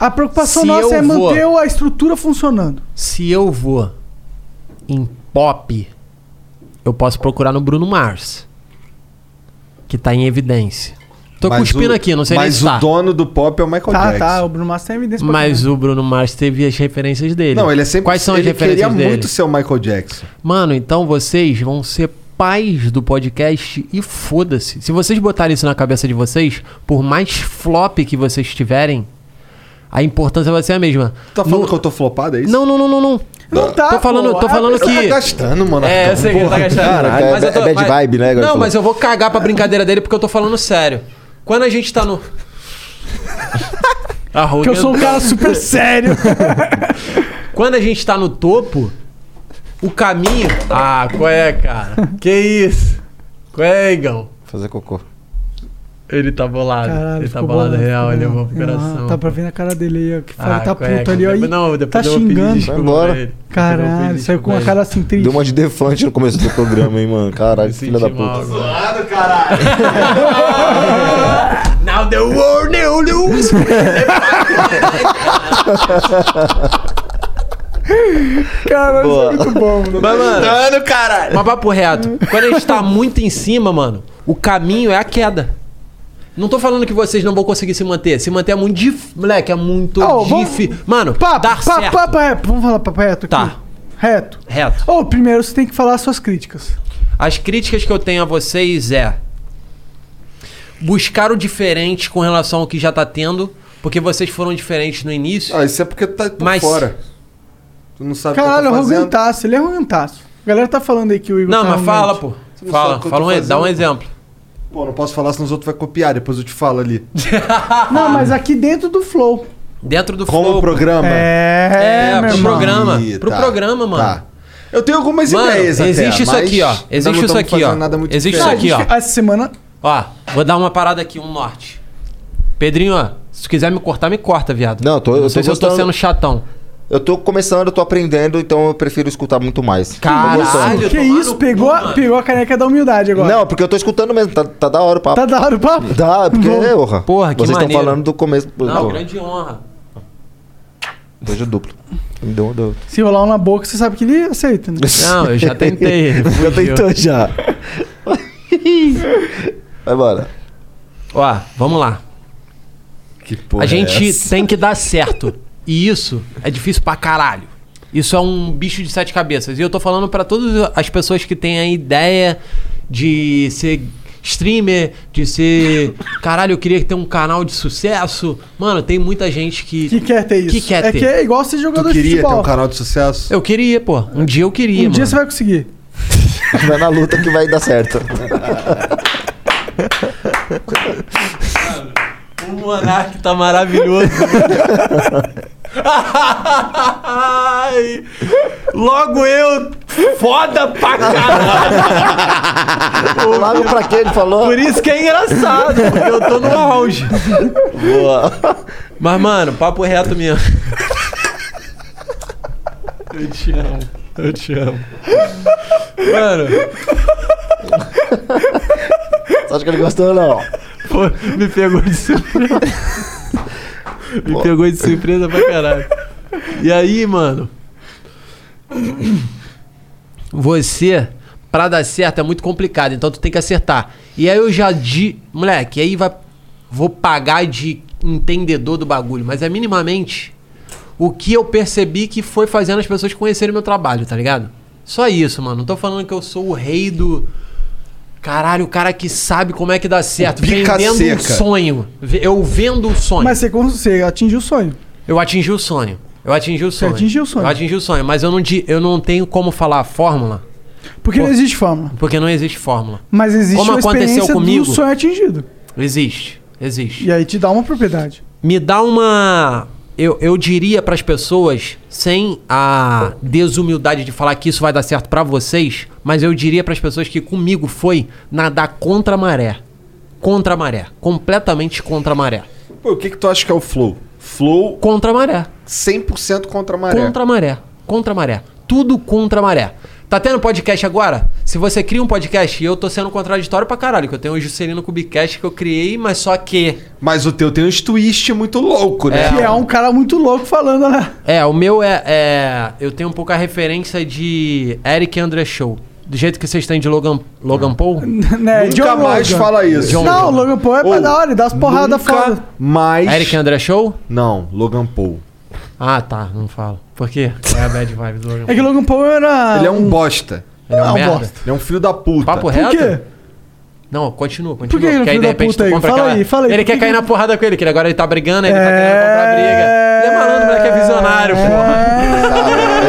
A preocupação Se nossa eu é vou- manter a estrutura funcionando. se eu vou em pop, eu posso procurar no Bruno Mars. Que tá em evidência. Tô Mas cuspindo o- aqui, não sei nem Mas se tá. o dono do pop é o Michael tá, Jackson. tá. O Bruno Massa tem evidência pra Mas caralho. o Bruno Mars teve as referências dele. Não, ele é sempre. Quais são as ele referências queria dele? muito ser um- o Michael Jackson. Mano, então vocês vão ser pais do podcast e foda-se. Se vocês botarem isso na cabeça de vocês, por mais flop que vocês tiverem, a importância vai ser a mesma. Tá falando que eu tô flopado, é isso? Não, não, não, não, não. Não tá, Tô falando, tô falando que. Tá gastando, mano. É, eu sei que ele tá gastando. Caralho, mas eu é bad vibe, né, Não, Garofalo? mas eu vou cagar pra brincadeira dele porque eu tô falando sério. Quando a gente tá no. Porque eu sou um cara super sério. Quando a gente tá no topo, o caminho. Ah, qual é, cara? Que isso? Qual é, Igão? Fazer cocô. Ele tá bolado. Caralho, ele tá ficou bolado bolado, real, ficou ele levou bolado. pro coração. Ah, tá pra ver na cara dele aí, ó. Que fala, Ah, tá qual é, puto cara? ali, ó. Depois- não, e depois tá eu vou pedir xingando. desculpa pra ele. Depois eu vou pedir Caralho, saiu desculpa com uma pra cara assim triste. Deu uma de defante no começo do programa, hein, mano. Caralho, filha da puta. Now the world will lose. Tá Caralho, Boa. isso é muito bom, mano. Mas, mano, Mano, caralho. mas papo reto. Quando a gente tá muito em cima, mano, o caminho é a queda. Não tô falando que vocês não vão conseguir se manter. Se manter é muito difícil. Moleque, é muito Ó, vamos- difícil. Mano, Papo, dar papo, tá certo. papo reto. é, Vamos falar papo reto aqui. Tá. Reto. Reto. Ô, primeiro você tem que falar suas críticas. As críticas que eu tenho a vocês é buscar o diferente com relação ao que já tá tendo, porque vocês foram diferentes no início. Ah, isso é porque tu tá por Mas- fora. Tu não sabe o que eu Caralho, tô fazendo. arrogantaço. Ele é arrogantaço. A galera tá falando aí que o Igor não, tá mas arrogante. fala, pô. Você não sabe Fala, o que eu fala tô um, dá um fazendo. exemplo. Pô, não posso falar, senão os outros vão copiar. Depois eu te falo ali. Não, mas aqui dentro do flow. Dentro do Como flow. o programa. É, É, meu pro irmão. programa. Ih, Pro tá, um programa, mano. tá. Eu tenho algumas Mano, ideias até, existe isso mas aqui, ó. ainda não Existe isso estamos aqui, ó. fazendo nada muito Existe diferente. isso aqui, ó. Ah, Essa semana. Ó, vou dar uma parada aqui, um norte. Pedrinho, ó, se tu quiser me cortar, me corta, viado. Não, eu tô, eu tô sei se eu tô gostando. sendo chatão. Eu tô começando, eu tô aprendendo, então eu prefiro escutar muito mais. Tô Caralho, gostando. tomar Que no isso? cu, Pegou, a- mano. pegou a caneca da humildade agora. Não, porque eu tô escutando mesmo, tá, tá da hora o papo. Tá da hora o papo? Dá, porque, Bom. porra, Porra, que vocês estão maneiro. falando do começo. Não, Não, grande honra. Hoje é duplo. Me deu, deu. Se rolar um na boca, você sabe que ele aceita, né? Não, eu já tentei. ele Já fugiu. tentou já. Vai embora. Ó, vamos lá. Que porra a gente é essa? tem que dar certo. E isso é difícil pra caralho. Isso é um bicho de sete cabeças. E eu tô falando pra todas as pessoas que têm a ideia de ser streamer, de ser. Caralho, eu queria ter um canal de sucesso. Mano, tem muita gente que. Que quer ter isso. Que quer é ter. que é igual ser jogador Tu de queria ter futebol. um canal de sucesso? Eu queria, pô. Um dia eu um queria, mano. dia você vai conseguir. Vai na luta que vai dar certo. O Monark tá maravilhoso. Ai, logo eu foda pra caralho. Logo pra quê ele falou? Por isso que é engraçado, porque eu tô no auge. Boa. Mas, mano, papo reto mesmo. Eu te amo. Eu te amo. Mano. Você acha que ele gostou ou não? Pô, me pegou de surpresa. me pegou de surpresa pra caralho. E aí, mano? Você, pra dar certo, é muito complicado, então tu tem que acertar. E aí eu já di. Moleque, aí vai. Vou pagar de entendedor do bagulho, mas é minimamente o que eu percebi que foi fazendo as pessoas conhecerem meu trabalho, tá ligado? Só isso, mano. Não tô falando que eu sou o rei do. Caralho, o cara que sabe como é que dá certo. pica Vendendo um seca. sonho. Ve- Eu vendo o sonho. Mas você, cons- você atingiu o sonho. Eu atingi o sonho. Eu atingi o sonho. atingiu o sonho. Eu atingi o sonho, mas eu não, di- eu não tenho como falar a fórmula. Porque não existe fórmula. Porque não existe fórmula. Mas existe Como uma aconteceu experiência comigo? do sonho atingido. Existe. Existe. E aí te dá uma propriedade. Me dá uma. Eu, eu diria pras pessoas, sem a desumildade de falar que isso vai dar certo pra vocês, mas eu diria pras pessoas que comigo foi nadar contra a maré. Contra a maré. Completamente contra a maré. Pô, o que, que tu acha que é o flow? Flow. Contra a maré. 100% contra a maré. Contra a maré. Contra a maré. Tudo contra a maré. Tá tendo podcast agora? Se você cria um podcast, e eu tô sendo contraditório pra caralho, que eu tenho o Juscelino Kubicast que eu criei, mas só que. Mas o teu tem uns twist muito louco, né? que é um cara muito louco falando, né? É, o meu é, é- Eu tenho um pouco a referência de Eric André Show. Do jeito que vocês têm de Logan, Logan Paul? né? Nunca mais fala isso. John não, o Logan. Logan Paul é pra da hora, ele dá as porradas foda. Mas. Eric André Show? Não, Logan Paul. Ah, tá, não falo. Por quê? É a bad vibe do Logan É que o Logan Paul era. Ele é um bosta. Ele é um Não, merda. Ele é um filho da puta. Papo reto? Não, continua, continua. Por que ele é porque aí filho de da repente puta tu aí? compra Fala aquela... aí, fala aí, Ele por quer que cair na porrada com ele, que ele agora ele tá brigando, ele tá querendo comprar briga. Ele é malandro, moleque, é visionário, porra.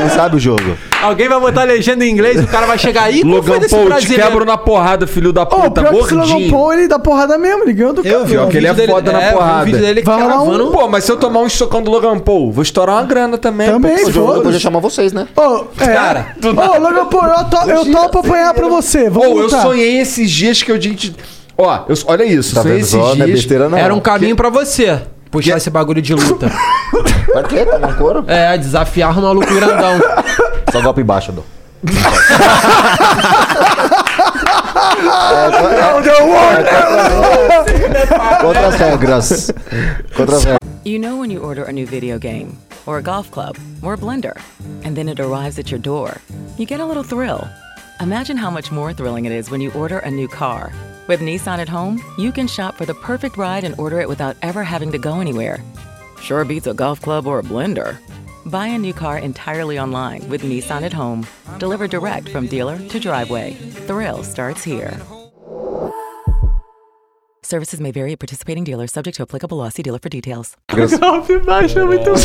Ele sabe o jogo. Alguém vai botar legenda em inglês, o cara vai chegar aí. qual foi Logan desse Paul, te brasileiro?" quebro na porrada, filho da Pô, Tá puta, pior que esse Logan tá gordinho. Paul, ele dá porrada mesmo, ele ganhou do cara. Eu vi, ó, que ele é foda na porrada. Vai rolar um... Pô, mas se eu tomar um estocão do Logan Paul, vou estourar uma grana também. Também, pô, foda-se. eu podia chamar vocês, né? Ô, é. Cara, Ô, Logan Paul, eu, to... eu topo apanhar pra você. Vamos Ou eu lutar. sonhei esses dias que eu gente. Ó, eu- olha isso, Tá sonhei vendo esses só? Não é dias. besteira, não. Era um caminho pra você. Puxar esse bagulho de luta. Pra quê? Tá na couro? É, desafiar o maluco grandão. Só golpe baixo, Dom. Não deu É. Contra as regras. Contra as regras. You know when you order a new video game, or a golf club, or a blender, and then it arrives at your door, you get a little thrill. Imagine how much more thrilling it is when you order a new car. With Nissan at home, you can shop for the perfect ride and order it without ever having to go anywhere. Sure beats a golf club or a blender. Buy a new car entirely online with Nissan at home. Delivered direct from dealer to driveway. Thrill starts here. Services may vary at participating dealers, subject to applicable law. See dealer for details. Golpe baixo é muito bom.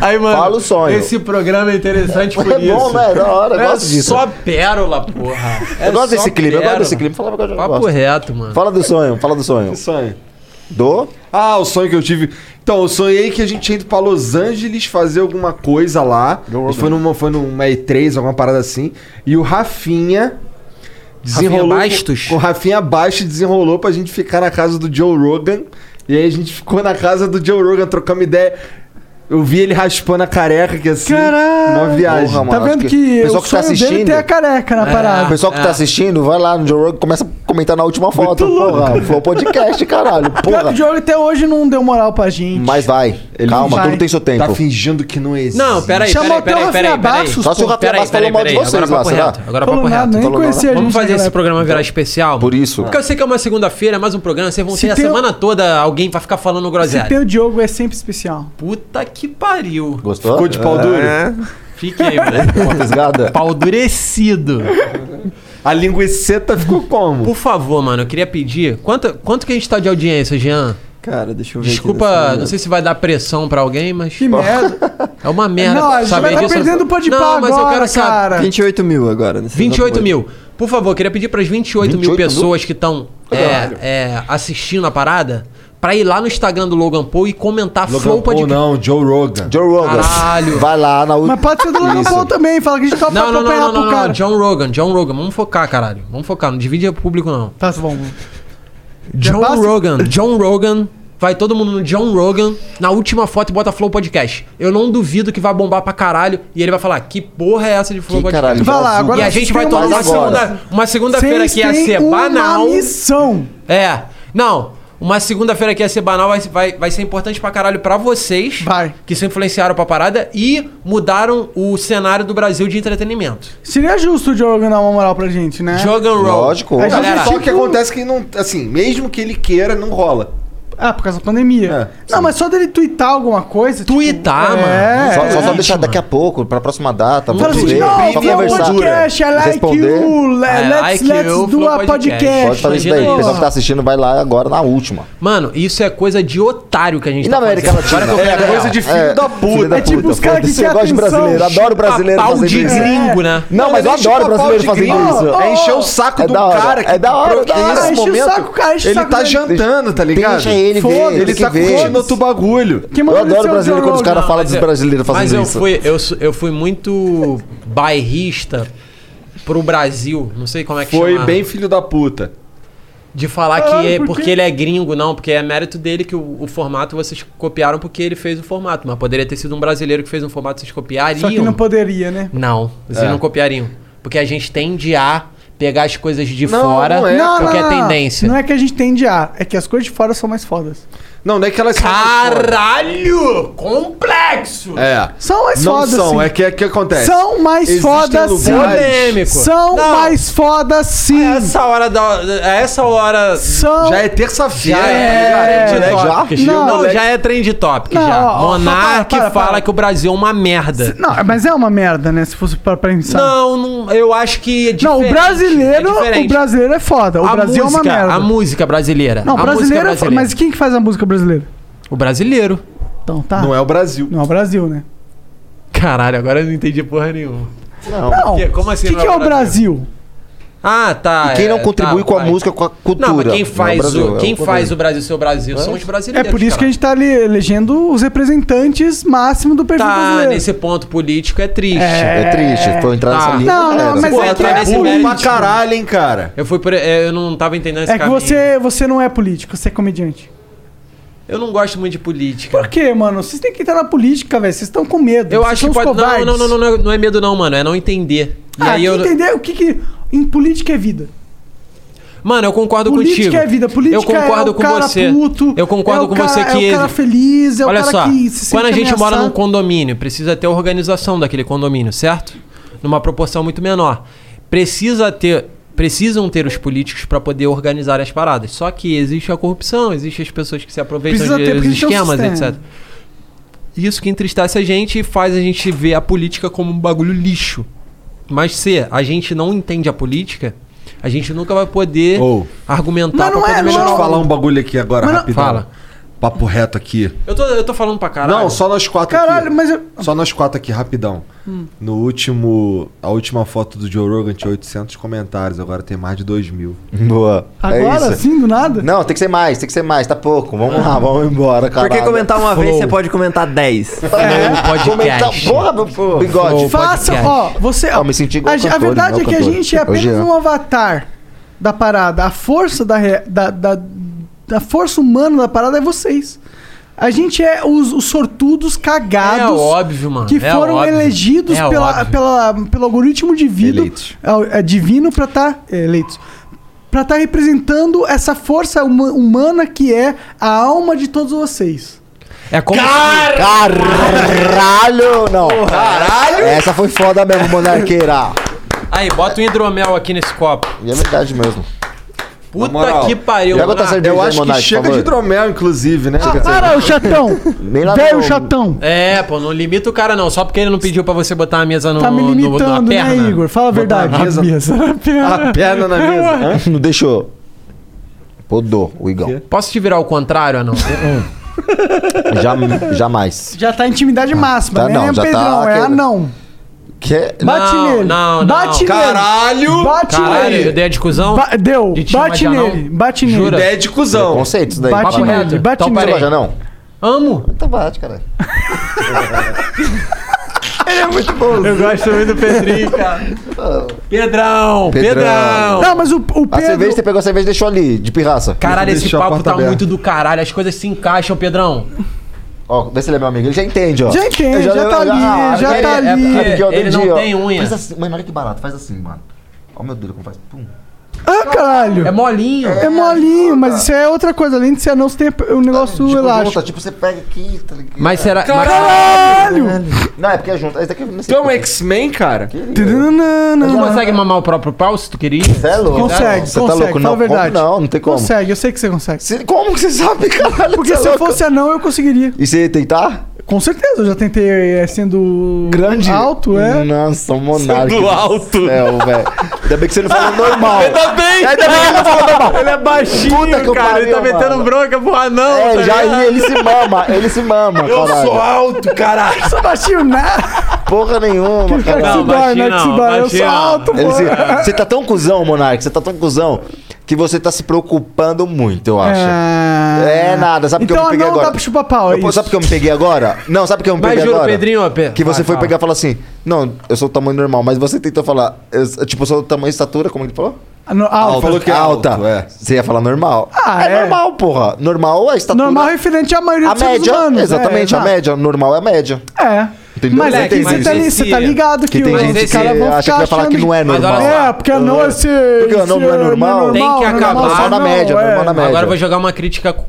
Aí, mano, Fala o sonho. esse programa é interessante por É isso. bom, né? Da hora, eu é gosto disso. só pérola, porra. Eu É gosto só desse clima, eu gosto pérola. desse clima. Falava que eu já Papo gosto. reto, mano. Fala do sonho, fala do sonho. Que sonho? Do? Ah, o sonho que eu tive. Então, eu sonhei que a gente ia indo pra Los Angeles fazer alguma coisa lá. A um gente Foi numa, foi numa E3, alguma parada assim. E o Rafinha desenrolou. Rafinha Bastos? O Rafinha Bastos desenrolou pra gente ficar na casa do Joe Rogan. E aí a gente ficou na casa do Joe Rogan, trocamos ideia. Eu vi ele raspando a careca aqui assim. Caralho! Uma viagem. Porra, Tá mano, vendo acho que, o o pessoal que tá sonho dele assistindo- tem a careca na O parada. pessoal que É. tá assistindo, vai lá no Joe Rogan e começa a comentar na última foto. Porra, foi o podcast, caralho. Pior que Porra. o Diogo até hoje não deu moral pra gente. Mas vai. Calma, vai. tudo tem seu tempo. Tá fingindo que não existe. Não, peraí, peraí, Chamou até o um peraí, Rafinha peraí, peraí. Bastos, Só se o Pô, Rafinha Bastos falou mal de vocês Agora lá, papo será? reto, agora Falou papo nada, reto. nem Falou conhecia nada. a gente Vamos fazer naquela esse época. programa virar especial. Por isso. Porque eu sei que é uma segunda-feira, é mais um programa, vocês vão Se ter a tem o- semana toda alguém pra ficar falando Se tem groselha. o Diogo, é sempre especial. Puta que pariu. Gostou? Ficou de pau duro? É. Fiquei, moleque. Pau durecido. A linguiceta ficou como? Por favor, mano, eu queria pedir. Quanto, quanto que a gente tá de audiência, Jean? Cara, deixa eu ver. aqui nesse Desculpa, momento. não sei se vai dar pressão pra alguém, mas. Que merda. É uma merda. Não, a gente saber vai tá disso. perdendo o pode Não, pá mas eu agora, quero cara. saber. 28 mil agora. né? nesse 28 exato mil. Por favor, queria pedir para as 28, 28 mil? mil pessoas que estão é, Caralho. é, assistindo a parada pra ir lá no Instagram do Logan Paul e comentar Logan Flow Paul Podcast. não, Joe Rogan. Joe Rogan. Caralho. Vai lá na última. Mas pode ser do Logan Paul também, fala que a gente tá Não, não, não, apanhar não, não, não, cara. John Rogan, John Rogan. Vamos focar, caralho. Vamos focar, não divide o público, não. Tá, bom. John Rogan, John Rogan. Vai todo mundo no John Rogan, na última foto e bota Flow Podcast. Eu não duvido que vai bombar pra caralho e ele vai falar: que porra é essa de Flow Que Podcast? caralho, vai lá, Brasil, agora e a faz gente vai agora. tomar uma segunda- uma segunda-feira Vocês que ia têm ser uma banal. missão. É. Não, uma segunda-feira que ia ser banal vai, vai, vai ser importante pra caralho pra vocês. Que se influenciaram pra parada e mudaram o cenário do Brasil de entretenimento. Seria justo o Joe Rogan dar uma moral pra gente, né? Joe Rogan. Lógico. A gente Galera, Só que acontece que não. Assim, mesmo que ele queira, não rola. Ah, por causa da É, pandemia. não, mas só dele twittar alguma coisa. Ah, Twittar, É. só, só, só deixar daqui a pouco, pra próxima data. Fala vamos assim, ver, não, só vi um podcast, I like you, le- I let's, É, like let's you, do Flow a podcast. Pode fazer isso daí. Imagina O pessoal isso. que tá assistindo vai lá agora na última. Mano, isso é coisa de otário que a gente E tá na América fazendo. Latina? Agora que eu pego É, a coisa real. de filho da puta. filho da É tipo puta, os caras que foda-se. querem Eu gosto de atenção. brasileiro, adoro brasileiro Pau fazendo de isso. gringo, né? Não, mas eu Ele adoro chupa brasileiro pau de fazendo gringo. isso. É encher o saco É do da hora, cara que é da hora, pro- é da que hora. nesse Enche o momento, saco, cara, enche o ele saco tá dele. jantando, tá ligado? Deixa ele ver, Foda-se, ele Ele que tá vê. curtindo outro bagulho. Eu adoro o brasileiro quando os caras falam dos Mas eu- brasileiros mas é fazendo eu isso. Fui, eu, su- eu fui muito bairrista pro Brasil. Não sei como é que Foi chama. bem filho da puta. De falar Ah, Caralho, que é por quê? porque ele é gringo, não. Porque é mérito dele que o, o formato vocês copiaram porque ele fez o formato. Mas poderia ter sido um brasileiro que fez um formato vocês copiariam. Só que não poderia, né? Não, vocês É. não copiariam. Porque a gente tende a pegar as coisas de Não, fora, não é, cara. porque Não, é não, tendência. Não é que a gente tende a, é que as coisas de fora são mais fodas. Não, não é que elas são Caralho! Complexo! É. São mais Não fodas. são, sim. é que é que acontece. São mais Existem fodas sim. lugares- São Não. mais fodas sim. Essa hora da. Essa hora. São... Já é terça-feira. Já é, né? trend Já? topic. Não, Não, moleque. já é trend topic. Não, já. ó, ó, Monark para, para, fala para. que o Brasil é uma merda. Não, mas é uma merda, né? Se fosse pra pensar. Não, não, eu acho que é Não, o diferente, é brasileiro, diferente. o brasileiro é foda. O a Brasil música, é uma merda. A música brasileira. Não, a brasileiro, é música foda. mas quem que faz a música brasileira? O brasileiro. Então tá. Não é o Brasil. Não é o Brasil, né? Caralho, agora eu não entendi porra nenhuma. Não. Não. Porque, como assim O que, não que é o Brasil? Brasil? Ah, tá. E quem não é, contribui tá, com a vai. música, com a cultura. Não, mas quem no faz, Brasil, o, é quem faz Brasil. o Brasil ser o Brasil são os É brasileiros. por isso que a gente tá ali elegendo os representantes máximo do perfil Tá, brasileiro. nesse ponto político é triste. Tá. É É triste, foi entrar nessa linha, Não, não, galera. mas Pô, é que entrar é nesse burro mérito. pra caralho, hein, cara. Eu, fui por- é, eu não tava entendendo esse É que caminho. você, você não é político, você é comediante. Eu não gosto muito de política. Por quê, mano? Vocês têm que entrar na política, velho. Vocês estão com medo. Eu Vocês acho são que uns pode... Não, covardes. não, não, não, não é- não é medo não, mano. É não entender. E Ah, aí eu... entender o que que... Em política é vida. Mano, eu concordo política contigo. é vida. Política eu concordo é o com cara você. puto. eu concordo é o com cara- você que... É o cara feliz, é o Olha cara só, que se sente quando a gente mora num ameaçado. condomínio, precisa ter a organização daquele condomínio, certo? Numa proporção muito menor. Precisa ter, precisam ter os políticos para poder organizar as paradas. Só que existe a corrupção, existem as pessoas que se aproveitam Precisa ter, dos porque a gente tem um esquemas, sistema. etc. Isso que entristece a gente e faz a gente ver a política como um bagulho lixo. Mas se a gente não entende a política, a gente nunca vai poder Ou. Mas argumentar pra é, poder Deixa eu melhorar te o falar mundo. um bagulho aqui agora, é, Mas não- rapidão. Fala. Papo reto aqui. Eu tô, eu tô falando pra caralho. Não, só nós quatro Caralho, aqui. mas Só nós quatro aqui, rapidão. Hum. No último... A última foto do Joe Rogan tinha 800 comentários. Agora tem mais de 2 mil. Boa. Agora, é isso. assim, do nada? Não, tem que ser mais, tem que ser mais, tá pouco. Vamos lá, vamos embora, cara. Porque comentar uma vez, você pode comentar 10. É. Comentar, porra, meu bigode. Faça, ó, você. Ó, me senti igual a, ge- a cantor, verdade é igual que a cantor. gente é apenas Hoje é. um avatar da parada. A força da, re- da, da, da força humana da parada é vocês. A gente é os, os sortudos cagados. É óbvio, mano. Que É foram óbvio. elegidos É pela, óbvio. pela, pelo algoritmo divino, é, é, divino pra estar eleitos. Pra estar representando essa força huma- humana que é a alma de todos vocês. É como Caralho, não. Caralho. Essa foi foda mesmo, monarqueira. Aí, bota um hidromel aqui nesse copo. E é verdade mesmo. Puta moral. que pariu, Pega outra Monark. cerveja Eu tá aí, acho Monark, que por chega favor. de hidromel, inclusive, né? Chega de cerveja. Nem lá no- É, pô, não limita o cara não. Só porque ele não pediu pra você botar a mesa no Tá me no- no- limitando, na né, perna. Igor? Fala a verdade. a mesa- na perna. A perna na mesa. Não deixou. Podou o Igão. Posso te virar ao contrário, Anão? Já, jamais. Já tá intimidade máxima, Tá né, não, já tá Pedrão? É aquele- anão. Que? Bate Não, nele. não, não. Bate Caralho! nele. Bate Caralho, nele. ideia de cuzão? Ba- deu. De te Bate chamar de nele. anão? Bate nele. Jura? Ideia de cuzão. Preconceito isso daí. Bate Papo nele, reto. bate então, nele. peraí. não. Amo. Então bate, caralho. Ele é muito bom. Eu gosto também do Pedrinho, cara. Pedrão, Pedrão. Não, mas o, o A cerveja, você pegou a cerveja e deixou ali, de pirraça. Caralho, esse papo tá muito do caralho. As coisas se encaixam, Pedrão. Ó, vê se ele é meu amigo. Ele já entende, ó. Já entende, Ele já tá ali, já ele- é tá ali. porque Ele outro não tem unha. Faz assim, mano, olha que barato. Faz assim, mano. Ó meu dedo como faz. Pum. Ah, caralho. É molinho. É molinho, mas isso é outra coisa. Além de ser anão, você tem o negócio elástico. Junta, tipo, você pega aqui, tá ligado? Mas será- Caralho! Não, é porque é junto. Esse daqui eu não Tu sei. é um X-Men, cara? tu consegue mamar o próprio pau se tu queria? Você é louco. Consegue, Você tá consegue, louco? fala Não, a verdade. como não? Não tem como. Consegue, eu sei que você consegue. como que você sabe, caralho? Porque Você se é eu louco? fosse anão, eu conseguiria. E você ia tentar? Com certeza, eu já tentei é, sendo Grande? alto, é. Nossa, um monarca. Sendo do alto. Céu, velho. Ainda bem que você não falou normal. É, Ainda bem! Ainda bem que ele não falou normal. Tá, Ele é baixinho, Puta que eu cara, ele tá pariu, metendo mano. bronca pro anão. É, tá já ligado? ia, ele se mama, ele se mama. Eu caralho. sou alto, caralho. Sou baixinho né? nada. Porra nenhuma, cara. né, Não, baixinho não, baixinho não. Ele se- Você tá tão cuzão, Monark, você tá tão cuzão que você tá se preocupando muito, eu acho. É nada, sabe o que eu Ah. me Então, peguei não agora? dá pra chupar pau, é Eu- isso. Sabe o que eu me peguei agora? Não, sabe o que eu me Mas peguei juro, agora? Pedrinho, ó, Pe- Que você vai, foi fala. pegar e falou assim: Não, eu sou o tamanho normal, mas você tentou falar, eu- tipo, eu sou o tamanho e estatura, como ele falou? Ah, no- alto. Falou que é alta. Você ia falar normal. Ah, é, é. normal, porra. Normal é a estatura. Normal referente à maioria A dos seres média, humanos. exatamente, é, a exato. média. Normal é a média. É. Entendeu? Mas Não é que tem você mais tá, isso. li- você tá ligado Que que, tem gente os que caras vão acha ficar que vai falar achando que não é Mas olha normal. só. É, porque não é ser. Porque não é normal. é. Tem que acabar. Normal na média, é. normal na média. Agora eu vou jogar uma crítica. co-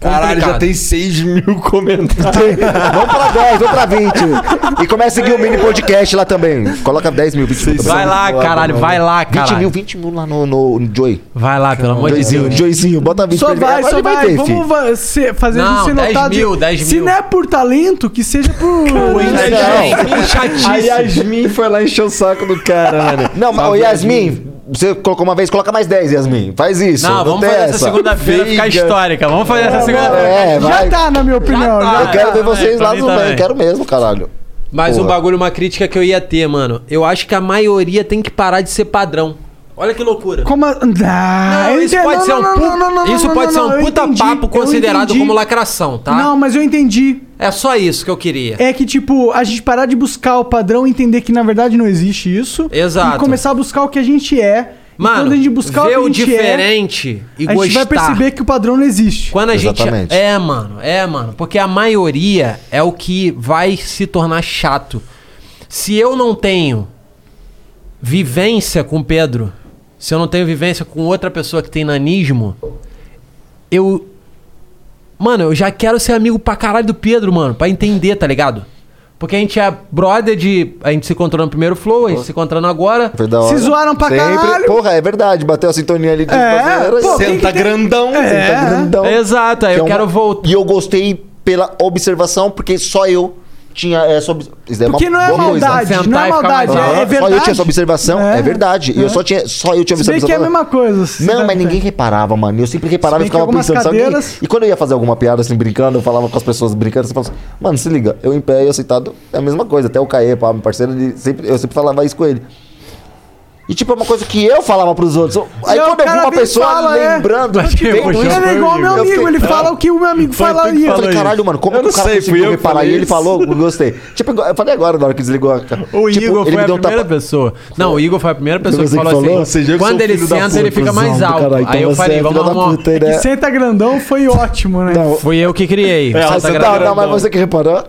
Caralho, já complicada. tem 6 mil comentários. vamos pra 10, vamos pra 20. E começa a seguir o mini podcast lá também. Coloca 10 mil, 20 mil. também. Vai lá, caralho, vai lá, 20 mil, caralho. 20 mil lá no, no, no Joy. Vai lá, pelo amor de Joyzinho, Deus. Joyzinho, bota 20 Só pra ele. vai, Agora só ele vai. ter, filho. Vamos va- ser- fazer a Não, gente ser 10 notado. mil, 10 Se mil. não é por talento, que seja por. Yasmin, chatice. A Yasmin foi lá encher o saco do cara, mano. Não, mas ô Yasmin, você colocou uma vez, coloca mais 10, Yasmin. Faz isso. Não, vamos tem fazer essa segunda-feira Veiga. ficar histórica. Vamos fazer essa segunda-feira. É, Já vai. tá, na minha opinião. tá, já Eu quero Ah, ver vocês pra lá mim no também. bem, quero mesmo, caralho. Mas um Porra. bagulho, uma crítica que eu ia ter, mano. Eu acho que a maioria tem que parar de ser padrão. Olha que loucura. Como a... Ah, Não, eu isso entendo. pode Não, ser um, não, pu- não, não, não, isso não, pode não, ser não, um eu puta entendi, papo eu considerado entendi. como lacração, tá? Não, mas eu entendi. É só isso que eu queria. É que, tipo, a gente parar de buscar o padrão e entender que, na verdade, não existe isso. Exato. E começar a buscar o que a gente é. e Mano, quando a gente buscar ver o que o a gente diferente é, e a gente vai gostar. perceber que o padrão não existe. Quando a gente. Exatamente. É, mano, é, mano. Porque a maioria é o que vai se tornar chato. Se eu não tenho vivência com Pedro, se eu não tenho vivência com outra pessoa que tem nanismo, eu. Mano, eu já quero ser amigo pra caralho do Pedro, mano, pra entender, tá ligado? Porque a gente é brother de. A gente se encontrou no primeiro flow, a gente se encontrando agora. Foi da hora. Porra, é verdade. Bateu a sintonia ali de É, pô, quem tá que tem- É. Senta grandão. Exato, aí Que eu é quero voltar. E eu gostei pela observação, porque só eu tinha essa observação. Porque não é maldade, não é maldade, é- é Só eu verdade. tinha essa observação, é, É, verdade. E é. eu só tinha, só eu tinha Se bem observação. que é a mesma coisa. se Não, dá- mas ninguém reparava, mano. Eu sempre reparava Se e bem que ficava algumas pensando, sabe? cadeiras- E quando eu ia fazer alguma piada assim, brincando, eu falava com as pessoas brincando, você falava assim, mano, se liga, eu em pé e eu sentado é a mesma coisa. Até o Caê, pá, meu parceiro, ele sempre, eu sempre falava isso com ele. E tipo, é uma coisa que eu falava pros outros. Aí quando Não, o eu vi cara uma vem e pessoa fala, é. lembrando, Mas quem vendo puxou isso, foi o Ele é igual meu eu amigo, ele fala o que o meu amigo fala aí. Eu falei, caralho, mano, como Eu que o não cara sei, fui conseguiu eu que reparar? falei E ele isso. falou, gostei. Tipo, igual- eu falei agora na hora que desligou a O tipo, Igor ele foi me a deu um primeira tapa- pessoa. Não, o Igor foi a primeira pessoa que você que falou, falou? assim. Você já que quando sou ele filho da senta, ele puta, fica mais cuzão do alto. caralho, então aí eu você falei, é filho vamos da arrumar. puta, um- hein, né? Que senta grandão foi ótimo, né? Fui eu que criei. Ah, Santa você tá, não, Grandão. mas você que reparou?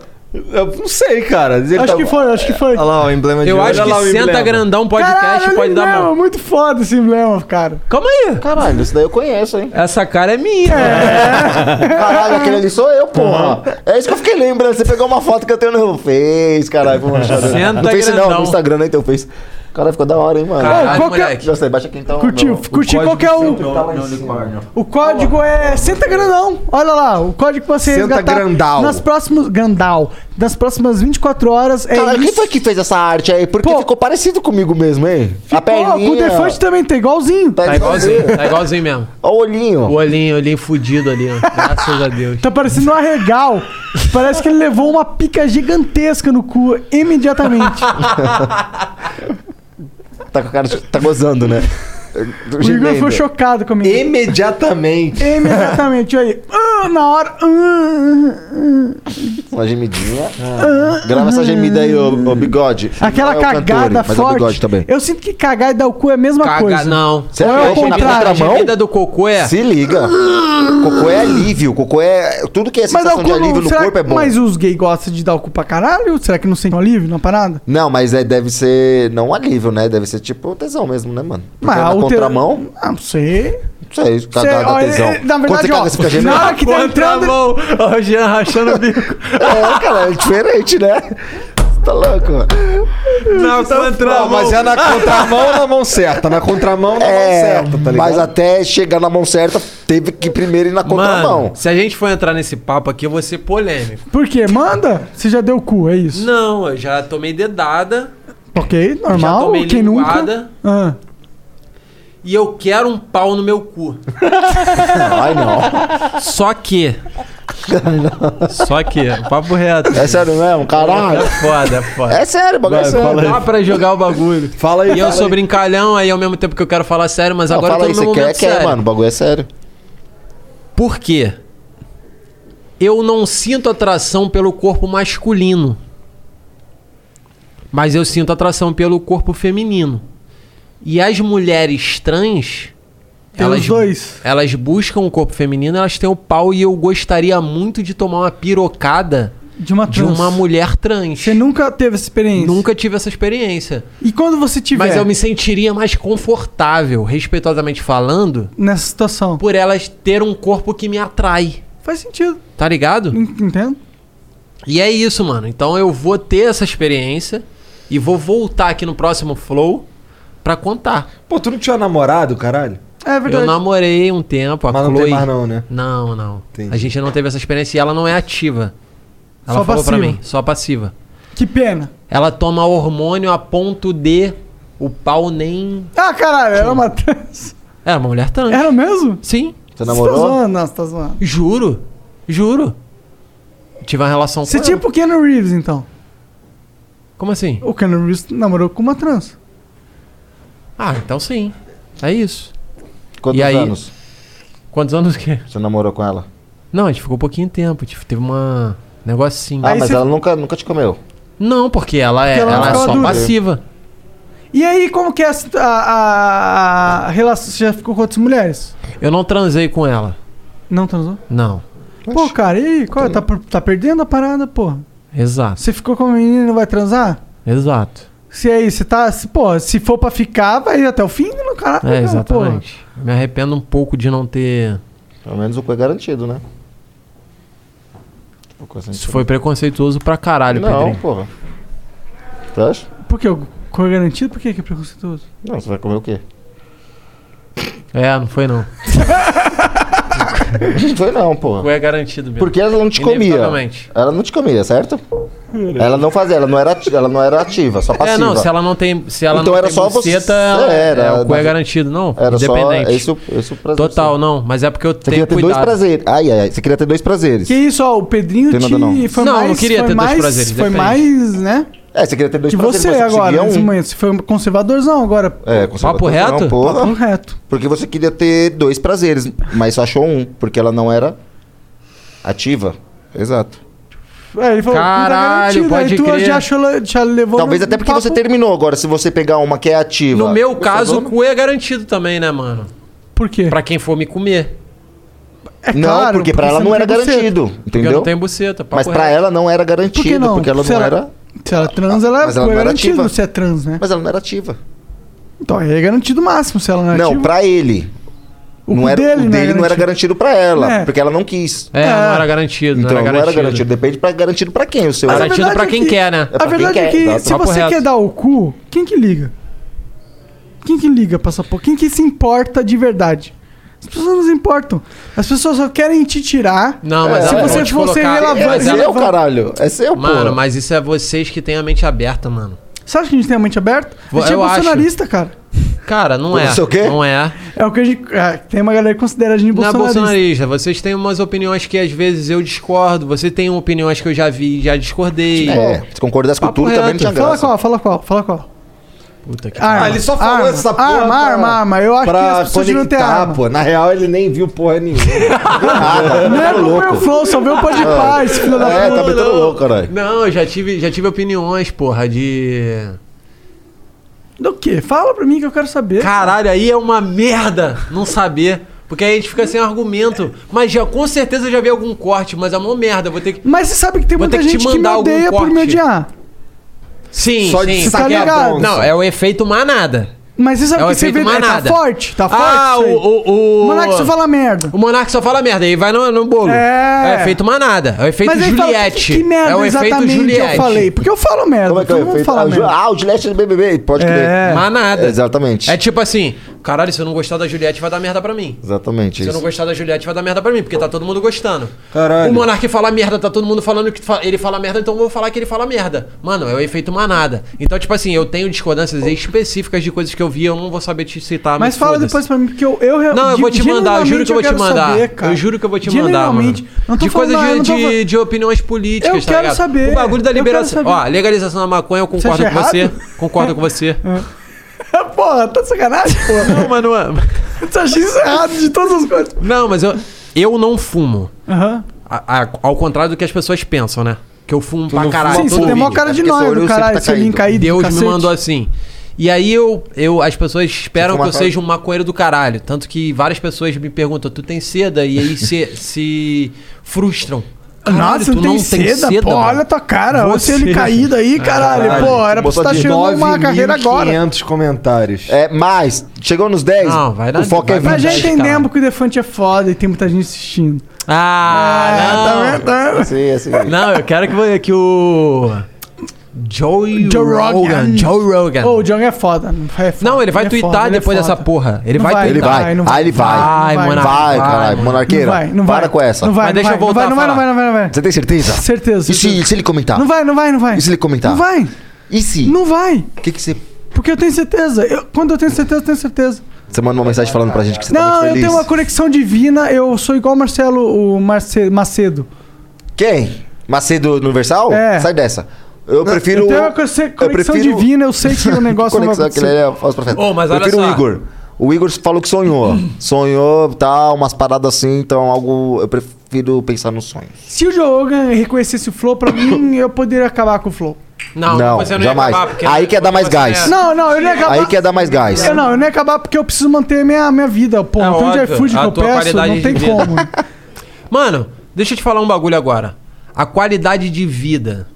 Eu não sei, cara. Ele tá Acho que foi, acho que foi. Olha lá o emblema de Eu ouro, acho olha lá que o senta emblema. grandão podcast Caralho, pode dar emblema, mão. muito foda esse emblema, cara. Calma aí. Caralho, isso daí eu conheço, hein? Essa cara é minha. É. Caralho, aquele ali sou eu, porra. É isso que eu fiquei lembrando. Você pegou uma foto que eu tenho no meu Face, caralho. Vou mostrar. Senta no Face não, grandão. no Instagram, não é teu Face. Cara, ficou da hora, hein, mano. Caralho, Qual que é- moleque. Já sei, baixa aqui então. Curti, meu- curti qual que é o. O código é Senta Grandão. Olha lá, o código que você Senta resgatar Grandal. Nas próximas. Grandal. Nas próximas 24 horas é Caralho, isso. quem foi que fez essa arte aí? Porque ficou parecido comigo mesmo, hein? a Ó, perninha. com o Defante também tá igualzinho. Tá igualzinho, tá igualzinho mesmo. Olha é o olhinho. O olhinho, olhinho fudido ali, ó. Graças a Deus. Tá parecendo um arregal. Parece que ele levou uma pica gigantesca no cu imediatamente. Tá com a cara de... Tá gozando, né? o Igor ficou chocado comigo. Imediatamente. Imediatamente, olha aí. Ah, na hora. Ah, ah, ah. Uma gemidinha. Ah. Grava essa gemida aí, ô, ô bigode. Aquela Não é o cagada Cantori, mas forte. é o bigode também. Eu sinto que cagar e dar o cu é a mesma Caga- coisa. não. Você Ou acha é o que a gemida contrário. na mão? Vida do cocô é. Se liga. cocô é alívio. Cocô é... Tudo que é Mas dar sensação o de cu alívio não, no será, corpo é bom. Mas os gays gostam de dar o cu pra caralho? Será que não sentem um alívio na parada? Não, mas é, deve ser... Não alívio, né? Deve ser tipo tesão mesmo, né, mano? Porque Mas na o te- contramão... Ah, não sei. Não sei, Sei, cagada ó, é- tesão. é- na Quando verdade, você caga, ó, você fica na gemendo. hora que tá entrando... Ó, o Jean rachando o bico. É, cara, é diferente, né? Você tá louco, mano? Não, tá Não, mas é na contramão ou na mão certa? Na contramão na É, mão certa, tá ligado? mas até chegar na mão certa, teve que primeiro ir na contramão. Mano, se a gente for entrar nesse papo aqui, eu vou ser polêmico. Por quê? Manda? Você já deu o cu, é isso? Não, eu já tomei dedada Ok, normal. Já tomei Quem linguada. nunca? Ah. e eu quero um pau no meu cu. Ai, não. Só que. Só que, papo reto. É sério mesmo? Caralho. É foda, é foda. É sério, o bagulho é sério. Dá pra jogar o bagulho. Fala aí, E eu fala sou aí. brincalhão, aí ao mesmo tempo que eu quero falar sério, mas Não, agora eu fala tô aí, no meu você momento quer, sério. quer, mano. O bagulho é sério. Por quê? Eu não sinto atração pelo corpo masculino. Mas eu sinto atração pelo corpo feminino. E as mulheres trans. Tem os dois. elas buscam o corpo feminino, elas têm o pau e eu gostaria muito de tomar uma pirocada De uma de trans. uma mulher trans. Você nunca teve essa experiência? Nunca tive essa experiência. E quando você tiver Mas eu me sentiria mais confortável, respeitosamente falando, nessa situação? por elas ter um corpo que me atrai. Faz sentido. Tá ligado? Entendo. E é isso, mano. Então eu vou ter essa experiência e vou voltar aqui no próximo Flow pra contar. Pô, tu não tinha namorado, caralho? É Eu namorei um tempo, a Mas Chloe. não tem mais não, né? Não, não. A gente não teve essa experiência e ela não é ativa. Ela Só falou pra passiva. mim, só passiva. Que pena. Ela toma hormônio a ponto de o pau nem. Ah, caralho, era uma trans. Era uma mulher trans. Era mesmo? Sim. Você Você tá zoando? Não, você tá zoando. Juro. Juro. Tive uma relação Você com tinha ela. pro Keanu Reeves, então? Como assim? O Keanu Reeves namorou com uma trans. Ah, então sim. É isso. Quantos E aí- anos Quantos anos que? você namorou com ela? Não, a gente ficou pouquinho tempo. Tipo, teve uma. assim. Negocinho. Ah, mas ela nunca, nunca te comeu. Não, porque ela é, Porque ela ela não é ficava só dura. passiva. E aí, como que é a, situ- a- a- a relação? Você já ficou com outras mulheres? Eu não transei com ela. Não transou? Não. Pô, cara, e aí? Qual é? tá, per- tá perdendo a parada, porra? Exato. Você ficou com a menina e não vai transar? Exato. Se aí, você tá. Se, pô, se for pra ficar, vai até o fim, Ah, não, caralho. É, cara, exatamente. Me arrependo um pouco de não ter. Pelo menos o cu é garantido, né? Tipo, com essa Isso foi preconceituoso pra caralho, Não, Pedrinho. porra. Tu acha? Pô. Por que? O cu é garantido? Por que que é preconceituoso? Não, você vai comer o quê? É, não foi não. Não foi não, porra. Foi é garantido mesmo. Porque ela não te comia. Inevitavelmente. Ela não te comia, certo? Ela não fazia, ela não era, ati- ela não era ativa, só passiva. É, não, se ela não tem. Se ela Então não era tem só você- buceta, ela- era, é, o cu é mas- garantido, não. Era só independente. esse o- esse o prazer, Total, não. Mas é porque eu Você tenho queria ter cuidado. dois prazeres. Ai, ai, ai. Você queria ter dois prazeres. Que isso, ó, o Pedrinho Tem te. nada não. Foi Não, mais, não queria foi ter dois mais, prazeres, Foi depende. mais, né? É, você queria ter dois Que prazeres, você mas você agora, nesse conseguia um. momento. Você foi conservadorzão agora. É, conservador Papo não, reto? porra. Papo reto. Porque você queria ter dois prazeres, mas só achou um, porque ela não era ativa. Exato. É, ele falou, Caralho, "Não tá garantido", pode aí tu crer. já, achou, já levou Talvez no- até porque papo. você terminou agora, se você pegar uma que é ativa. No meu caso, o cu é garantido também, né, mano? Por quê? É Pra quem for me comer. não, claro, porque pra porque ela não você não era tem buceta. garantido, Porque eu entendeu? não tenho buceta. papo Mas pra reto. ela não era garantido, Por que não? porque ela Se não era. Se ela trans, ela, Mas ela é não era garantido ativa. se é trans, né? Mas ela não era ativa. Então, é garantido o máximo se ela não é Não, ativa. pra ele. O não cu era, dele o não é dele não era garantido pra ela, É. porque ela não quis. É, não era garantido. Então, não era garantido. Depende pra garantido pra quem o seu. Mas a Garantido verdade pra quem que- quer, né? É A é pra quem verdade é quer, que exato. se Papo você reto. quer dar o cu, quem que liga? Quem que liga pra essa porra? Quem que se importa de verdade? As pessoas não se importam. As pessoas só querem te tirar. É. Não, mas se elas você vão te for ser colocar- relevante. Mas elas- relevante. É seu, Mano, porra. mas isso é vocês que têm a mente aberta, mano. Você acha que a gente tem a mente aberta? A Vou- gente é eu acho. bolsonarista, cara. Cara, não Não é. sei o quê? Não é. É o que a gente. é, tem uma galera que considera a gente Não é bolsonarista. bolsonarista. Vocês têm umas opiniões que às vezes eu discordo. Você tem opiniões que eu já vi e já discordei. É, se concordasse com Papo tudo também não reto. tinha Fala graça. qual, fala qual, fala qual. Puta que Arma, Ah, ele só falou arma, essa porra. Arma, pra- arma, arma. Eu acho que pra as pessoas deviam ter conectar, arma. pô. Na real, ele nem viu porra nenhuma. Não Tá é culpa do Flow, só veio o Pode Ah. Ah. Pá, esse filho da É, puta. Não, É, tá louco, caralho. Não, eu já tive, já tive opiniões, porra, de. Do quê? Fala pra mim que eu quero saber. Caralho, aí é uma merda não saber. Porque aí a gente fica sem argumento. Mas já, com certeza eu já vi algum corte, mas é uma merda. Vou ter que. Mas você sabe que tem Vou muita ter que te gente que me mandar algum odeia por me corte. odiar. Sim, Só de sim. sacar Tá ligado? a bolsa. Não, é o efeito manada. Mas você sabe É o que você efeito vê, é, tá manada. forte, tá Ah, forte. isso aí. o- o- o- Monark só fala merda. O Monark só fala merda, aí vai no, no bolo. É. É o efeito manada. É o efeito Mas aí fala, Juliette. que, que merda é o efeito exatamente Juliette. eu falei? Porque eu falo merda, Como é que é o todo mundo efeito? fala Ah, o Ju- merda. Ah, o Gillette do BBB, pode crer. É. Manada. Exatamente. É tipo assim, caralho, se eu não gostar da Juliette, vai dar merda pra mim. Exatamente Se eu não isso. gostar da Juliette, vai dar merda pra mim, porque tá todo mundo gostando. Caralho. O Monark fala merda, tá todo mundo falando que fa- ele fala merda, então eu vou falar que ele fala merda. Mano, é o efeito manada. Então, tipo assim, eu tenho discordâncias específicas de coisas que eu vi, eu não vou saber te citar, Mas fala Ah, foda-se. depois pra mim, porque eu... eu re- Não, eu vou te mandar, eu juro que eu vou te quero mandar. saber, cara. eu juro que eu vou te mandar, mano. Genuinamente. Não tô de falando, coisas eu de, não tô de- falando- de opiniões políticas, Eu tá quero ligado? saber, O bagulho da eu quero liberação. saber. Ó, legalização da maconha, eu Você concordo acha com você. errado? É. Concordo com você. Porra, tá de sacanagem, porra. Não, mas não é... Você acha Tá isso errado de todas as coisas. Não, mas eu, eu não fumo. Aham. A- a- ao contrário do que as pessoas pensam, né? Que eu fumo pra não caralho. fuma? Sim, todo você tem mó vídeo. cara de É porque nóia seu do olho sempre caralho, tá seu olhinho caído. caído, Deus cacete. me mandou assim. E aí eu, eu as pessoas esperam Você que eu fuma seja um maconha? maconheiro do caralho. Tanto que várias pessoas me perguntam, tu tem seda? E aí se, se frustram. Nossa, não tem seda? Pô, mano. olha a É tua cara. Olha o seu olho caído aí, caralho. Pô, era pra você estar chegando uma carreira agora. 500 comentários. É, mais. Chegou nos 10. Não, vai dar- O foco é vai Mas 20. já entendemos que o Defante é foda e tem muita gente assistindo. É, tá Ah, não. Assim, assim. Não, eu quero que, vo- que o... Joe, Joe Rogan. Rogan. Joe Rogan. Ô, o John é foda. é foda, Não, ele vai é tweetar foda, ele é depois foda. dessa porra. Ele Não vai, vai, tweetar. Ele vai. não não Ah, ele vai. Vai, vai, Monark, vai, caralho. Monark. Monarqueira. Não vai, não vai. Para com essa. Não vai, Mas deixa não eu voltar vai, não a vai, não falar. vai, não vai, não vai. Você tem certeza? Certeza. E se, e se ele comentar? Não vai, não vai, não vai. E se ele comentar? Não vai. E se? Não vai. O que, que você. Porque eu tenho certeza. Eu- quando eu tenho certeza, eu tenho certeza. Você manda uma mensagem falando pra gente que você tá não, muito eu feliz? tenho uma conexão divina. Eu sou igual o Marcelo o Marce, Macedo. Quem? Macedo Universal? É. Sai dessa. Eu prefiro. Eu tenho uma conse- eu conexão divina. Eu sei que o negócio não vai conexão, aquele acontecer. ali é falso profeta. Ô, mas eu olha prefiro só. o Igor. O Igor falou que sonhou. sonhou, tá, umas paradas assim, então algo. Eu prefiro pensar nos sonhos. Se o Jogan reconhecesse o Flow, pra mim, eu poderia acabar com o Flow. Não, você não ia jamais. acabar, porque é- Aí quer dar mais gás. Não, não, eu não ia acabar. Aí quer dar mais gás. Eu não, eu não ia acabar porque eu preciso manter a minha, minha vida. Pô, É não tem de óbvio, iFood a que eu tua peço, qualidade não de tem vida. como. Mano, deixa eu te falar um bagulho agora. A qualidade de vida.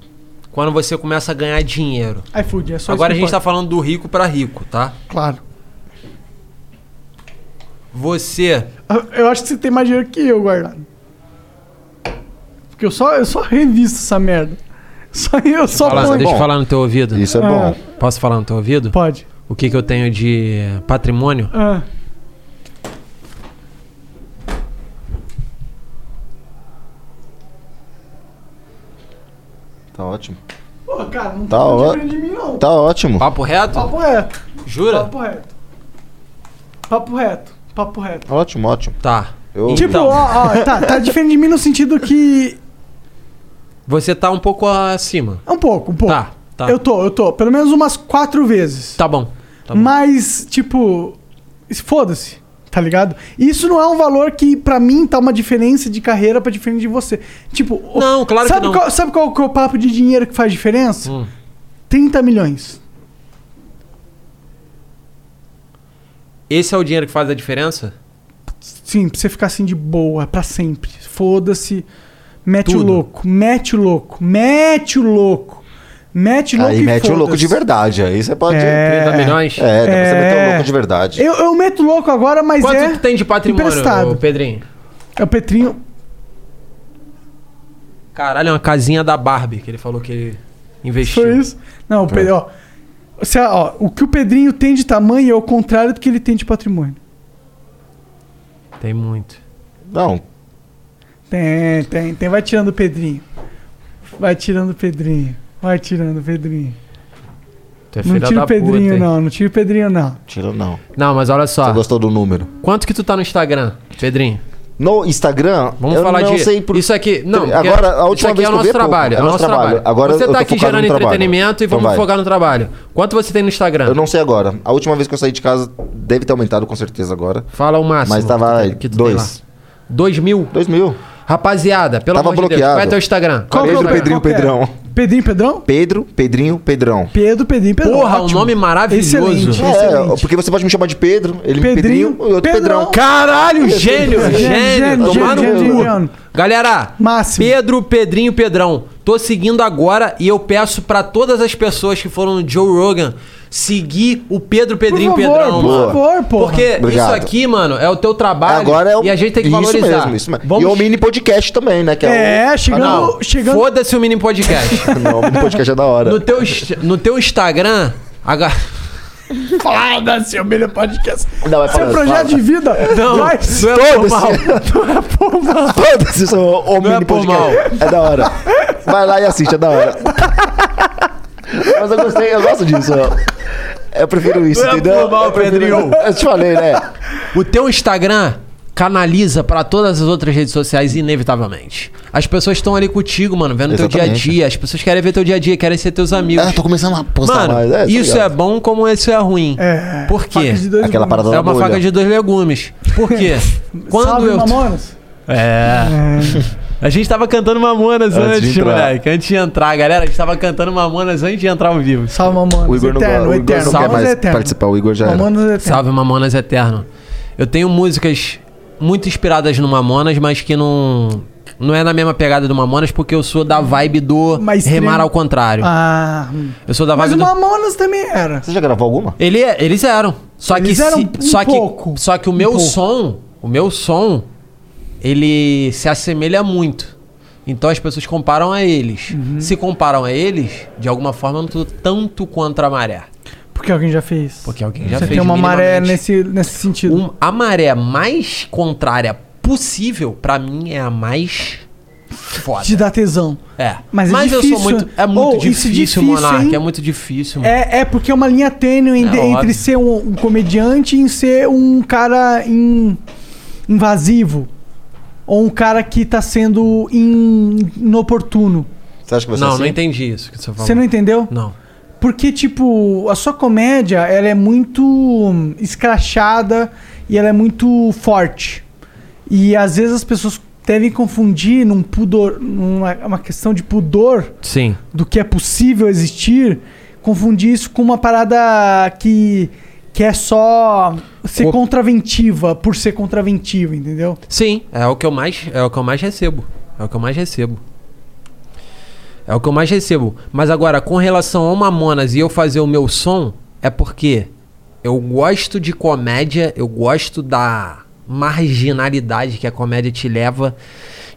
Quando você começa a ganhar dinheiro. iFood, é só Agora a isso que gente tá importa. falando do rico pra rico, tá? Claro. Você. Eu acho que você tem mais dinheiro que eu guardado. Porque eu só, eu só revisto essa merda. Só eu só Fala- ponho. deixa eu falar no teu ouvido. Isso é bom. Posso falar no teu ouvido? Ah. Pode. O que, que eu tenho de patrimônio? Ah, Tá ótimo. Pô, cara, não Tá, tá ó- tirando de mim, não. tá ótimo. Papo reto? Papo reto. Jura? Papo reto. Papo reto. Papo reto. Ótimo, ótimo. Tá. Eu... Tipo, ó, ó, tá, tá diferente de mim no sentido que. Você tá um pouco acima. É um pouco, um pouco. Tá, tá. Eu tô, eu tô. Pelo menos umas quatro vezes. Tá bom. tá bom. Mas, tipo. es- Foda-se, tá ligado? Isso não é um valor que, pra mim, tá uma diferença de carreira pra diferente de você. Tipo. o- Não, claro que sabe não. Hum. Qual, sabe qual que é o papo de dinheiro que faz diferença? 30 milhões. Esse é o dinheiro que faz a diferença? Sim, pra você ficar assim de boa, pra sempre. Foda-se. Mete o Tudo. louco, mete o louco, mete o louco. Mete o louco Aí e mete o louco foda-se. de verdade. Aí você pode. É. 30 milhões? É, dá pra você É. meter o louco de verdade. Eu, eu meto louco agora, mas Quanto é. tu tem de patrimônio, ô, emprestado. Pedrinho? É o Petrinho. Caralho, é uma casinha da Barbie que ele falou que ele investiu. Foi isso? Não, o Pedro, ó. se, ó, o que o Pedrinho tem de tamanho é o contrário do que ele tem de patrimônio. Tem muito. Não. Tem, tem, tem. Vai tirando o Pedrinho. Vai tirando o Pedrinho. Vai tirando o Pedrinho. Tu é não filha tira da o Pedrinho, puta, hein? não. Não tira o Pedrinho, não. Tira não. Não, mas olha só. Você gostou do número? Quanto que tu tá no Instagram, Pedrinho? No Instagram, Vamos eu falar não de sei por... isso aqui. Não, porque agora a isso última aqui vez que eu é o nosso vi, pô, trabalho. é o nosso trabalho. Agora você eu tá tô aqui focado gerando no trabalho. entretenimento e Então vamos vai. focar no trabalho. Quanto você tem no Instagram? Eu não sei agora. A última vez que eu saí de casa deve ter aumentado com certeza agora. Fala o máximo. Mas tava aí, que tu tem dois. Dois mil? Dois mil. Rapaziada, pelo Tava amor de Deus, bloqueado. qual é teu Instagram? Qual é Pedro, Instagram? Pedrinho, Pedrão. Pedrinho, Pedrão? Pedro, Pedrinho, Pedrão. Pedro, Pedrinho, Pedrão. Porra, um nome maravilhoso. Excelente, É, excelente. porque você pode me chamar de Pedro, ele me Pedrinho, e outro Pedrão. Caralho, Pedro, gênio, Pedro. gênio, Gênio, tomar no gênio, cu. gênio. Galera, Pedro, Pedrinho, Pedrão, tô seguindo agora e eu peço pra todas as pessoas que foram no Joe Rogan seguir o Pedro, Pedrinho, favor, Pedrão, por mano. favor, porra. Porque Obrigado. isso aqui, mano, é o teu trabalho Agora é o... e a gente tem que isso valorizar. Mesmo, isso mesmo. Vamos E o mini podcast também, né? Que é, o... Ah, não. chegando. Foda-se o mini podcast. Não, o mini podcast é da hora. No teu, inst- no teu Instagram. aga- Foda-se, o melhor podcast. Não, é Seu fala, projeto fala. de vida. Não, não é vai por mal. Foda-se, isso é o o mini podcast. É da hora. Vai lá e assiste, é da hora. Mas eu gostei, eu gosto disso. ó. Eu prefiro isso, Não é entendeu? por mal, Eu prefiro- Pedrinho. Eu te falei, né? O teu Instagram canaliza pra todas as outras redes sociais, inevitavelmente. As pessoas estão ali contigo, mano, vendo teu dia a Exatamente. dia. As pessoas querem ver teu dia a dia, querem ser teus amigos. Ah, tô começando a postar Mano, mais. É, tô isso é ligado. bom como isso é ruim. É. Por quê? Aquela parada É da uma bolha. faca de dois legumes. Por quê? Quando Salve, eu. Mamonas. É. A gente tava cantando Mamonas Antes de antes, entrar. moleque. Antes de entrar, galera. A gente tava cantando Mamonas antes de entrar ao vivo. Salve, Mamonas. O Igor não, eterno, gosta- o Igor eterno. não quer Mamonas mais é eterno. participar, o Igor já era. Mamonas é eterno. Salve Mamonas Eterno. Eu tenho músicas muito inspiradas no Mamonas, mas que não. Não é na mesma pegada do Mamonas, porque eu sou da vibe do Maestrinho. remar ao contrário. Ah, hum. Eu sou da mas vibe o do. Mamonas também É. era. Você já gravou alguma? Ele, é, eles eram. Só Eles que eram se- um só que, pouco. Só que o Um meu pouco. som, o meu som, ele se assemelha muito. Então as pessoas comparam a eles. Uhum. Se comparam a eles, de alguma forma eu não tô tanto contra a maré. Porque alguém já fez. Porque alguém já Você fez tem uma maré minimamente. nesse, nesse sentido. Um- a maré mais contrária possível, pra mim, é a mais foda. Te dá tesão. É. Mas é eu sou difícil, muito. É né? muito Oh, isso difícil, é difícil, Monark. hein? É muito difícil, mano. É, é porque é uma linha tênue entre, É, óbvio. entre ser um, um comediante e ser um cara in- invasivo. Ou um cara que tá sendo in- inoportuno. Você acha que você não, é assim? não entendi isso que você falou. Você não entendeu? Não. Porque, tipo, a sua comédia, ela é muito hum, escrachada e ela é muito forte. E às vezes as pessoas devem confundir num pudor, numa uma questão de pudor Sim. do que é possível existir, confundir isso com uma parada que, que é só ser Co- contraventiva por ser contraventiva, entendeu? Sim, é o que eu mais, é o que eu mais recebo. É o que eu mais recebo. É o que eu mais recebo. Mas agora, com relação ao Mamonas e eu fazer o meu som, é porque eu gosto de comédia, eu gosto da marginalidade que a comédia te leva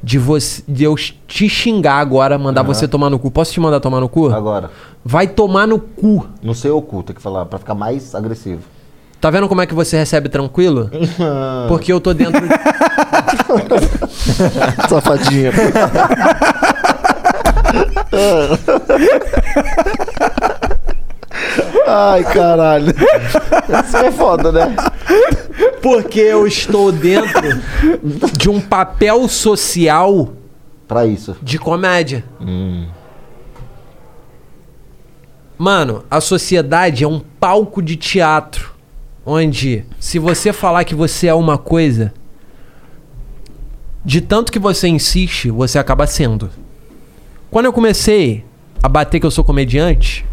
de você de eu te xingar agora, mandar você tomar no cu. Posso te mandar tomar no cu? Agora. Vai tomar no cu. No seu cu, tem que falar, pra ficar mais agressivo. Tá vendo como é que você recebe tranquilo? Porque eu tô dentro Safadinha. Ai, caralho. Isso é foda, né? Porque eu estou dentro de um papel social Pra isso. de comédia. Mano, a sociedade é um palco de teatro onde se você falar que você é uma coisa, de tanto que você insiste, você acaba sendo. Quando eu comecei a bater que eu sou comediante,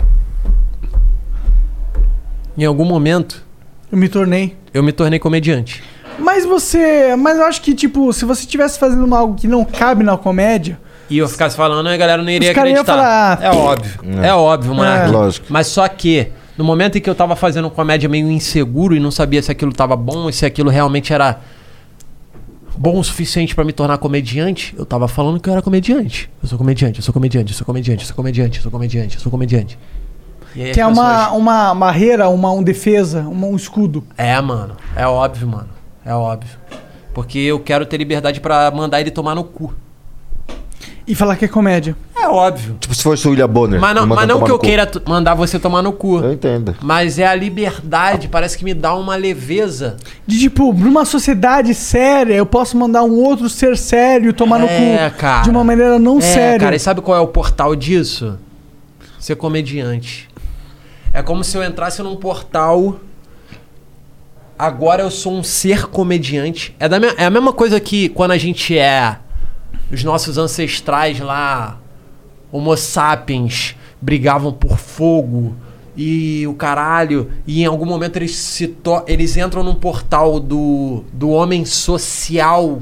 em algum momento Eu me tornei. eu me tornei comediante. Mas você. Mas eu acho que, tipo, se você estivesse fazendo algo que não cabe na comédia, E eu ficasse falando, a galera não iria Os caras iam acreditar. falar, ah, é óbvio. É, óbvio, mano. Lógico. Mas só que, no momento em que eu tava fazendo comédia meio inseguro e não sabia se aquilo tava bom e se aquilo realmente era bom o suficiente pra me tornar comediante, eu tava falando que eu era comediante. Eu sou comediante, eu sou comediante, eu sou comediante, eu sou comediante, eu sou comediante, eu sou comediante. E aí as que é uma, pessoas- uma barreira, uma, um defesa, uma- um escudo. É, mano. É óbvio, mano. É óbvio. Porque eu quero ter liberdade pra mandar ele tomar no cu. E falar que é comédia. É óbvio. Tipo se fosse o William Bonner. Mas não, manda mas não tomar que no eu cu. queira t- mandar você tomar no cu. Eu entendo. Mas é a liberdade, parece que me dá uma leveza. De tipo, numa sociedade séria, eu posso mandar um outro ser sério É, tomar no cu. cara. De uma maneira não é, séria. Cara, e sabe qual é o portal disso? Ser comediante. É como se eu entrasse num portal. Agora eu sou um ser comediante. É, da me- é a mesma coisa que quando a gente é. Os nossos ancestrais lá. Homo sapiens brigavam por fogo e o caralho. E em algum momento eles, se to- eles entram num portal do, do homem social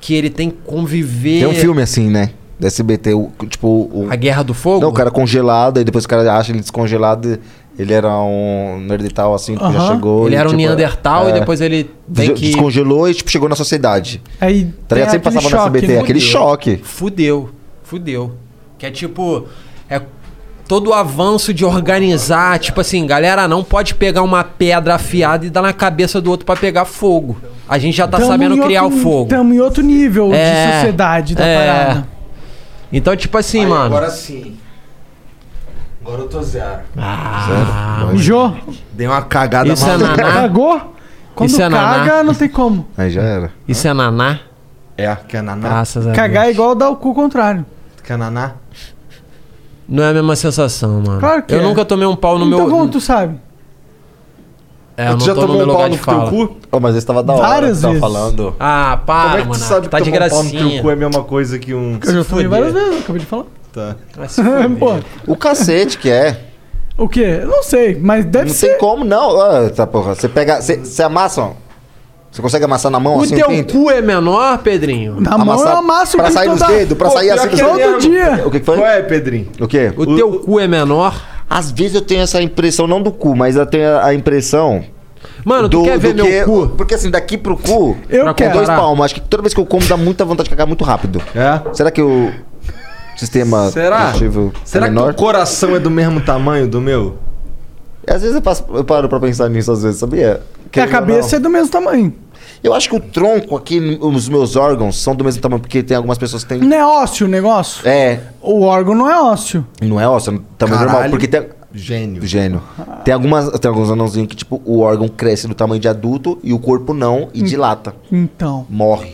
que ele tem que conviver. Tem um filme assim, né? Da SBT, o- tipo. O... A Guerra do Fogo? Não, o cara congelado, aí depois o cara acha ele descongelado. Ele era um Neandertal assim, que já Aham. chegou. Ele e, é. era um Neandertal e depois ele des- tem que- Descongelou e tipo, chegou na sociedade. Aí Tá ligado? Sempre passava na SBT, né? aquele Fudeu. choque. Fudeu, fudeu. Que é tipo. É todo o avanço de organizar, tipo assim, galera, não pode pegar uma pedra afiada e dar na cabeça do outro pra pegar fogo. A gente já tá Tamo sabendo em criar outro- o fogo. Tamo em outro nível de É, sociedade da é. parada. Então, tipo assim, mano. Agora sim. Agora eu tô zero. Ah, Zero. Mijou? Deu uma cagada Isso é maluca. naná? Cagou? Quando Isso é naná? caga, não tem como. Aí já era. Isso é naná? É, que é naná. Graças a Cagar é igual dar o cu ao contrário. Que é naná. Não é a mesma sensação, mano. Claro que Eu é. nunca tomei um pau no então meu. como tu sabe? É, eu não tô no um meu lugar de fala. Ô, Oh, mas esse tava da hora. Várias que tava vezes. falando. Ah, Como para, é que tu mano. sabe tá que de tomar um pau no teu gracinha. cu é a mesma coisa que um... Eu já falei Foder. várias vezes, acabei de falar. Tá. Vai se fuder. Pô, O cacete que é. o quê? Eu Não sei, mas deve Não ser. tem como, não. Ah, tá, porra. Você pega. Você você amassa. ó. Você consegue amassar na mão O assim teu o pinto? cu é menor, Pedrinho? Na mão eu amasso o Pra pinto sair dos toda- dedos, pra Pô, sair pior assim. que é Todo mesmo. dia. O que que foi? Qual é, Pedrinho? O quê? O, teu cu é menor? Às vezes eu tenho essa impressão, não do cu, mas eu tenho a- a impressão. Mano, tu quer ver meu que- cu? Porque assim, daqui pro cu, Eu com quero. dois palmos. Acho que toda vez que eu como dá muita vontade de cagar muito rápido. É? Será que o sistema Será? digestivo é Será menor? que o coração é do mesmo tamanho do meu? Às vezes eu, passo- eu paro pra pensar nisso, às vezes, sabia? Que a Querendo ou cabeça é do mesmo tamanho. Eu acho que o tronco aqui, os meus órgãos são do mesmo tamanho, porque tem algumas pessoas que têm. Não é ósseo o negócio? É, O órgão não é ósseo. não é ósseo, é tamanho Caralho. normal. Porque tem. Gênio. Gênio. Tem, algumas, tem alguns anãozinhos que, tipo, o órgão cresce do tamanho de adulto e o corpo não, Hum. e dilata. Então. Morre.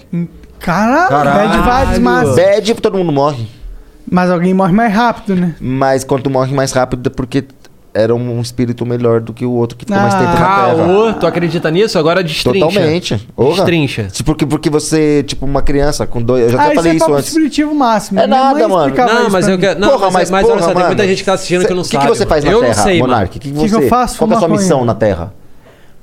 Caralho, Caralho. Bad vibes, mas. Bad, todo mundo morre. Mas alguém morre mais rápido, né? Mas quanto morre mais rápido é porque era um espírito melhor do que o outro que ficou mais Ah. tempo na Terra. Caô, tu acredita nisso? Agora é destrincha. Totalmente. Orra. Destrincha. Tipo, Porque, porque você, tipo, uma criança com dois. Eu já até Ah, isso falei é isso papo antes. espiritivo máximo. É Minha mãe nada, mano. explicava Não, isso mas pra eu mim. quero. Não, porra, mas, é, mas, mas porra, olha só, tem mano. muita gente que tá assistindo Cê- que não que sabe. que você faz na eu Terra, não sei, mano. Monark? Que que Que que você, eu faço? Qual que é a sua Fumar missão maconha. na Terra?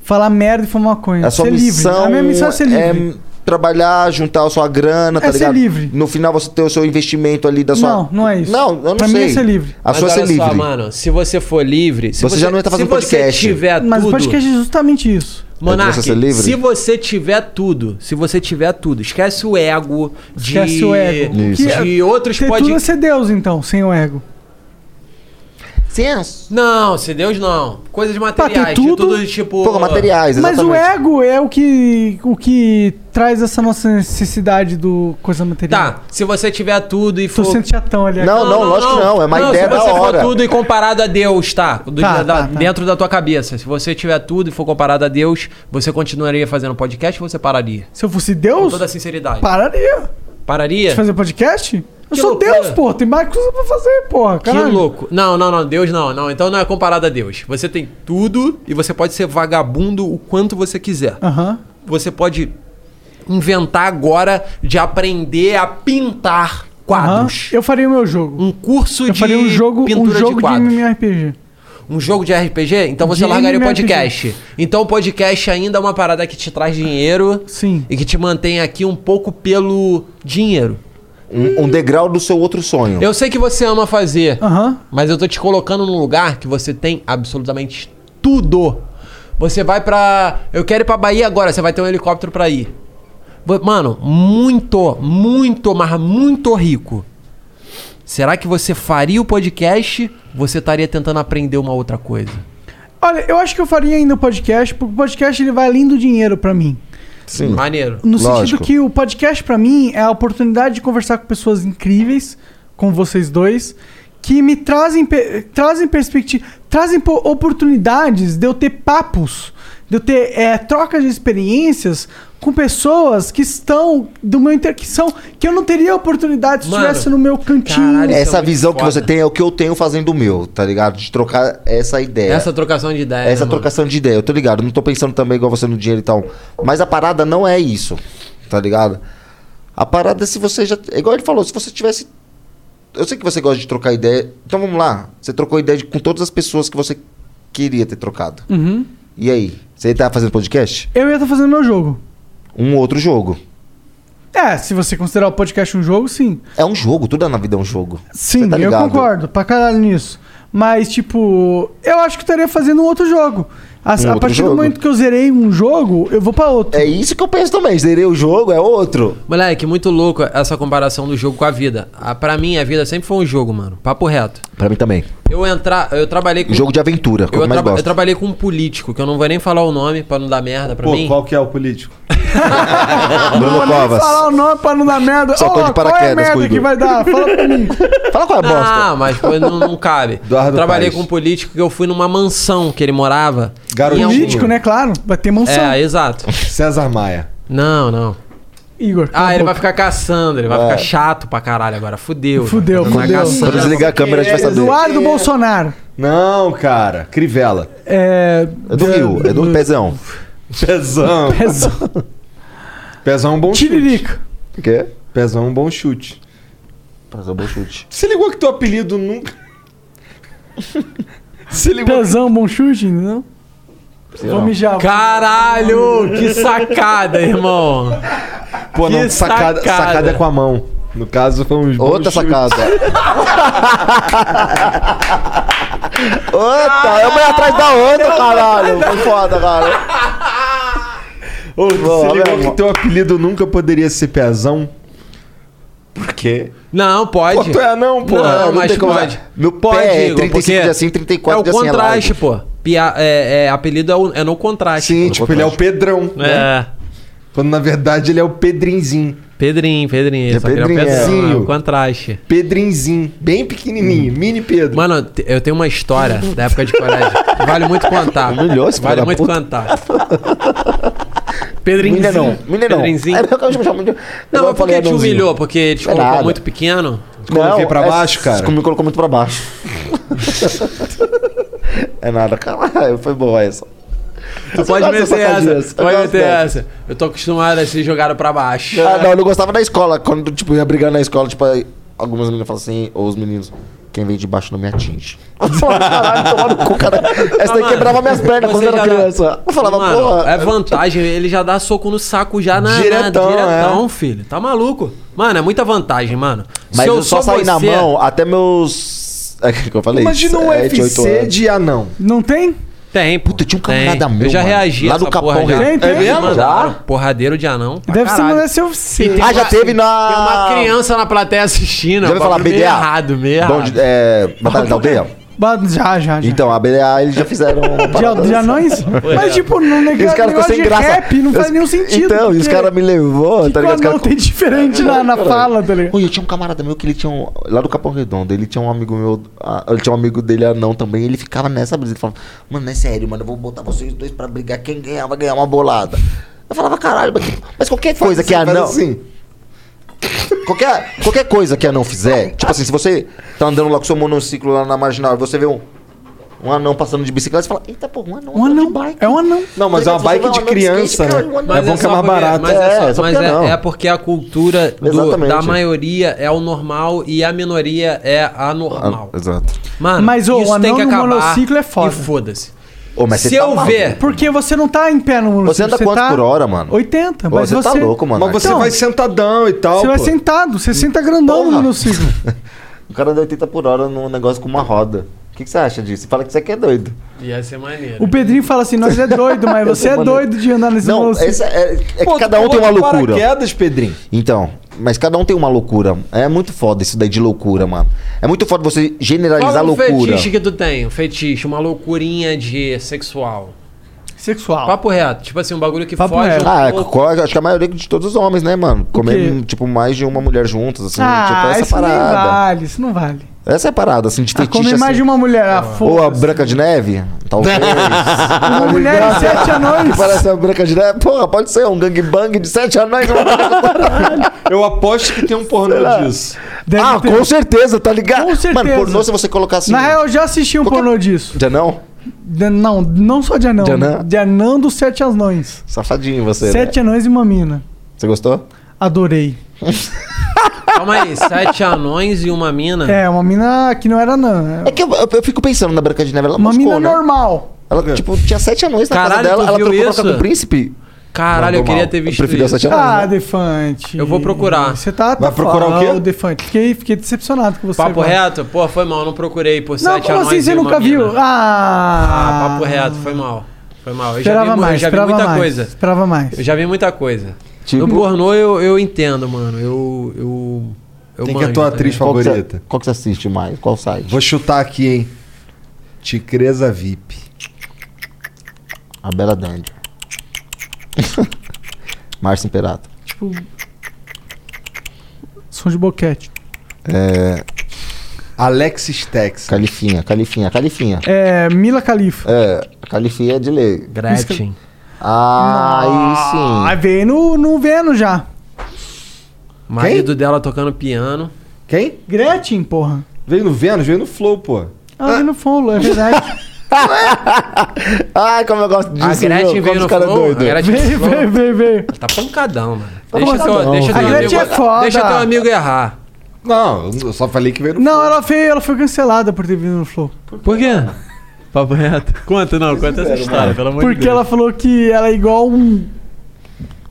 Falar merda e fumar maconha. A sua É ser missão livre. A minha missão é ser livre. trabalhar, juntar a sua grana, tá É ser ligado? livre. No final você ter o seu investimento ali da sua... Não, não é isso. Não, eu não Pra mim sei. é ser livre. A sua é mas ser olha livre. só, mano, se você for livre, se Você já não ia tá fazendo se você podcast. tiver Mas o tudo, podcast é justamente isso. Monark, você ser livre? se você tiver tudo, se você tiver tudo, esquece o ego de Esquece o ego. Isso. Que- de outros Ter tudo é podcasts. ser Deus, então, sem o ego. Senso. Não, se Deus não. Coisas materiais, tudo- de tudo tipo Porra, materiais, Mas exatamente. o ego é o que, o que traz essa nossa necessidade do coisa material. Tá, se você tiver tudo e Tô for sendo chatão ali. Não, não, lógico que não. É uma ideia se da você for hora. tudo e comparado a Deus, tá? Do- da- Tá, da- tá, tá. Dentro da tua cabeça. Se você tiver tudo e for comparado a Deus, você continuaria fazendo podcast ou você pararia? Se eu fosse Com Deus, toda a sinceridade. pararia de Pararia? fazer podcast. Eu Tá. Que sou loucura. Deus, pô. Tem mais coisa pra fazer, porra. Que Caralho. louco. Não, não, não. Deus não, não. Então não é comparado a Deus. Você tem tudo e você pode ser vagabundo o quanto você quiser. Aham. Você pode inventar agora de aprender a pintar Aham. quadros. Eu faria o meu jogo. Um curso eu de faria um jogo, um pintura jogo de de, quadros. MMORPG. Um jogo de RPG? Então você De largaria o MMORPG. podcast. Então o podcast ainda é uma parada que te traz dinheiro Sim. e que te mantém aqui um pouco pelo dinheiro. Um, um degrau do seu outro sonho. Eu sei que você ama fazer, Aham. mas eu tô te colocando num lugar que você tem absolutamente tudo. Você vai pra. Eu quero ir pra Bahia agora, você vai ter um helicóptero pra ir. Vo- Mano, muito, muito, mas muito rico. Será que você faria o podcast? Você estaria tentando aprender uma outra coisa? Olha, eu acho que eu faria ainda o podcast, porque o podcast ele vai além do dinheiro pra mim. Sim. Maneiro. No sentido que o podcast pra mim é a oportunidade de conversar com pessoas incríveis, com vocês dois, que me trazem pe- trazem perspectiva, trazem po- oportunidades de eu ter papos, de eu ter é, trocas de experiências com pessoas que estão do meu inter... que são que eu não teria oportunidade se Mano, estivesse no meu cantinho. essa visão que você tem é o que eu tenho fazendo o meu, tá ligado? De trocar essa ideia. Essa é, trocação de né, ideias. É. Essa trocação de ideia, eu tô ligado. Não tô pensando também igual você no dinheiro e tal. Mas a parada não é isso, tá ligado? A parada é se você já. é Igual ele falou, se você tivesse. Eu sei que você gosta de trocar ideia. Então vamos lá. Você trocou ideia de- com todas as pessoas que você queria ter trocado. Uhum. E aí? Você tá fazendo podcast? Eu ia estar fazendo meu jogo. Um outro jogo. É, se você considerar o podcast um jogo, sim. É um jogo, tudo na vida é um jogo. Sim, Cê tá eu ligado? concordo pra caralho nisso. Mas, tipo, eu acho que eu estaria fazendo um outro jogo. A, Um a outro partir do jogo? momento que eu zerei um jogo, eu vou pra outro. É isso que eu penso também. Zerei o jogo, é outro. Moleque, muito louco essa comparação do jogo com a vida. Ah, Pra mim, a vida sempre foi um jogo, mano. Papo reto. Pra mim também. Eu entrar, eu trabalhei com. Jogo de aventura, que eu eu, mais traba- eu gosto. trabalhei com um político, que eu não vou nem falar o nome pra não dar merda pra Pô, mim. qual que é o político? Bruno Ah, vou nem Covas. falar o nome pra não dar merda. Só Ó, tô de qual é a paraquedas com o merda Igor. que vai dar? Fala pra mim. Fala qual é a bosta. Ah, mas pô, não, não cabe. Trabalhei com um político que eu fui numa mansão que ele morava. Garotinho. Em algum- Político, né? Claro. Vai ter mansão. É, exato. César Maia. Não, não. Igor. tá Ah, Um ele vai ficar caçando, ele vai É. ficar chato pra caralho agora. Fudeu. Fudeu, Vai ficar fudeu. caçando. Quando desligar a câmera, a gente vai saber. Eduardo Bolsonaro. Não, cara. Crivella. É. É do Rio, é do Pezão. Pezão. Pezão. Pezão é um bom Tiririca. chute. O quê? Pezão é um bom chute. Pezão é um bom chute. Você ligou que teu apelido nunca. Se ligou. Pezão, é um bom chute, não? Vou não. mijar. Caralho, que sacada, irmão. Pô, Que não, sacada, sacada. sacada é com a mão. No caso, foi um Outra sacada. Outra, eu vou atrás da Ah, outra, caralho. Foi foda, cara. Ô, Boa, você ligou meu que teu apelido nunca poderia ser Pezão? Por quê? Não, pode. Pô, tu é não, pô. Não, Não mas tem como- pode. Meu pé é 35 porque dias assim, 34 É o dias assim, é contraste, live. pô. Pia, é, é, apelido é, o- é no contraste. Sim, tipo, ele é o Pedrão. né? É. Quando na verdade ele é o Pedrinzinho. Pedrinho, Pedrinho. É só que ele é o Pedrinho, é. Pedrão, é o contraste. Hum. Pedrinzinho, bem pequenininho, mini Pedro. Mano, te- eu tenho uma história da época de colégio. que Vale muito contar. Humilhou esse filho Vale da muito puta. contar. Pedrinzinho. Milha não, milha não. Pedrinzinho. É porque eu chamo- chamo de- Não, eu mas por falei que te anãozinho. humilhou? Porque ele te Não é colocou nada. muito pequeno? Te Não, é- Me colocou muito pra baixo. é nada, caralho. Foi boa essa. Tu Eu pode gosto meter dessa essa. sacadinha, Tu eu pode gosto meter dessa. essa. Eu tô acostumado a se jogar pra baixo. É. Ah, não, eu não gostava da escola. Quando, tipo, ia brigar na escola, tipo, aí algumas meninas falam assim, ou os meninos, quem vem de baixo não me atinge. Eu falava, caralho, tomar no cu, cara. Essa daí Ah, Mano, quebrava minhas pernas quando você eu era já dá- criança. Eu falava, Mano, porra. É vantagem, ele já dá soco no saco já na Diretão, na, diretão é. filho. Tá maluco? Mano, é muita vantagem, mano. Mas eu, só sou saí na você- mão até meus. É que eu falei. Imagina um 7, 8 UFC anos. de anão. Não tem? Tem, pô. Puta, tinha um camarada meu, Eu já mano, reagi lá a essa do Capão porra já. Redondo. Tem, tem? Me Já? Ah, mandaram Porradeiro de anão. pra Deve ser caralho. uma desse E oficina. tem uma- Tem uma criança na plateia assistindo. Já é um ouviu falar bagulho BDA? meio errado, meio Bom errado. de, é, Batalha da Aldeia? Já, já, já. Então, a BDA eles já fizeram. uma parada De, de dessa. anões? Foi, Mas, é. tipo, no E os negócio, caras ficam negócio sem de graça. rap não faz Os- nenhum sentido. Então, e os porque- caras me levou, tá ligado? Os anão caras- tem diferente na- na Caralho. fala, tá ligado? Oi, eu tinha um camarada meu que ele tinha um. Lá do Capão Redondo, ele tinha um amigo meu. ah, Ele tinha um amigo dele anão também. Ele ficava nessa brisa. Ele falava, mano, é sério, mano, eu vou botar vocês dois pra brigar. Quem ganhar vai ganhar uma bolada. Eu falava, caralho, mas, mas qualquer coisa que é Faz anão. assim. Qualquer, qualquer coisa que anão fizer, tipo assim, se você tá andando lá com seu monociclo lá na marginal e você vê um, um anão passando de bicicleta, você fala, eita porra, um anão. Um anão. É um anão. Não, mas é uma bike de criança, né? Mas É bom que é só mais porque- barato. Mas é, só- só mas porque é- não. é porque a cultura do- Exatamente. da maioria é o normal e a minoria é anormal. Ah, Exato. Mano, Mas, ô, isso o tem anão que no acabar. monociclo é foda. E foda-se. Ô, mas Se você tá eu maluco. ver... Porque você não tá em pé no monociclo. Você anda quanto por hora, mano? 80, Ô, mas você tá louco, mano. Mas você Então, vai sentadão e tal. Você vai pô. sentado, você senta grandão no monociclo. O cara dá 80 por hora num negócio com uma roda. O que, que você acha disso? Fala que você aqui é doido. Ia ser maneiro. O Pedrinho fala assim, nós é doido, mas você é Mano, doido de andar nesse Não, monociclo. essa é, é que Pô, tu cada um tem pulou uma de loucura. paraquedas, Pedrinho. Então, Mas cada um tem uma loucura. É muito foda isso daí de loucura, mano. É muito foda você generalizar Qual é o loucura. fetiche que tu tem? Um fetiche, uma loucurinha de sexual. Sexual. Papo reto. Tipo assim, um bagulho que Papo foge reto. um Ah, é, pouco. co- acho que a maioria de todos os homens, né, mano? quê? Comer, tipo, mais de uma mulher juntas, assim. tipo, Ah, essa isso parada. nem vale, isso não vale. Essa é a parada, assim, de fetiche. Comer Ah, mais assim. de uma mulher, ah, Ou foda. a Branca de Neve, talvez. Uma mulher e sete anões. É Que parece a Branca de Neve. Porra, pode ser um gangbang de sete anões. Eu aposto que tem um pornô disso. ah, com certeza, tá ligado? Com certeza. Mano, pornô se você colocar assim... Na real, eu já assisti um pornô disso. é? De anão? De- não, não só de anão. De anão? De anão dos sete anões. Safadinho você, né? sete anões e uma mina. Você gostou? Adorei. Calma aí, sete anões e uma mina. É, uma mina que não era anã. né? É que eu, eu- eu fico pensando na Branca de Neve, ela Uma moscou, mina né? normal. Ela, tipo, tinha sete anões na Caralho, casa dela, tu ela viu trocou pra isso? com o príncipe. Caralho, eu Mandou queria mal. ter visto Preferiu isso. sete anões, Ah, né? Defante. Eu vou procurar. Você tá, tá Vai procurar o quê? falando, Defante. Fiquei, fiquei decepcionado com você. Papo agora. reto? Pô, foi mal, não procurei por Não, sete como anões assim você e uma nunca mina. viu? Ah, Ah, papo reto, foi mal. Foi mal. Eu já Esperava vi, mu- eu mais, já vi esperava muita mais. coisa. Esperava mais. Eu já vi muita coisa. Tipo? No pornô eu, eu entendo, mano. Eu. eu, eu Quem que é manjo, a tua tá atriz ligado? Qual que você- favorita? Qual que você assiste mais? Qual site? Vou chutar aqui, hein? Ticreza VIP. A Bela Dandy. Márcio Imperato. Tipo. Som de boquete. É... Alexis Tex. Califinha, Califinha, Califinha. É, Mila Califa. É, Califinha é de lei. Gretchen. Ah, aí sim. Ah, veio no, no Veno já. Marido dela tocando piano. Quem? Gretchen, porra. Veio no Vênus, veio no Flow, pô. Ah, veio no Folo, é verdade. Ai, como eu gosto disso. A Gretchen viu? Como veio no os cara é flow, doido. a Gretchen veio, falou. veio, veio, veio. Tá pancadão, mano. Tá deixa teu, pancadão. deixa A teu Gretchen amigo, é foda. Deixa teu amigo errar. Não, eu só falei que veio no Não, ela foi, ela foi cancelada por ter vindo no Flow. Por quê? Papo reto. Conta, não, conta essa história, pelo amor de Deus. Porque ela falou que ela é igual um.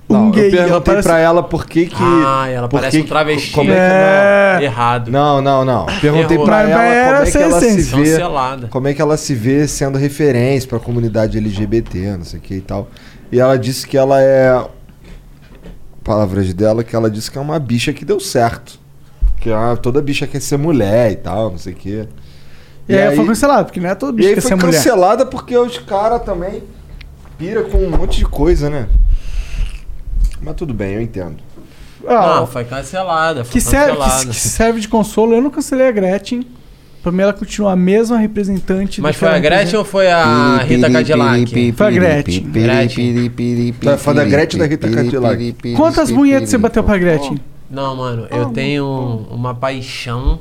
Não, gay, eu perguntei ela parece- pra ela por que que... Ah, ela por parece que um travesti. Como é que não? Errado. Não, não, não. Perguntei Errou. pra Mas ela era como é que essa ela se essência. vê... Cancelada. Como é que ela se vê sendo referência pra comunidade LGBT, não sei o que e tal. E ela disse que ela é... Palavras dela, que ela disse que é uma bicha que deu certo. Que ah, toda bicha quer ser mulher e tal, não sei o que. E, aí, foi cancelada, porque não é todo E bicho aí que quer foi ser mulher. cancelada porque os caras também pira com um monte de coisa, né? Mas tudo bem, eu entendo. Ah, Não, foi cancelada. Foi Que serve, cancelada. que, que serve de consolo, eu não cancelei a Gretchen. Pra mim ela continua a mesma representante. do Mas que foi ela a Gretchen representa. ou foi a Piri, Rita piri, Cadillac? piri, Foi a piri, Gretchen. piri, Gretchen. piri, piri, piri, Tá falando da piri, Gretchen ou da Rita piri, Cadillac? piri, piri, Quantas piri, punhetas você piri. bateu pra Gretchen? Não, mano, eu tenho uma paixão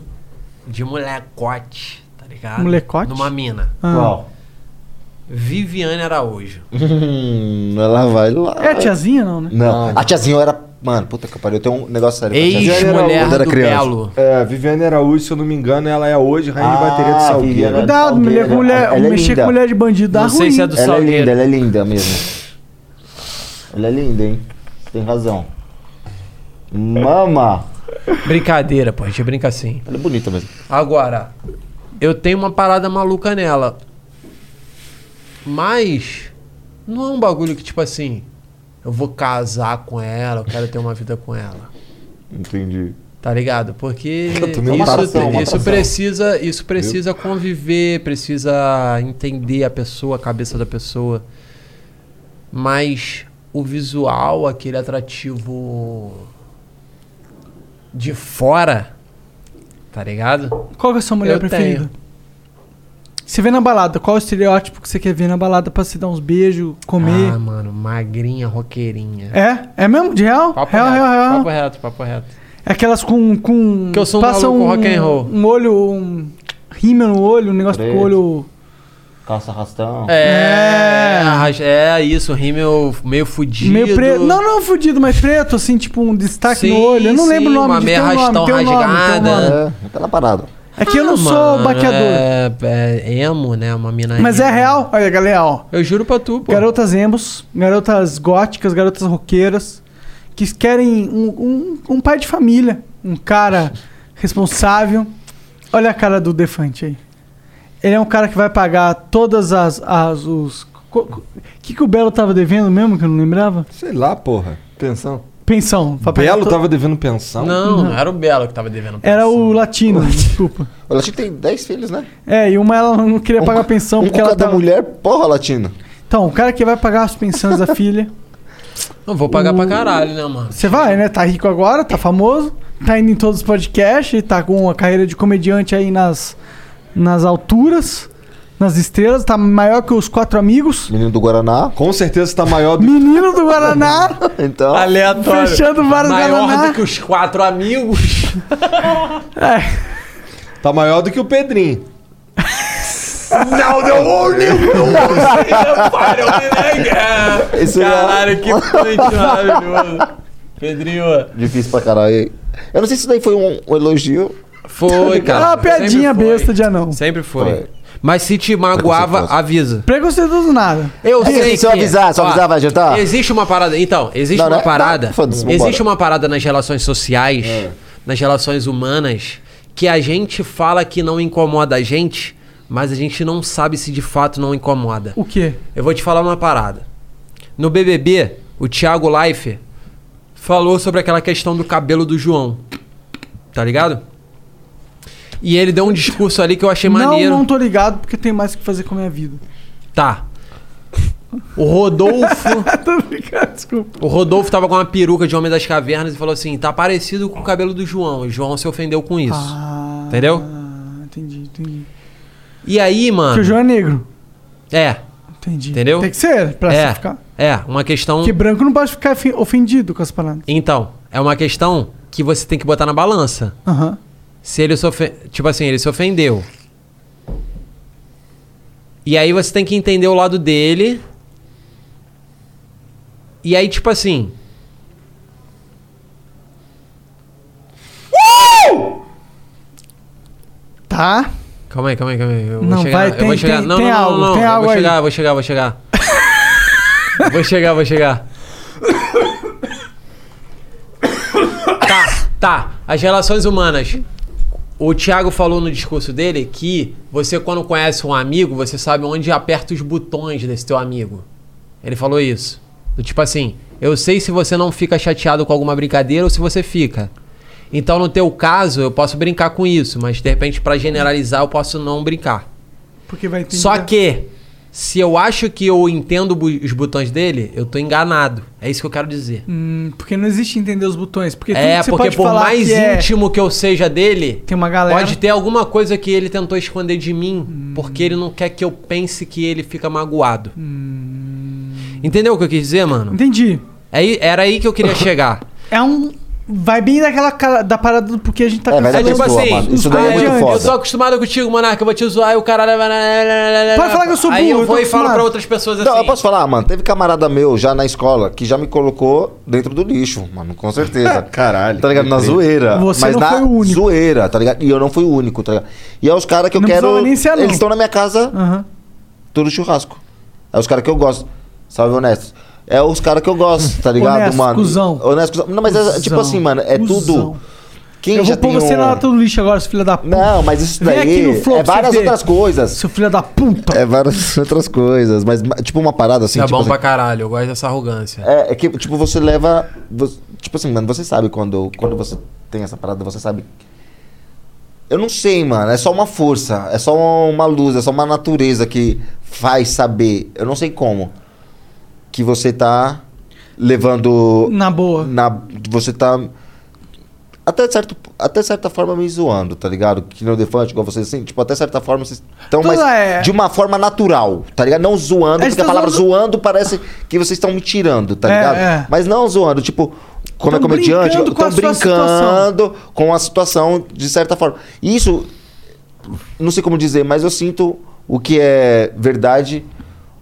de molecote, tá ligado? Molecote? Numa mina. Ah. Qual? Viviane Araújo. Hum, ela vai lá. É a tiazinha, não, né? Não, Ah, a tiazinha eu era... Mano, puta que pariu, eu tenho um negócio sério. com a tiazinha. Viviane Araújo, Quando eu era criança. É, Viviane Araújo, se eu não me engano, ela é hoje rainha de Ah, bateria de Salgueiro. Viviane Cuidado, mulher, Salgueiro. mulher, Ela é mexer linda. com mulher de bandido dá Não sei ruim. se é do Ela é Salgueiro. linda, ela é linda mesmo. Ela é linda, hein? Você tem razão. É. Mama! Brincadeira, pô, a gente brinca assim. Ela é bonita mesmo. Agora, eu tenho uma parada maluca nela. Mas não é um bagulho que, tipo assim, eu vou casar com ela, eu quero ter uma vida com ela. Entendi. Tá ligado? Porque Eu isso, também não tava assim, uma isso atração. precisa, isso precisa conviver, precisa entender a pessoa, a cabeça da pessoa. Mas o visual, aquele atrativo de fora, tá ligado? Qual que é a sua mulher Eu preferida? Você vê na balada, qual é o estereótipo que você quer ver na balada pra se dar uns beijos, comer? Ah, mano, magrinha, roqueirinha. é? É mesmo? De real? Papo real, reto, real, real. papo reto, papo reto. É Aquelas com. com Que eu sou um passam maluco rock and roll. Um olho. Um rímel no olho, um negócio com Preto. o olho. Calça arrastão. É, arras- é isso, rímel meio fudido. Meio preto. Não, não fudido, mas preto, assim, tipo um destaque no olho. Eu não sim, lembro o nome uma de meia tem um nome, rastão tem um nome, tem um rasgada. nome. É, aquela parada. É que eu não Ah, sou mano, baqueador. É, é emo, né? Uma mina Mas emo. é real. Olha, galera, ó. Eu juro pra tu, pô. Garotas emos, garotas góticas, garotas roqueiras, que querem um, um, um pai de família, um cara responsável. Olha a cara do Defante aí. Ele é um cara que vai pagar todas as. as os, co- co- que, que o Belo tava devendo mesmo, que eu não lembrava? Sei lá, porra. Pensão. Pensão. Papai Belo Noel- tava devendo pensão? Uhum. Não, não era o Belo que tava devendo. Era o latino, desculpa. O Latino tem 10 filhos, né? É, e uma ela não queria pagar pensão um porque com ela cada tava... mulher, porra, Latino. Então, o cara que vai pagar as pensões da filha. é Não, vou pagar pra caralho, né, mano? Você vai, né? Tá rico agora, tá famoso, tá indo em todos os podcasts, tá com uma carreira de comediante aí nas, nas alturas, nas estrelas, tá maior que os quatro amigos. Menino do Guaraná. Com certeza tá maior do Menino do Guaraná! então. Aleatório. Fechando vários Maior Guaraná. É. do que os quatro amigos. Tá maior do que o Pedrinho. Não, deu o Isso é- Caralho, que point maravilhoso. Pedrinho. Difícil pra caralho. hein? Eu não sei se isso daí foi um, um elogio. Tá Foi, cara. É uma piadinha Sempre foi. besta de anão. Sempre foi. Mas se te magoava, avisa. Preconceituoso nada. Eu Aí, sei se eu que- é. avisar, se eu ó, avisar, vai adiantar? Existe uma parada. Então, existe Não, uma né? parada. Tá, foda-se, vambora. É. existe uma parada nas relações sociais, nas relações humanas, que a gente fala que não incomoda a gente, mas a gente não sabe se de fato não incomoda. O quê? Eu vou te falar uma parada. No BBB, o Thiago Leifert falou sobre aquela questão do cabelo do João. Tá ligado? E ele deu um discurso ali que eu achei Não, maneiro. não tô ligado porque tem mais o que fazer com a minha vida. Tá. O Rodolfo. O Rodolfo tava com uma peruca de Homem das Cavernas e falou assim: tá parecido com o cabelo do João. E o João se ofendeu com isso. Entendeu? Ah, entendi, entendi. E aí, mano. Porque o João é negro. É. Entendi. Entendeu? Tem que ser, pra é, se ficar. É, uma questão. Porque branco não pode ficar fi- ofendido com as palavras. Então, é uma questão que você tem que botar na balança. Aham. Se ele se ofe... Tipo assim, ele se ofendeu. E aí você tem que entender o lado dele. E aí, tipo assim. Tá? Calma aí, calma aí, calma aí. Eu vou Não, chegar. vai, eu tem- vou chegar. tem- não, tem não, não, algo, não, tem eu algo vou aí. chegar, vou chegar, vou chegar. vou chegar, vou chegar. Tá, tá. As relações humanas. O Thiago falou no discurso dele que você, quando conhece um amigo, você sabe onde aperta os botões desse teu amigo. Ele falou isso. Do tipo assim, eu sei se você não fica chateado com alguma brincadeira ou se você fica. Então, no teu caso, eu posso brincar com isso, mas de repente, pra generalizar, eu posso não brincar. Porque vai entender. Só que, se eu acho que eu entendo bu- os botões dele, eu tô enganado. É isso que eu quero dizer. Hum, porque não existe entender os botões. Porque tudo é, que você porque pode por falar mais que é- íntimo que eu seja dele, Tem uma galera. Hum. pode ter alguma coisa que ele tentou esconder de mim, porque ele não quer que eu pense que ele fica magoado. Entendeu o que eu quis dizer, mano? Hum. Entendi. É aí- era aí que eu queria chegar. É um. Vai bem daquela cara, da parada do porque a gente tá É, vai É dar tipo pessoa, assim, mano. Isso daí ah, é muito eu, eu tô foda. acostumado contigo, Monarca, eu vou te zoar, e o caralho... Pode falar que eu sou Aí burro, então, eu eu tô vou e falo acostumado. pra outras pessoas assim... Não, eu posso falar, mano. Teve camarada meu já na escola que já me colocou dentro do lixo, mano, com certeza. Caralho. Tá ligado? Na zoeira. Você mas não na foi o único. zoeira, tá ligado? E eu não fui o único, tá ligado? E é os caras que eu Não quero. precisava nem ser anão. Eles estão na minha casa, Aham. tudo churrasco. É os caras que eu gosto. Salve, honestos. É os caras que eu gosto, tá ligado, Honesto, mano? cuzão. Honesto, cuzão. Não, mas é, Cuzão, tipo assim, mano, é cuzão. tudo. Quem eu já vou pôr tem você um... na lata do lixo agora, seu filho da puta. Não, mas isso Vem daí aqui no Flow é pra você várias ver. outras coisas. Seu filho da puta. É várias outras coisas, mas ma- tipo uma parada assim, Tá tipo bom assim, pra caralho, eu gosto dessa arrogância. é, é que tipo você leva, vo- tipo assim, mano, você sabe quando quando você tem essa parada, você sabe. Eu não sei, mano, é só uma força, é só uma luz, é só uma natureza que faz saber, eu não sei como que você tá levando Na boa. na você tá até, certo, até certa forma me zoando, tá ligado? Que não defante, igual vocês, assim, tipo, até certa forma vocês estão, Tudo mas é- de uma forma natural, tá ligado? Não zoando, A gente porque a tá palavra zoando- zoando parece que vocês estão me tirando, tá É, ligado? é. Mas não zoando, tipo, como é Tão comediante, brincando com a estão sua brincando com a situação de certa forma. E Isso, não sei como dizer, mas eu sinto o que é verdade,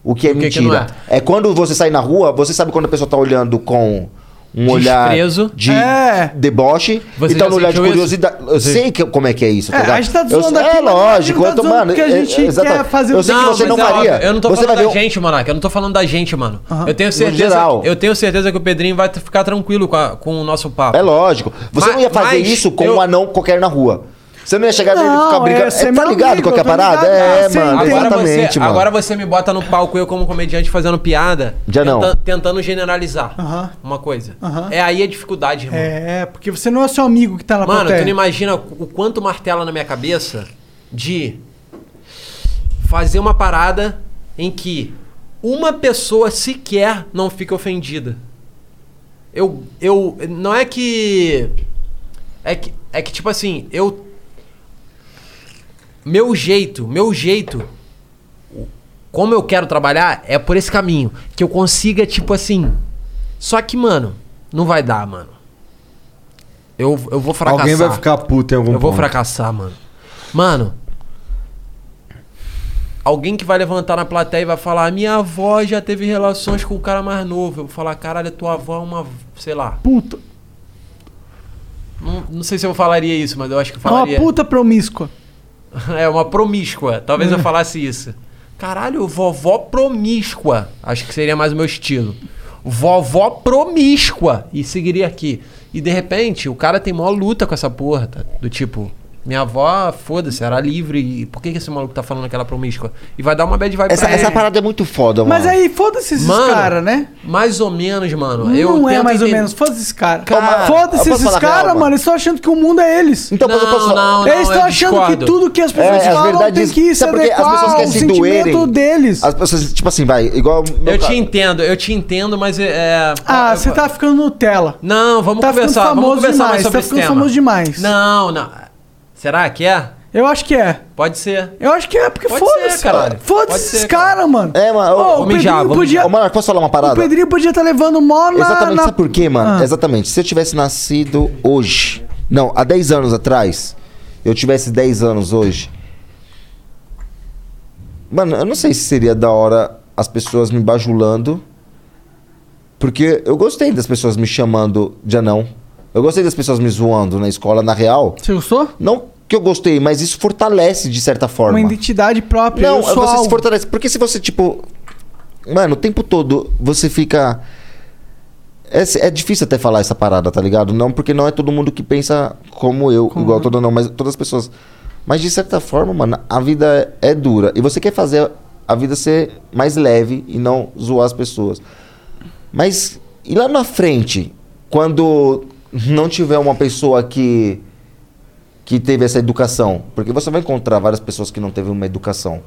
o que é que que mentira. é? quando você sai na rua, você sabe quando a pessoa tá olhando com um olhar Desprezo. de É. deboche, Você então já no olhar de sentiu isso? curiosidade. Eu sei que, como é que é isso, tá É, ligado? a gente tá eu, zoando É aqui, mas a gente lógico, tá eu tô, zoando mano. porque a é- gente é- exatamente. quer fazer Eu sei que você não mas é faria. óbvio, Eu não tô você vai falando ver da um- gente, Monarca. Eu não tô falando da gente, mano. Eu tenho No certeza. geral. Eu tenho certeza que o Pedrinho vai t- ficar tranquilo com, a- com o nosso papo. É lógico. Você Mas- não ia fazer mas isso com eu- um anão qualquer na rua. Você não ia chegar nele e Não, ficar é, brincando. você É, tá é meu ligado amigo, qual que é a eu tô parada? ligado. É, Ah, você mano, entende. exatamente, você, mano. Agora você me bota no palco, eu como comediante fazendo piada. Já não. tenta- Tentando generalizar uma coisa. Aham. É aí a dificuldade, irmão. É, porque você não é seu amigo que tá na Mano, plateia. tu não imagina o quanto martela na minha cabeça de fazer uma parada em que uma pessoa sequer não fica ofendida. Eu, eu, não é que, é que, é que tipo assim, eu, meu jeito, meu jeito, como eu quero trabalhar é por esse caminho que eu consiga tipo assim. Só que mano, não vai dar, mano. Eu, eu vou fracassar. Alguém vai ficar puto em algum Eu vou ponto. fracassar, mano. Mano. Alguém que vai levantar na plateia e vai falar: Minha avó já teve relações com o cara mais novo. Eu vou falar: Caralho, tua avó é uma. Sei lá. Puta. é Não, não sei se eu falaria isso, mas eu acho que eu É uma falaria. puta promíscua. é uma promíscua. Talvez eu É. falasse isso. Caralho, vovó promíscua. Acho que seria mais o meu estilo. Vovó promíscua. E seguiria aqui. E de repente, o cara tem maior luta com essa porra. tá? Do tipo, minha avó, foda-se, era livre. E por que, que esse maluco tá falando aquela promíscua? E vai dar uma bad vibe Essa, pra ele. essa parada é muito foda, mano. Mas aí, foda-se esses Mano, caras, é né? Mais ou menos, mano. Não eu é tento mais ou entender- menos. Foda-se esses caras. Calma, eu Foda-se posso esses falar real, caras, mano? mano. Eles estão achando que o mundo é eles. Então, mas eu posso- Não, não, Eles estão eu achando discordo. que tudo que as pessoas É, as falam tem verdades- que se sabe por quê? adequar ao sentimento deles. As pessoas, tipo assim, vai, igual. meu Eu ca- te entendo, eu te entendo, mas é. Ah, você tá ficando Nutella. Não, vamos Tá ficando conversar, vamos famoso conversar mais demais, sobre tá esse ficando tema. famoso demais. Não, não. Será que é? Eu acho que é. Pode ser. Eu acho que é, porque Pode foda-se, ser, caralho. cara. Foda-se esses caras, mano. É, mano. Ô, o Pedrinho podia... Ô, Monark, posso falar uma parada? O Pedrinho podia estar levando mó na... Exatamente, tá na- sabe por quê, mano? Ah. Exatamente. Se eu tivesse nascido hoje, não, há 10 anos atrás, eu tivesse 10 anos hoje. Mano, eu não sei se seria da hora as pessoas me bajulando. Porque eu gostei das pessoas me chamando de anão. Eu gostei das pessoas me zoando na escola, na real. Você gostou? Não que eu gostei, mas isso fortalece de certa forma. Uma identidade própria. Não, eu sou você se algo. fortalece. Porque se você, tipo. Mano, o tempo todo você fica. É, é difícil até falar essa parada, tá ligado? Não, porque não é todo mundo que pensa como eu, igual todo não, mas todas as pessoas. Mas de certa forma, mano, a vida é dura. E você quer fazer a vida ser mais leve e não zoar as pessoas. Mas e lá na frente, quando não tiver uma pessoa que que teve essa educação, porque você vai encontrar várias pessoas que não teve uma educação,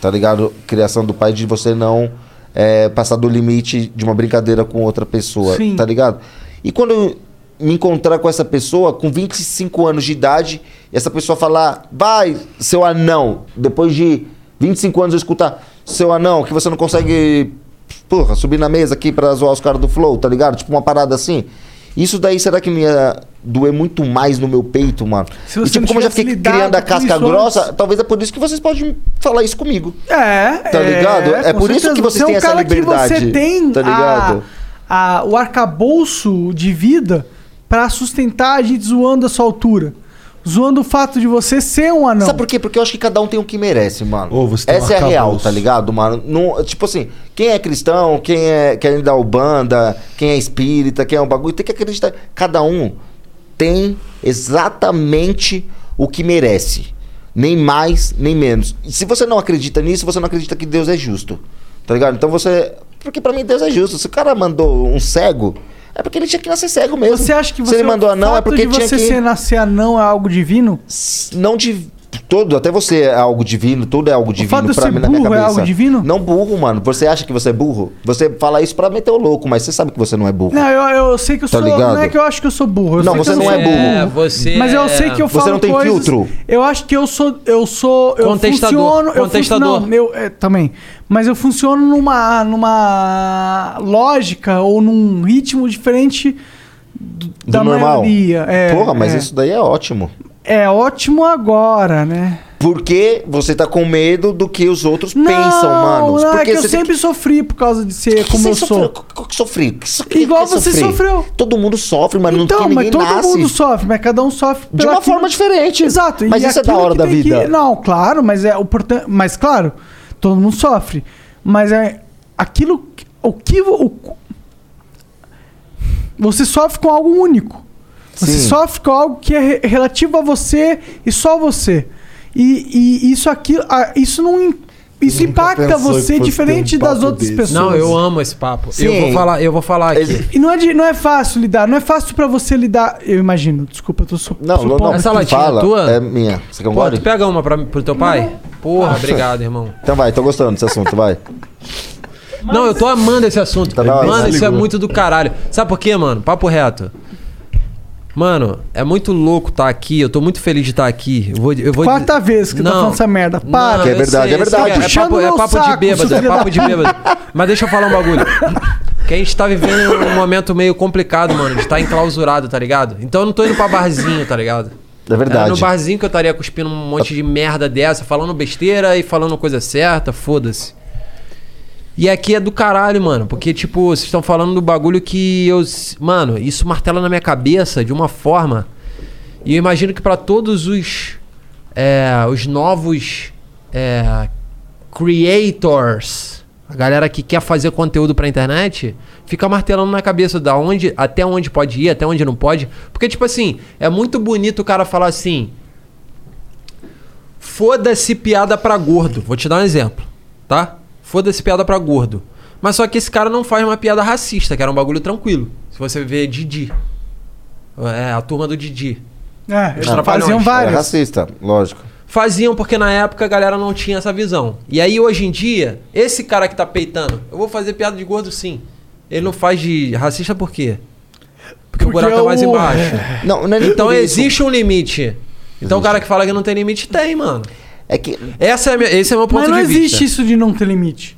tá ligado? Criação do pai de você não é, passar do limite de uma brincadeira com outra pessoa, Sim. tá ligado? E quando eu me encontrar com essa pessoa com 25 anos de idade, e essa pessoa falar, vai, seu anão, depois de 25 anos eu escutar, seu anão, que você não consegue porra, subir na mesa aqui pra zoar os caras do Flow, tá ligado? Tipo uma parada assim. Isso daí será que não ia doer muito mais no meu peito, mano? você E tipo, não como eu já tivesse fiquei lidado criando a com casca isso grossa, antes. talvez é por isso que vocês podem falar isso comigo. É, Tá ligado? É com por isso que vocês é um têm essa cara liberdade, Que você tem tá ligado? a- a- o arcabouço de vida pra sustentar a gente zoando a sua altura. Zoando o fato de você ser um anão. Sabe por quê? Porque eu acho que cada um tem o que merece, mano. tem um Essa é a real, arcabouço. tá ligado, mano? Não, tipo assim, quem é cristão, quem é quem é da Ubanda, quem é espírita, quem é um bagulho, tem que acreditar. Cada um tem exatamente o que merece. Nem mais, nem menos. E se você não acredita nisso, você não acredita que Deus é justo. Tá ligado? Então você. Porque pra mim Deus é justo. Se o cara mandou um cego, é porque ele tinha que nascer cego mesmo. Você acha que você Se ele mandou o anão, é fato porque de tinha você que. ser nascer anão é algo divino? Não de todo, até você é algo divino, tudo é algo divino fato de pra ser mim na minha burro é cabeça. algo divino? Não burro, mano. Você acha que você é burro? Você fala isso pra meter o louco, mas você sabe que você não é burro. Não, eu, eu sei que eu Tá sou. ligado? Não é que eu acho que eu sou burro. eu Não, sei que você eu não sou é burro. É, você Mas eu é- sei que eu Você falo não tem coisas- filtro? Eu acho que eu sou. Eu sou. Eu Contestador, Funciono, eu contestador. funciono, não, eu, é, também. Mas eu funciono numa, numa lógica ou num ritmo diferente do, Do da normal. maioria. É, Porra, mas é. isso daí é ótimo. É ótimo agora, né? Porque você tá com medo do que os outros pensam, mano. Não, Porque é que eu você tem sempre sofri por causa de ser que como eu você sofreu? sou. Co- co- Sofri. Que so- que- Igual que é você sofrer? sofreu. Todo mundo sofre, mas não Então, tem mas ninguém todo nasce. mundo sofre, mas cada um sofre De uma forma diferente. Exato. Mas isso é da aquilo hora que da tem que- vida. Não, claro, mas é importante. Mas claro, todo mundo sofre. Mas é aquilo que- o que vo- o- você sofre com algo único. Você Sim. sofre com algo que é re- relativo a você e só você. E, e isso aqui, ah, isso não im- isso impacta pensou que você fosse diferente ter um das papo outras desse. pessoas. Não, eu amo esse papo. Eu vou falar, eu vou falar aqui. E não é, de- não é fácil lidar, não é fácil pra você lidar. Eu imagino, desculpa, eu tô su Não, não, não. Essa latinha fala, tua? É minha. Você quer um Pô, gole? tu pega uma pra, pro teu pai? Porra, obrigado, irmão. Então vai, tô gostando desse assunto, vai. Não, eu tô amando esse assunto. da hora. mano, isso é Ligou. muito do caralho. Sabe por quê, mano? Papo reto. Mano, é muito louco estar aqui. Eu tô muito feliz de estar aqui. Eu vou, eu vou Quarta vez que tu tá falando essa merda. Para. Não, Que é eu verdade, sei, é eu sei. verdade. É Puxando papo, é meu papo de saco, bêbado, é filho da- papo de bêbado. Mas deixa eu falar um bagulho. Que a gente tá vivendo um momento meio complicado, mano. De estar enclausurado, tá ligado? Então eu não tô indo pra barzinho, tá ligado? É verdade. Era no barzinho que eu estaria cuspindo um monte de merda dessa, falando besteira e falando coisa certa, foda-se. E aqui é do caralho, mano. Porque, tipo, vocês estão falando do bagulho que eu. s- Mano, isso martela na minha cabeça de uma forma. E eu imagino que pra todos os. é, os novos. é, creators. A galera que quer fazer conteúdo pra internet. Fica martelando na cabeça da onde. Até onde pode ir, até onde não pode. Porque, tipo assim. É muito bonito o cara falar assim. Foda-se piada pra gordo. Vou te dar um exemplo, tá? Foda-se piada pra gordo. Mas só que esse cara não faz uma piada racista, que era um bagulho tranquilo. Se você vê Didi. É, a turma do Didi. É, eles Os Trapalhões. faziam Ah, É várias. racista, lógico. Faziam porque na época a galera não tinha essa visão. E aí hoje em dia, esse cara que tá peitando, eu vou fazer piada de gordo sim. Ele não faz de racista por quê? Porque, o Porque buraco é o- mais embaixo. É. Não, não é nem então por isso. existe um limite. Então o cara que fala que não tem limite tem, mano. É que Essa é a minha- esse é o meu ponto Mas não de vista. existe isso de não ter limite.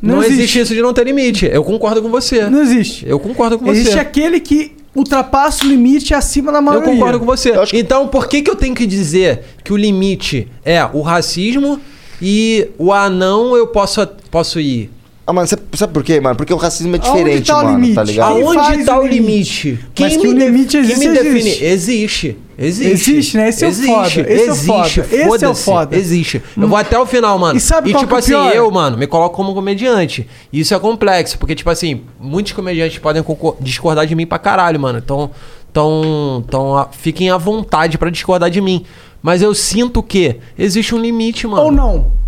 Não, Não existe. existe. isso de não ter limite. Eu concordo com você. Não existe. Eu concordo com Existe você. aquele que ultrapassa o limite acima da Eu maioria. concordo com você. Então, por que, que eu tenho que dizer que o limite é o racismo e o anão eu posso, posso ir? Ah, mano, sabe, sabe por quê, mano? Porque o racismo é diferente, tá o mano, limite? tá ligado? Aonde Quem tá faz o o limite? limite? Quem Mas que me o de- limite quem me existe, define? existe. Existe. Existe. Existe, né? Esse é o foda. Esse é o foda. existe. Esse é o Foda-se. foda. Hum. Existe. Eu vou até o final, mano. E sabe qual tipo que é o assim, pior? eu, mano, me coloco como comediante. E Isso é complexo, porque, tipo assim, muitos comediantes podem concor- discordar de mim pra caralho, mano. Então, então, então a- fiquem à vontade pra discordar de mim. Mas eu sinto que existe um limite, mano. Ou não?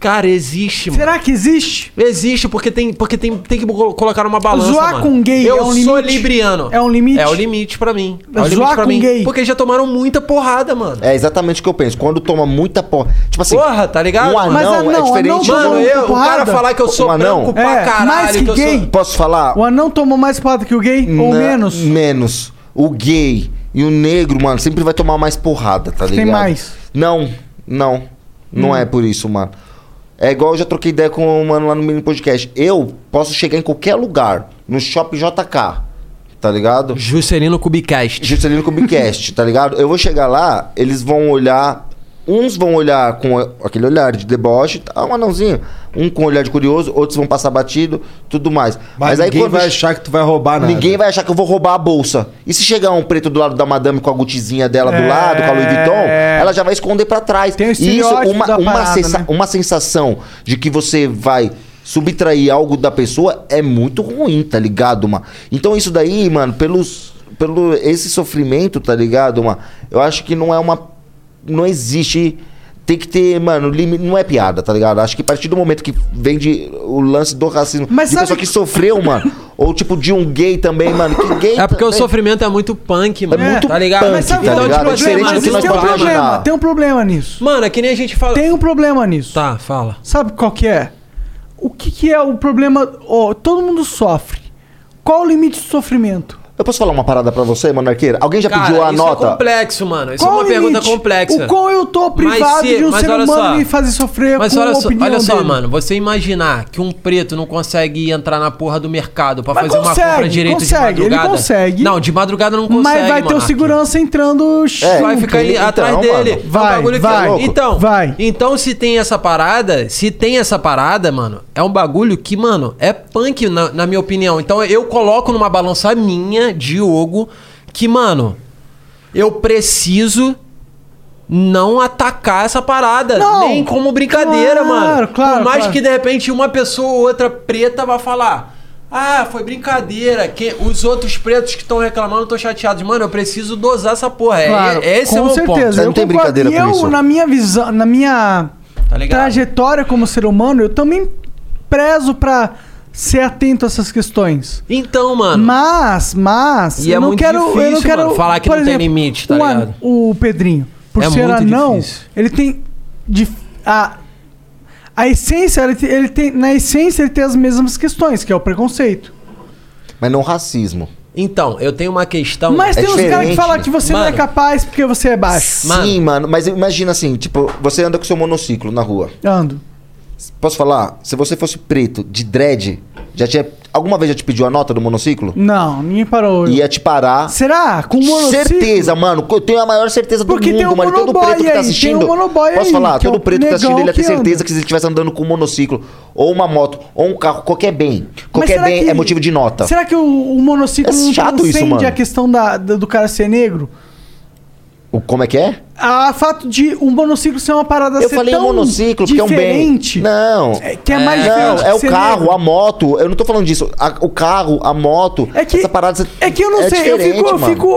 Cara, existe, mano. Será que existe? Existe, porque tem, porque tem, tem que colo- colocar uma balança. Zoar mano. com gay eu é um sou limite? libriano. É um limite? É o limite pra mim. É o Zoar limite pra com mim. gay. Porque já tomaram muita porrada, mano. É exatamente o que eu penso. Quando toma muita porra. Tipo assim. Porra, tá ligado? Um anão Mas é anão, diferente. anão de um- Mano, eu- o cara porrada. falar que eu sou um anão, branco pra É, caralho, mais que que eu sou- gay. Posso falar? O anão tomou mais porrada que o gay? ou Na- menos? Menos. O gay e o negro, mano, sempre vai tomar mais porrada, tá ligado? mais. Hum. Não, não. Não é por isso, mano. É igual eu já troquei ideia com o mano lá no mini podcast. Eu posso chegar em qualquer lugar, no shopping JK, tá ligado? Juscelino Cubicast. Juscelino Cubicast, tá ligado? Eu vou chegar lá, eles vão olhar. Uns vão olhar com a- aquele olhar de deboche, ah, um anãozinho. Um com olhar de curioso, outros vão passar batido, tudo mais. Mas, ninguém vai che- achar que tu vai roubar nada. Ninguém vai achar que eu vou roubar a bolsa. E se chegar um preto do lado da madame com a gutizinha dela do É. lado, com a Louis Vuitton, ela já vai esconder pra trás. um o e isso, estereótipo uma, da uma, parada, sensa- né? uma sensação de que você vai subtrair algo da pessoa é muito ruim, tá ligado, mano? Então isso daí, mano, pelos, pelo esse sofrimento, tá ligado, mano? Eu acho que não é uma... Não existe... Tem que ter, mano, limite, não é piada, tá ligado? Acho que a partir do momento que vem de, o lance do racismo, Mas de sabe pessoa que sofreu, mano, ou tipo de um gay também, mano, que gay É porque o também. sofrimento é muito punk, mano. É muito tá ligado? punk, Mas sabe então, tá qual é o ligado? É problema? diferente do Mas que isso nós tem um podemos problema. imaginar. Tem- tipo, Tem um problema nisso. Mano, é que nem a gente fala. Tem um problema nisso. Tá, fala. Sabe qual que é? O que, que é o problema? Ó, todo mundo sofre. Qual o limite do sofrimento? Eu posso falar uma parada pra você, monarqueira? Alguém já Cara, pediu a isso nota? é complexo, mano. Isso Qual é uma o pergunta limite? complexa. O qual eu tô privado se- de um ser olha humano me fazer sofrer mas com olha a só, opinião olha só, dele? mano, você imaginar que um preto não consegue entrar na porra do mercado pra Mas fazer uma compra consegue, direito consegue, de ele madrugada. consegue. Não, de madrugada não consegue, Mas vai ter o monarca. segurança entrando. É, junto. vai ficar ali atrás dele. É um então, Vai, bagulho que- vai. Então, então se tem essa parada, se tem essa parada, mano, é um bagulho que, mano, é punk na, na minha opinião. Então eu coloco numa balança minha, Diogo, que, mano, eu preciso não atacar essa parada, Não. nem como brincadeira, Claro, mano. claro, Por mais claro. que de repente uma pessoa ou outra preta vá falar: Ah, foi brincadeira. Que os outros pretos que estão reclamando estão chateados. Mano, eu preciso dosar essa porra. É, Claro, é- esse é o com meu certeza. ponto. Eu concordo. e eu, na minha visão, na minha Tá trajetória como ser humano, eu também prezo pra ser atento a essas questões. Então, mano. Mas, mas, E é muito difícil, mano, falar que por não tem limite, tá o, an- ligado? O Pedrinho, por É ser muito anão, difícil. ele tem dif- a a essência, ele te- ele tem, na essência ele tem as mesmas questões, que é o preconceito. Mas não racismo. Então, eu tenho uma questão. É Mas É, tem uns caras que né? falam que você não é Mano. capaz porque você é baixo. Sim, mano, mas imagina assim, tipo, você anda com seu monociclo na rua. Ando. Posso falar? Se você fosse preto, de dread, já tinha. Alguma vez já te pediu a nota do monociclo? Não, ninguém parou. né? Ia te parar. Será? Com um monociclo? Certeza, mano. Eu tenho a maior certeza do Porque mundo, tem um mano. E Todo monoboy preto que aí, tá tem assistindo. um monoboy posso aí, falar? que é Todo o preto que tá assistindo, negão ele ia ter que anda. certeza que se ele estivesse andando com um monociclo, ou uma moto, ou um carro, qualquer bem. Qualquer será bem que- é motivo de nota. Será que o, o monociclo É chato isso, mano. a questão da- da- do cara ser negro? O- Como é que é? A fato de o monociclo ser uma parada Eu ser falei tão um monociclo porque é um bem. diferente. Não. que é mais Não, diferente que é o ser carro, negro. a moto. Eu não tô falando disso. A- o carro, a moto, essa parada. É que eu não sei, eu fico, eu fico,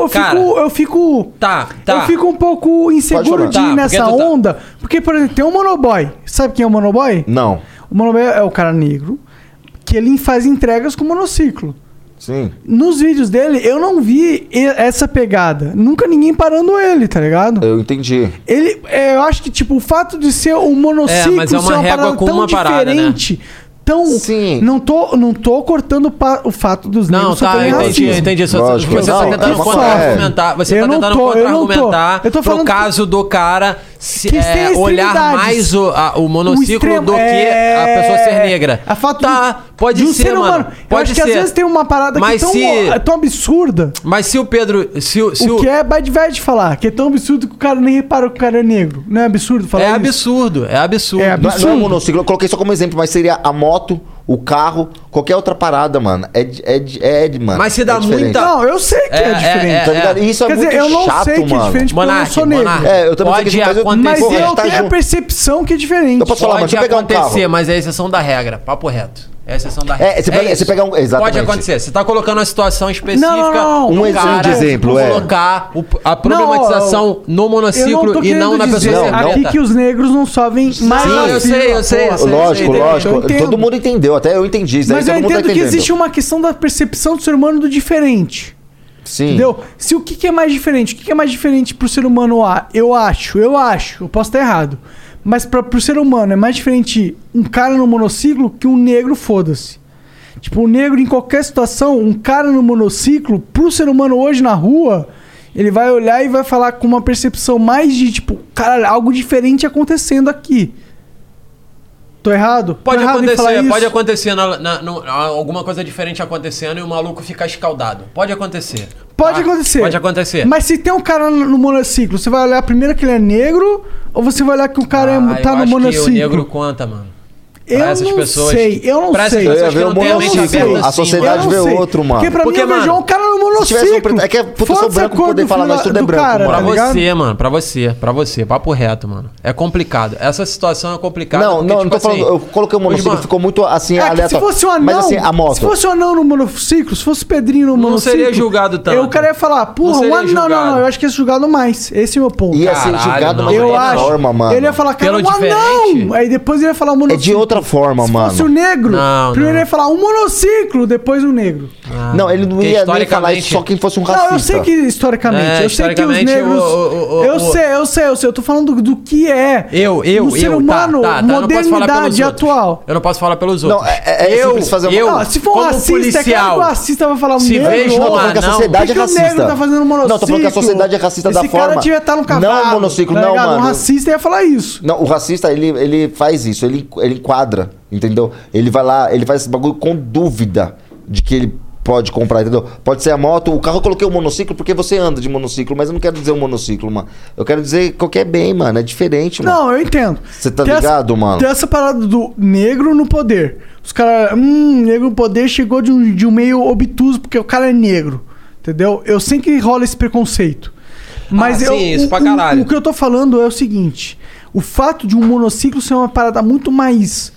eu fico, eu fico, tá, tá. eu fico um pouco inseguro falar. de Tá, ir porque nessa tu tá- onda, porque por exemplo, tem um monoboy. Sabe quem é o monoboy? Não. O monoboy é o cara negro que ele faz entregas com monociclo. Sim. Nos vídeos dele, eu não vi e- essa pegada. Nunca ninguém parando ele, tá ligado? Eu entendi. Ele, é, eu acho que, tipo, o fato de ser um monociclo É, mas é uma ser uma régua parada com tão uma parada, né? diferente, tão... Sim. Não tô, não tô cortando pa- o fato dos Não, negros tá, sofrerem eu entendi, racismo. eu entendi. Só- Lógico. você tá é tentando Isso contra-argumentar, é. você Eu tá não tentando tô, eu não tô. contra-argumentar Eu tô pro falando que- caso do cara se, Que é, tem olhar extremidades. mais o, a- o monociclo extremo- do que é. a pessoa ser negra. A fato tá, pode ser, mano, Eu pode acho que às ser. vezes tem uma parada Mas que é tão, se- é tão absurda. Mas se o Pedro. Se, o- se o que é bad de falar, que é tão absurdo que o cara nem repara que o cara é negro. Não é absurdo falar É isso? absurdo, é absurdo. É Não, é- não é absurdo. monociclo, eu coloquei só como exemplo, mas seria a moto, o carro, qualquer outra parada, mano. É, de- é, de- é, de- mano. Mas se dá é diferente. muita- Não, eu sei que é, diferente. Tá ligado? Isso é Quer muito dizer, eu não chato, sei que é mano. diferente porque eu não sou negro. É, eu também Pode sei que é diferente, mas eu- Mas Porra, a eu gente tá tenho a junto. percepção que é diferente. Eu posso falar, mas pode deixa eu pegar um acontecer, carro. mas é exceção da regra. Papo reto. É exceção da regra. É, você pega- isso. você pega um- exatamente. Pode acontecer. Você tá colocando uma situação específica. Não, não, não. do Um exemplo de exemplo, é. Colocar o- a problematização no Eu monociclo tô e não querendo na dizer pessoa ser aqui preta. que os negros não assim, sofrem mais eu racismo, sei, eu sei, eu porra. sei, eu Lógico, sei, lógico. eu entendo. Todo mundo entendeu, até eu entendi isso. daí Mas todo eu mundo tá entendo que entendendo. existe uma questão da percepção do ser humano do diferente. Sim. Entendeu? Se o que, que é mais diferente, o que, que é mais diferente pro ser humano A? Eu acho, eu acho, eu posso estar errado. Mas pra, pro ser humano é mais diferente um cara no monociclo que um negro, foda-se. Tipo, um negro em qualquer situação, um cara no monociclo, pro ser humano hoje na rua, ele vai olhar e vai falar com uma percepção mais de, tipo, caralho, algo diferente acontecendo aqui. Tô errado? Tô Pode Tá errado em falar acontecer, isso? pode acontecer na- na- no- alguma coisa diferente acontecendo e o maluco ficar escaldado. Pode acontecer. tá? Pode acontecer. Pode acontecer. Mas se tem um cara no monociclo, você vai olhar primeiro que ele é negro ou você vai olhar que o cara é- Ah, tá eu no acho monociclo? Que o negro conta, mano. Eu não sei, eu não pra essas sei. pessoas Eu ia que ver não o têm a mente monociclo. aberta A assim, sociedade mano. vê outro, mano. Porque pra mim, eu vejo um cara no Se tivesse um monociclo. preto- é que é- puta, eu sou Foda-se a branco, cor poder do falar, filho mas da- tudo é do branco, cara, Pra tá ligado? você, mano, pra você, pra você, papo reto, mano. É complicado. Essa situação é complicada. Não, porque, não, tipo não tô falando. assim, Eu coloquei o os monociclo, ma- ficou muito assim, É que se aleatório. fosse um anão, Mas assim, a moto. se fosse um anão no monociclo, se fosse o Pedrinho no monociclo, seria julgado tanto. Eu, o cara ia falar, porra, seria um anão, não, não, julgado. não, eu acho que ia ser julgado mais. Esse é o meu ponto. Ia ser Caralho, julgado, mas eu de outra acho. forma, mano. Ele ia falar, cara, Pelo um anão! Aí depois ele ia falar um É monociclo. de outra forma, mano. Se fosse o negro, Não, primeiro não. ele ia falar um monociclo, depois o negro. Ah, Não, ele não Porque ia nem falar historicamente- isso só quem fosse um racista. Não, eu sei que historicamente, É, eu sei que os historicamente, negros. o- o- o- eu o- sei, eu sei, eu sei. Eu tô falando do, do que é Eu, eu, um ser eu, tá, humano, tá, tá, eu não posso falar pelos outros. modernidade atual. Eu não posso falar pelos outros. Não, é- é- é eu, simples fazer uma- eu, Não, se for um como racista, é claro que policial, o racista vai falar, Se "Meu, vejo Não, um tô falando que a anão- sociedade Por é que que o racista. negro tá fazendo monociclo? Não, tô falando que a sociedade é racista Esse da cara forma. devia tá no cavalo, Não, monociclo, tá não, ligado? Um mano. racista ia falar isso. Não, o racista, ele, ele faz isso, ele, ele enquadra, entendeu? Ele vai lá, ele faz esse bagulho com dúvida de que ele pode comprar, entendeu? Pode ser a moto, o carro eu coloquei o monociclo porque você anda de monociclo, mas eu não quero dizer o monociclo, mano. Eu quero dizer qualquer bem, mano, é diferente, mano. Não, eu entendo. Você tá Tem essa- ligado, mano? Tem essa parada do negro no poder. Os caras, hum, negro no poder chegou de um, de um meio obtuso porque o cara é negro. Entendeu? Eu sei que rola esse preconceito. Mas Ah, eu, sim, isso o, pra o- caralho. O, que eu tô falando é o seguinte: o fato de um monociclo ser uma parada muito mais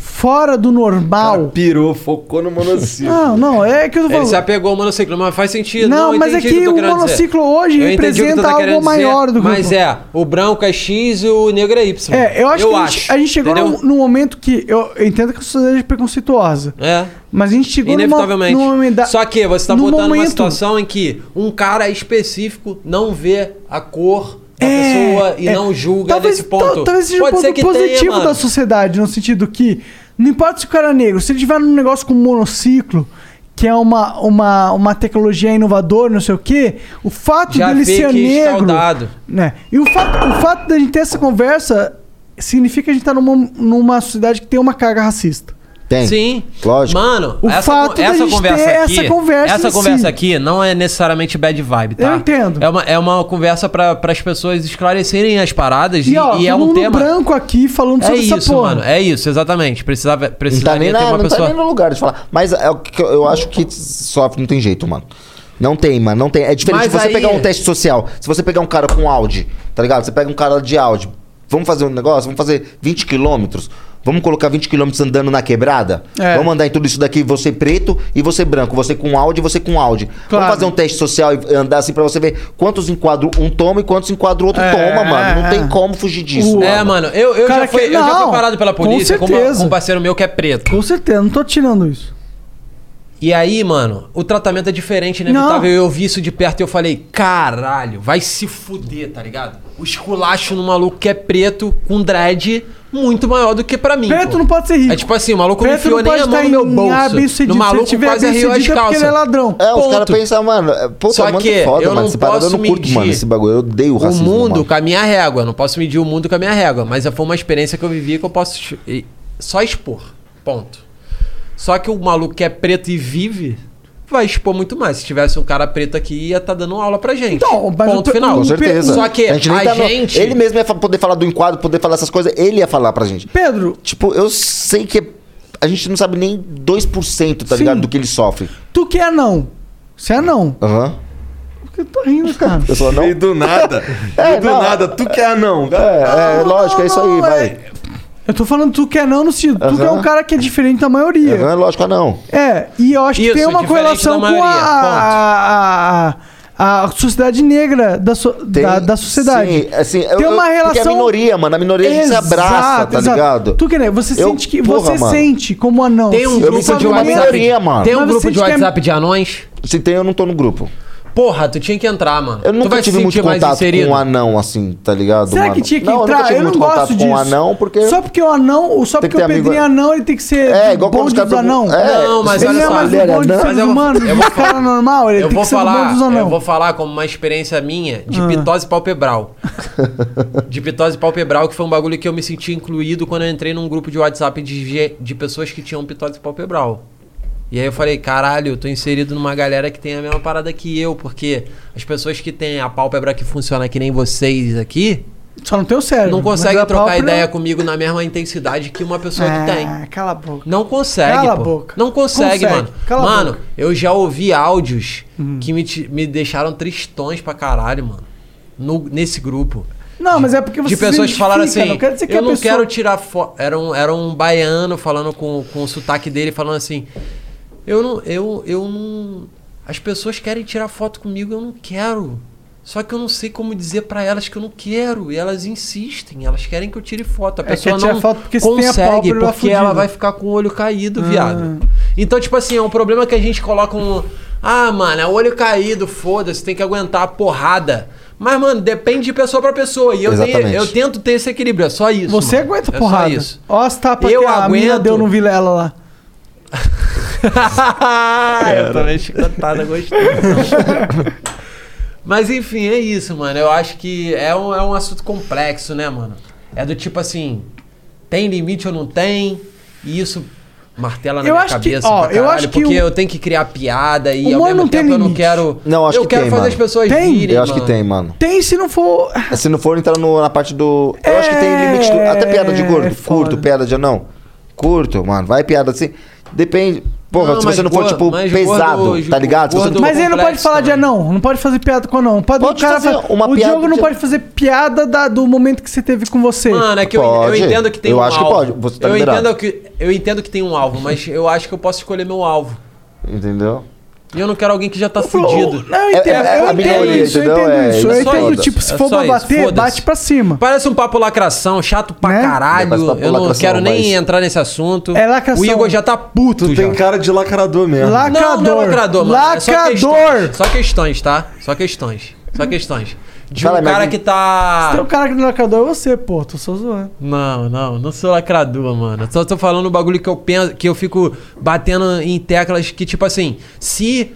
fora do normal. pirou, focou no monociclo. Não, não, é que eu tô Ele falando. se apegou ao monociclo, mas faz sentido. Não, Não, eu mas entendi é o que eu tô o querendo dizer. monociclo hoje Eu entendi o que tu representa tá algo querendo dizer, maior do Mas grupo. é, o branco é X e o negro é Y. É, eu acho que a gente, a gente chegou num, num momento que. Eu entendo que a sociedade é preconceituosa. É. Mas a gente chegou numa- Inevitavelmente. numa momenta- Só que você tá num botando uma momento- situação em que um cara específico não vê a cor da É, pessoa e é. não julga talvez, nesse ponto. tal- Talvez seja um ponto positivo mano. da sociedade, no sentido que, não importa se o cara é negro, se ele tiver num negócio com monociclo, que é uma, uma, uma tecnologia inovadora, não sei o quê, o fato Já dele fica ser negro. escaldado. Né? E o fato, o fato da gente ter essa conversa significa que a gente tá numa, numa sociedade que tem uma carga racista. Tem. Sim. Lógico. Mano, O essa, fato con- da essa gente conversa ter aqui, essa conversa em essa si. conversa aqui não é necessariamente bad vibe, tá? Eu entendo. É uma, é uma conversa para as pessoas esclarecerem as paradas e, E, ó, e é todo um mundo tema. branco aqui falando É sobre essa isso, porra. mano. É isso, exatamente. Precisava, precisaria na- ter uma não pessoa. tá nem no lugar de falar. Mas é o que eu, eu acho que sofre, não tem jeito, mano. Não tem, mano, não tem. É diferente Mas de você aí- pegar um teste social. Se você pegar um cara com Audi, tá ligado? Você pega um cara de Audi. Vamos fazer um negócio? Vamos fazer 20 quilômetros? Vamos colocar 20 quilômetros andando na quebrada? É. Vamos andar em tudo isso daqui, você preto e você branco. Você com Audi e você com Audi. Claro. Vamos fazer um teste social e andar assim pra você ver quantos enquadro um toma e quantos enquadro outro É, toma, mano. Não é. tem como fugir disso. é, mano, eu, eu, já, fui, eu já fui parado pela polícia com com, uma- certeza. com um parceiro meu que é preto. Com certeza, não tô tirando isso. E aí, mano, o tratamento é diferente, inevitável. Eu vi isso de perto e eu falei, caralho, vai se fuder, tá ligado? O esculacho no maluco que é preto, com dread, muito maior do que pra mim. Preto não pode ser rico. É tipo assim, o maluco não Preto enfiou nem não pode a mão estar no meu em- bolso. ah, bem sucedido. No Se maluco ele tiver quase bem arriou as sucedido é porque calças. ele é ladrão. É, os Ponto. caras pensam, mano, é, puta, Só mano, que que foda, eu mano. não Esse parada eu não posso curto, medir. mano, esse bagulho. Eu odeio o o racismo, mundo mano. com a minha régua. Não posso medir o mundo com a minha régua. Mas foi uma experiência que eu vivi que eu posso ch- e- só expor. Ponto. Só que o maluco que é preto e vive vai expor muito mais. Se tivesse um cara preto aqui, ia estar dando aula pra gente. Então, Mas Ponto o- final. Com certeza. Só que a gente. nem tá no- Ele mesmo ia fa- poder falar do enquadro, poder falar essas coisas, ele ia falar pra gente. Pedro. Tipo, eu sei que a gente não sabe nem 2%, tá ligado? Do que ele sofre. Tu que é não. Você é não. Aham. Eu tô rindo, cara. Eu sou anão. E do nada. É, e do não. nada, tu que é anão. Ah, É, é lógico, é isso aí, vai. Eu tô falando tu que é não no sentido. Tu que é Aham. um cara que é diferente da maioria. Aham, lógico, não. É, e eu acho Isso, que tem uma diferente correlação da com a, maioria, a, a- a sociedade negra da, so- da, da sociedade. Sim, assim, eu- tem eu- uma relação. Porque a minoria, mano, a minoria a gente se abraça, tá ligado? Tu que nem, você Eu- sente que porra, você mano. sente como anão. Tem um Você grupo sabe de uma WhatsApp. minoria, mano. Tem um Mas grupo você de sente que é- WhatsApp de anões. Se tem, eu não tô no grupo. Porra, tu tinha que entrar, mano. Eu Tu nunca vai se tive muito sentir mais contato inserido. com um anão, assim, tá ligado? Será mano? que tinha que não, Eu entrar? nunca tive Eu não muito gosto contato disso. com um anão, porque... Só porque o anão, ou só Tem que porque o ter amigo- Pedrinho é anão, ele tem que ser É, igual quando bom os dos caras perguntam- anão. É, Não, mas ele olha não é só, mais galera, bom não. de Mas ser eu vou- humano, eu eu vou vou cara normal, ele eu tem vou que ser bom falar, dos eu anão. vou falar como uma experiência minha de Ah. pitose palpebral. de pitose palpebral, que foi um bagulho que eu me senti incluído quando eu entrei num grupo de WhatsApp de, ge- de pessoas que tinham pitose palpebral. E aí eu falei, caralho, eu tô inserido numa galera que tem a mesma parada que eu, porque as pessoas que têm a pálpebra que funciona que nem vocês aqui, Só não tem o cérebro. não mas é conseguem a trocar própria- ideia comigo na mesma intensidade que uma pessoa que tem. Ah, cala a boca. Não consegue, Cala a pô. boca. Não consegue, Consegue. mano. Cala a mano, boca. Hum. eu já ouvi áudios que me, ti- me deixaram tristões pra caralho, mano. No- nesse grupo. Não, mas é porque você de pessoas que falaram assim, Não quer dizer que eu a não pessoa... quero tirar foto. Era um, era um baiano falando com, com o sotaque dele, falando assim, eu não, eu, eu não... As pessoas querem tirar foto comigo, eu não quero. Só que eu não sei como dizer pra elas que eu não quero. E elas insistem, elas querem que eu tire foto. A É, quer pessoa tirar não foto porque se tem a consegue, pálpebra é porque ela fudida. vai ficar com o olho caído, Ah. viado. Então, tipo assim, é um problema que a gente coloca um. Ah, mano, é olho caído, foda-se, tem que aguentar a porrada. Mas, mano, depende de pessoa pra pessoa. E eu, tenho- Exatamente. eu tento ter esse equilíbrio, é só isso. Você mano. aguenta É só porrada. isso. Ó as tapas Eu que a mina aguento. deu no Vilela lá. É, eu também tá chicotada, gostei. Mas enfim, é isso, mano. Eu acho que é um, é um assunto complexo, né, mano? É do tipo assim, tem limite ou não tem? E isso martela na Eu minha acho que- cabeça ó, pra eu caralho, acho que porque o- eu tenho que criar piada e O ao humor mesmo não tem tempo eu não limite. quero... Não, acho eu que quero tem, fazer mano. as pessoas virem, Eu acho que mano. tem, mano. É, Tem se não for... Se não for entrar no- na parte do... É, Eu acho que tem limite... do- Até piada de gordo. curto, piada de anão. Curto, mano. Vai piada assim... Depende. Porra, Não, se você mas não for, gordo- tipo, mas pesado, gordo, Ju, tá ligado? Se você não for Mas ele não pode complexo falar de também. anão, não pode fazer piada com anão. Pode, Pode o cara fazer fala- uma o piada Diogo não de- pode fazer piada da- do momento que você teve com você. Mano, é que eu, eu Pode. entendo que tem Eu um acho que alvo. pode, você tá eu, liberado. entendo que, eu entendo que tem um alvo, mas eu acho que eu posso escolher meu alvo. Entendeu? E eu não quero alguém que já tá fudido. Não, É, eu entendo, eu entendo isso, eu entendo isso. Eu entendo, tipo, É se for pra bater, bate pra cima. Né? Parece um papo lacração, chato pra caralho. Parece papo eu não lacração, quero nem mas- entrar nesse assunto. É lacração. O Igor já tá puto. Tu tem já. cara de lacrador mesmo. Não, não é lacrador, mano. É só questões, só questões, tá? Só questões. Só questões. De um Fala, cara mas- que tá. Se tem um cara que não é lacrador, é você, pô. Tô só zoando. Não, não, não sou lacrador, mano. Só tô falando o bagulho que eu penso, que eu fico batendo em teclas que, tipo assim, se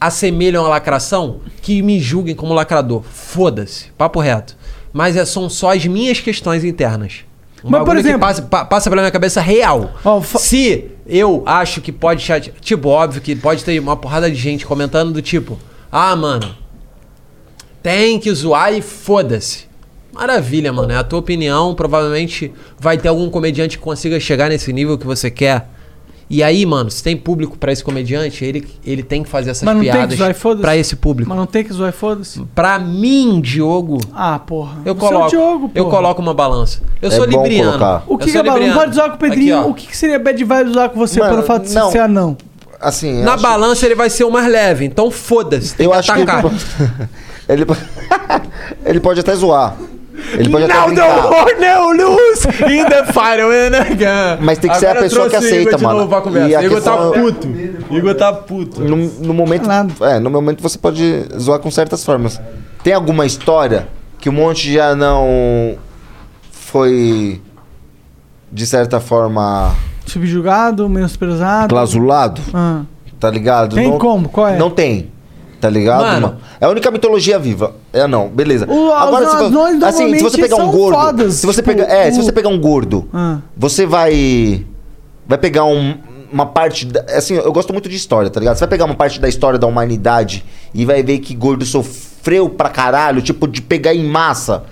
assemelham a lacração, que me julguem como lacrador. Foda-se, papo reto. Mas é, são só as minhas questões internas. Um Mas, por bagulho exemplo- que passa, pa- passa pela minha cabeça real. Se eu acho que pode chatear. Tipo, óbvio que pode ter uma porrada de gente comentando do tipo, ah, mano, tem que zoar e foda-se. Maravilha, mano. É a tua opinião. Provavelmente vai ter algum comediante que consiga chegar nesse nível que você quer. E aí, mano, se tem público pra esse comediante, ele, ele tem que fazer essas Mas não tem que piadas zoar e foda-se? pra esse público. Mas não tem que zoar e foda-se? Pra mim, Diogo, Ah, porra. eu Você é o coloco, Diogo, eu porra. coloco uma balança. Eu É sou bom libriano. colocar. Eu O que, que sou é balão? libriano. Pode zoar com o Pedrinho. o que, que seria bad vibe zoar com você Mano, pelo fato de você não. ser anão? Assim, eu Na acho- balança ele vai ser o mais leve, então foda-se. Eu acho atacar. que Ele, po- ele pode até zoar. Ele pode até Now the brincar. war now lose in the final and again. Mas tem que ser a Agora eu pessoa que trouxe o Igor aceita, de mano. novo pra conversa. E a Igor tá questão- puto. Igor tá puto. No, no momento, é, no momento você pode zoar com certas formas. Tem alguma história que um monte já não foi de certa forma Tá Subjugado, menosprezado. clausulado, Ah. tá ligado? Tem como? Qual é? Não tem. Tá ligado, Mano. mano? É a única mitologia viva. É não, beleza. O- se os vo- anões assim, se você normalmente pegar um são gordo, fodas, se você tipo, pegar, é, o- se você pegar um gordo, Ah. você vai vai pegar um- uma parte da- assim eu gosto muito de história tá ligado você vai pegar uma parte da história da humanidade e vai ver que gordo sofreu pra caralho tipo de pegar em massa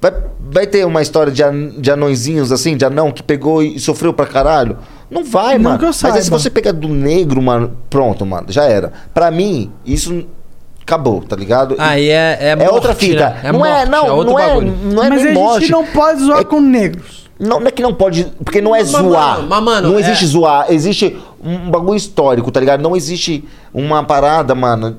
vai, vai ter uma história de, an, de anõezinhos assim de anão que pegou e sofreu pra caralho não vai Não mano que eu mas aí se saiba. você pegar do negro mano pronto mano já era Pra mim isso acabou tá ligado Aí é é, é outra morte, fita. né? É não é, morte, não, é outro não é, bagulho. não é Mas nem a gente morte. não pode zoar com negros. Não, não é que não pode, porque não é Mas, zoar. mano, mas, mano, não é- existe zoar, existe um bagulho histórico, tá ligado? Não existe uma parada, mano.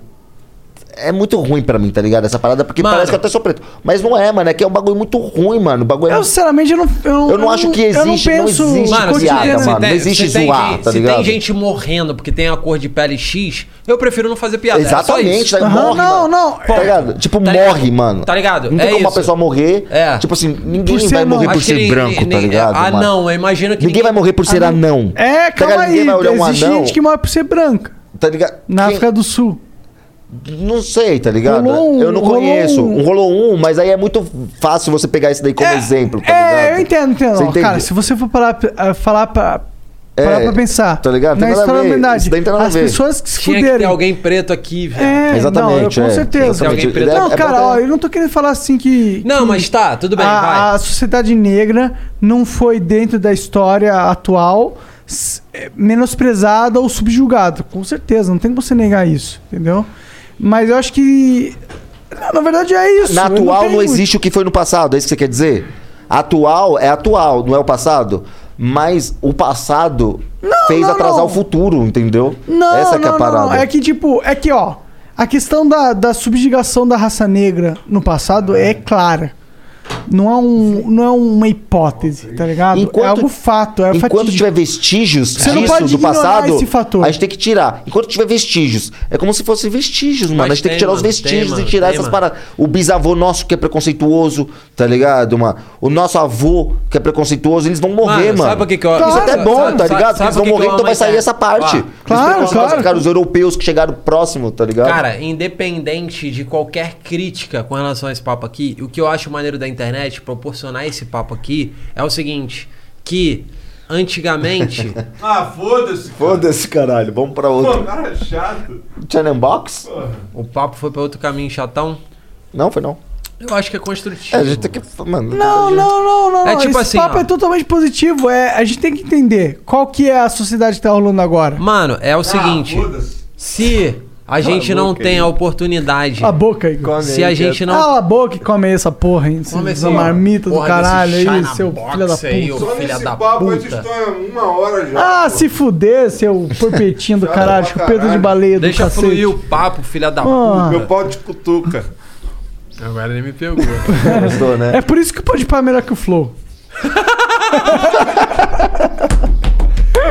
É muito ruim pra mim, tá ligado? Essa parada, porque Mano. parece que eu até sou preto. Mas não é, mano. É que é um bagulho muito ruim, mano. O bagulho é- Eu, sinceramente, eu não. Eu, Eu não acho que existe, Eu não não penso. existe Mano, piada, cotidiano. mano. Não tem- existe se tem zoar, gente- tá se ligado? tem gente morrendo porque tem a cor de pele X, eu prefiro não fazer piada. é Exatamente, só tá, isso. morre, mano. é. Tá Ponto. ligado? Tipo, Tá ligado? morre, mano. Tá ligado? Não tem É como uma isso. pessoa morrer. É. Tipo assim, ninguém Por ser vai morrer anão. por Acho que ser nem- branco, tá nem- ligado? Ah, mano? não, eu imagino que. Ninguém, vai morrer por ser anão. É, Tá ligado? calma Ninguém aí. vai olhar um Existe anão. gente que morre por ser branca. Tá ligado? Na África do Sul. Não sei, tá ligado? Rolou um- eu não rolou conheço. um- Um rolou um, mas aí é muito fácil você pegar isso daí como exemplo, tá ligado? É, eu entendo, entendo. Você Ó, entende? Cara, se você for parar, ah, falar pra. Parar É, pra pensar. tá ligado? Tem Na nada a história da ver, humanidade. isso daí não tem nada a as ver. pessoas que se Tinha que ter fuderam. alguém preto aqui, velho. É, não, eu, com é, certeza. exatamente. Alguém preto- Não, é- é cara, bom ó, eu não tô querendo falar assim que. Não, que mas tá, tudo bem, a, vai. A sociedade negra não foi dentro da história atual s- é, menosprezada ou subjugada. Com certeza, não tem como você negar isso, entendeu? Mas eu acho que. Na verdade é isso. Na eu não atual tenho não, muito. existe o que foi no passado, é isso que você quer dizer? Atual é atual, não é o passado. Mas o passado fez não, atrasar não. o futuro, entendeu? Não, Essa não, que é a não, parada. não. É que, tipo, é que, ó, a questão da, da subjugação da raça negra no passado é clara. Não é, um, não é uma hipótese, tá ligado? é algo fato, é Enquanto fatídico. tiver vestígios Você não disso pode do ignorar passado, esse fator. a gente tem que tirar. Enquanto tiver vestígios, é como se fossem vestígios, mano. Mas a gente tem, tem, que tirar os mano, vestígios tem, mano, e tirar tem, essas mano. paradas. O bisavô nosso que é preconceituoso, tá ligado, mano? O nosso avô que é preconceituoso, eles vão morrer, mano. Mano, sabe por que que eu- Isso Claro. até é bom, Sabe- tá sabe- ligado? sabe Porque eles por vão que morrer, que eu então vai amo sair essa- essa parte. Ó, Eles claro, preconceituosos, claro. Cara, os europeus que chegaram próximo, tá ligado? Cara, independente de qualquer crítica com relação a esse papo aqui, o que eu acho maneiro da internet proporcionar esse papo aqui é o seguinte: que antigamente. Ah, foda-se. Foda-se, caralho. Vamos pra Pô, outro. cara é chato. Channel Box? o papo foi pra outro caminho chatão. Não, foi não. Eu acho que é construtivo. a gente tem que. Mano, tá, Não, não, não, não. É não. tipo Esse assim, papo ó. é totalmente positivo. É, a gente tem que entender qual que é a sociedade que tá rolando agora. Mano, é o seguinte. Se a gente não tem a oportunidade. Cala a boca, Igor. Se a gente não. Cala a boca e come aí essa porra, hein? Essa Come esse- marmita do porra desse caralho aí, China seu Box filho da puta. aí, ô Só filha nesse da papo a gente puta. tá uma hora Ah, se fuder, seu porpetinho do caralho, chupeta de baleia do Deixa cacete. fluir o papo, filha da Ah. puta. Meu pau de cutuca. Agora ele me pegou. Gostou, né? É por isso que o Pode Pá é melhor que o Flow.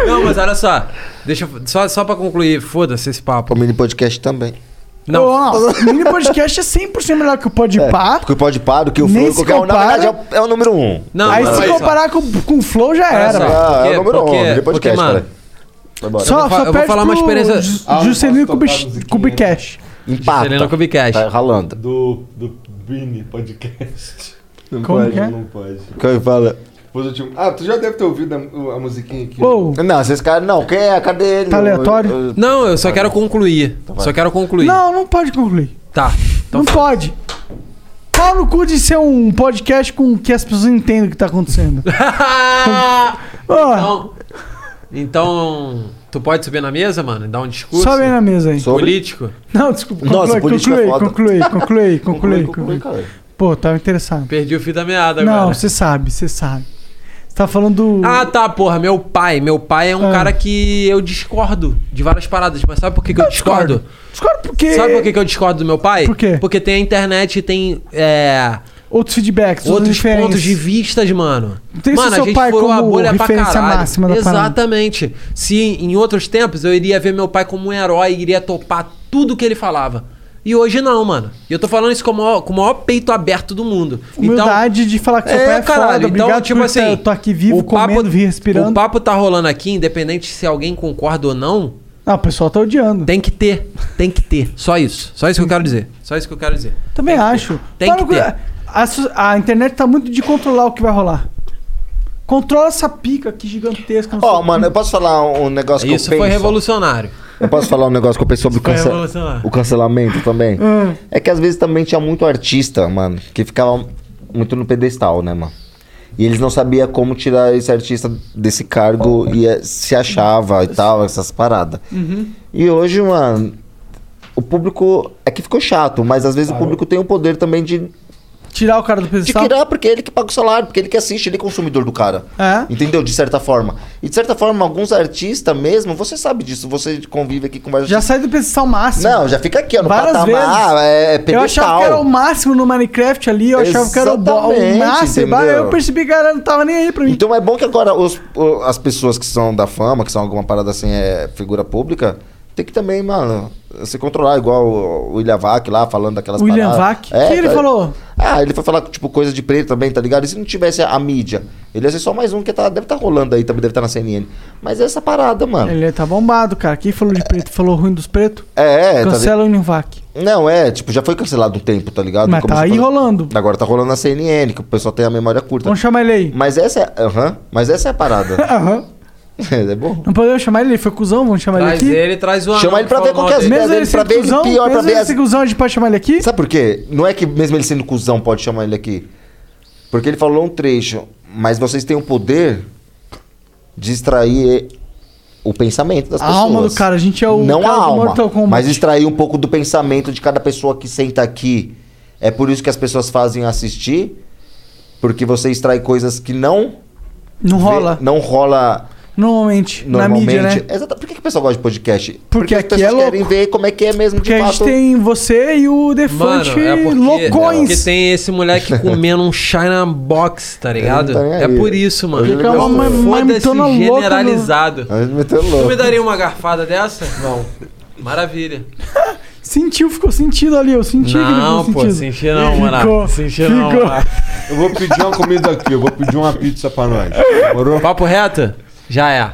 Não, mas olha só. Deixa eu- só, só pra concluir, foda-se esse papo. O mini podcast também. Não. Ó, o mini podcast é 100% melhor que o Pode Pá. Porque o pode par do É. que o Nem Flow, se qualquer um, na compara. verdade, é o, é o número um. Aí se comparar com, com o Flow já Olha era, só, velho. Ah, porque- é o número porque- um, mini podcast, Ah, porque, mano, cara. Vai embora. Só, eu vou, fa- só eu vou perde falar uma pro experiência. Ju- Juscelino Kubik- Kubikash. Impacta. Juscelino Kubikash. Tá ralando. Do, do Bini Podcast. Não Como pode, que é? não pode. Quem fala? Positivo. Ah, tu já deve ter ouvido a, a musiquinha aqui. Não, esses caras não. Quem é? Cadê Tá Tá ele? Eu- Tá eu- Não, eu só quero concluir. Só quero concluir. Não, não pode concluir. Tá. não pode. Pau no cu de ser um podcast com que as pessoas entendam o que tá acontecendo. Ó, Então, então, tu pode subir na mesa, mano, e dar um discurso? Sobe aí na mesa aí. Político? Não, desculpa. Conclui, Nossa, política conclui, é foda. conclui, conclui, conclui, conclui, Pô, tava interessado. Perdi o fio da meada agora. Não, você sabe, você sabe. Você tá falando do. Ah, tá, porra. Meu pai. Meu pai é Ah. um cara que eu discordo de várias paradas. Mas sabe por que, que eu discordo? Discordo porque. Sabe por que, que eu discordo do meu pai? Por quê? Porque tem a internet e tem. É... Outros feedbacks, outras outros referências. pontos de vistas, mano. Tem mano, esse seu pai como referência máxima da parada. Exatamente. Se em outros tempos eu iria ver meu pai como um herói, iria topar tudo que ele falava. E hoje não, mano. E eu tô falando isso com o maior, com o maior peito aberto do mundo. Humildade de falar que seu pai é foda, então, obrigado tipo por tá- assim, eu tô aqui vivo, comendo, vi- respirando. O papo tá rolando aqui, independente se alguém concorda ou não. Ah, o pessoal tá odiando. Tem que ter, tem que ter. Só isso. Só isso que eu quero dizer. Só isso que eu quero dizer. Também acho. Tem Fala que com- ter. A, su- a internet tá muito de controlar o que vai rolar. Controla essa pica aqui gigantesca. Ó, mano, eu posso falar um negócio que eu Isso foi penso? revolucionário. Eu posso falar um negócio que eu pensei sobre o, Foi cance- revolucionário. o cancelamento também? É que às vezes também tinha muito artista, mano, que ficava muito no pedestal, né, mano? E eles não sabiam como tirar esse artista desse cargo e eh, se achava e tal, essas paradas. Uhum. E hoje, mano, o público. É que ficou chato, mas às vezes o público tem o poder também de. Tirar o cara do pedestal? De tirar, porque é ele que paga o salário, porque ele que assiste, ele é consumidor do cara. É. Entendeu? De certa forma. E de certa forma, alguns artistas mesmo, você sabe disso, você convive aqui com vários Já sai do pedestal máximo. Não, já fica aqui, ó, no Várias patamar, vezes. é Eu pedestal. achava que era o máximo no Minecraft ali, eu achava que era o, bo- o Exatamente, máximo. Aí entendeu? eu percebi que ela não tava nem aí pra mim. Então é bom que agora os- o- as pessoas que são da fama, que são alguma parada assim, é figura pública, tem que também, mano, se controlar, igual o o William Vac lá, falando daquelas William paradas. É, Vac? Que ele falou? Ah, ele foi falar, tipo, coisa de preto também, tá ligado? E se não tivesse a mídia? Ele ia ser só mais um que tá, deve estar rolando aí, também deve estar na CNN. Mas é essa parada, mano. Ele tá bombado, cara. Quem falou de preto falou ruim dos pretos? É, é. tá Cancela o Univac. li- Não, é, tipo, já foi cancelado um tempo, tá ligado? Mas Como tá você aí falou- rolando. Agora tá rolando na CNN, que o pessoal tem a memória curta. Vamos chamar ele aí. Mas essa é. Aham. mas essa é a parada. Aham. é bom. Não podemos chamar ele, ele foi cuzão, vamos chamar Traz ele aqui. ele, traz o Chama ele pra ver qual que é as ideias Mesmo ele dele, pra sendo ver ele cuzão, pior, pra mesmo ver ele as... sendo cuzão, a gente pode chamar ele aqui? Sabe por quê? Não é que mesmo ele sendo cuzão pode chamar ele aqui. Porque ele falou um trecho, mas vocês têm o poder de extrair o pensamento das A pessoas. alma do cara, a gente é o Não cara a do alma, Mortal Kombat. mas extrair um pouco do pensamento de cada pessoa que senta aqui. É por isso que as pessoas fazem assistir, porque você extrai coisas que não Não vê- rola. não rola Normalmente, normalmente. na mídia, né? Exata- Por que, que o pessoal gosta de podcast? Porque, as aqui é pessoas louco. querem ver como é que é mesmo Porque de a fato. gente tem você e o Defante é porque loucões. tem esse moleque comendo um China Box, tá ligado? Ele não tá nem é aí. por isso, mano. Ele é uma Então, ma- Foda-se marmitona louca no- generalizado. A gente meteu Tu louco. me daria uma garfada dessa? Não. Maravilha. Sentiu, ficou sentido ali, eu senti que ele ficou Não, pô, sentido. senti não, mano. Ficou, Senti ficou. não, mano. Eu vou pedir uma comida aqui, eu vou pedir uma pizza pra nós. Morou? Papo reto? Já é.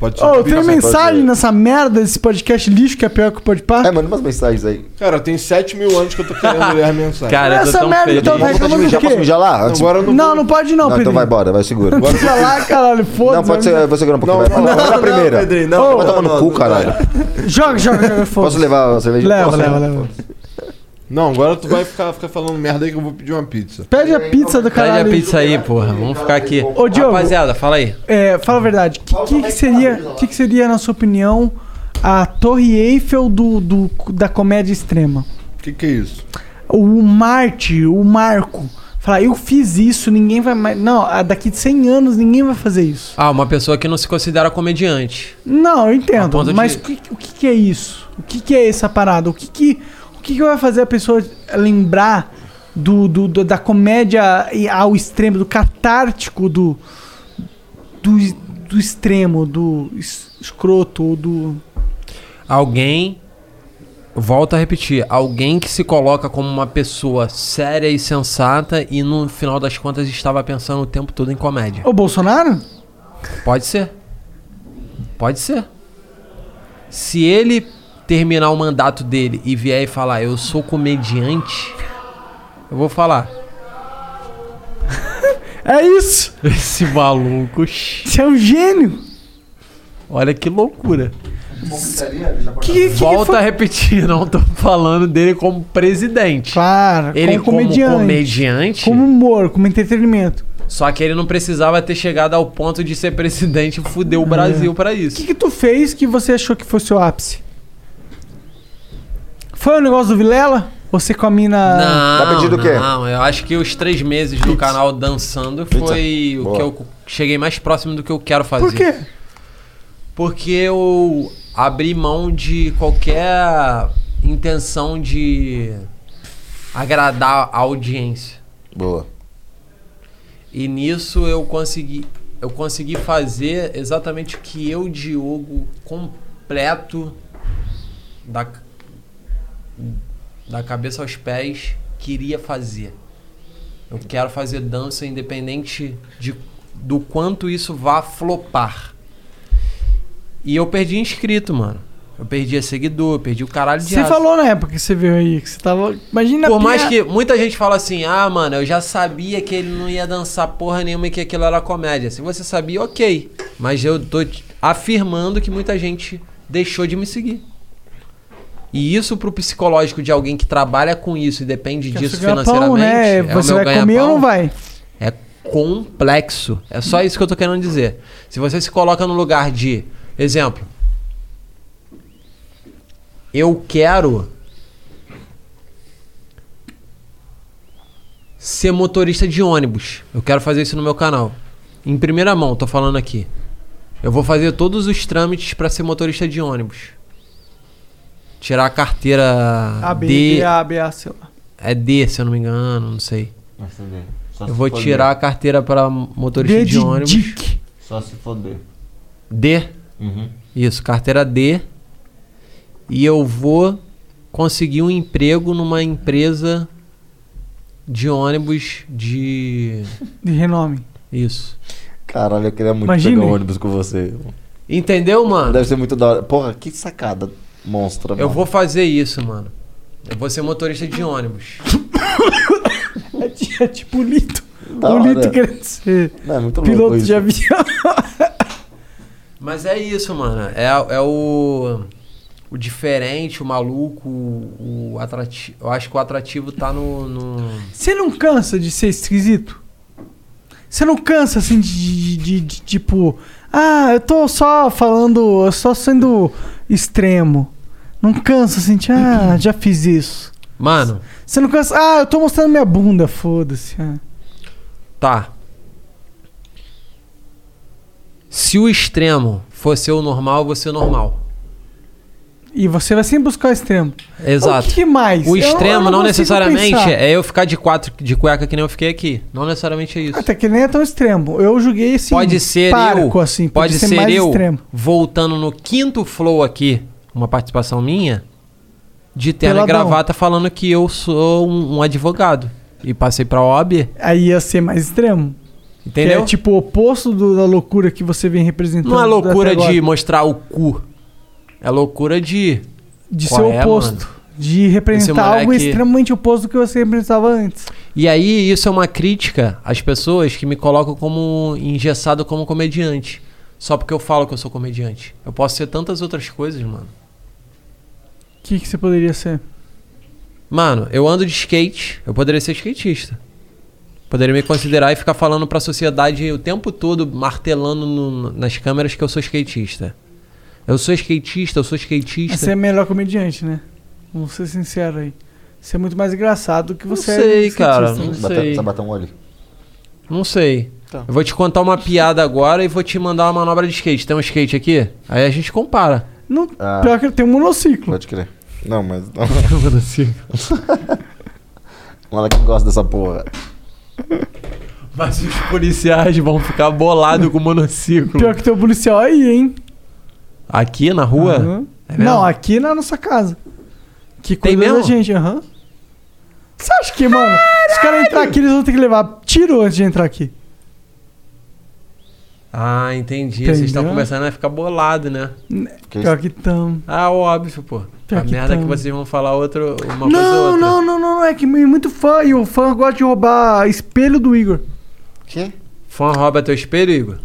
Pode Ô, tem mensagem nessa merda desse podcast lixo que é pior que o Podpah? É, manda umas mensagens aí. Cara, tem 7 mil anos que eu tô querendo ler a mensagem. Cara, eu tô Essa tão merda, feliz. então, vai reclamando do quê? Não, agora eu não Não, vou- não pode não, Não, então Pedro. vai embora, vai segura. Vai lá, caralho, foda-se. Não, pode ser, vou segurar um pouquinho. Não, vai, não, vai na não, primeira. Pedrinho, não, vai não, tomar no não, cu, não. caralho. Joga, joga, joga, foda-se. Posso levar a cerveja? Leva, Posso, leva, né? leva. Não, agora tu vai ficar, ficar falando merda aí que eu vou pedir uma pizza. Pede a pizza do caralho. Pede a pizza aí, porra. Vamos ficar aqui. Ô, Diogo. Rapaziada, fala aí. É, fala a verdade. O que, que seria, que, que seria, na sua opinião, a Torre Eiffel do, do- da comédia extrema? O que, que é isso? O Marte, o Marco. Falar, eu fiz isso, ninguém vai mais. Não, a- daqui de 100 anos ninguém vai fazer isso. Ah, uma pessoa que não se considera comediante. Não, eu A entendo. ponto de- Mas o que, o que que é isso? O que, que é essa parada? O que, que, o que, que vai fazer a pessoa lembrar do, do- do- da comédia e- ao extremo, do catártico do, do, es- do extremo, do es- escroto, ou do. Alguém. Volto a repetir. Alguém que se coloca como uma pessoa séria e sensata e no final das contas estava pensando o tempo todo em comédia. O Bolsonaro? Pode ser. Pode ser. Se ele terminar o mandato dele e vier e falar, eu sou comediante, eu vou falar. É isso! Esse maluco. Você é um gênio! Olha que loucura. Que, que Volta foi? a repetir, não tô falando dele como presidente. Claro, ele como comediante. Como comediante. Como humor, como entretenimento. Só que ele não precisava ter chegado ao ponto de ser presidente e fuder o Brasil pra O isso. que, que tu fez que você achou que fosse o ápice? Foi o negócio do Vilela? Você com a mina. Não, Tá não, eu acho que os três meses no canal dançando foi o Boa. que eu cheguei mais próximo do que eu quero fazer. Por quê? Porque eu abri mão de qualquer intenção de agradar a audiência. Boa. E nisso eu consegui, eu consegui fazer exatamente o que eu, Diogo, completo da, da cabeça aos pés, queria fazer. Eu quero fazer dança independente de, do quanto isso vá flopar. E eu perdi inscrito, mano. Eu perdi seguidor, eu perdi o caralho de Você asa. falou na época que você veio aí, que você tava. Imagina Por a mais pia- que muita gente fala assim, ah, mano, eu já sabia que ele não ia dançar porra nenhuma e que aquilo era comédia. Se você sabia, ok. Mas eu tô te- afirmando que muita gente deixou de me seguir. E isso pro psicológico de alguém que trabalha com isso e depende Quer disso seu ganha-pão, financeiramente. né? é o Você meu vai comer ganha-pão. ou não vai? É complexo. É só isso que eu tô querendo dizer. Se você se coloca no lugar de. Exemplo. Eu quero. Ser motorista de ônibus. Eu quero fazer isso no meu canal. Em primeira mão, tô falando aqui. Eu vou fazer todos os trâmites pra ser motorista de ônibus. Tirar a carteira A, B, D, B, A, B, A, sei lá. é D, se eu não me engano, não sei. Só eu se vou for tirar D. a carteira para motorista D de, de ônibus. Só se for D. D? Uhum. Isso, carteira D. E eu vou conseguir um emprego numa empresa de ônibus de. De renome. Isso. Caralho, eu queria muito Imagine. pegar um ônibus com você. Entendeu, mano? Deve ser muito da hora. Porra, que sacada monstra, Eu mano. vou fazer isso, mano. Eu vou ser motorista de ônibus. É tipo o Lito. Da o Lito hora. querendo ser Não, é muito louco piloto isso. de avião. Mas é isso, mano. É, é o. O diferente, o maluco, o, atrativo. Eu acho que o atrativo tá no. no- Você não cansa de ser esquisito? Você não cansa assim de, de- de- de, tipo, ah, eu tô só falando, eu só sendo extremo. Não cansa assim, de, ah, já fiz isso. Mano, Você não cansa, ah, eu tô mostrando minha bunda, foda-se. ah. tá. Se o extremo fosse o normal, eu vou ser normal. E você vai sempre buscar o extremo. Exato. O que mais? O Eu- eu extremo não, consigo necessariamente pensar. é eu ficar de quatro de cueca que nem eu fiquei aqui. Não necessariamente é isso. Até que nem é tão extremo. Eu julguei assim. pode ser parco, eu, assim. pode, podia ser, mais eu extremo. voltando no quinto flow aqui, uma participação minha, de terno e Peladão. gravata falando que eu sou um, um advogado e passei pra OAB. Aí ia ser mais extremo. Entendeu? Que é tipo o oposto do- da loucura que você vem representando. Não é loucura até agora. de mostrar o cu. É loucura de. De Qual ser o é, oposto. mano? De Esse representar moleque- algo extremamente oposto do que você representava antes. E aí, isso é uma crítica às pessoas que me colocam como engessado como comediante. Só porque eu falo que eu sou comediante. Eu posso ser tantas outras coisas, mano. O que, que você poderia ser? Mano, eu ando de skate, eu poderia ser skatista. Poderia me considerar e ficar falando pra sociedade o tempo todo, martelando no- nas câmeras que eu sou skatista. Eu sou skatista, eu sou skatista. Mas Você é melhor comediante, né? Vamos ser sinceros aí. Você é muito mais engraçado do que Não você sei, é. cara, skatista, não né? sei. Sabe bater um olho? Não sei. Tá. Eu vou te contar uma piada agora e vou te mandar uma manobra de skate. Tem um skate aqui? Aí a gente compara. Não, Pior que ele tem um monociclo. Ah. Um Pode crer. Não, mas. Olha que gosta dessa porra. Mas os policiais vão ficar bolados com o monociclo. Pior que tem um policial aí, hein? Aqui na rua? Aham. É mesmo? não, aqui na nossa casa. Que Tem cuida da mesmo? gente, aham. Você acha que, mano, se os caras entrar aqui, eles vão ter que levar tiro antes de entrar aqui. Ah, entendi. Vocês estão Entendeu? começando a ficar bolado, né? Pior que tão. Ah, óbvio, pô. Pior a que merda é que tamo. vocês vão falar outro, uma coisa ou Não, outra. não, não, não, não, é que é muito fã e o fã gosta de roubar espelho do Igor. Que? Fã rouba teu espelho, Igor?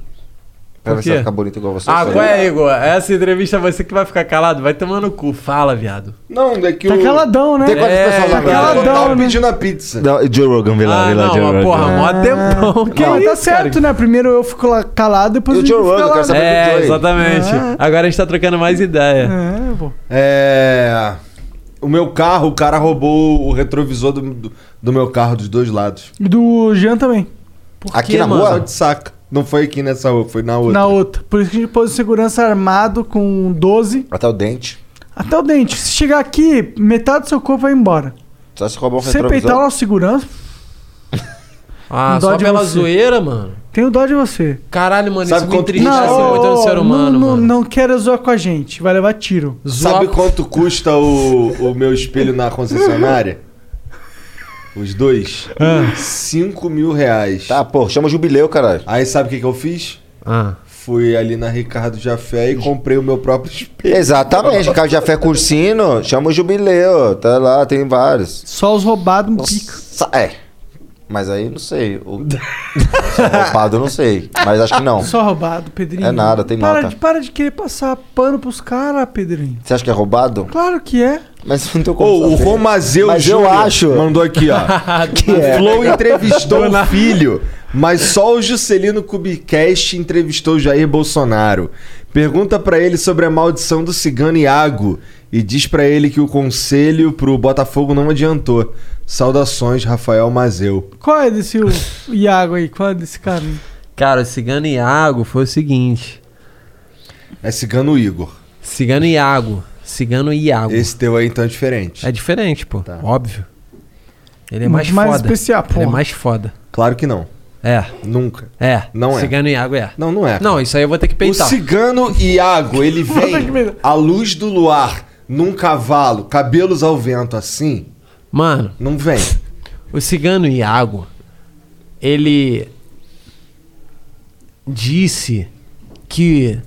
Pra Por ver se quê? vai ficar bonito igual você. Ah, só qual eu. é, Igor? Essa entrevista é você que vai ficar calado? Vai tomar no cu. Fala, viado. Não, daqui Tá o... caladão, né? Tem quantas É, pessoas lá? tá caladão, Tava né? pedindo a pizza. Não, Joe Rogan, vê lá, Ah, vê lá, não, Joe mas Rogan. porra, mó Ah. Ah. tempão. Que não, tá isso, certo, né? Primeiro eu fico lá calado, depois E o Joe Rogan, fica eu quero lá. né? saber do É, Joey. exatamente. Ah. Agora a gente tá trocando mais ideia. É, pô. É. O meu carro, o cara roubou o retrovisor do, do, do meu carro dos dois lados. E do Jean também. aqui na rua? De saca. Não foi aqui nessa rua, foi na outra. Na outra. Por isso que a gente pôs o segurança armado com 12 Até Tá o dente. até o dente. Se chegar aqui, metade do seu corpo vai embora. Só se roubar um Se você peitar o retrovisor. nosso segurança, Ah, Dó só de pela você. zoeira, mano. tenho dó de você. Caralho, mano, Sabe isso me quanto- entristece Não, muito no ser não, humano, não, mano. Não quero zoar com a gente, vai levar tiro. Sabe quanto custa o, o meu espelho na concessionária? Os dois? 5 mil reais. Tá, pô, chama o jubileu, caralho. Aí sabe o que, que eu fiz? Ah. Fui ali na Ricardo Jafé e comprei o meu próprio espelho. Exatamente, o cara Ah, já fez cursino, chama o jubileu, tá lá, tem vários. Só os roubados pica. É, mas aí não sei. O... Só roubado eu não sei, mas acho que não. Só roubado, Pedrinho. É nada, tem para nota. De, para de querer passar pano pros caras, Pedrinho. Você acha que é roubado? Claro que é. Mas não tô com Ô, o Romazeu Mas eu Júnior acho. mandou aqui, ó. Que o é? Flow entrevistou o filho, mas só o Juscelino Kubicast entrevistou Jair Bolsonaro. Pergunta pra ele sobre a maldição do cigano Iago e diz pra ele que o conselho pro Botafogo não adiantou. Saudações, Rafael Mazeu. Qual é desse o- o Iago aí? Qual é desse cara? aí? Cara, o Cigano Iago foi o seguinte. É cigano Igor. Cigano Iago. Cigano Iago. Esse teu aí então é diferente. É diferente, pô. Tá. Óbvio. Ele é Muito mais, mais foda. especial, Ele é porra. mais foda. Claro que não. É. Nunca. É. Não é. Cigano Iago é. Não, não é. Não, isso aí eu vou ter que O peitar. cigano Iago, ele vem à luz do luar, num cavalo, cabelos ao vento assim. Mano. Não vem. O cigano Iago, ele disse que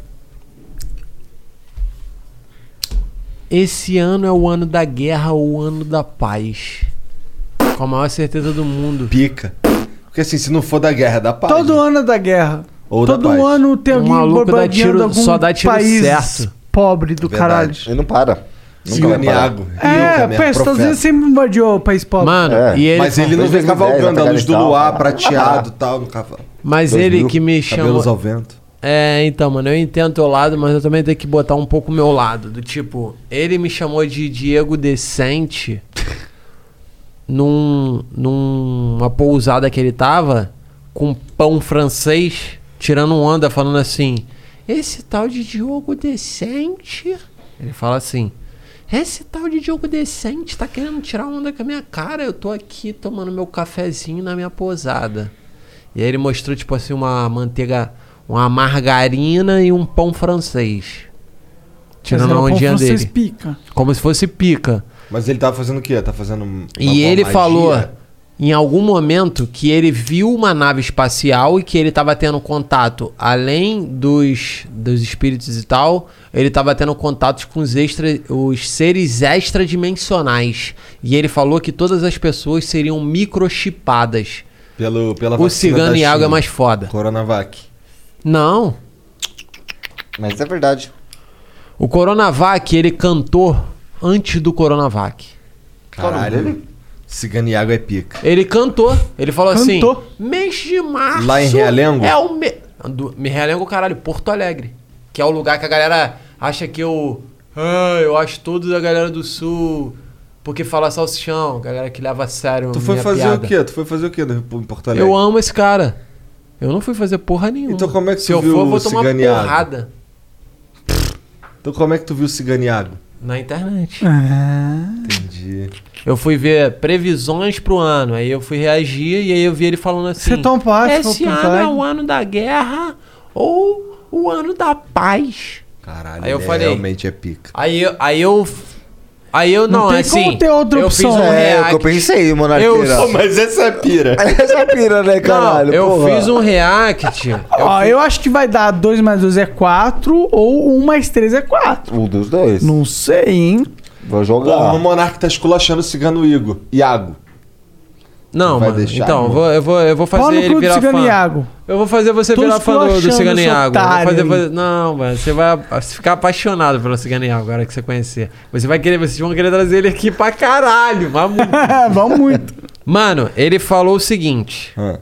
esse ano é o ano da guerra ou o ano da paz. Com a maior certeza do mundo. Pica. Porque assim, se não for da guerra, é da paz. Todo ano é da guerra. Ou da Todo paz. ano tem Um alguém maluco dá bombardeando tiro- algum só dá tiro país certo. pobre do caralho. Ele não para. É Nunca vai Cigano parar. Iago. É, pensa, os Estados Unidos sempre bombardeou o país pobre. Mano, É. e ele. Mas ele não vem 2010, cavalgando a um luz do Afeganistão, luar, cara. prateado e tal, no cavalo. Mas ele que me Cabelos chamou. ao vento. É, então, mano, eu entendo teu lado, mas eu também tenho que botar um pouco o meu lado. Do tipo, ele me chamou de Diego Decente num, numa pousada que ele tava, com pão francês, tirando onda, falando assim: Esse tal de Diogo Decente. Ele fala assim. Esse tal de Diogo Decente tá querendo tirar onda com a minha cara. Eu tô aqui tomando meu cafezinho na minha pousada. E aí ele mostrou, tipo assim, uma manteiga, uma margarina e um pão francês. Tirando Mas a é um pão ondinha francês dele. pica. Como se fosse pica. Mas ele tava fazendo o quê? Tá fazendo. uma boa E ele magia? falou em algum momento que ele viu uma nave espacial e que ele estava tendo contato, além dos, dos espíritos e tal, ele estava tendo contatos com os, extra, os seres extradimensionais. E ele falou que todas as pessoas seriam microchipadas. Pelo, pela O cigano e Iago é mais foda. Coronavac. Não. Mas é verdade. O Coronavac, ele cantou antes do Coronavac. Caralho. Ciganiago é pica. Ele cantou. Ele falou assim: mês de março. Lá em Realengo? É o. Me... Do... me Realengo, caralho, Porto Alegre. Que é o lugar que a galera acha que eu. Ah, eu acho tudo da galera do sul. Porque fala salsichão, galera que leva a sério. Tu foi minha fazer piada. o quê? Tu foi fazer o quê no- em Porto Alegre? Eu amo esse cara. Eu não fui fazer porra nenhuma. Então como é que Se tu eu viu for, eu vou o tomar Ciganiago? porrada Então como é que tu viu o Ciganiago? na internet. É. Entendi. Eu fui ver previsões pro ano, aí eu fui reagir e aí eu vi ele falando assim: é Você toma parte, Esse toma ano é parte." o ano da guerra ou o ano da paz. Caralho, Aí eu ele falei- realmente é pica. Aí, eu- aí eu. Aí eu não, Não tem assim. como ter outra eu opção. Fiz um É, react. o que eu pensei, Eu, Monarqueira. Pô, mas essa é pira. Essa é pira, né, caralho? Não, eu porra. fiz um react. Eu Ó, eu acho que vai dar 2 mais 2 é 4 ou 1 mais 3 é 4. Um dos dois. Não sei, hein? Vou jogar. Porra, o Monark tá esculachando o cigano Igor. Iago. Não, Vai mano. deixar, então, eu mano. vou, eu, vou, eu vou fazer Pau no ele cu do virar Cigano fã. Iago. Eu vou fazer você Tô virar fã do, do esculachando Cigano esse Iago. Eu Vou fazer, otário vo- não, mano. Você vai a- ficar apaixonado pelo Cigano Iago agora que você conhecer. Você vai querer, vocês vão querer trazer ele aqui pra caralho. Vamos Vamos muito. Mano, ele falou o seguinte. Ah.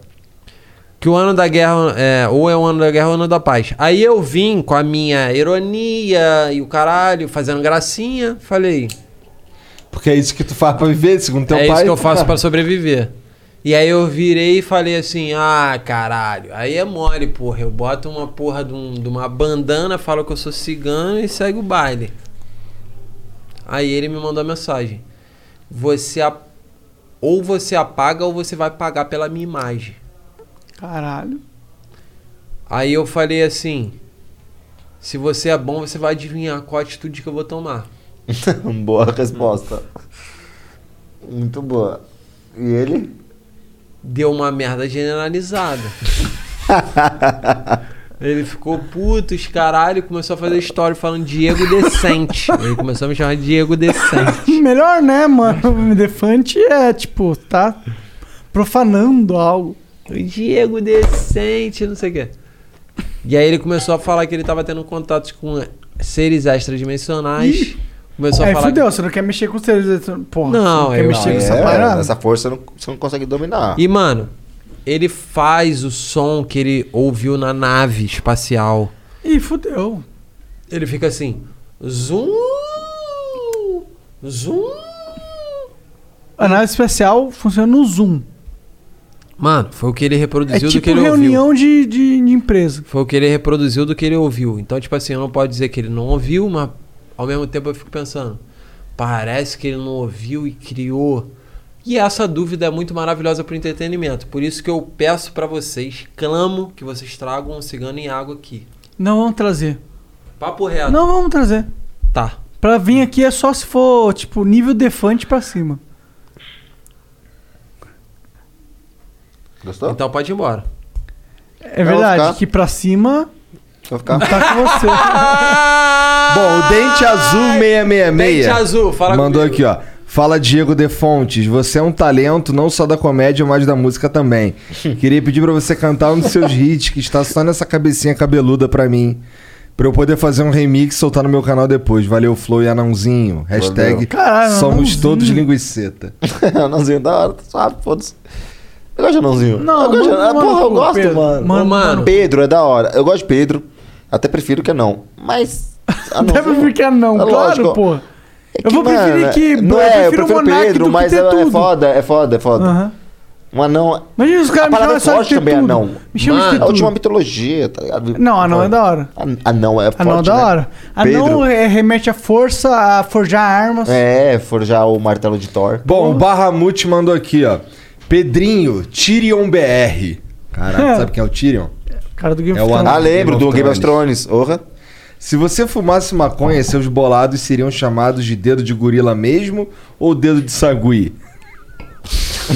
Que o ano da guerra, é, ou é o ano da guerra ou o ano da paz. Aí eu vim com a minha ironia e o caralho, fazendo gracinha. Falei, Porque é isso que tu faz pra viver, segundo teu é Então, pai. tá. isso que eu faço pra sobreviver. E aí eu virei e falei assim, ah, caralho, aí é mole, porra. Eu boto uma porra de, um- de uma bandana, falo que eu sou cigano e segue o baile. Aí ele me mandou a mensagem. Você a- ou você apaga ou você vai pagar pela minha imagem. Caralho. Aí eu falei assim, se você é bom, você vai adivinhar qual atitude que eu vou tomar. boa resposta. Muito boa. E ele? Deu uma merda generalizada. Ele ficou puto, os caralho, começou a fazer história falando Diego Decente. Ele começou a me chamar de Diego Decente. Melhor, né, mano? O Defante é, tipo, tá profanando algo. Diego Decente, não sei o quê. E aí ele começou a falar que ele tava tendo contatos com seres extradimensionais. Começou Aí a falar. É, fudeu, você não quer mexer com os seres eletrônicos. Porra, Não, você não quer eu- mexer não, com essa é, parada. Essa força não- você não consegue dominar. E, mano, ele faz o som que ele ouviu na nave espacial. Ih, fudeu. Ele fica assim. Zoom! Zoom! A nave especial funciona no Zoom. Mano, foi o que ele É reproduziu do tipo que ele ouviu. reunião de, de, de empresa. Foi o que ele reproduziu do que ele ouviu. Então, tipo assim, eu não posso dizer que ele não ouviu, mas ao mesmo tempo eu fico pensando. Parece que ele não ouviu e criou. E essa dúvida é muito maravilhosa para o entretenimento. Por isso que eu peço para vocês, clamo que vocês tragam um cigano em água aqui. Não vamos trazer. Papo reto. Não vamos trazer. É. Tá. Pra vir aqui é só se for, tipo, nível defante pra cima. Gostou? Então pode ir embora. É Eu vou verdade, ficar. que pra cima Vou ficar. Ah, tá com você. Bom, o Dente Azul 666. Dente Azul, fala Mandou aqui, ó. Fala Diego De Fontes, você é um talento não só da comédia, mas da música também. Queria pedir pra você cantar um dos seus hits que está só nessa cabecinha cabeluda pra mim. Pra eu poder fazer um remix e soltar no meu canal depois. Valeu, Flow e Anãozinho. Hashtag Caralho, somos Anãozinho. todos linguiceta. anãozinho da hora, tu sabe, foda-se. Eu gosto de anãozinho. Não, eu gosto de manda- anão. manda Porra, eu pro gosto, Pedro. mano. Manda- manda. Pedro é da hora. Eu gosto de Pedro. Até prefiro que não. Mas. Deve ficar não, É claro, lógico. pô. eu vou preferir É Mano, que. Não eu é, prefiro o Monark Pedro, do que mas ter é, é tudo. foda, é foda, é foda. Aham. Um anão. Imagina os caras a me parada é chamam forte só de ter também, tudo. anão. Me chama de ter É a última tudo. mitologia, tá ligado? Não, anão é da hora. An- Anão Tá é forte. Anão é da né? hora. Pedro. Anão é, remete à força, a forjar armas. É, forjar o martelo de Thor. Bom, o Barramute mandou aqui, ó. Pedrinho, Tyrion BR. Caralho, É. sabe quem é o Tyrion? Cara do Game É of o Thrones. anão Ah, lembro do Game of Thrones, orra. Se você fumasse maconha, seus bolados seriam chamados de dedo de gorila mesmo ou dedo de sagui?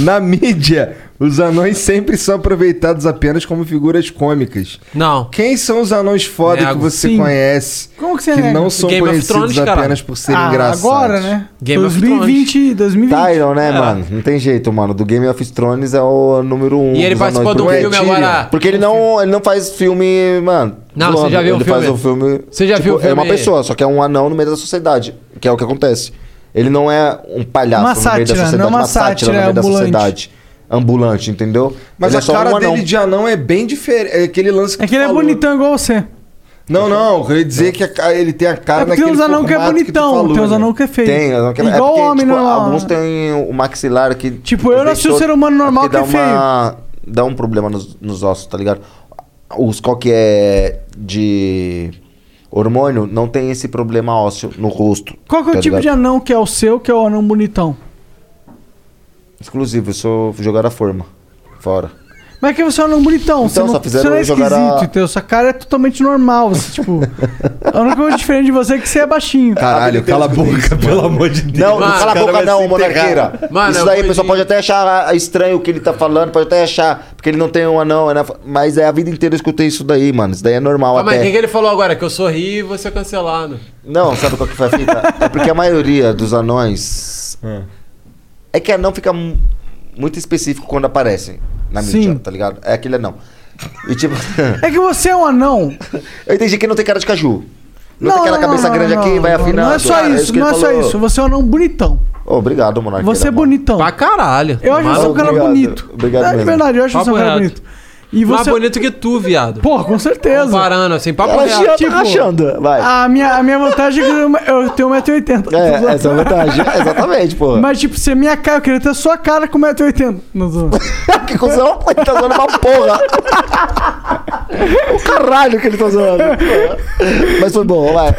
Na mídia, os anões sempre são aproveitados apenas como figuras cômicas. Não. Quem são os anões foda Nego. que você Sim. conhece? Como que você nega? não são Game of conhecidos Thrones, caralho. apenas por serem É. Ah, engraçados. agora, né? Game of É. 2020, 2020. Tyron, né, mano? Não tem jeito, mano. Do Game of Thrones é o número um. E ele dos participou anões, do porque- filme agora- Porque ele não, ele não faz filme, mano. Não, zoando. você já viu o ele filme? faz o filme. Você já viu o É uma filme- pessoa, só que é um anão no meio da sociedade. Que é o que acontece. Ele não é um palhaço Uma no meio sátira, da sociedade, não é uma uma sátira no sátira, é meio da ambulante. sociedade. Ambulante, entendeu? Mas Ele a é só um cara dele anão. de anão é bem diferente. É aquele lance que É que ele é bonitão igual você. Não, não, eu queria dizer que a ca- ele tem a cara É porque daquele tem uns anão que é formato tu bonitão, tem uns né? anão que é feio. Tem, anão que é- é Igual porque, homem tipo, normal. né? Alguns têm o maxilar que. Tipo, eu não assisti um ser humano normal que é Dá um problema nos, nos ossos, tá ligado? Os qual que é de hormônio não tem esse problema ósseo no rosto. tá Qual que é Tá o tipo de anão que é o seu, que é o anão bonitão? Exclusivo, eu sou jogar a forma. Fora. Mas é que você é um anão bonitão, você Então, só não, fizeram você não é eu jogar esquisito, a- entendeu? Sua cara é totalmente normal, você, tipo... a única coisa diferente de você é que você é baixinho. Caralho, cala a boca, pelo amor de Deus. Não, não cala a Cara, boca vai se não, enterrar. é monarqueira. Isso daí o pessoal pode até achar estranho o que ele tá falando, pode até achar, porque ele não tem um anão, né? mas é a vida inteira eu escutei isso daí, mano. Isso daí é Ah, normal Calma aí, o até. que, que ele falou agora? Que eu sorri e você é cancelado. Não, sabe qual que foi a fita? É porque a maioria dos anões... É que anão fica mu- muito específico quando aparece na mídia, Sim. tá ligado? É aquele anão. E tipo... É que você é um anão. eu entendi que não tem cara de caju. Não, tem aquela cabeça grande aqui, vai não, afinando. Não é só Ah, isso, que ele não é só falou. isso. Você é um anão bonitão. Ô, obrigado, monarqueira. Você é bonitão. Pra caralho. Eu acho você um cara Obrigado, bonito. obrigado é mesmo. verdade, eu acho você um Papo cara reto. bonito. E Mais você... bonito que tu, viado. Porra, com certeza. Tipo- Comparando, assim, papo Ela reto. Ah, já tá rachando, vai. A minha, a minha vantagem é que eu- eu tenho 1,80m. É, essa é a vantagem. Exatamente, pô. Mas, tipo, se é minha cara, eu queria ter a sua cara com 1,80m. Não, não. que cuzão? Ele tá zoando uma porra. o caralho que ele tá zoando. Mas foi bom, vai.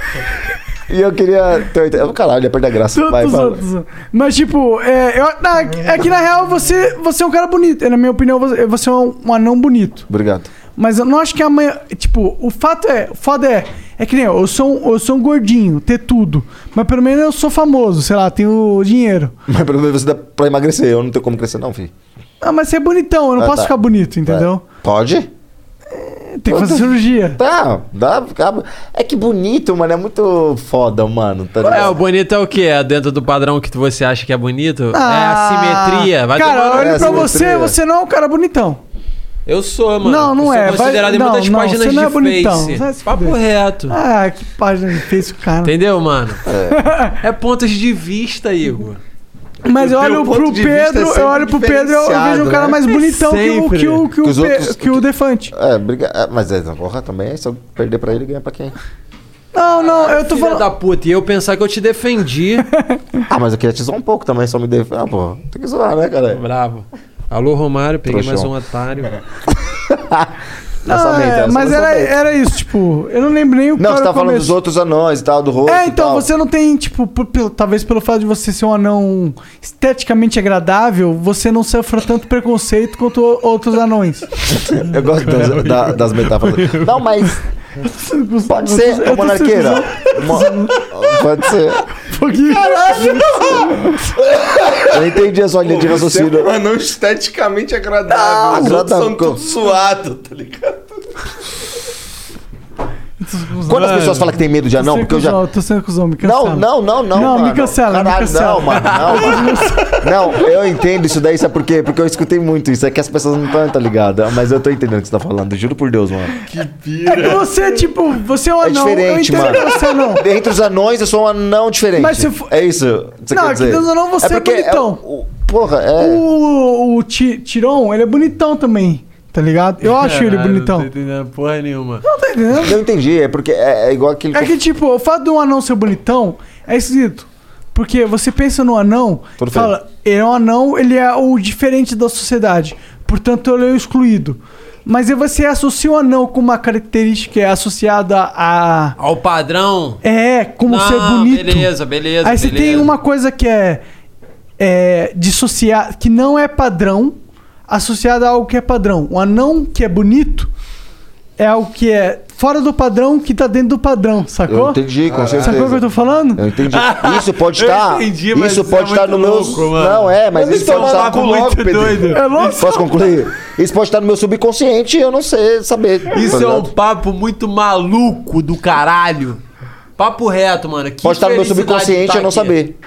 E eu queria. ter oitenta- Caralho, ia perder a graça. Tu- Vai, tu fala. zoa, tu zoa. Mas, tipo, é, eu, na, é que na real você, você é um cara bonito. Na minha opinião, você, você é um, um anão bonito. Obrigado. Mas eu não acho que amanhã. Tipo, o fato é. O foda é. É que nem eu, eu sou um, eu sou um gordinho, ter tudo. Mas pelo menos eu sou famoso, sei lá, tenho dinheiro. Mas pelo menos você dá pra emagrecer. Eu não tenho como crescer, não, filho. Ah, mas você é bonitão, eu não Ah, posso tá. ficar bonito, entendeu? Pode? Tem que fazer cirurgia. Tá, dá. acaba- É que bonito, mano. É muito foda, mano. Tá É, ligado? o bonito é o que? É dentro do padrão que você acha que é bonito? é a simetria. Vai Ah, cara, tomar- olha pra você, você não é um cara bonitão. Eu sou, mano. Não, não eu é. Sou considerado Vai- em muitas não, não, páginas você não é de bonitão. Face. Vai se Papo fuder. reto. Ah, que página de Face, cara. Entendeu, mano? É. pontos de vista, Igor. Mas eu O teu olho ponto pro de vista é Pedro, sempre eu olho pro Pedro, eu- eu vejo um cara né? mais bonitão que o, Sempre. que o, que o, Que os Pe- outros- que o Defante. É, obrigado. É, Mas é, porra, também é. Se eu perder pra ele, ganha pra quem? Não, não, eu tô Filha falando. da puta, e eu pensar que eu te defendi. Ah, mas eu queria te zoar um pouco também, só me deu. Ah, pô, tem que zoar, né, cara? Bravo. Alô, Romário, peguei Trouxão. mais um otário. Não, é, mas era, era isso, tipo, eu não lembro nem o que Não, era você o tá falando dos começo. outros anões e tal, do rosto. É, e então, tal. você não tem, tipo, por- pelo- talvez pelo fato de você ser um anão esteticamente agradável, você não sofra tanto preconceito quanto o- outros anões. Eu gosto das, da- das metáforas. Tá Não, mas. Pode ser, ô monarqueira. Mo- Pode ser. Eu entendi a sua linha de raciocínio. Ah, Mas não é um esteticamente agradável. Os outros são agradável. tudo suado, tá ligado? Quando as pessoas falam que tem medo de anão, porque eu já. Tô sendo cuzão, me cancela. Não, não, não, não. Não, me mano. cancela, me Caralho, cancela. Não, mano, não, mano. Não, eu entendo isso daí, sabe por quê? Porque eu escutei muito isso. É que as pessoas não estão, tá ligadas? Mas eu tô entendendo o que você tá falando, juro por Deus, mano. É que você, tipo, você é um É anão. eu diferente, entendo mano. que você é anão. Entre os anões, eu sou um anão diferente. Mas se for- É isso? que Você Não, quer é que dizer? Deus anão, você é porque bonitão. o- o- porra, é. O, o Ti- Tiron, ele é bonitão também, tá ligado? Eu acho ele Caralho, bonitão. É, Não tô entendendo porra nenhuma. Não tá entendendo? Eu entendi, é porque é, é igual aquele. É que, tipo, o fato de um anão ser bonitão é esquisito. Porque você pensa no anão, Todo fala, ele é um anão, ele é o diferente da sociedade. Portanto, ele é o excluído. Mas aí você associa o anão com uma característica que é associada a. Ao padrão. É, como Não, é ser bonito. Beleza, beleza. Aí você beleza. tem uma coisa que é, é dissociar, que não é padrão, associada a algo que é padrão. O anão que é bonito é algo que é fora do padrão que tá dentro do padrão, sacou? Eu entendi, com certeza. Sacou o que eu tô falando? Eu entendi. Isso pode Eu estar. entendi, mas Isso isso pode é estar no muito meu. louco, mano. Não, é, mas Mas isso um então, pode estar maluco muito doido. É louco. Posso concluir? Isso pode estar no meu subconsciente e eu não sei saber. Isso tá é um ligado? papo muito maluco do caralho. Papo reto, mano. Que Pode estar no meu felicidade subconsciente tá e eu não aqui. saber.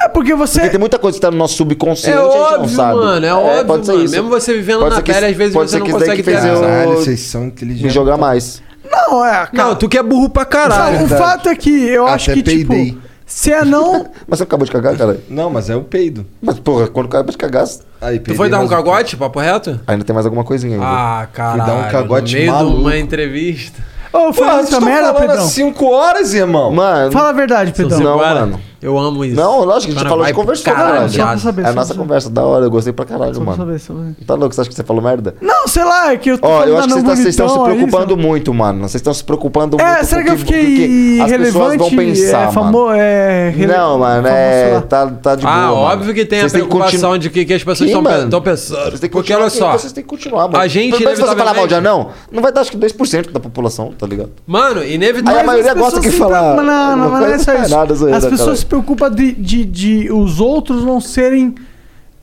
É porque você. Porque tem muita coisa que tá no nosso subconsciente É e a gente não óbvio, sabe. mano, é óbvio, pode ser mano. isso. Mesmo você vivendo Pode na ser que- pele, às vezes pode você ser não que isso daí consegue que fez ter- eu- Caralho, vocês são inteligentes. Me jogar mais. Não, é. Não, tu que é burro pra caralho. o fato é que eu acho Até que, tipo, peidei. Se é não. mas você acabou de cagar, cara? Não, mas é o peido. Mas, porra, quando acaba de cagar. Aí, Tu foi dar um cagote, papo reto? Ainda tem mais alguma coisinha ainda. Ah, caralho. dar um cagote no meio maluco. de uma entrevista. Ô, fala essa merda, Pedrão. assim, 5 horas, irmão. Mano. Fala a verdade, Pedrão. Não, mano. Eu amo isso. Não, lógico, a gente Cara, falou, a vai gente pro conversou, caralho, caralho. só é pra saber, só a pra nossa saber. conversa, da hora, eu gostei pra caralho, Só pra mano. saber, só pra saber. Tá louco, você acha que você falou merda? Não, sei lá, é que eu tô Ó, eu falando acho que não vocês tá- vocês estão se bonitão aí, preocupando muito, mano. Vocês estão se preocupando É, muito. será que eu porque- fiquei porque as pessoas relevante? vão pensar, é, famo, mano. é, rele- Não, mano, famoso é. lá. Tá, tá de boa. Ah, mano. óbvio que tem Vocês a têm que preocupação continu- de que, que as pessoas Sim, estão mano. pensando. Vocês têm que Porque olha continuar, só. Vocês têm que continuar, mano. A gente Pelo menos se você falar mal de inevitavelmente- anão, não vai dar acho que 2% da população, tá ligado? Mano, Aí a inevitavelmente. maioria as gosta pessoas que se fala. preocupam- Não, não, alguma não, não é coisa, só isso. nada, zoeira, As pessoas caralho. se preocupam de, de, de os outros não serem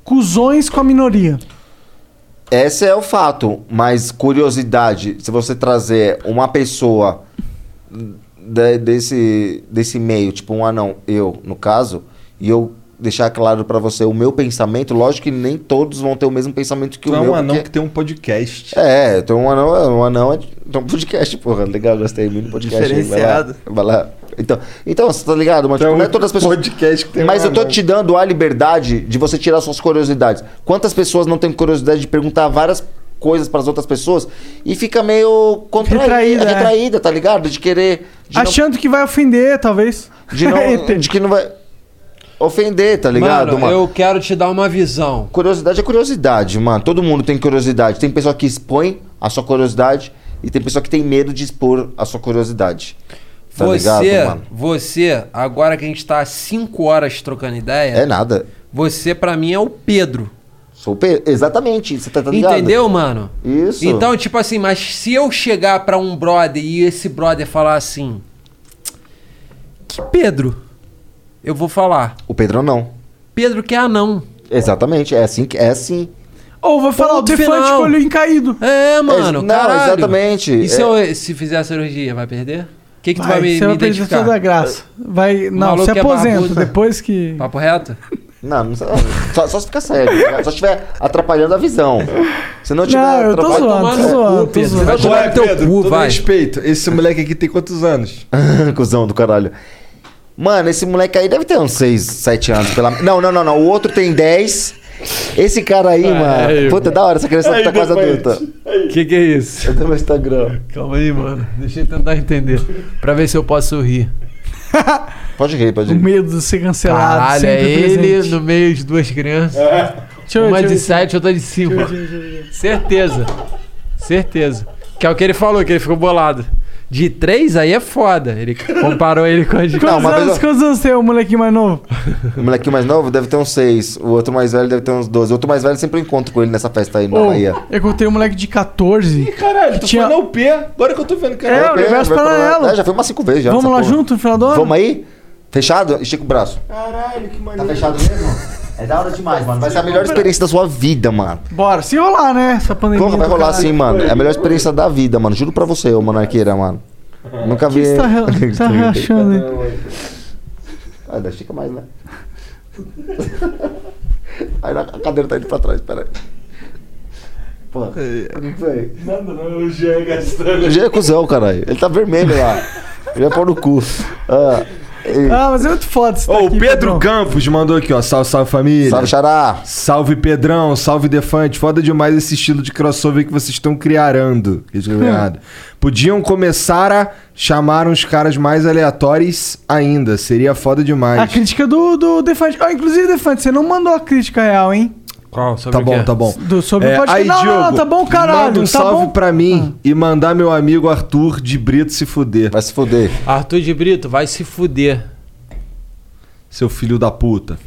cuzões com a minoria. Esse é o fato, mas curiosidade, se você trazer uma pessoa de- desse, desse meio, tipo um anão, eu, no caso, e eu deixar claro pra você o meu pensamento, lógico que nem todos vão ter o mesmo pensamento que Tu o é meu. um anão porque- que tem um podcast. É, então um anão, um anão é então um podcast, porra, legal, gostei, mini podcast. hein, vai lá, Diferenciado. Vai lá. Então, então, você tá ligado? Mas, tipo, não é todas as pessoas. podcast que tem Mas um eu tô anão. te dando a liberdade de você tirar suas curiosidades. Quantas pessoas não têm curiosidade de perguntar várias coisas pras outras pessoas e fica meio contraída, Retraída, retraída, é. tá ligado? De querer. De não- Achando que vai ofender, talvez. de não- de que não vai ofender, tá ligado, Mano, mano? eu quero te dar uma visão. Curiosidade é curiosidade, mano. Todo mundo tem curiosidade. Tem pessoa que expõe a sua curiosidade e tem pessoa que tem medo de expor a sua curiosidade. Tá você, é ligado, mano? você, agora que a gente tá há 5 horas trocando ideia, É nada. você pra mim é o Pedro. Sou pe... Exatamente, você tá, tá ligado? Entendeu, mano? Isso. Então, tipo assim, mas se eu chegar pra um brother e esse brother falar assim. Que Pedro? Eu vou falar. O Pedrão não. Pedro que é anão. Exatamente, é assim que é assim. Ou vou falar o Ponto defante final. com o olhinho caído. É, mano, não, caralho. exatamente. E se, É. eu, se fizer a cirurgia, vai perder? O que, que tu vai me, você me vai é perder identificar? toda a graça. Vai, Um não, Maluco se é aposenta. barbudo. né? depois que. Papo reto? Não, não só, só se ficar sério. né? só se estiver atrapalhando a visão. Se não tiver Não, eu tô atrapalhando- zoando, tô zoando, tô zoando. Vai Qual tomar é, no teu Pedro? cu, todo vai. respeito. Esse moleque aqui tem quantos anos? Cusão do caralho. Mano, esse moleque aí deve ter uns 6, 7 anos. Pela... Não, não, não, não. O outro tem 10. Esse cara aí, mano. Puta, é da hora, essa criança Aí, tá quase depois. adulta. O que, que é isso? Eu tenho meu Instagram. Calma aí, mano. Deixa eu tentar entender. Pra ver se eu posso rir. Pode rir, pode O rir. medo de ser cancelado. Caralho, é sempre ele presente. no meio de duas crianças. Deixa eu- Uma deixa eu- de sete, outra de cinco. deixa eu- deixa eu- deixa eu- Certeza. Certeza. Que é o que ele falou, que ele ficou bolado. De três, aí é foda. Ele comparou ele com a de... Não, Quantos uma vez anos, eu- quantos anos tem o molequinho mais novo? O moleque mais novo deve ter uns 6. O outro mais velho deve ter uns 12. O outro mais velho sempre eu encontro com ele nessa festa aí na Ô, Bahia. eu contei um moleque de 14. Caralho, tu Tinha- foi na UP. Agora que eu tô vendo, cara. É, Eu o tenho, universo eu tenho- paralelo. É, já foi umas 5 vezes já. Vamos essa lá porra. junto no final do ano? Vamos aí? Fechado? Estica o braço. Caralho, que Tá maneiro. fechado mesmo? É da hora demais, mano. Vai ser a melhor experiência da sua vida, mano. Bora, se rolar, né? Essa pandemia. Porra, vai do rolar caralho. assim, mano. É a melhor experiência da vida, mano. Juro pra você, ô monarqueira, mano. Nunca vi. Você tá, re... tá reachando aí. Ah, da Chica mais, né? Aí a cadeira tá indo pra trás, peraí. Pô, É. não sei. Nada, não. O Jean é O gastando. Jean é cuzão, caralho. Ele tá vermelho lá. Ele é pau no cu. Ah, e- Ah, mas é muito foda esse Ô, o Pedro Campos mandou aqui, ó. Salve, salve família. Salve, Xará. Salve Pedrão, salve Defante. Foda demais esse estilo de crossover que vocês estão criarando. Que Hum. escreveu errado. Podiam começar a chamar uns caras mais aleatórios ainda. Seria foda A demais. crítica do, do Defante. Ó, inclusive, Defante, você não mandou a crítica real, hein? Qual? Sobre Tá o quê? bom, tá bom. Do- sobre o É, podcast. aí, não, não, não, Diogo, tá bom, Manda caralho. um tá salve bom. pra mim e mandar meu amigo Arthur de Brito se fuder. Vai se foder. Arthur de Brito, vai se fuder. Seu filho da puta.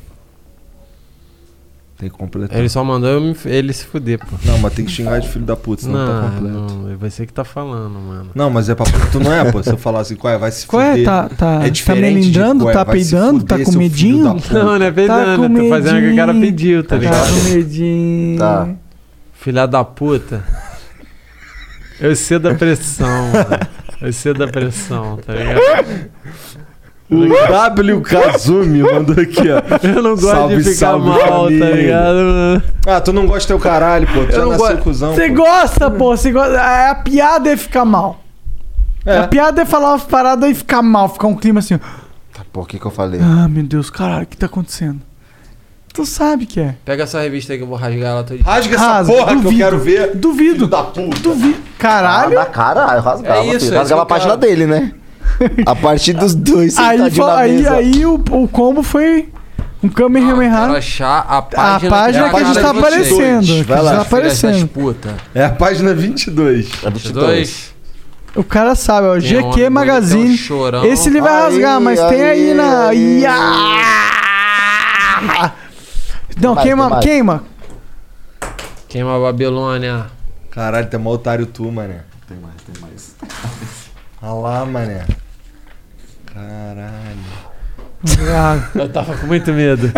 Tem que completar. Ele só mandou eu me- ele se fuder, pô. Não, mas tem que xingar de filho da puta, senão Não, tá completo. Não. não, é você que tá falando, mano. mas é pra tu não é, pô. Se eu falar assim, qual é? Vai se Qual é? fuder. Tá- tá- tá é diferente de melindrando? qual é, Tá vai se peidando? fuder, Tá com seu filho medinho? da puta. Não, não é Tá peidando, com tô fazendo o que o cara medinho. pediu, tá Tá ligado? com medinho. Tá. Filha da puta. Eu sei da pressão, mano. Eu sei da pressão, tá ligado? O W Kazumi mandou aqui, ó. Eu não gosto Salve, de ficar salve, mal, família. tá ligado, mano? Ah, tu não gosta do teu caralho, pô. Tu já não nasceu gosto. cuzão. Você pô. gosta, pô. Você gosta. A, a piada é ficar mal. É. A piada é falar umas paradas e ficar mal, ficar um clima assim. ó. Por que que eu falei? Ah, meu Deus, caralho, o que tá acontecendo? Tu sabe que é. Pega essa revista aí que eu vou rasgar ela toda. Rasga essa porra que eu quero ver. Duvido. Filho da puta. Duvido. Caralho. Ah, da cara, eu rasgava, É isso, filho. é isso que rasgava eu a página quero. dele, né? A partir dos dois Aí, sentadinho fa- na aí, mesa. aí o, o combo foi um Kamehameha. achar a A página, página que a gente tá cara 22. aparecendo. que a gente tá aparecendo. Puta. É a página 22. É 22. O cara sabe, ó. Tem um GQ amigo, tem um Magazine. chorão. Esse ele vai Aí, rasgar, mas tem aí aí, na. aí. Iá! Ah, Não, mais, tem queima, mais. queima. Queima a Babilônia. Caralho, tá mó otário tu, mané. Tem mais, tem mais. Olha lá, mané. Caralho. Ah, Eu tava com muito medo.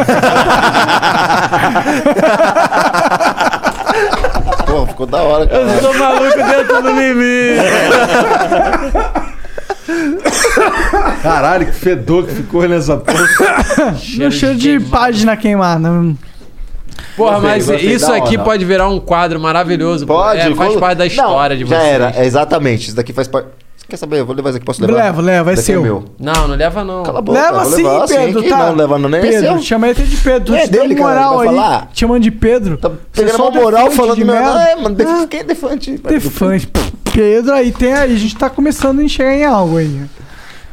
Pô, ficou da hora, cara. Tô maluco dentro do limite. Caralho, que fedor que ficou nessa porra. Meu cheiro de página queimada. Hum. Porra, Gostei, mas gostei isso da aqui hora. pode virar um quadro maravilhoso. Pode, É, faz quando- parte da história não, de Já vocês. era, é exatamente. Isso daqui faz parte. Você quer saber? Eu vou levar isso aqui, posso levar? Leva, leva, é Isso daqui seu. meu. Não, não leva não. Cala a boca. Leva vou sim, levar, Pedro, que tá? Não leva não, nem é Pedro, seu. chama ele até de Pedro. É É dele, dele, cara, ele moral vai aí. falar. Chamando de Pedro. Tá Você pegando só uma moral defende falando de meu. merda. Ah, é, mano, Ah, def- quem é defante? Defante. Pedro aí tem aí. A gente tá começando a enxergar em algo aí.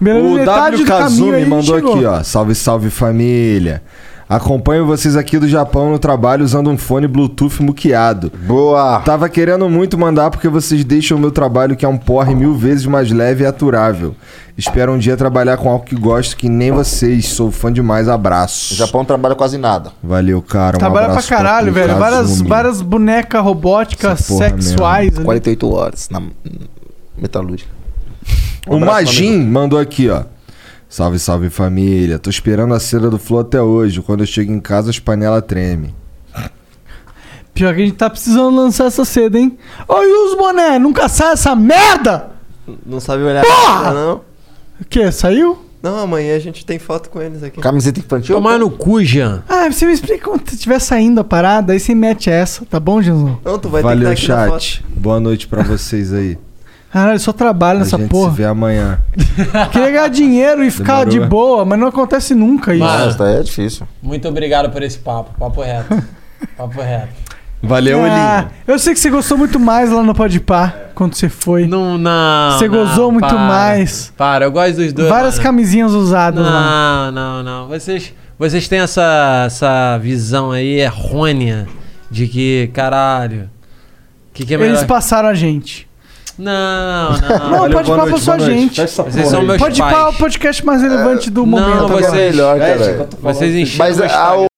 O Metade W do tá caminho aí Kazumi a gente mandou chegou. aqui, ó. Salve, salve família. Acompanho vocês aqui do Japão no trabalho usando um fone Bluetooth muqueado. Boa. Tava querendo muito mandar porque vocês deixam o meu trabalho, que é um porre mil vezes mais leve e aturável. Espero um dia trabalhar com algo que gosto, que nem vocês. Sou fã demais, abraço. O Japão trabalha quase nada. Valeu, cara. Um Trabalha pra abraço caralho, tu, velho. Várias, Kazumi. várias bonecas robóticas Essa porra sexuais. ali. 48 horas na metalúrgica. O Magin mandou aqui, ó. Salve, salve família. Tô esperando a cera do Flow até hoje. Quando eu chego em casa, as panelas tremem. Pior que a gente tá precisando lançar essa cedo, hein? Ô, e os boné? Nunca sai essa merda? Não sabe olhar Porra! pra não. O quê? Saiu? Não, amanhã a gente tem foto com eles aqui. Camiseta infantil? Tomar no cu, Jean. Ah, você me explica quando tiver saindo a parada, aí você mete essa, tá bom, Jesus? Não, tu vai Valeu, ter que dar aqui na foto. chat. Boa noite pra vocês aí. Caralho, só trabalho a nessa gente se porra. vê amanhã. Queria ganhar dinheiro e ficar Demorou, de é? boa, mas não acontece nunca isso. Mas- Nossa, tá- é difícil. Muito obrigado por esse papo. Papo reto. Papo reto. Valeu, Ah, eu sei que você gostou muito mais lá no Podpah, quando você foi. Não, não. Você gozou não, muito para. mais. Para, eu gosto dos dois. Várias mano. camisinhas usadas lá. Não, não, não. Vocês, vocês têm essa, essa visão aí errônea de que, caralho. Que que é melhor? Eles passaram a gente. Ah, Não, Não, não. Olha, pode falar pra sua gente. Vocês são meus Pode pais. pá, o podcast mais relevante do Não, momento. vocês- melhor, cara. Vocês enchiam Mas meu a,